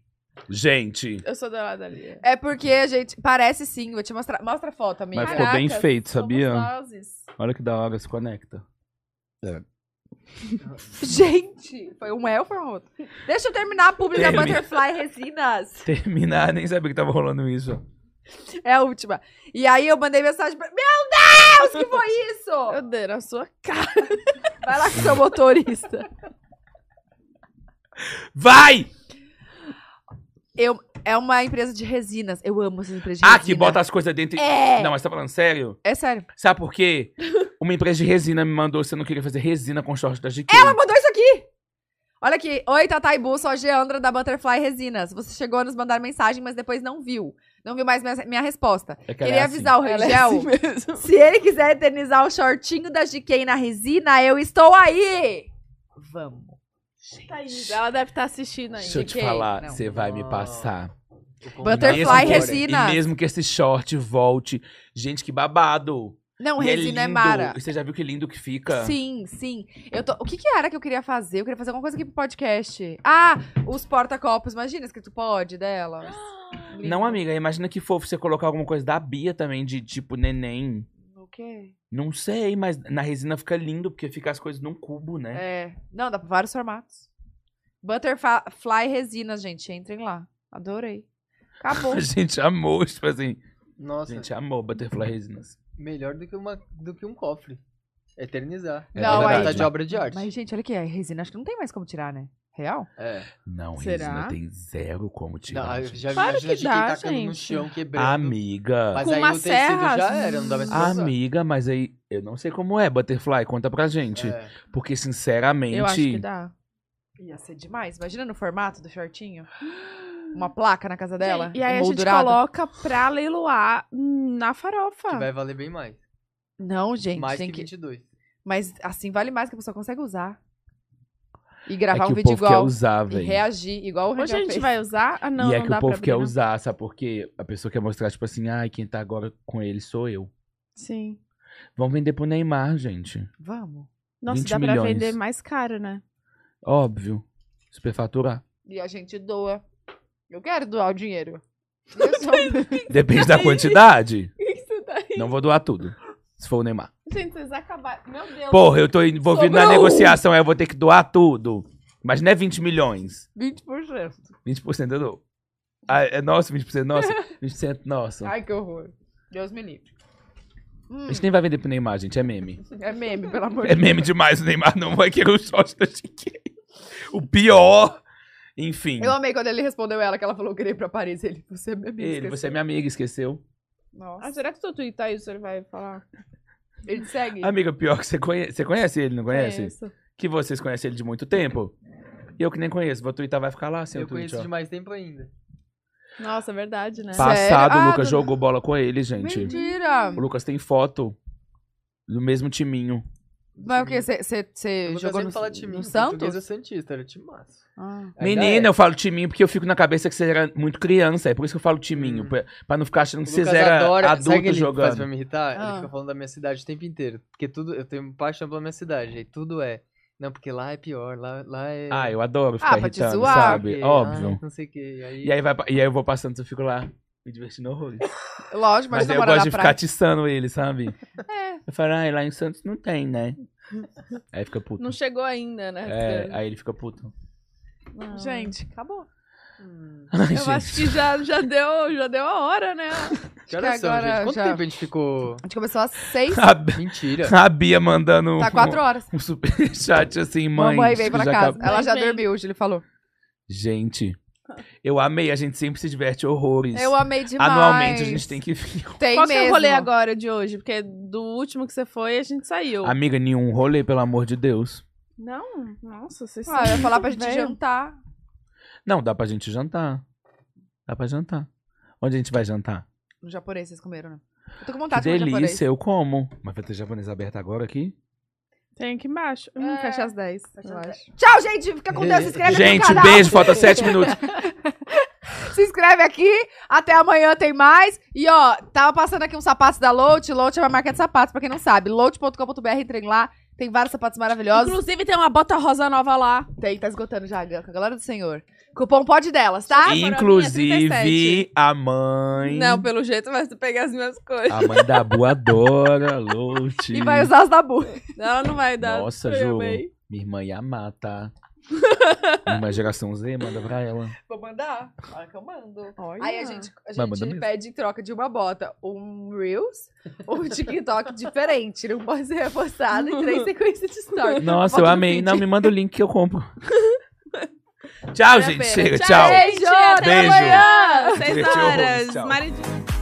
Speaker 3: Gente.
Speaker 2: Eu sou do lado ali.
Speaker 1: É porque, gente, parece sim. Vou te mostrar. Mostra a foto, amiga.
Speaker 3: Mas ficou bem feito, sabia?
Speaker 2: Nozes.
Speaker 3: Olha que da hora, se conecta.
Speaker 1: (laughs) Gente, foi um elfo ou outro? Deixa eu terminar a publi da
Speaker 3: Termina.
Speaker 1: Butterfly Resinas.
Speaker 3: Terminar, nem sabia que tava rolando isso.
Speaker 1: É a última. E aí eu mandei mensagem pra. Meu Deus, que foi
Speaker 2: (laughs) Eu
Speaker 1: isso?
Speaker 2: dei na sua cara.
Speaker 1: Vai lá com seu motorista.
Speaker 3: Vai!
Speaker 1: Eu, é uma empresa de resinas. Eu amo essas empresas de
Speaker 3: Ah,
Speaker 1: resina.
Speaker 3: que bota as coisas dentro. e-
Speaker 1: É.
Speaker 3: Não, mas você tá falando sério?
Speaker 1: É sério.
Speaker 3: Sabe por quê? Uma empresa de resina me mandou, você não queria fazer resina com short da GQ.
Speaker 1: Ela Ah, mandou isso aqui! Olha aqui. Oi, Tataibu, sou a Geandra da Butterfly Resinas. Você chegou a nos mandar mensagem, mas depois não viu. Não viu mais minha, minha resposta.
Speaker 3: É que ela
Speaker 1: Queria
Speaker 3: é assim.
Speaker 1: avisar o
Speaker 2: Ela é
Speaker 1: Rangel.
Speaker 2: assim mesmo.
Speaker 1: Se ele quiser eternizar o shortinho da GK na resina, eu estou aí! Tá Vamos.
Speaker 2: Thaís, Ela deve estar assistindo aí.
Speaker 3: Deixa eu te
Speaker 1: GK,
Speaker 3: falar,
Speaker 1: não.
Speaker 3: você vai me passar.
Speaker 1: Butterfly
Speaker 3: Mesmo que-
Speaker 1: Resina.
Speaker 3: E mesmo que esse short volte. Gente, que babado.
Speaker 1: Não,
Speaker 3: E
Speaker 1: resina é
Speaker 3: lindo.
Speaker 1: mara.
Speaker 3: E Você já viu que lindo que fica?
Speaker 1: Sim, sim. Eu tô... O que, que era que eu queria fazer? Eu queria fazer alguma coisa aqui pro podcast. Ah, os porta-copos. Imagina que tu pode delas.
Speaker 3: Não, amiga, imagina que fofo você colocar alguma coisa da Bia também, de tipo neném.
Speaker 1: O quê?
Speaker 3: Não sei, mas na resina fica lindo, porque fica as coisas num cubo, né?
Speaker 1: É. Não, dá pra vários formatos. Butterfly resina, gente. Entrem lá. Adorei. Acabou.
Speaker 3: (laughs) A gente amou, tipo assim.
Speaker 4: Nossa.
Speaker 3: A gente amou Butterfly Resinas.
Speaker 4: Melhor do que, uma, do que um cofre. Eternizar.
Speaker 3: É Não, verdade.
Speaker 4: Tá de obra de arte.
Speaker 1: Mas, gente, olha aqui. A resina acho que não tem mais como tirar, né? Real?
Speaker 4: É.
Speaker 3: Não,
Speaker 1: Será?
Speaker 3: resina tem zero como tirar.
Speaker 4: Não, eu
Speaker 3: gente.
Speaker 4: já
Speaker 1: Claro
Speaker 4: imagina
Speaker 1: que
Speaker 4: de quem
Speaker 1: dá,
Speaker 4: tacando no
Speaker 1: gente.
Speaker 4: chão, quebrando.
Speaker 3: Amiga.
Speaker 4: Mas aí o tecido já era, não dá mais pra usar.
Speaker 3: Amiga, mas aí eu não sei como é Butterfly, conta pra gente.
Speaker 4: É.
Speaker 3: Porque sinceramente,
Speaker 1: Eu acho que dá. Ia ser demais. Imagina no formato do
Speaker 2: (gasps)
Speaker 1: shortinho. Uma placa na casa dela. Um
Speaker 2: E aí a gente
Speaker 1: emoldurada.
Speaker 2: coloca pra leiloar na
Speaker 4: Que
Speaker 2: farofa.
Speaker 4: vai valer bem mais.
Speaker 1: Não, Ah. gente.
Speaker 4: mais
Speaker 1: tem
Speaker 4: que
Speaker 1: que...
Speaker 4: 22.
Speaker 1: Mas assim vale mais que a pessoa consegue usar. E
Speaker 3: é
Speaker 1: gravar
Speaker 3: que
Speaker 1: um
Speaker 3: o
Speaker 1: vídeo
Speaker 3: povo quer
Speaker 1: igual.
Speaker 3: usar,
Speaker 1: e
Speaker 3: velho.
Speaker 1: reagir, igual o
Speaker 2: Hoje a
Speaker 1: Rangel
Speaker 2: gente
Speaker 1: fez.
Speaker 2: vai usar? Ah, não,
Speaker 3: e é
Speaker 2: não
Speaker 3: que
Speaker 2: dá
Speaker 3: o povo
Speaker 2: pra
Speaker 3: quer
Speaker 2: abrir, não.
Speaker 3: usar, sabe? Porque a pessoa quer mostrar, tipo assim, ai, quem tá agora com ele sou eu.
Speaker 2: Sim.
Speaker 3: Vão vender pro Neymar, gente.
Speaker 1: Vamos.
Speaker 2: Nossa,
Speaker 3: 20
Speaker 2: dá pra
Speaker 3: milhões.
Speaker 2: vender mais caro, né?
Speaker 3: Óbvio. Superfaturar.
Speaker 1: E a gente doa. Eu quero doar
Speaker 2: (laughs)
Speaker 1: o dinheiro. Eu sou-
Speaker 3: Depende da quantidade.
Speaker 2: Isso daí.
Speaker 3: Não vou doar tudo. Se for o Neymar.
Speaker 2: Gente, vocês acabaram. Meu Deus.
Speaker 3: Porra, eu tô envolvido na
Speaker 2: Sobrou um.
Speaker 3: negociação, aí eu vou ter que doar tudo. Mas não é 20 milhões.
Speaker 1: 20%.
Speaker 3: 20% eu dou. Ah, é nosso, 20%
Speaker 1: (laughs)
Speaker 3: nosso. 20% nosso.
Speaker 1: Ai, que horror. Deus me livre. Hum,
Speaker 3: A gente nem vai vender pro Neymar, gente. É meme.
Speaker 1: é meme, pelo amor de
Speaker 3: É
Speaker 1: Deus.
Speaker 3: meme demais. O Neymar não vai querer o short da Chiquinha. O pior. Enfim.
Speaker 1: Eu amei quando ele respondeu ela, que ela falou que queria ir pra Paris. Ele, você é meme.
Speaker 3: Ele, você é minha amiga, esqueceu?
Speaker 1: Nossa.
Speaker 10: Ah, será que se eu
Speaker 2: tá
Speaker 10: twittar isso ele vai falar?
Speaker 1: Ele te segue?
Speaker 3: Amiga, pior é que você conhece. Você conhece ele, não
Speaker 2: É
Speaker 3: conhece?
Speaker 10: Conheço.
Speaker 3: Que vocês conhecem ele de muito tempo. E eu que nem conheço. Vou twittar, vai ficar lá sem
Speaker 4: eu
Speaker 3: o tweet,
Speaker 4: conheço
Speaker 3: ó.
Speaker 4: de mais tempo ainda.
Speaker 10: Nossa, é verdade, né?
Speaker 1: Sério?
Speaker 3: Passado,
Speaker 1: Ah,
Speaker 3: o Lucas
Speaker 1: do-
Speaker 3: jogou bola com ele, gente.
Speaker 1: Mentira.
Speaker 3: O Lucas tem foto do mesmo timinho.
Speaker 1: Mas o que?
Speaker 4: Eu
Speaker 1: Você
Speaker 4: nunca
Speaker 1: jogou
Speaker 4: sempre
Speaker 1: no,
Speaker 4: falo de mim,
Speaker 1: no
Speaker 4: em português
Speaker 1: Santos?
Speaker 4: é Santista, era timaço.
Speaker 1: Ah.
Speaker 4: Ainda
Speaker 3: Menina,
Speaker 4: é.
Speaker 3: eu falo timinho porque eu fico na cabeça que você era muito criança. É por isso que eu falo timinho.
Speaker 4: Hum.
Speaker 3: Pra, pra não ficar achando que
Speaker 4: O
Speaker 3: vocês
Speaker 4: Lucas
Speaker 3: eram
Speaker 4: adora- sabe o que
Speaker 3: adultos
Speaker 4: ele Faz
Speaker 3: jogando.
Speaker 4: pra me irritar?
Speaker 1: Ah.
Speaker 4: Ele fica falando da minha cidade o tempo inteiro. Porque tudo, eu tenho paixão pela minha cidade. E tudo é. Não, porque lá é pior, lá, lá é.
Speaker 3: Ah, eu adoro ficar
Speaker 1: Ah, pra te
Speaker 3: irritando,
Speaker 1: zoar.
Speaker 3: sabe?
Speaker 4: porque-
Speaker 3: Óbvio.
Speaker 4: ah, não sei o que. Aí,
Speaker 3: E aí, vai, pra- e aí eu vou passando, eu fico lá me divertindo horrores.
Speaker 1: Lógico, mas,
Speaker 3: Mas aí eu
Speaker 1: namorar
Speaker 3: gosto
Speaker 1: na
Speaker 3: de
Speaker 1: praia.
Speaker 3: ficar atiçando
Speaker 1: (laughs)
Speaker 3: ele, sabe? É. Eu falo, ai, lá em Santos não tem, né? Aí fica puto.
Speaker 10: Não chegou ainda, né?
Speaker 3: É, aí ele fica puto.
Speaker 2: Ah.
Speaker 10: Não.
Speaker 1: Gente, acabou.
Speaker 3: Ai,
Speaker 10: Eu acho que já, já, deu, já deu a hora, né?
Speaker 4: que horas
Speaker 1: que
Speaker 4: são,
Speaker 1: agora
Speaker 4: gente? Quanto
Speaker 1: já-
Speaker 4: tempo a gente ficou.
Speaker 1: A gente começou às seis,
Speaker 3: (laughs) A, B-
Speaker 4: Mentira.
Speaker 3: a Bia mandando
Speaker 1: tá
Speaker 3: um-
Speaker 1: quatro horas.
Speaker 3: um, superchat assim, mãe.
Speaker 1: Mamãe
Speaker 3: acho
Speaker 1: veio
Speaker 3: que
Speaker 1: pra
Speaker 3: já
Speaker 1: casa.
Speaker 3: acabou.
Speaker 1: Ela
Speaker 10: Mãe
Speaker 1: já
Speaker 10: vem.
Speaker 1: dormiu hoje, ele falou.
Speaker 3: Gente, eu amei. A gente sempre se diverte horrores.
Speaker 1: Ah. Eu amei demais.
Speaker 3: Anualmente a gente tem que vir.
Speaker 1: Tem
Speaker 10: Qual que é
Speaker 1: mesmo.
Speaker 10: o rolê agora de hoje? Porque do último que você foi, a gente saiu.
Speaker 3: Amiga, nenhum rolê, pelo amor de Deus.
Speaker 10: Não, nossa, vocês
Speaker 1: Ah, eu ia falar pra gente
Speaker 10: Velho.
Speaker 1: jantar.
Speaker 3: Não, dá pra gente jantar. Dá pra jantar. Onde a gente vai jantar?
Speaker 1: No japonês, vocês comeram, né? Eu tô com
Speaker 3: Que
Speaker 1: vontade de comer japonês.
Speaker 3: delícia, eu como. Mas vai ter japonês aberto agora aqui?
Speaker 10: Tem aqui embaixo. Hum,
Speaker 1: É.
Speaker 10: Fecha às 10,
Speaker 1: Fecha
Speaker 10: eu
Speaker 1: às
Speaker 10: acho.
Speaker 1: Tchau, gente. Fica com Deus. Se inscreve aqui
Speaker 3: Gente,
Speaker 1: no canal.
Speaker 3: beijo, falta sete minutos.
Speaker 1: (laughs) Se inscreve aqui. Até amanhã tem mais. E, ó, tava passando aqui uns sapatos da Lote. Lote é uma marca de sapatos, pra quem não sabe. Lote.com.br, entrem lá. Tem vários sapatos maravilhosos.
Speaker 10: Inclusive tem uma bota rosa nova lá.
Speaker 1: Tem, tá esgotando já, Gan, com a galera do senhor. Cupom pode delas, tá?
Speaker 10: Sim. é
Speaker 3: Inclusive, a mãe.
Speaker 10: Não, pelo jeito vai pegar as minhas coisas.
Speaker 3: A mãe da Bu adora, Lout.
Speaker 1: (laughs) E vai usar as da Bu.
Speaker 10: Ela não vai dar.
Speaker 3: Nossa,
Speaker 10: Eu
Speaker 3: Ju.
Speaker 10: amei.
Speaker 3: Minha irmã ia amar,
Speaker 1: (laughs)
Speaker 3: tá? Minha irmã é geração Z, manda pra ela.
Speaker 1: Vou mandar. Olha que eu mando.
Speaker 10: Olha.
Speaker 1: Aí a gente, a
Speaker 3: Mas manda
Speaker 1: gente
Speaker 3: mesmo.
Speaker 1: pede em troca de uma bota um Reels ou um TikTok (laughs) diferente. Não pode ser repostado em
Speaker 3: (laughs)
Speaker 1: três sequências de story.
Speaker 3: Nossa,
Speaker 1: Bota
Speaker 3: eu
Speaker 1: no
Speaker 3: amei.
Speaker 1: feed.
Speaker 3: Não, me manda o link que eu compro.
Speaker 1: (laughs)
Speaker 3: Tchau,
Speaker 10: Vale a
Speaker 3: gente.
Speaker 10: pena.
Speaker 3: Chega,
Speaker 10: Tchau,
Speaker 3: tchau.
Speaker 10: gente, até
Speaker 3: Beijo.
Speaker 10: amanhã. Seis
Speaker 3: Divertiu horrores,
Speaker 10: horas.
Speaker 3: tchau.
Speaker 10: Maridinho.